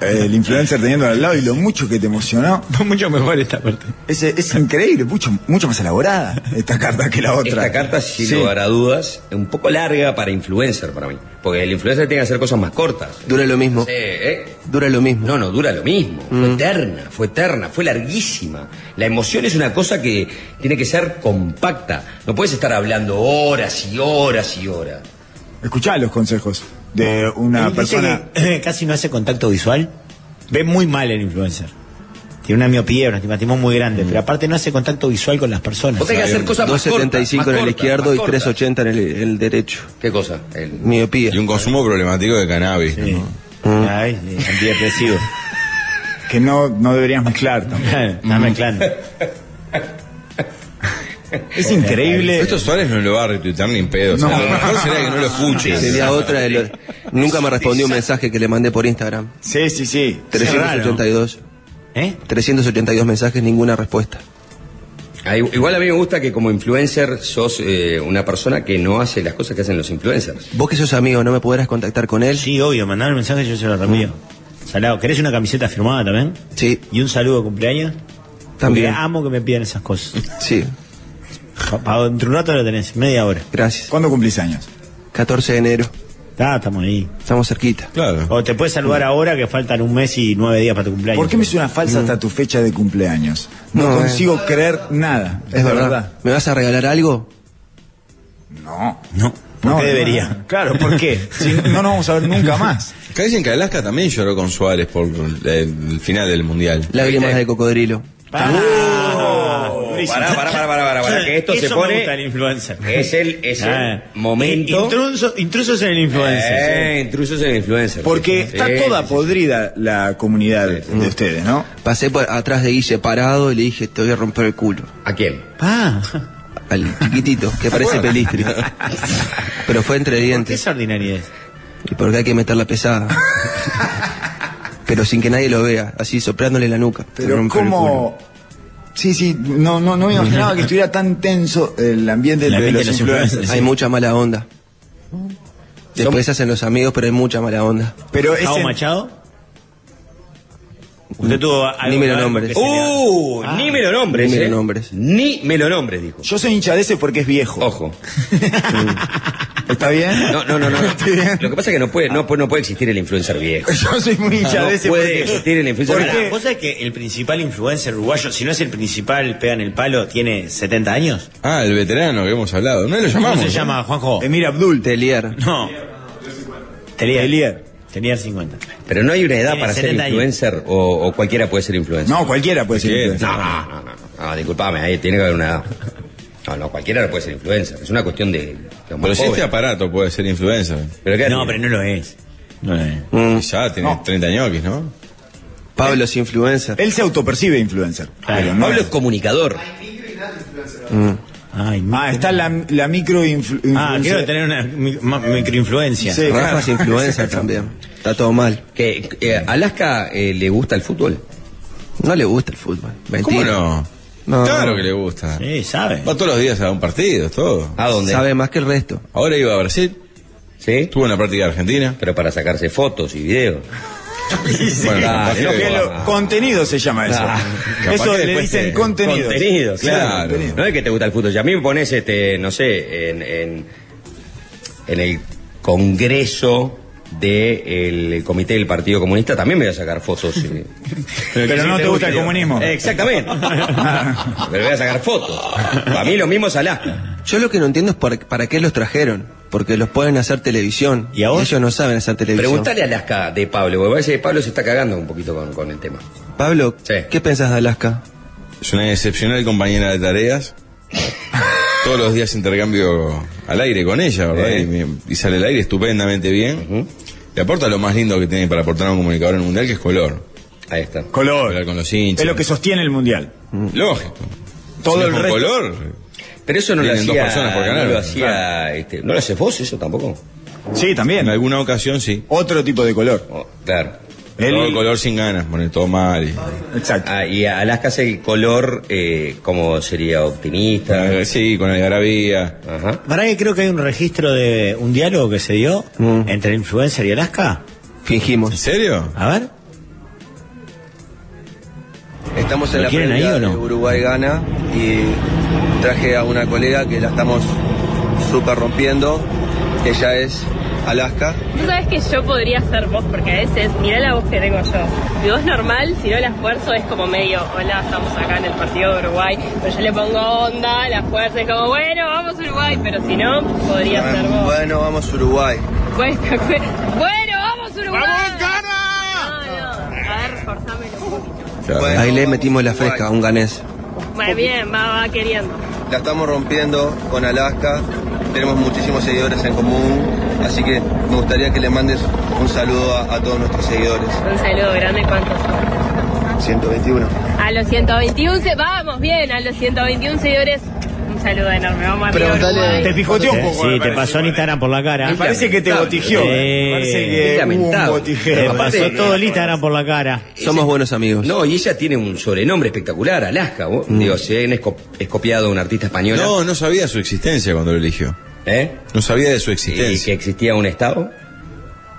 Speaker 2: eh, el influencer teniendo al lado y lo mucho que te emocionó.
Speaker 1: Mucho mejor esta parte.
Speaker 2: Es, es increíble, mucho, mucho más elaborada esta carta que la otra.
Speaker 3: Esta carta, sin
Speaker 2: Sí.
Speaker 3: lugar a dudas, es un poco larga para influencer para mí. Porque el influencer tiene que hacer cosas más cortas.
Speaker 7: Dura lo mismo.
Speaker 3: Sí, ¿eh?
Speaker 7: Dura lo mismo. Mm.
Speaker 3: No, no, dura lo mismo. Fue eterna, fue eterna, fue larguísima. La emoción es una cosa que tiene que ser compacta. No puedes estar hablando horas y horas y horas.
Speaker 2: Escuchá los consejos de una
Speaker 1: Él dice
Speaker 2: persona.
Speaker 1: que [coughs] casi no hace contacto visual. Ve muy mal el influencer. Tiene una miopía, un astigmatismo muy
Speaker 2: Mm.
Speaker 1: grande, pero aparte no hace contacto visual con las personas.
Speaker 3: Vos tenés que hacer cosas más cortas.
Speaker 7: 2.75 en el
Speaker 3: más cortas,
Speaker 7: izquierdo
Speaker 3: más
Speaker 7: y
Speaker 3: cortas.
Speaker 7: 3.80 en el, el derecho.
Speaker 3: ¿Qué cosa? El-
Speaker 7: Miopía.
Speaker 6: Y un consumo problemático de cannabis.
Speaker 1: Sí. Ay, eh,
Speaker 6: [laughs]
Speaker 1: antidepresivo.
Speaker 2: que no, no deberías mezclar tampoco.
Speaker 1: Está mezclando.
Speaker 2: Es increíble.
Speaker 6: Esto Suárez no lo va a retuitar ni en pedo. o sea,
Speaker 2: No.
Speaker 6: lo mejor será que no lo escuches.
Speaker 7: Sería otra de los... Nunca me respondió un mensaje que le mandé por Instagram.
Speaker 2: Sí, sí, sí.
Speaker 7: 382.
Speaker 1: ¿Eh?
Speaker 7: 382 mensajes, ninguna respuesta.
Speaker 3: Ah, i- Igual a mí me gusta que como influencer sos eh, una persona que no hace las cosas que hacen los influencers.
Speaker 7: Vos que sos amigo, ¿no me podrás contactar con él?
Speaker 1: Sí, obvio, mandar un mensaje yo se lo reenvío. Salado, ¿querés una camiseta firmada también?
Speaker 7: Sí,
Speaker 1: ¿Y un saludo de cumpleaños?
Speaker 7: También.
Speaker 1: Porque amo que me pidan esas cosas.
Speaker 7: sí.
Speaker 1: Pa- pa- Entre un rato lo tenés, media hora.
Speaker 7: Gracias.
Speaker 2: ¿Cuándo cumplís años?
Speaker 7: 14 de enero.
Speaker 1: Ah, estamos ahí.
Speaker 7: Estamos cerquita.
Speaker 6: Claro.
Speaker 1: O te puedes saludar ahora que faltan un mes y nueve días para tu cumpleaños.
Speaker 2: ¿Por qué me suena falsa hasta tu fecha de cumpleaños? No,
Speaker 7: Mm. No, eh.
Speaker 2: consigo creer nada. Es de verdad.
Speaker 7: ¿Me vas a regalar algo?
Speaker 2: No.
Speaker 1: No. ¿Por qué debería?
Speaker 2: Claro, ¿por
Speaker 3: [laughs]
Speaker 2: qué? Si no, no nos vamos a ver nunca más.
Speaker 6: Acá dicen que Alaska también lloró con Suárez por el, el final del Mundial.
Speaker 7: Lágrimas de cocodrilo.
Speaker 1: Ah, durísimo.
Speaker 3: Pará, pará, pará, pará, pará, pará, que esto
Speaker 1: Eso
Speaker 3: se
Speaker 1: me
Speaker 3: pone-
Speaker 1: gusta el influencer.
Speaker 3: Es el, es el
Speaker 1: Ah.
Speaker 3: momento...
Speaker 1: Intruso- intrusos en el influencer.
Speaker 3: Eh, intrusos en influencer.
Speaker 2: Porque
Speaker 3: Sí,
Speaker 2: está
Speaker 3: sí, Eh,
Speaker 2: toda
Speaker 3: sí.
Speaker 2: podrida la comunidad de ustedes, ¿no?
Speaker 7: Pasé por atrás de Guille parado y le dije, te voy a romper el culo.
Speaker 3: ¿A quién?
Speaker 1: Ah,
Speaker 7: Al chiquitito, que
Speaker 1: [laughs]
Speaker 7: parece pelistri. Pero fue entre
Speaker 1: qué
Speaker 7: dientes.
Speaker 1: es ordinariedad.
Speaker 7: Y porque hay que meter la
Speaker 1: [laughs]
Speaker 7: pesada. Pero sin que nadie lo vea, así soplándole la nuca. Te
Speaker 2: Pero
Speaker 7: rompo el
Speaker 2: como... Sí, sí, no, no, no me imaginaba que estuviera tan tenso el ambiente,
Speaker 1: El ambiente
Speaker 2: de los influencers.
Speaker 7: culo. Hay mucha mala onda. Después se hacen los amigos, pero hay mucha mala onda.
Speaker 2: Pero es
Speaker 1: ¿Gustavo
Speaker 2: en-
Speaker 1: Machado? Usted tuvo algo
Speaker 7: Ni me
Speaker 1: que
Speaker 7: lo
Speaker 1: ver con
Speaker 7: nombres.
Speaker 1: que se le-
Speaker 3: ¡Uh! Ni me lo nombres.
Speaker 7: Ni me lo
Speaker 3: eh.
Speaker 7: nombres.
Speaker 3: Ni me lo nombres, dijo.
Speaker 2: yo soy hincha de ese porque es viejo. [laughs]
Speaker 1: [laughs]
Speaker 3: Ojo.
Speaker 2: ¿Está bien?
Speaker 3: No, no, no, no.
Speaker 2: [laughs] Estoy bien.
Speaker 3: Lo que pasa es que no puede, no, puede- no puede existir el influencer viejo.
Speaker 2: Yo soy muy hincha
Speaker 3: Ah, No
Speaker 2: de ese
Speaker 3: puede
Speaker 2: porque-
Speaker 3: existir el influencer
Speaker 2: porque-
Speaker 3: viejo.
Speaker 1: Ahora, ¿Vos sabés que el principal influencer uruguayo, si no es el principal, pegan el palo, tiene 70 años?
Speaker 6: Ah, el veterano que hemos hablado. No lo
Speaker 1: ¿Cómo
Speaker 6: llamamos.
Speaker 1: se llama, Ah, Juanjo?
Speaker 2: Emir Abdul.
Speaker 7: Telier.
Speaker 1: No. Telier. Telier 50.
Speaker 3: Pero no hay una
Speaker 6: Eh,
Speaker 3: edad
Speaker 1: Tiene
Speaker 3: para ser
Speaker 1: 70 años.
Speaker 3: influencer o, o cualquiera puede ser influencer.
Speaker 2: No, cualquiera puede ser
Speaker 6: Sí,
Speaker 2: influencer.
Speaker 3: No, no, no, no, no, disculpame, ahí tiene que haber una edad. No, no, cualquiera no puede ser influencer. Es una cuestión de. de los
Speaker 6: Pero
Speaker 3: más
Speaker 6: si este
Speaker 3: jóvenes.
Speaker 6: aparato puede ser influencer.
Speaker 3: Pero qué
Speaker 1: No,
Speaker 3: hace?
Speaker 1: pero no lo es. No lo es.
Speaker 6: Ya tiene 30 años, ¿no?
Speaker 7: Pablo es influencer.
Speaker 2: Él se autopercibe influencer.
Speaker 1: Claro.
Speaker 2: pero no
Speaker 3: Pablo
Speaker 2: es.
Speaker 3: es comunicador.
Speaker 1: Ay,
Speaker 2: Ah, está la, la micro influ-
Speaker 1: Ah, quiero
Speaker 2: influencer.
Speaker 1: tener una mi- ma- microinfluencia.
Speaker 2: Sí.
Speaker 7: Rafa es
Speaker 2: [laughs]
Speaker 7: influencer también. Está todo mal.
Speaker 3: Que eh, Alaska eh, le gusta el fútbol.
Speaker 7: No le gusta el fútbol.
Speaker 6: ¿Cómo
Speaker 7: Mentira.
Speaker 6: no?
Speaker 7: No.
Speaker 6: Claro que le gusta.
Speaker 1: Sí, sabe.
Speaker 6: Va todos los días a un partido, todo.
Speaker 3: ¿A dónde?
Speaker 7: Sabe más que el resto.
Speaker 6: Ahora iba a Brasil,
Speaker 3: Sí.
Speaker 6: estuvo en la práctica de Argentina.
Speaker 3: Pero para sacarse fotos y videos.
Speaker 6: [laughs] Bueno, capaz
Speaker 3: Dale,
Speaker 6: que-
Speaker 2: Lo que lo-
Speaker 3: Ah.
Speaker 2: contenido se llama eso.
Speaker 3: Ah.
Speaker 6: Capaz
Speaker 2: eso
Speaker 6: que
Speaker 2: le
Speaker 6: después
Speaker 2: dicen
Speaker 6: te-
Speaker 2: contenido.
Speaker 3: Contenidos, claro.
Speaker 6: Claro.
Speaker 3: No es que te gusta el fútbol. Si a mí me pones, este, no sé, en, en, en el congreso del comité del Partido Comunista, también me voy a sacar fotos. eh.
Speaker 2: Pero no te gusta el comunismo.
Speaker 3: Eh, Exactamente. Pero voy a sacar fotos. Para mí lo mismo es Alaska.
Speaker 7: Yo lo que no entiendo es por- para qué los trajeron. Porque los pueden hacer televisión.
Speaker 1: ¿Y a vos?
Speaker 7: Ellos no saben hacer televisión.
Speaker 3: Preguntale a Alaska de Pablo, porque parece que Pablo se está cagando un poquito con, con el tema.
Speaker 7: Pablo,
Speaker 3: Sí.
Speaker 7: ¿qué pensás de Alaska?
Speaker 6: Es una excepcional compañera de tareas. Todos los días intercambio al aire con ella, ¿verdad?
Speaker 3: Eh.
Speaker 6: Y, me- y sale al aire estupendamente bien. Le aporta lo más lindo que tiene para aportar a un comunicador en el mundial, que es color.
Speaker 3: Ahí está.
Speaker 6: Hablar
Speaker 2: Color.
Speaker 6: con los hinchas.
Speaker 2: [laughs] Es lo que sostiene el mundial.
Speaker 3: Mm.
Speaker 6: Lógico.
Speaker 2: Todo
Speaker 6: Si no
Speaker 2: el
Speaker 6: con
Speaker 2: resto-
Speaker 6: color.
Speaker 3: Pero eso no lo
Speaker 6: Vienen
Speaker 3: hacía.
Speaker 6: dos personas por canal.
Speaker 3: no lo hacía. este, ¿No lo haces vos eso tampoco?
Speaker 2: Sí,
Speaker 6: En
Speaker 2: también.
Speaker 6: alguna ocasión sí.
Speaker 2: Otro tipo de color.
Speaker 3: Oh, claro.
Speaker 2: El-
Speaker 6: Todo el color sin ganas, pone todo mal. y-
Speaker 2: Exacto.
Speaker 3: Ah, y Alaska es el color, eh, como sería optimista.
Speaker 6: Eh, Sí, con algarabía.
Speaker 3: Ajá.
Speaker 1: ¿Para que creo que hay un registro de eh, un diálogo que se dio
Speaker 3: Mm.
Speaker 1: entre el influencer y Alaska?
Speaker 6: ¿En
Speaker 7: Fingimos.
Speaker 6: serio?
Speaker 1: A ver.
Speaker 7: Estamos
Speaker 1: ¿Lo
Speaker 7: en la
Speaker 1: quieren
Speaker 7: previa
Speaker 1: ahí o no?
Speaker 7: de Uruguay gana y traje a una colega que la estamos super rompiendo. Ella es Alaska.
Speaker 9: Tú sabes que yo podría ser vos, porque a veces, mirá la voz que tengo yo. Mi voz normal, si no la esfuerzo, es como medio, hola, estamos acá en el partido de Uruguay. Pero yo le pongo onda, la fuerza, es como, bueno, vamos Uruguay. Pero si no, podría ser vos.
Speaker 7: Ah, Bueno, vamos Uruguay.
Speaker 9: Cuesta, cuesta. Bueno, vamos Uruguay. ¡Vamos, gana! No, no, a ver, forzámelo un poquito.
Speaker 6: Claro.
Speaker 7: Bueno, Ahí le metimos la fresca a un ganés.
Speaker 9: Bueno, bien, va, va queriendo.
Speaker 7: La estamos rompiendo con Alaska. Tenemos muchísimos seguidores en común. Así que me gustaría que le mandes un saludo a, a todos nuestros seguidores.
Speaker 9: Un saludo grande, ¿cuántos son?
Speaker 7: 121.
Speaker 9: A los 121, se- vamos, bien, a los 121 seguidores, un Un saludo enorme. Vamos arriba,
Speaker 10: Preguntale-
Speaker 9: Uruguay.
Speaker 2: Te pijoteó un poco.
Speaker 1: Sí,
Speaker 2: me
Speaker 1: te
Speaker 2: parece,
Speaker 1: pasó
Speaker 2: igual,
Speaker 1: en
Speaker 2: eh.
Speaker 1: Instagram por la cara.
Speaker 2: Me parece que te
Speaker 3: Lamentable.
Speaker 2: botijeó.
Speaker 1: Eh,
Speaker 2: Me parece que
Speaker 3: es
Speaker 2: hubo un
Speaker 3: lamentable.
Speaker 1: Te
Speaker 2: botijeo.
Speaker 1: pasó todo el Instagram por la cara.
Speaker 7: Somos buenos amigos.
Speaker 3: No, y ella tiene un sobrenombre espectacular, Alaska. vos.
Speaker 1: Mm.
Speaker 3: Digo, si han esco- escopiado a una artista española.
Speaker 6: No, no sabía su existencia cuando lo eligió.
Speaker 3: ¿Eh?
Speaker 6: No sabía de su
Speaker 3: ¿Y que
Speaker 6: existencia.
Speaker 3: existía un Estado?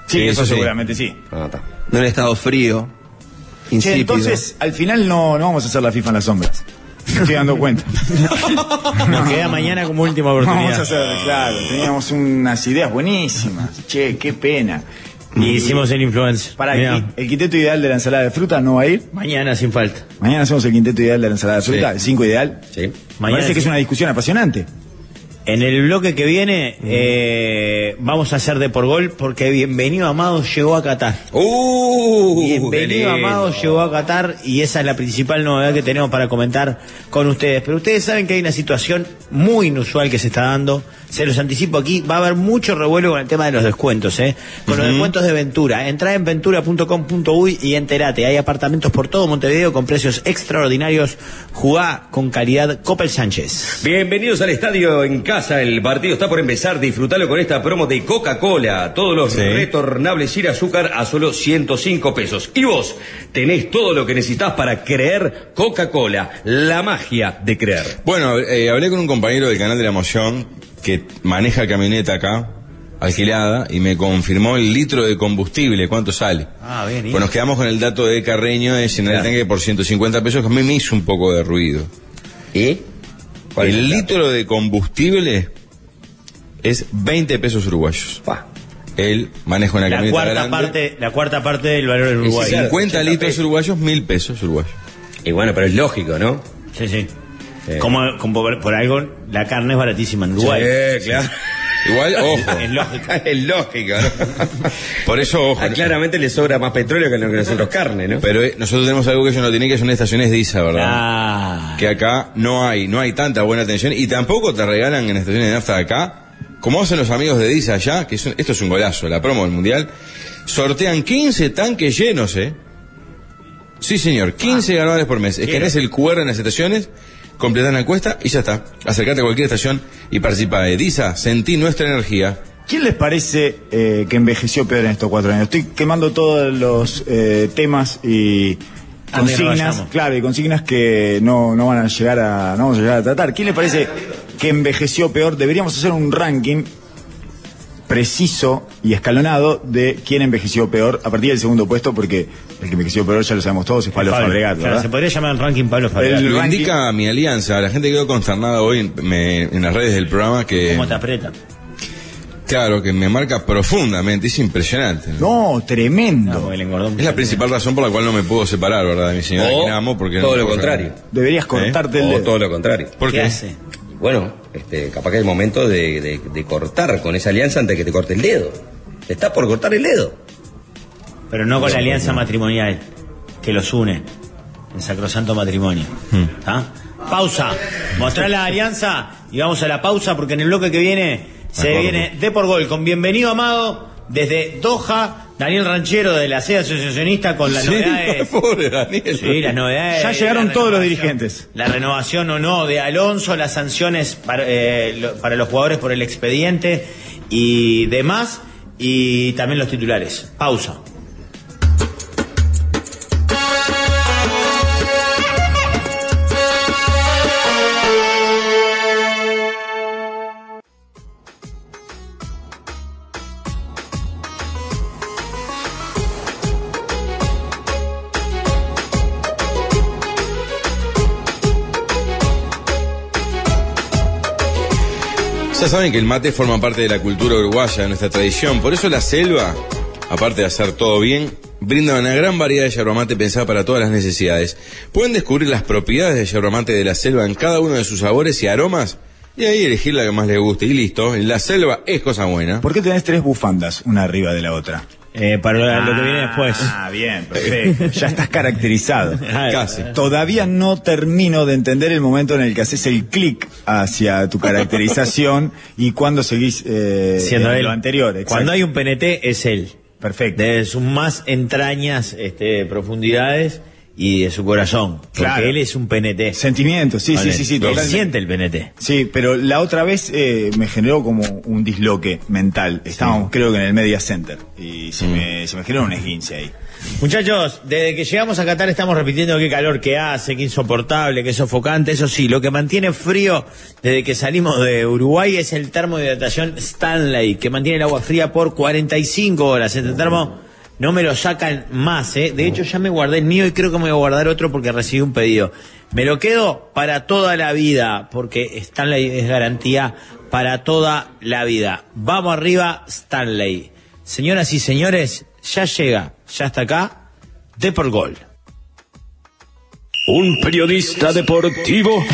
Speaker 2: Sí,
Speaker 6: Sí,
Speaker 2: eso
Speaker 6: eso sí.
Speaker 2: seguramente sí.
Speaker 3: Ah, está.
Speaker 7: No en estado frío,
Speaker 2: Che,
Speaker 7: insípido.
Speaker 2: entonces, al final no, no vamos a hacer la FIFA en las sombras. Me estoy dando cuenta.
Speaker 1: Nos queda mañana como última
Speaker 2: Vamos a
Speaker 1: oportunidad.
Speaker 2: hacer, claro. Teníamos unas ideas buenísimas. Che, qué pena.
Speaker 1: Y hicimos el influencer.
Speaker 2: Para
Speaker 1: Mirá,
Speaker 2: el, el quinteto ideal de la ensalada de fruta no va a ir.
Speaker 1: Mañana sin falta.
Speaker 2: Mañana hacemos el quinteto ideal de la ensalada de
Speaker 6: Sí.
Speaker 2: fruta, el cinco ideal.
Speaker 3: Sí.
Speaker 1: Mañana
Speaker 2: Parece que es
Speaker 1: sí.
Speaker 2: una discusión apasionante.
Speaker 1: En el bloque que viene eh, vamos a hacer de por gol porque bienvenido Amado llegó a Qatar.
Speaker 3: ¡Uh! qué
Speaker 1: Bienvenido
Speaker 3: lindo.
Speaker 1: Amado llegó a Qatar y esa es la principal novedad que tenemos para comentar con ustedes. Pero ustedes saben que hay una situación muy inusual que se está dando. Se los anticipo aquí, va a haber mucho revuelo con el tema de los descuentos, ¿eh? Con los descuentos de Ventura. Entra en ventura.com.uy y entérate. Hay apartamentos por todo Montevideo con precios extraordinarios. Jugá con calidad Copel Sánchez.
Speaker 3: Bienvenidos al estadio en casa. El partido está por empezar. Disfrutalo con esta promo de Coca-Cola. Todos los retornables sin azúcar a solo 105 pesos. Y vos tenés todo lo que necesitas para creer Coca-Cola. La magia de creer.
Speaker 6: Bueno, eh, hablé con un compañero del canal de la emoción que maneja camioneta acá, alquilada, y me confirmó el litro de combustible, cuánto sale.
Speaker 1: Ah, bien, ¿y?
Speaker 6: Pues nos quedamos con el dato de Carreño de llenar el tanque por 150 pesos, que a mí me hizo un poco de ruido.
Speaker 3: ¿Y? ¿Cuál es
Speaker 6: El
Speaker 3: el
Speaker 6: litro de combustible es 20 pesos uruguayos.
Speaker 3: Pa.
Speaker 6: Él maneja una
Speaker 1: La
Speaker 6: camioneta
Speaker 1: cuarta
Speaker 6: grande.
Speaker 1: parte, la cuarta parte del valor del Uruguay.
Speaker 3: sí, claro.
Speaker 6: 50
Speaker 3: 80
Speaker 6: litros
Speaker 3: pesos.
Speaker 6: uruguayos, 1000 pesos uruguayos.
Speaker 3: Y bueno, pero es lógico, ¿no?
Speaker 1: Sí, sí. Como, como por, por algo la carne es baratísima en Uruguay.
Speaker 3: Sí, claro.
Speaker 1: [laughs]
Speaker 6: Igual, ojo. [laughs]
Speaker 1: Es lógico.
Speaker 3: es lógico, [laughs] ¿no?
Speaker 6: Por eso, ojo.
Speaker 3: Ah, claramente le sobra más petróleo que lo que nosotros
Speaker 6: [laughs]
Speaker 3: carne, ¿no?
Speaker 6: Pero eh, nosotros tenemos algo que ellos no tienen, que son estaciones de ISA, ¿verdad?
Speaker 1: Ah.
Speaker 6: que acá no hay, no hay tanta buena atención y tampoco te regalan en estaciones de nafta de acá, como hacen los amigos de Disa allá, que es un- esto es un golazo, la promo del mundial, sortean 15 tanques llenos, ¿eh? Sí, señor, 15
Speaker 3: Ah.
Speaker 6: ganadores por mes. Escanés el QR en las estaciones, completan la encuesta y ya está. Acercate a cualquier estación y participa de Disa, sentí nuestra energía.
Speaker 2: ¿Quién les parece eh, que envejeció peor en estos cuatro años? Estoy quemando todos los eh, temas y
Speaker 1: Ah, mira,
Speaker 2: consignas,
Speaker 1: vayamos.
Speaker 2: claro, y consignas que no, no van a llegar a, no vamos a llegar a tratar. ¿Quién les parece que envejeció peor? Deberíamos hacer un ranking preciso y escalonado de quién envejeció peor a partir del segundo puesto, porque el que envejeció peor ya lo sabemos todos, es Pablo, Fabregat,
Speaker 1: Claro,
Speaker 2: ¿verdad?
Speaker 1: se podría llamar el ranking Pablo Fabregat.
Speaker 2: El-
Speaker 6: Lo
Speaker 2: ranking-
Speaker 6: indica mi alianza, la gente quedó consternada hoy en, me- en las redes del programa que,
Speaker 1: ¿Cómo te aprieta?
Speaker 6: claro, que me marca profundamente, es impresionante. ¿no?
Speaker 2: No, tremendo.
Speaker 1: No, el engordón.
Speaker 6: Es la principal razón por la cual no me puedo separar, ¿verdad? De mi señora
Speaker 3: O
Speaker 6: que la amo porque
Speaker 3: todo
Speaker 6: no
Speaker 3: lo
Speaker 6: puedo sacar.
Speaker 3: contrario.
Speaker 2: Deberías cortarte el
Speaker 3: O
Speaker 2: dedo.
Speaker 3: todo lo contrario.
Speaker 6: ¿Por
Speaker 1: ¿Qué
Speaker 6: qué?
Speaker 1: hace?
Speaker 3: Bueno, este, capaz que es el momento de, de- de cortar con esa alianza antes de que te corte el dedo. Te Está por cortar el dedo.
Speaker 1: Pero no con la alianza matrimonial que los une en sacrosanto matrimonio.
Speaker 6: Hmm.
Speaker 1: ¿Tá? Pausa. Mostrar la alianza y vamos a la pausa porque en el bloque que viene se
Speaker 6: acuerdo.
Speaker 1: viene de por gol con bienvenido Amado desde Doha. Daniel Ranchero de la sede asociacionista con las
Speaker 6: Sí, [laughs]
Speaker 1: novedades
Speaker 6: pobre Daniel.
Speaker 1: Sí, las novedades.
Speaker 2: Ya llegaron
Speaker 1: La
Speaker 2: todos los
Speaker 1: renovación-
Speaker 2: dirigentes.
Speaker 1: La renovación o no de Alonso, las sanciones para, eh, lo- para los jugadores por el expediente y demás, y también los titulares. Pausa.
Speaker 6: Ya saben que el mate forma parte de la cultura uruguaya, de nuestra tradición. Por eso la selva, aparte de hacer todo bien, brinda una gran variedad de yerba mate pensada para todas las necesidades. Pueden descubrir las propiedades de yerba mate de la selva en cada uno de sus sabores y aromas y ahí elegir la que más les guste. Y listo, la selva es cosa buena.
Speaker 2: ¿Por qué tenés tres bufandas una arriba de la otra?
Speaker 1: Eh, para lo que viene después.
Speaker 2: Ah, bien, perfecto. Ya estás
Speaker 1: [laughs]
Speaker 2: caracterizado.
Speaker 6: Casi.
Speaker 2: Todavía no termino de entender el momento en el que haces el clic hacia tu caracterización y cuando seguís eh,
Speaker 1: Siendo
Speaker 2: en
Speaker 1: él.
Speaker 2: lo anterior. exacto.
Speaker 1: Cuando hay un PNT es él.
Speaker 2: Perfecto.
Speaker 1: De sus más entrañas, este, profundidades y de su corazón. Porque
Speaker 2: Claro.
Speaker 1: él es un PNT.
Speaker 2: Sentimientos, sí, sí, sí, sí,
Speaker 1: Él
Speaker 2: totalmente.
Speaker 1: siente el PNT.
Speaker 2: Sí, pero la otra vez eh, me generó como un disloque mental. Estábamos, creo que en el Media Center. Y
Speaker 1: Mm.
Speaker 2: se, me, se me generó un esguince ahí.
Speaker 1: Muchachos, desde que llegamos a Qatar estamos repitiendo qué calor que hace, qué insoportable, qué sofocante. Eso sí, lo que mantiene frío desde que salimos de Uruguay es el termo de hidratación Stanley, que mantiene el agua fría por 45 horas. Este termo no me lo sacan más, ¿eh? De hecho, ya me guardé el mío y creo que me voy a guardar otro porque recibí un pedido. Me lo quedo para toda la vida, porque Stanley es garantía para toda la vida. Vamos arriba, Stanley. Señoras y señores, ya llega, ya está acá, de por gol.
Speaker 10: Un periodista deportivo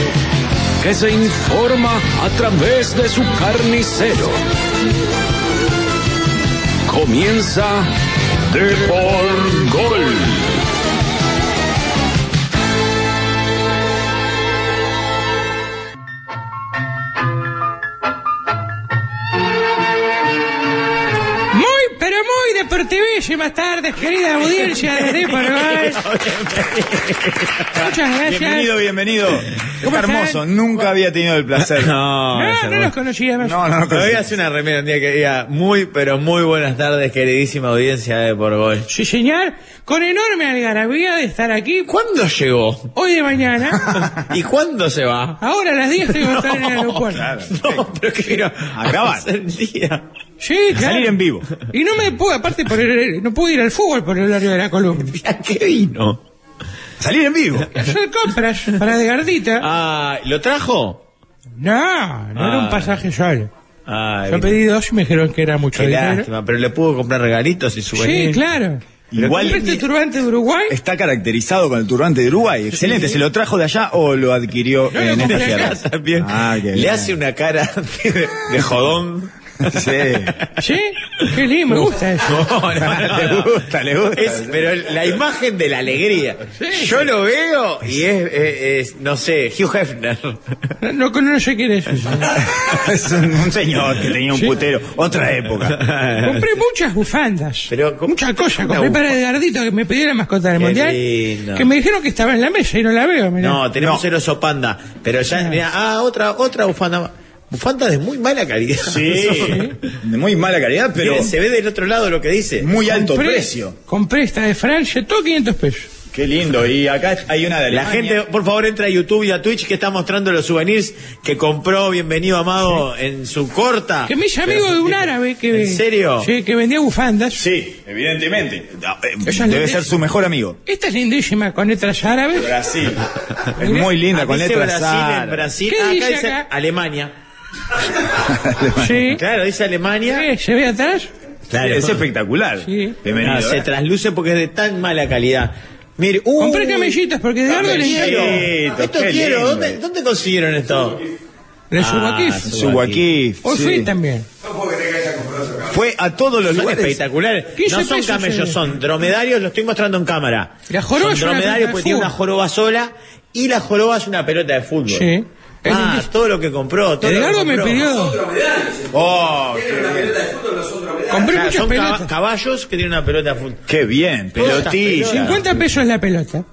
Speaker 10: que se informa a través de su carnicero. Comienza De por Gol.
Speaker 11: Muy, pero muy deportivísimas tardes, querida audiencia de Deportival. Muchas gracias.
Speaker 2: Bienvenido, bienvenido.
Speaker 11: ¿Cómo
Speaker 2: Está
Speaker 11: están?
Speaker 2: hermoso. Nunca había tenido el placer.
Speaker 1: [laughs] No,
Speaker 11: No,
Speaker 1: es
Speaker 11: no los
Speaker 1: hermoso.
Speaker 11: conocía. No,
Speaker 2: no, no.
Speaker 1: Me voy a hacer una remera un día que diga muy, pero muy buenas tardes, queridísima audiencia de por gol.
Speaker 11: Sí, señor. Con enorme algarabía de estar aquí
Speaker 1: ¿Cuándo llegó?
Speaker 11: hoy de
Speaker 1: [laughs]
Speaker 11: mañana.
Speaker 1: ¿Y cuándo se va?
Speaker 11: Ahora a las 10 tengo que
Speaker 1: [laughs]
Speaker 11: estar en el aeropuerto.
Speaker 2: Claro.
Speaker 1: No, pero quiero
Speaker 2: A
Speaker 1: [laughs]
Speaker 2: grabar.
Speaker 1: hacer el día.
Speaker 11: Sí, claro.
Speaker 2: Salir en vivo.
Speaker 11: Y no me puedo, aparte, por el- no puedo ir al fútbol por el horario de la
Speaker 1: [laughs]
Speaker 11: columna.
Speaker 1: ¿A qué vino?
Speaker 2: Salir en vivo.
Speaker 11: Hacer compras para de gardita.
Speaker 1: Ah, ¿lo trajo?
Speaker 11: No, no era
Speaker 1: Ah.
Speaker 11: un pasaje solo.
Speaker 1: Ay,
Speaker 11: Yo pedí dos y me dijeron que era mucho
Speaker 1: qué
Speaker 11: dinero.
Speaker 1: lástima, pero le pudo comprar regalitos y
Speaker 11: Sí,
Speaker 1: souvenirs.
Speaker 11: claro.
Speaker 2: Igual-
Speaker 11: ¿Compraste el turbante de Uruguay?
Speaker 2: Está caracterizado con el turbante de Uruguay. Excelente. ¿Se lo trajo de allá o lo adquirió
Speaker 11: No,
Speaker 2: en
Speaker 11: lo
Speaker 2: esta
Speaker 11: compré
Speaker 2: tierra?
Speaker 11: acá
Speaker 1: También
Speaker 2: Ah, qué
Speaker 1: le
Speaker 2: bien.
Speaker 1: hace una cara de, de [laughs] jodón.
Speaker 2: Sí.
Speaker 11: Sí, qué lindo, me gusta
Speaker 1: [laughs]
Speaker 11: eso.
Speaker 1: No, no, no, no.
Speaker 2: Le gusta, le gusta.
Speaker 1: Es- pero la imagen de la alegría.
Speaker 11: Sí.
Speaker 1: Yo lo veo y es, es- es, no sé, Hugh Hefner.
Speaker 11: No, no, no sé quién es eso.
Speaker 2: es un, un señor que tenía un
Speaker 11: Sí.
Speaker 2: putero. Otra época.
Speaker 11: Compré muchas bufandas.
Speaker 1: Pero com-
Speaker 11: muchas cosas.
Speaker 1: una
Speaker 11: Compré para
Speaker 1: bufanda.
Speaker 11: Edgardito que me pidió la mascota del
Speaker 1: Qué
Speaker 11: mundial.
Speaker 1: lindo.
Speaker 11: Que me dijeron que estaba en la mesa y no la veo. mirá.
Speaker 1: No, tenemos cero sopanda. Pero ya, mirá, ah, otra, otra bufanda. más. Bufanda de muy mala calidad.
Speaker 2: Sí.
Speaker 11: [laughs]
Speaker 2: De muy mala calidad, pero
Speaker 1: Pero se ve del otro lado lo que dice.
Speaker 2: muy alto
Speaker 11: Compré-
Speaker 2: precio.
Speaker 11: Compré esta de Francia, todo 500 pesos.
Speaker 2: Qué lindo. Y acá hay una de
Speaker 1: La gente, por favor, entra a YouTube y a Twitch que está mostrando los souvenirs que compró Bienvenido Amado en su
Speaker 2: Ah,
Speaker 1: corta.
Speaker 11: Que me hice amigo de un árabe que.
Speaker 1: ¿En serio?
Speaker 11: Sí, que vendía bufandas.
Speaker 2: Sí, evidentemente. Ah, eh,
Speaker 11: Ella
Speaker 2: Debe
Speaker 11: le-
Speaker 2: ser su mejor amigo.
Speaker 11: Esta es lindísima con letras árabes.
Speaker 2: Brasil. Es muy linda
Speaker 1: Ah,
Speaker 2: con
Speaker 1: dice
Speaker 2: letras
Speaker 1: Brasil en
Speaker 2: árabes.
Speaker 1: Brasil.
Speaker 11: ¿Qué
Speaker 1: Ah, acá
Speaker 11: dice
Speaker 1: dice
Speaker 11: acá?
Speaker 2: [laughs]
Speaker 1: Alemania.
Speaker 11: Sí.
Speaker 1: Claro, dice Alemania.
Speaker 11: Eh, ¿Se ve atrás?
Speaker 1: Claro.
Speaker 2: Es espectacular.
Speaker 11: Sí.
Speaker 2: Bienvenido.
Speaker 1: Ah, se
Speaker 2: ¿eh?
Speaker 1: trasluce porque es de tan mala calidad. Mire, uh,
Speaker 11: Compré camellitos porque Edgardo le
Speaker 1: quiero.
Speaker 11: encanta.
Speaker 2: Camellitos,
Speaker 1: Esto
Speaker 2: qué
Speaker 1: quiero.
Speaker 2: lindo.
Speaker 1: ¿Dónde, dónde consiguieron esto?
Speaker 11: Le subo
Speaker 1: Ah,
Speaker 11: aquí.
Speaker 1: su-
Speaker 2: Suwakif.
Speaker 11: Hoy
Speaker 2: sí.
Speaker 11: fui también.
Speaker 2: Fue a todos los
Speaker 1: Son
Speaker 2: lugares.
Speaker 1: espectaculares.
Speaker 11: 15
Speaker 1: No son
Speaker 11: pesos,
Speaker 1: camellos,
Speaker 11: eh.
Speaker 1: son dromedarios, los estoy mostrando en cámara.
Speaker 11: La joroba es
Speaker 1: son
Speaker 11: una pelota
Speaker 1: dromedarios
Speaker 11: de
Speaker 1: porque tiene
Speaker 11: fútbol.
Speaker 1: una joroba sola y la joroba es una pelota de fútbol.
Speaker 11: Sí.
Speaker 1: Ah, todo lo que compró. Todo lo que
Speaker 11: Edgardo me
Speaker 1: compró.
Speaker 11: pidió.
Speaker 2: Oh, qué,
Speaker 11: Compré
Speaker 1: Claro,
Speaker 11: muchas
Speaker 1: son caba-
Speaker 11: pelotas.
Speaker 1: caballos que tienen una pelota de fútbol.
Speaker 2: qué bien. Pelotilla.
Speaker 1: pelotas.
Speaker 11: 50 pesos la pelota.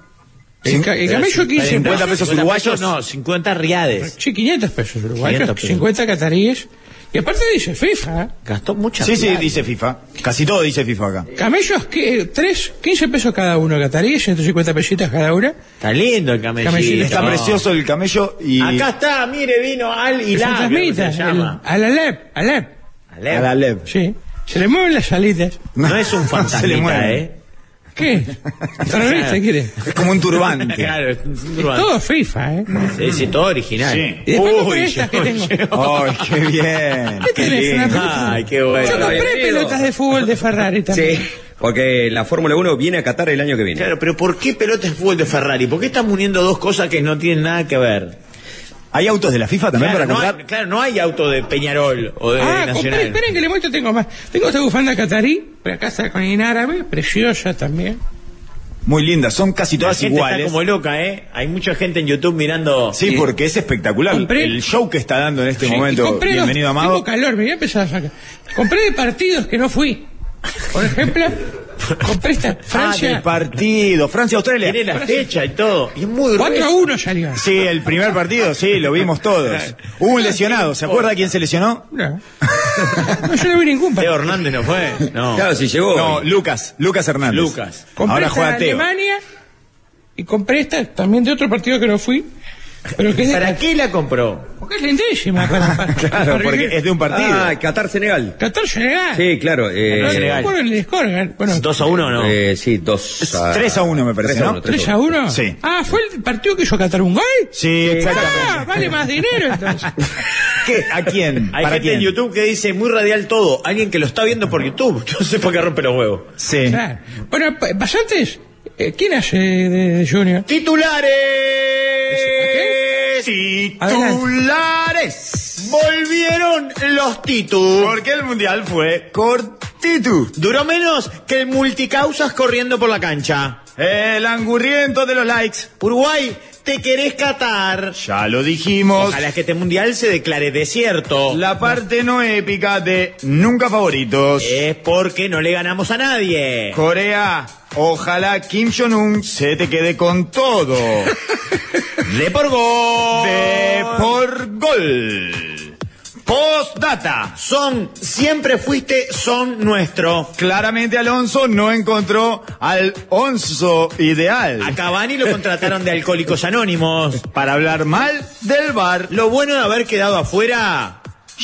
Speaker 11: El, ca- el camello 15
Speaker 2: 50
Speaker 11: pesos.
Speaker 2: pesos
Speaker 1: 50
Speaker 2: uruguayos.
Speaker 1: No, 50 riades.
Speaker 11: Sí, 500 pesos uruguayos,
Speaker 1: 500 pesos.
Speaker 11: 50 cataríes. Y aparte dice FIFA. ¿eh?
Speaker 1: Gastó mucha
Speaker 2: Sí, sí,
Speaker 1: plata.
Speaker 2: dice FIFA. Casi todo dice FIFA acá.
Speaker 11: Camellos, que, 3, 15 pesos cada uno cataríes, 150 pesitas cada una.
Speaker 1: Está lindo el camellito.
Speaker 11: Camellito.
Speaker 2: Está
Speaker 1: No.
Speaker 2: precioso el camello y.
Speaker 1: Acá está, mire, vino Al
Speaker 11: Y
Speaker 1: Hilal. creo que
Speaker 11: fantasmitas.
Speaker 1: se
Speaker 11: el- [laughs]
Speaker 1: llama.
Speaker 11: Al Alep, Alep.
Speaker 1: Alep.
Speaker 2: A la Lev.
Speaker 11: Sí. Se le mueven las alitas.
Speaker 1: No es
Speaker 11: [laughs]
Speaker 1: un
Speaker 2: No se le
Speaker 1: fantasmita,
Speaker 2: mueve.
Speaker 1: ¿eh?
Speaker 11: ¿Qué? ¿Terrorista
Speaker 1: [laughs]
Speaker 11: quiere?
Speaker 2: Es como un turbante.
Speaker 1: Claro, es un turbante.
Speaker 11: Todo FIFA, ¿eh?
Speaker 1: Sí, sí, todo original.
Speaker 2: Sí.
Speaker 11: Y después compré
Speaker 1: [laughs] Uy,
Speaker 11: estas que [laughs] tengo.
Speaker 1: yo-
Speaker 2: ¡Ay, qué
Speaker 3: [laughs]
Speaker 2: bien!
Speaker 11: ¿Qué
Speaker 2: qué
Speaker 11: tenés,
Speaker 2: lindo.
Speaker 11: Fernando?
Speaker 1: Ay, qué bueno.
Speaker 11: Yo compré pelotas de fútbol de Ferrari también.
Speaker 3: Sí, porque la Fórmula 1 viene a Qatar el año que viene.
Speaker 1: Claro, pero ¿por qué pelota de fútbol de Ferrari? ¿Por qué estamos uniendo dos cosas que no tienen nada que ver?
Speaker 2: ¿Hay autos de la FIFA también para
Speaker 1: Claro, no
Speaker 2: comprar?
Speaker 1: hay, claro, no hay auto de Peñarol o de
Speaker 11: Ah,
Speaker 1: Nacional.
Speaker 11: compré, esperen que le muestro, tengo más. Tengo esta bufanda catarí, pero acá está con en árabe, preciosa también.
Speaker 2: Muy lindas, son casi
Speaker 1: La
Speaker 2: todas
Speaker 1: gente
Speaker 2: iguales.
Speaker 1: está como loca, ¿eh? Hay mucha gente en YouTube mirando.
Speaker 2: Sí, porque es espectacular
Speaker 11: Compré-
Speaker 2: el show que está dando en este
Speaker 11: Sí, y
Speaker 2: momento.
Speaker 11: compré los-
Speaker 2: Bienvenido,
Speaker 11: Tengo
Speaker 2: Amado.
Speaker 1: [laughs]
Speaker 11: calor, me voy a empezar a sacar. Compré de partidos que no fui. Por ejemplo, Compré
Speaker 1: Ah,
Speaker 11: esta
Speaker 2: Francia.
Speaker 11: Francia.
Speaker 2: partido, Francia-Australia.
Speaker 11: Tiene la fecha
Speaker 2: y todo. Y muy
Speaker 11: 4 a 1 salió.
Speaker 2: Sí, el primer partido, sí, lo
Speaker 11: [laughs]
Speaker 2: vimos todos. Hubo un lesionado, ¿se acuerda quién se lesionó?
Speaker 11: No. yo no vi ningún
Speaker 2: Teo Hernández no fue. No.
Speaker 11: Claro, si llegó.
Speaker 2: No, Lucas, Lucas Hernández.
Speaker 11: Lucas. Compré
Speaker 2: Ahora
Speaker 11: esta
Speaker 2: juega
Speaker 11: de
Speaker 2: Teo.
Speaker 11: Alemania y compré esta también de otro partido que no fui. Pero que
Speaker 1: ¿Para qué la compró?
Speaker 11: Porque es
Speaker 2: [laughs]
Speaker 11: lindísima.
Speaker 2: Eh,
Speaker 3: Claro, porque es de un partido. Ah, Qatar-Senegal.
Speaker 11: Qatar-Senegal.
Speaker 3: Sí, claro. Eh,
Speaker 11: No recuerdo el score. Bueno,
Speaker 3: 2 a 1 no? Eh, sí, 2 a
Speaker 2: 3 a 1 me parece, ¿no?
Speaker 11: 3 a 1. Ah, fue el partido que hizo Qatar un gol.
Speaker 2: Sí, exactamente.
Speaker 11: Ah, vale más dinero entonces.
Speaker 2: ¿Qué? [laughs] ¿A quién?
Speaker 1: Hay
Speaker 2: ¿Para
Speaker 1: gente
Speaker 2: quién?
Speaker 1: en YouTube que dice muy radial todo. Alguien que lo está viendo por YouTube. [laughs] Yo sé por qué rompe los huevos.
Speaker 2: Sí.
Speaker 11: Claro. Bueno, pa- pasantes, eh, ¿quién hace de, de Junior?
Speaker 1: ¡Titulares! ¡Titulares! Volvieron los titus.
Speaker 2: Porque el mundial fue cortito.
Speaker 1: Duró menos que el multicausas corriendo por la cancha.
Speaker 2: El angurriento de los likes.
Speaker 1: Uruguay, te querés catar.
Speaker 2: Ya lo dijimos.
Speaker 1: Ojalá que este mundial se declare desierto.
Speaker 2: La parte no épica de Nunca Favoritos.
Speaker 1: Es porque no le ganamos a nadie.
Speaker 2: Corea, ojalá Kim Jong-un se te quede con todo.
Speaker 1: [laughs] De por gol.
Speaker 2: De por gol. Postdata.
Speaker 1: Son, siempre fuiste, son nuestro.
Speaker 2: Claramente Alonso no encontró al onzo
Speaker 1: A
Speaker 2: ideal
Speaker 1: Cavani lo contrataron de Alcohólicos Anónimos.
Speaker 2: para hablar mal del bar.
Speaker 1: Lo bueno de haber quedado afuera,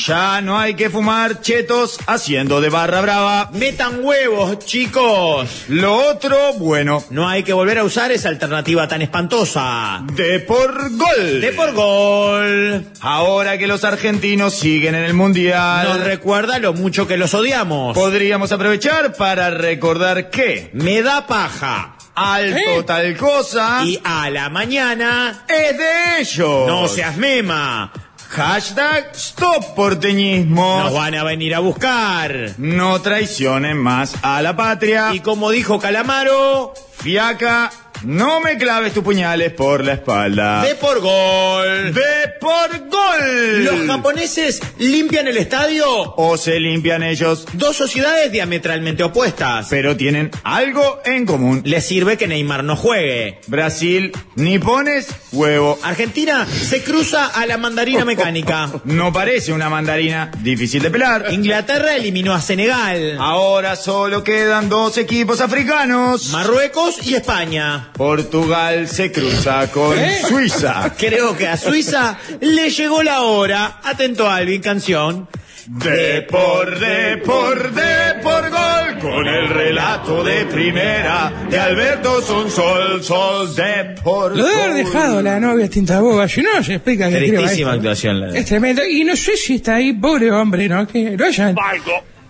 Speaker 2: Ya no hay que fumar chetos haciendo de barra brava.
Speaker 1: metan huevos, chicos.
Speaker 2: Lo otro, bueno,
Speaker 1: No hay que volver a usar esa alternativa tan espantosa.
Speaker 2: de por gol.
Speaker 1: De por gol.
Speaker 2: Ahora que los argentinos siguen en el mundial.
Speaker 1: Nos recuerda lo mucho que los odiamos.
Speaker 2: Podríamos aprovechar para recordar que
Speaker 1: Me da paja.
Speaker 2: alto
Speaker 11: ¿Eh?
Speaker 2: tal cosa
Speaker 1: Y a la mañana,
Speaker 2: es de ellos.
Speaker 1: no seas mema.
Speaker 2: Hashtag stop porteñismo.
Speaker 1: Nos van a venir a buscar.
Speaker 2: No traicionen más a la patria.
Speaker 1: Y como dijo Calamaro,
Speaker 2: Fiaca, no me claves tus puñales por la espalda.
Speaker 1: de por gol.
Speaker 2: De por gol.
Speaker 1: Los japoneses limpian el estadio.
Speaker 2: o se limpian ellos,
Speaker 1: Dos sociedades diametralmente opuestas.
Speaker 2: pero tienen algo en común.
Speaker 1: Les sirve que Neymar no juegue.
Speaker 2: Brasil, ni pones huevo.
Speaker 1: Argentina se cruza a
Speaker 2: [laughs]
Speaker 1: la mandarina mecánica.
Speaker 2: No parece una mandarina difícil de pelar.
Speaker 1: Inglaterra eliminó a Senegal.
Speaker 2: Ahora solo quedan dos equipos africanos.
Speaker 1: Marruecos y España.
Speaker 2: Portugal se cruza con
Speaker 11: ¿Eh?
Speaker 2: Suiza.
Speaker 1: [laughs] Creo que a Suiza le llegó la hora. Atento Alvin, canción.
Speaker 2: De por, de por, de por gol, con el relato de primera de Alberto Sonsol, sol de por
Speaker 11: Lo debe haber
Speaker 2: gol.
Speaker 11: dejado la novia tinta boba, si no se explica que eh.
Speaker 1: Tristísima
Speaker 11: escriba esto.
Speaker 1: actuación. la de-
Speaker 11: Es tremendo. Y no sé si está ahí, pobre hombre, ¿no? Que lo hayan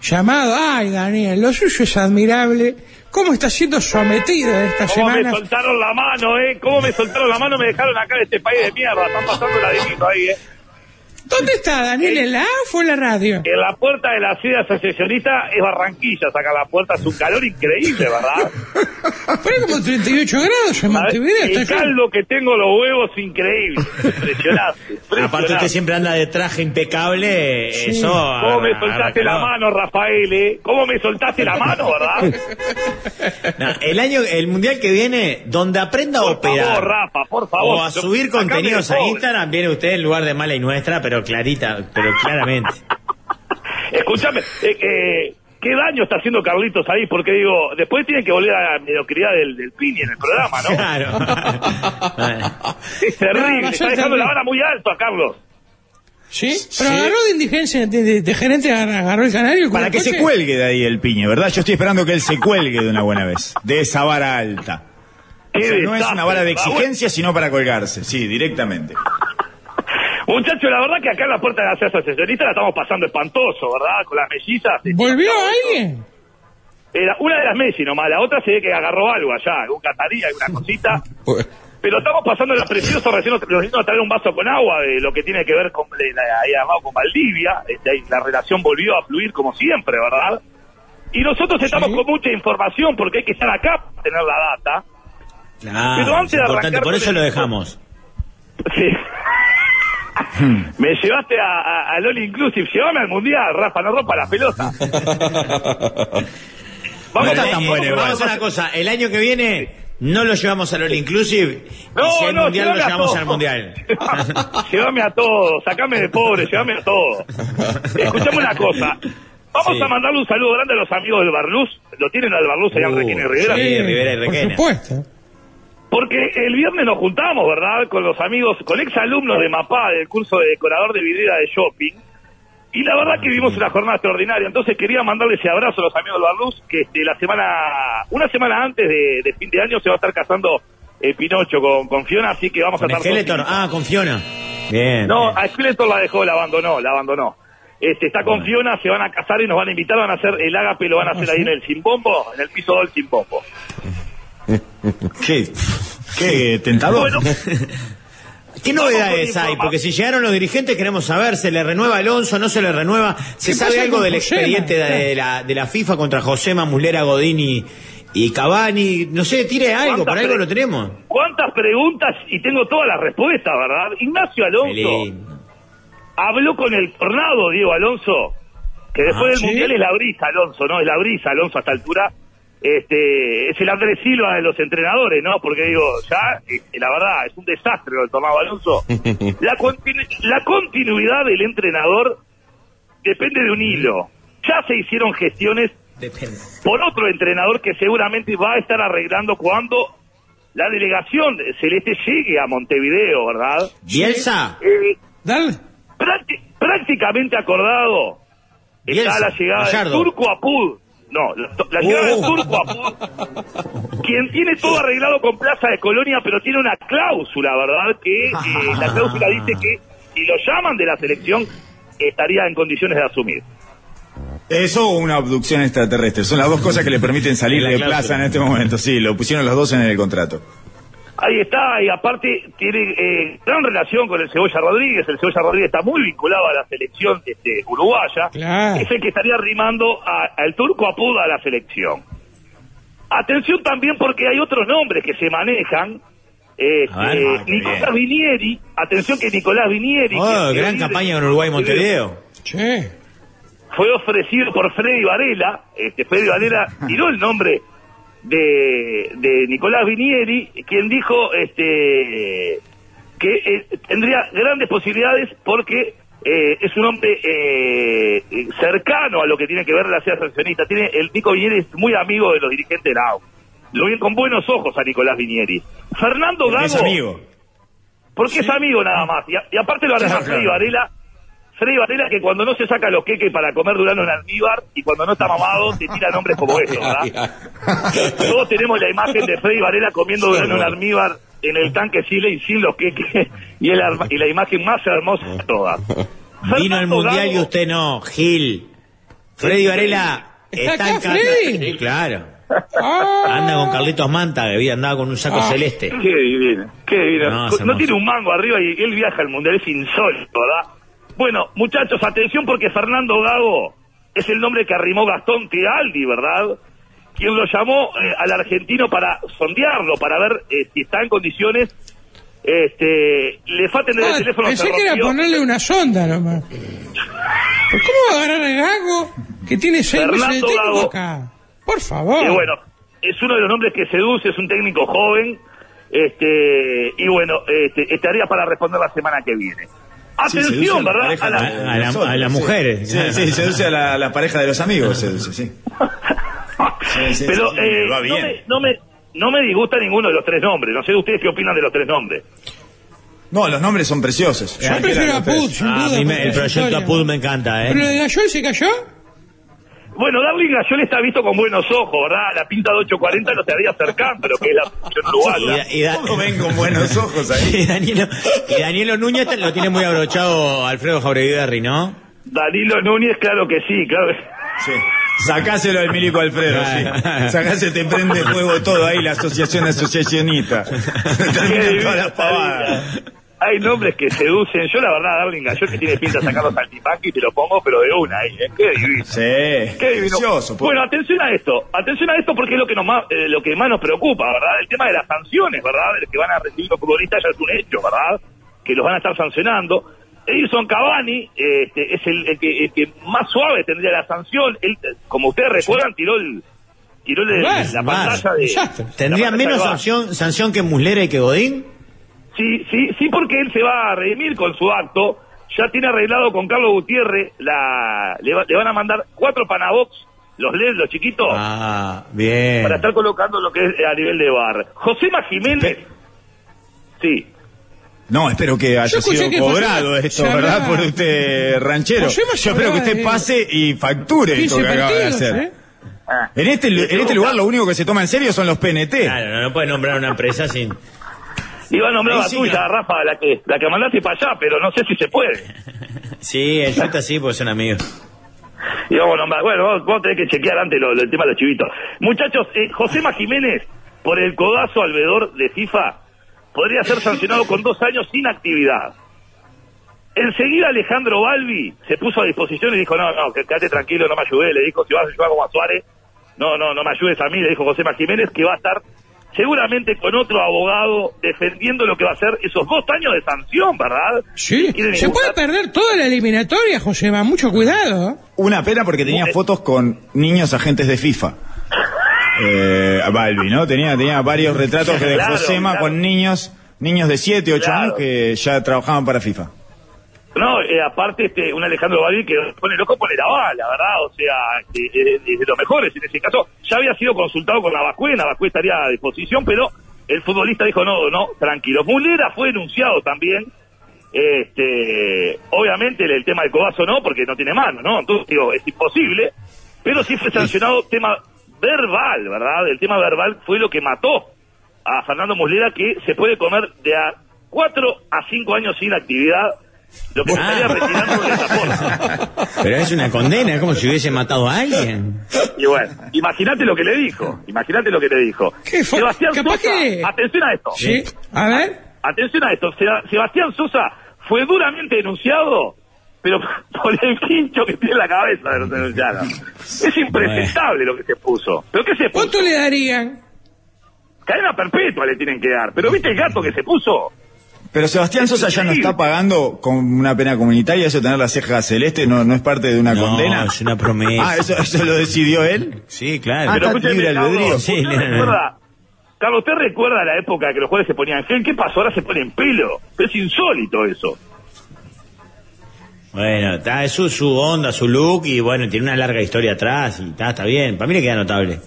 Speaker 11: llamado. Ay, Daniel, lo suyo es admirable. ¿Cómo está siendo sometido esta
Speaker 12: ¿Cómo me
Speaker 11: semana?
Speaker 12: soltaron la mano, eh? ¿Cómo me soltaron la mano? Me dejaron acá en este país de mierda. Están pasando la divino ahí, eh.
Speaker 11: ¿Dónde está Daniel? ¿En la AF o en la radio?
Speaker 12: En la puerta de la ciudad asociacionista es Barranquilla. Saca la puerta, es un calor increíble, ¿verdad?
Speaker 11: Pone como 38 grados en
Speaker 12: A ver,
Speaker 11: Montevideo.
Speaker 12: El
Speaker 11: está yo-
Speaker 12: caldo que tengo los huevos increíble. Impresionante.
Speaker 1: Aparte usted
Speaker 12: impresionante.
Speaker 1: siempre anda de traje impecable. Eso.
Speaker 12: ¿Cómo me
Speaker 1: agarra
Speaker 12: soltaste la
Speaker 1: calor.
Speaker 12: mano, Rafael, eh? ¿Cómo me soltaste la
Speaker 1: [laughs]
Speaker 12: mano, verdad?
Speaker 1: No, el año, el mundial que viene, donde aprenda a
Speaker 12: Por
Speaker 1: operar.
Speaker 12: favor, Rafa, por favor.
Speaker 1: O a
Speaker 12: Yo-
Speaker 1: subir
Speaker 12: sacame
Speaker 1: contenidos
Speaker 12: de
Speaker 1: a
Speaker 12: pobre.
Speaker 1: Instagram, viene usted en lugar de mala y nuestra, pero clarita, pero claramente.
Speaker 12: Escúchame, eh, eh, ¿qué daño está haciendo Carlitos ahí? Porque digo, después tienen que volver a la mediocridad del, del Pini en el programa, ¿no?
Speaker 1: [laughs] Claro.
Speaker 12: [laughs] Es
Speaker 11: No,
Speaker 12: terrible,
Speaker 11: no,
Speaker 12: está dejando
Speaker 11: yo entendí.
Speaker 12: la vara muy alto a Carlos.
Speaker 11: ¿Sí? Pero agarró de indigencia, de, de- de gerente agarra- agarró el canario. con
Speaker 2: Para
Speaker 11: el
Speaker 2: que se
Speaker 11: coche.
Speaker 2: cuelgue de ahí el piñe, ¿verdad? Yo estoy esperando que él se cuelgue de una buena vez, de esa vara alta.
Speaker 12: Qué
Speaker 2: O sea, no es
Speaker 12: desastre,
Speaker 2: una vara de
Speaker 12: Raúl.
Speaker 2: exigencia, sino para colgarse, sí, directamente.
Speaker 12: Muchachos, la verdad que acá en la puerta de la sede asociacionista la estamos pasando espantoso, ¿verdad? Con las mellizas.
Speaker 11: ¿Volvió alguien?
Speaker 12: Era una de las Messi nomás, la otra se ve que agarró algo allá, algún catarí, alguna
Speaker 11: [laughs]
Speaker 12: cosita. Pero estamos pasando la preciosa, recién nos, nos vino a traer un vaso con agua de lo que tiene que ver con, de la- ahí abajo con Valdivia. Este, ahí la relación volvió a fluir como siempre, ¿verdad? Y nosotros estamos
Speaker 11: Sí.
Speaker 12: con mucha información porque hay que estar acá para tener la data.
Speaker 1: Claro,
Speaker 12: Pero antes de
Speaker 1: es Ah, importante,
Speaker 12: arrancar
Speaker 1: por
Speaker 12: con
Speaker 1: eso
Speaker 12: el-
Speaker 1: lo dejamos.
Speaker 12: Sí. Me llevaste a, a, al All Inclusive, llévame al Mundial, Rafa, no rompa la pelota.
Speaker 1: Vamos
Speaker 2: está
Speaker 1: a-
Speaker 2: tan bueno
Speaker 1: eh, Vamos a
Speaker 2: igual.
Speaker 1: hacer una cosa. El año que viene no lo llevamos al All Inclusive.
Speaker 12: No,
Speaker 1: y si hay
Speaker 12: no,
Speaker 1: mundial, lo
Speaker 12: llévame a
Speaker 1: llevamos
Speaker 12: todos.
Speaker 1: al mundial.
Speaker 12: [laughs] Llévame a todos, sacame de pobre, llévame a todos. Escuchame una cosa. Vamos
Speaker 1: Sí.
Speaker 12: a mandarle un saludo grande a los amigos del Barluz. ¿Lo tienen al Barluz allá en Requena y Rivera?
Speaker 1: Uh, sí, Rivera y
Speaker 11: por supuesto.
Speaker 12: Porque el viernes nos juntamos, ¿verdad? Con los amigos, con exalumnos de MAPA, del curso de decorador de vidriera de shopping. Y la verdad que vivimos una jornada extraordinaria. Entonces quería mandarle ese abrazo a los amigos del Barluz, que este, la semana, una semana antes de, de fin de año se va a estar casando eh, Pinocho con, con Fiona, así que vamos
Speaker 1: Con
Speaker 12: a estar... todos
Speaker 1: Skeletor. Ah, con Fiona. Bien.
Speaker 12: no, a Skeletor la dejó, la abandonó, la abandonó. Este, está con Fiona, se van a casar y nos van a invitar, van a hacer el ágape, lo van a
Speaker 1: Ah,
Speaker 12: hacer ahí en el Simbombo, en el piso 2 del Simbombo.
Speaker 2: Qué, qué tentador.
Speaker 12: Bueno,
Speaker 1: ¿Qué
Speaker 12: Vamos
Speaker 1: novedades
Speaker 12: con el
Speaker 1: hay?
Speaker 12: programa.
Speaker 1: Porque si llegaron los dirigentes queremos saber, ¿se le renueva Alonso, no se le renueva? ¿Se
Speaker 11: ¿Qué
Speaker 1: sabe
Speaker 11: pasa
Speaker 1: algo
Speaker 11: con
Speaker 1: del
Speaker 11: Josema?
Speaker 1: expediente de, de la, de la FIFA contra Josema, Muslera, Godini y Cavani? No sé, tire algo, por
Speaker 12: ¿Cuántas
Speaker 1: algo
Speaker 12: pre-
Speaker 1: lo tenemos.
Speaker 12: ¿Cuántas preguntas? Y tengo todas las respuestas, ¿verdad? Ignacio Alonso
Speaker 1: Belén.
Speaker 12: habló con el tornado, Diego Alonso, que después
Speaker 1: Ah,
Speaker 12: del
Speaker 1: ¿sí?
Speaker 12: Mundial es la brisa, Alonso, ¿no? Es la brisa, Alonso, a esta altura. Este, es el Andrés Silva de los entrenadores, ¿no? Porque digo, ya, eh, la verdad, es un desastre lo del tornado
Speaker 1: [laughs]
Speaker 12: Alonso. La, continu- la continuidad del entrenador depende de un hilo. Ya se hicieron gestiones
Speaker 1: Depende.
Speaker 12: por otro entrenador que seguramente va a estar arreglando cuando la delegación celeste llegue a Montevideo, ¿verdad?
Speaker 1: Bielsa,
Speaker 12: Eh,
Speaker 11: Dale.
Speaker 12: prácti- prácticamente acordado
Speaker 1: Bielsa,
Speaker 12: está la llegada
Speaker 1: Gallardo.
Speaker 12: del Turco Apud. No, la, la llegada
Speaker 1: Oh.
Speaker 12: del Turco Apud, quien tiene todo arreglado con Plaza de Colonia, pero tiene una cláusula, ¿verdad? Que eh, la cláusula dice que si lo llaman de la selección estaría en condiciones de asumir.
Speaker 2: Eso o una abducción extraterrestre. Son las dos cosas que le permiten salir
Speaker 1: La
Speaker 2: de
Speaker 1: cláusula.
Speaker 2: plaza en este momento. Sí, lo pusieron los dos en el contrato.
Speaker 12: Ahí está, y aparte tiene eh, gran relación con el Cebolla Rodríguez. El Cebolla Rodríguez está muy vinculado a la selección este, uruguaya.
Speaker 11: Claro.
Speaker 12: Es el que estaría rimando a- al turco Apuda a la selección. Atención también porque hay otros nombres que se manejan. Este,
Speaker 1: A ver, ah, qué
Speaker 12: Nicolás Vinieri, atención que Nicolás Vinieri... que
Speaker 1: Oh,
Speaker 12: es
Speaker 1: gran
Speaker 12: libre-
Speaker 1: campaña con Uruguay y Montevideo.
Speaker 11: Che.
Speaker 12: fue ofrecido por Freddy Varela. Este, Freddy
Speaker 2: [laughs]
Speaker 12: Varela tiró el nombre de, de Nicolás Vinieri, quien dijo este, que eh, tendría grandes posibilidades porque eh, es un hombre eh, cercano a lo que tiene que ver la ciudad sancionista. Tiene, el Nico Vinieri es muy amigo de los dirigentes de la AU. Lo ven con buenos ojos a Nicolás Vinieri. Fernando Gago.
Speaker 2: Es amigo.
Speaker 12: Porque es amigo nada más. Y, a- y aparte lo arregla
Speaker 2: Claro,
Speaker 12: Freddy
Speaker 2: claro.
Speaker 12: Varela. Freddy Varela que cuando no se saca los queques para comer Durano en almíbar y cuando no está mamado te tira nombres como estos, ¿verdad? Todos tenemos la imagen de Freddy Varela comiendo Durano en almíbar en el tanque Chile y sin los queques. Y, el arma- y la imagen más hermosa de todas.
Speaker 1: Vino al
Speaker 12: Fernando
Speaker 1: Mundial
Speaker 12: Gago.
Speaker 1: y usted no, Gil. Freddy Varela
Speaker 11: ¿Está
Speaker 1: está
Speaker 11: acá
Speaker 1: en Car-
Speaker 11: Freddy?
Speaker 1: Sí, Claro.
Speaker 11: Ah.
Speaker 1: Anda con Carlitos Manta, que había andado con un saco
Speaker 11: Ah.
Speaker 1: celeste.
Speaker 12: Qué divino, qué divino.
Speaker 1: No,
Speaker 12: No,
Speaker 1: es hermoso.
Speaker 12: tiene un mango arriba y él viaja al mundial, es insólito, ¿verdad? Bueno, muchachos, atención porque Fernando Gago es el nombre que arrimó Gastón Tiraldi, ¿verdad? Quien lo llamó eh, al argentino para sondearlo, para ver eh, si está en condiciones. Este, le fue a atender
Speaker 11: Ah,
Speaker 12: el teléfono.
Speaker 11: pensé
Speaker 12: se
Speaker 11: que era
Speaker 12: rompió.
Speaker 11: ponerle una sonda nomás. Pero ¿Cómo va a agarrar el gago que tiene seis meses de
Speaker 12: Fernando
Speaker 11: técnico
Speaker 12: Gago.
Speaker 11: acá? Por favor.
Speaker 12: Que bueno, es uno de los nombres que seduce, es un técnico joven. Este, y bueno, este, estaría para responder la semana que viene.
Speaker 2: Sí,
Speaker 12: Atención,
Speaker 2: seduce a la
Speaker 12: ¿verdad?
Speaker 2: pareja
Speaker 12: A la-
Speaker 2: de-
Speaker 1: A
Speaker 2: de
Speaker 1: la-
Speaker 2: los otros,
Speaker 1: a las
Speaker 2: sí.
Speaker 1: mujeres.
Speaker 2: Sí, sí, seduce a la, la pareja de los amigos. Seduce, sí. Sí, sí,
Speaker 12: Pero
Speaker 2: sí, sí,
Speaker 12: eh,
Speaker 2: va
Speaker 12: no,
Speaker 2: bien.
Speaker 12: me, no, me, no me disgusta ninguno de los tres nombres. No sé ustedes qué opinan de los tres nombres.
Speaker 2: No, los nombres son preciosos.
Speaker 11: Yo prefiero a Pud, sin
Speaker 1: Ah,
Speaker 11: duda.
Speaker 1: a mí me-
Speaker 11: por
Speaker 1: el
Speaker 11: su
Speaker 1: proyecto
Speaker 11: historia.
Speaker 1: Apud me encanta,
Speaker 11: ¿Pero lo
Speaker 2: [laughs]
Speaker 1: ¿eh?
Speaker 11: de Gayol se cayó?
Speaker 12: Bueno, Darling Gayol está visto con buenos ojos, ¿verdad? La pinta de 840 no se había acercado, pero que es la [laughs] pinta uruguaya.
Speaker 1: Y, da- y da-
Speaker 2: Todos ven con buenos ojos ahí.
Speaker 1: y Danilo, y Danilo Núñez te- lo tiene muy abrochado Alfredo Jauregui Berry, ¿no?
Speaker 12: Danilo Núñez, claro que sí, claro. que-
Speaker 2: Sí. Sacáselo al milico Alfredo, sí. Sacase, te prende fuego todo ahí la asociación asociacionista. Terminan todas las pavadas.
Speaker 12: Hay nombres que seducen. Yo, la verdad, Darling Gayol, que tiene pinta de sacarlos al y te lo pongo, pero de una ahí, ¿eh? Qué divino.
Speaker 2: Sí, pues.
Speaker 12: Qué divino.
Speaker 2: precioso. po-
Speaker 12: Bueno, atención a esto, atención a esto porque es lo que, nos más, eh, lo que más nos preocupa, ¿verdad? El tema de las sanciones, ¿verdad? El que van a recibir los futbolistas ya es un hecho, ¿verdad? Que los van a estar sancionando. Edison Cavani eh, este, es el, el que, el que más suave tendría [laughs] la sanción. Él, eh, como ustedes recuerdan, tiró el tiró le-
Speaker 1: Vas,
Speaker 12: la
Speaker 1: vas.
Speaker 12: pantalla de. la pantalla
Speaker 1: ¿Tendría menos
Speaker 12: de VAR.
Speaker 1: sanción, sanción que Muslera y que Godín?
Speaker 12: Sí, sí, sí, porque él se va a redimir con su acto. Ya tiene arreglado con Carlos Gutiérrez. La, le, va- le van a mandar cuatro Panabox, los LED, los chiquitos,
Speaker 1: Ah, bien.
Speaker 12: para estar colocando lo que es eh, a nivel de bar. Josema Jiménez. Sí.
Speaker 2: No, espero que haya
Speaker 12: escuché
Speaker 2: sido
Speaker 12: que
Speaker 2: cobrado
Speaker 12: Josema-
Speaker 2: esto,
Speaker 12: Llamá.
Speaker 2: ¿verdad? Por usted, ranchero.
Speaker 12: Josema
Speaker 2: Yo espero que
Speaker 12: Llamá,
Speaker 2: usted
Speaker 12: eh.
Speaker 2: pase y facture esto
Speaker 12: 15
Speaker 2: que acaba de
Speaker 12: partidos,
Speaker 2: hacer.
Speaker 12: ¿eh?
Speaker 2: En este, en este lugar lo único que se toma en serio son los PNT.
Speaker 1: Claro, no, no puede nombrar una empresa sin.
Speaker 12: Iba a nombrar
Speaker 1: Ahí
Speaker 12: la
Speaker 1: sí,
Speaker 12: tuya,
Speaker 1: claro.
Speaker 12: Rafa, la que, la que mandaste para allá, pero no sé si se puede.
Speaker 1: Sí, el Utah sí, porque son amigos.
Speaker 12: Y vamos a nombrar. Bueno, vos, vos tenés que chequear antes lo- lo- el tema de los chivitos. Muchachos, eh, Josema Jiménez, por el codazo al vedor de FIFA, podría ser sancionado con dos años sin actividad. Enseguida Alejandro Balbi se puso a disposición y dijo, no, no, que- quédate tranquilo, no me ayudé. Le dijo, si vas a ayudar como a Suárez, no, no, no me ayudes a mí, le dijo Josema Jiménez, que va a estar seguramente con otro abogado defendiendo lo que va a ser esos dos años de sanción, ¿verdad?
Speaker 11: Sí,
Speaker 12: Quieren
Speaker 11: se puede perder toda la eliminatoria, Joseba, mucho cuidado. ¿eh?
Speaker 2: Una pena porque tenía fotos con niños agentes de FIFA. Eh, a Balbi, ¿no? Tenía, tenía varios retratos de
Speaker 12: Claro,
Speaker 2: Josema
Speaker 12: claro.
Speaker 2: con niños, niños de 7, 8 años que ya trabajaban para FIFA.
Speaker 12: No, eh, aparte este, un Alejandro Balbi que pone loco pone la bala, ¿verdad? O sea, eh, eh, es de los mejores en ese caso. Ya había sido consultado con la Bascuena, Bascué estaría a disposición, pero el futbolista dijo no, no, tranquilo. Mulera fue denunciado también. Este, obviamente el, el tema del cobazo no, porque no tiene mano, ¿no? Entonces digo, es imposible, pero sí fue sancionado tema verbal, ¿verdad? El tema verbal fue lo que mató a Fernando Muslera que se puede comer de a 4 a 5 años sin actividad, lo que se
Speaker 11: Ah.
Speaker 12: estaría retirando de
Speaker 1: Pero es una condena, es como si hubiese matado a alguien.
Speaker 12: Y bueno, imagínate lo que le dijo, imagínate lo que le dijo. Sebastián Sosa, atención a esto.
Speaker 11: Sí, a ver.
Speaker 12: Atención a esto, Seba- Sebastián Sosa fue duramente denunciado, pero [laughs] por el quincho que tiene en la cabeza de los denunciaron. Es impresentable lo que se puso. ¿Pero qué se puso?
Speaker 11: ¿Cuánto le darían?
Speaker 12: Cadena perpetua le tienen que dar. ¿Pero viste el gato que se puso?
Speaker 2: Pero Sebastián Sosa ya no está pagando con una pena comunitaria, eso tener la ceja celeste no, no es parte de una condena.
Speaker 1: es una promesa.
Speaker 2: Ah, eso, eso lo decidió él.
Speaker 1: Sí, claro.
Speaker 2: Ah, está libre albedrío.
Speaker 12: Carlos, ¿usted recuerda, Carlos, ¿usted recuerda la época que los jueves se ponían gel? ¿Qué pasó? Ahora se ponen pelo. Es insólito eso.
Speaker 1: Bueno, está, es su, su onda, su look, y bueno, tiene una larga historia atrás, y está, está bien. Para mí le queda notable.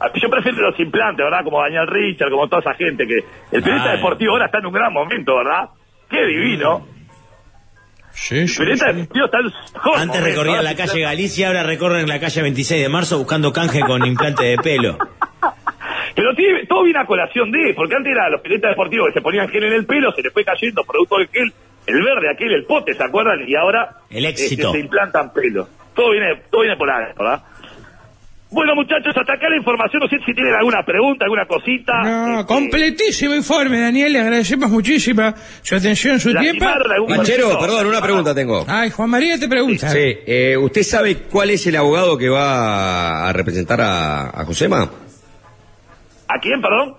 Speaker 12: Ah, Yo prefiero los implantes, ¿verdad? Como Daniel Richard, como toda esa gente que... El periodista
Speaker 1: Ay.
Speaker 12: deportivo ahora está en un gran momento, ¿verdad? ¡Qué divino!
Speaker 11: Sí,
Speaker 12: el periodista deportivo está en su mejor
Speaker 1: Antes
Speaker 12: momento,
Speaker 1: recorrían
Speaker 12: ahora
Speaker 1: la
Speaker 12: se
Speaker 1: calle Galicia, ahora recorren la calle 26 de marzo buscando canje con implante de pelo.
Speaker 12: Pero tiene- todo viene a colación de, porque antes era los piletas deportivos que se ponían gel en el pelo, se les fue cayendo producto del gel, el verde, aquel, el pote, ¿se acuerdan? Y ahora
Speaker 1: El éxito.
Speaker 12: este, se implantan pelo. Todo viene, todo viene por ahí, ¿verdad? Bueno, muchachos, hasta acá la información. No sé si tienen alguna pregunta, alguna cosita. este,
Speaker 11: No, completísimo informe, Daniel. Le agradecemos muchísimo su atención, su tiempo.
Speaker 3: Manchero, perdón, una
Speaker 12: Ah.
Speaker 3: pregunta tengo.
Speaker 11: Ay, Juan María te pregunta.
Speaker 3: Sí, eh, ¿usted sabe cuál es el abogado que va a representar a, a Josema?
Speaker 12: ¿A quién, perdón?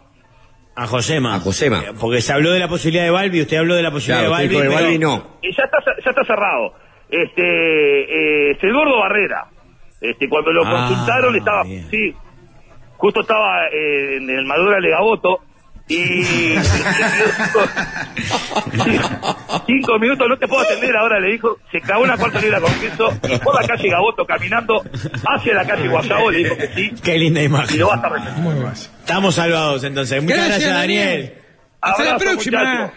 Speaker 1: A Josema. A
Speaker 3: Josema.
Speaker 1: Porque se habló de la posibilidad de Balbi, usted habló de la posibilidad
Speaker 3: Claro,
Speaker 1: de
Speaker 3: usted
Speaker 1: Balbi.
Speaker 3: dijo de
Speaker 1: pero-
Speaker 3: Balbi no.
Speaker 12: Y ya está, ya está cerrado. Este, eh, es el gordo Barrera. Este, cuando lo
Speaker 1: Ah,
Speaker 12: consultaron estaba, sí, justo estaba eh, en el Madura Legaboto
Speaker 1: [laughs]
Speaker 12: y cinco minutos no te puedo atender ahora le dijo se cagó una cuarta libra con queso por la calle Gaboto caminando hacia la calle Guayabo le dijo que sí
Speaker 1: Qué linda imagen.
Speaker 12: y lo vas a representar
Speaker 1: Estamos salvados entonces. Muchas gracias,
Speaker 11: Gracias,
Speaker 1: Daniel.
Speaker 11: Daniel. Hasta la
Speaker 1: Abrazo,
Speaker 11: próxima.
Speaker 1: muchacho.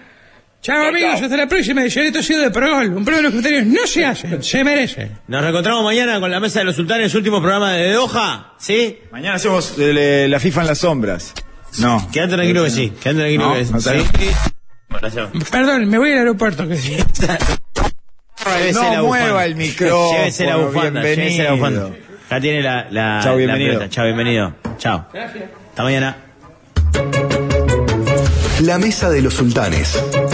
Speaker 11: Chao, amigos. Hasta la próxima edición. Esto ha sido de Progol. Un programa de los criterios no se hacen, se merecen.
Speaker 1: Nos reencontramos mañana con la Mesa de los Sultanes, último programa de Doha, ¿sí?
Speaker 2: Mañana hacemos eh, le- la FIFA en las sombras. No.
Speaker 1: Quédate tranquilo que sí, quédate tranquilo
Speaker 2: No,
Speaker 1: que sí.
Speaker 2: no sabía.
Speaker 11: Perdón, me voy al aeropuerto. Que [laughs] sí.
Speaker 1: Llévese
Speaker 2: No mueva
Speaker 1: la bufanda.
Speaker 2: el micrófono,
Speaker 1: Llévese la bufanda,
Speaker 2: bienvenido.
Speaker 1: llévese la bufanda. Acá tiene la, la,
Speaker 2: Chao,
Speaker 1: la
Speaker 2: bienvenido.
Speaker 1: pelota. Chao, bienvenido. Chao. Hasta mañana.
Speaker 5: La mesa de los sultanes.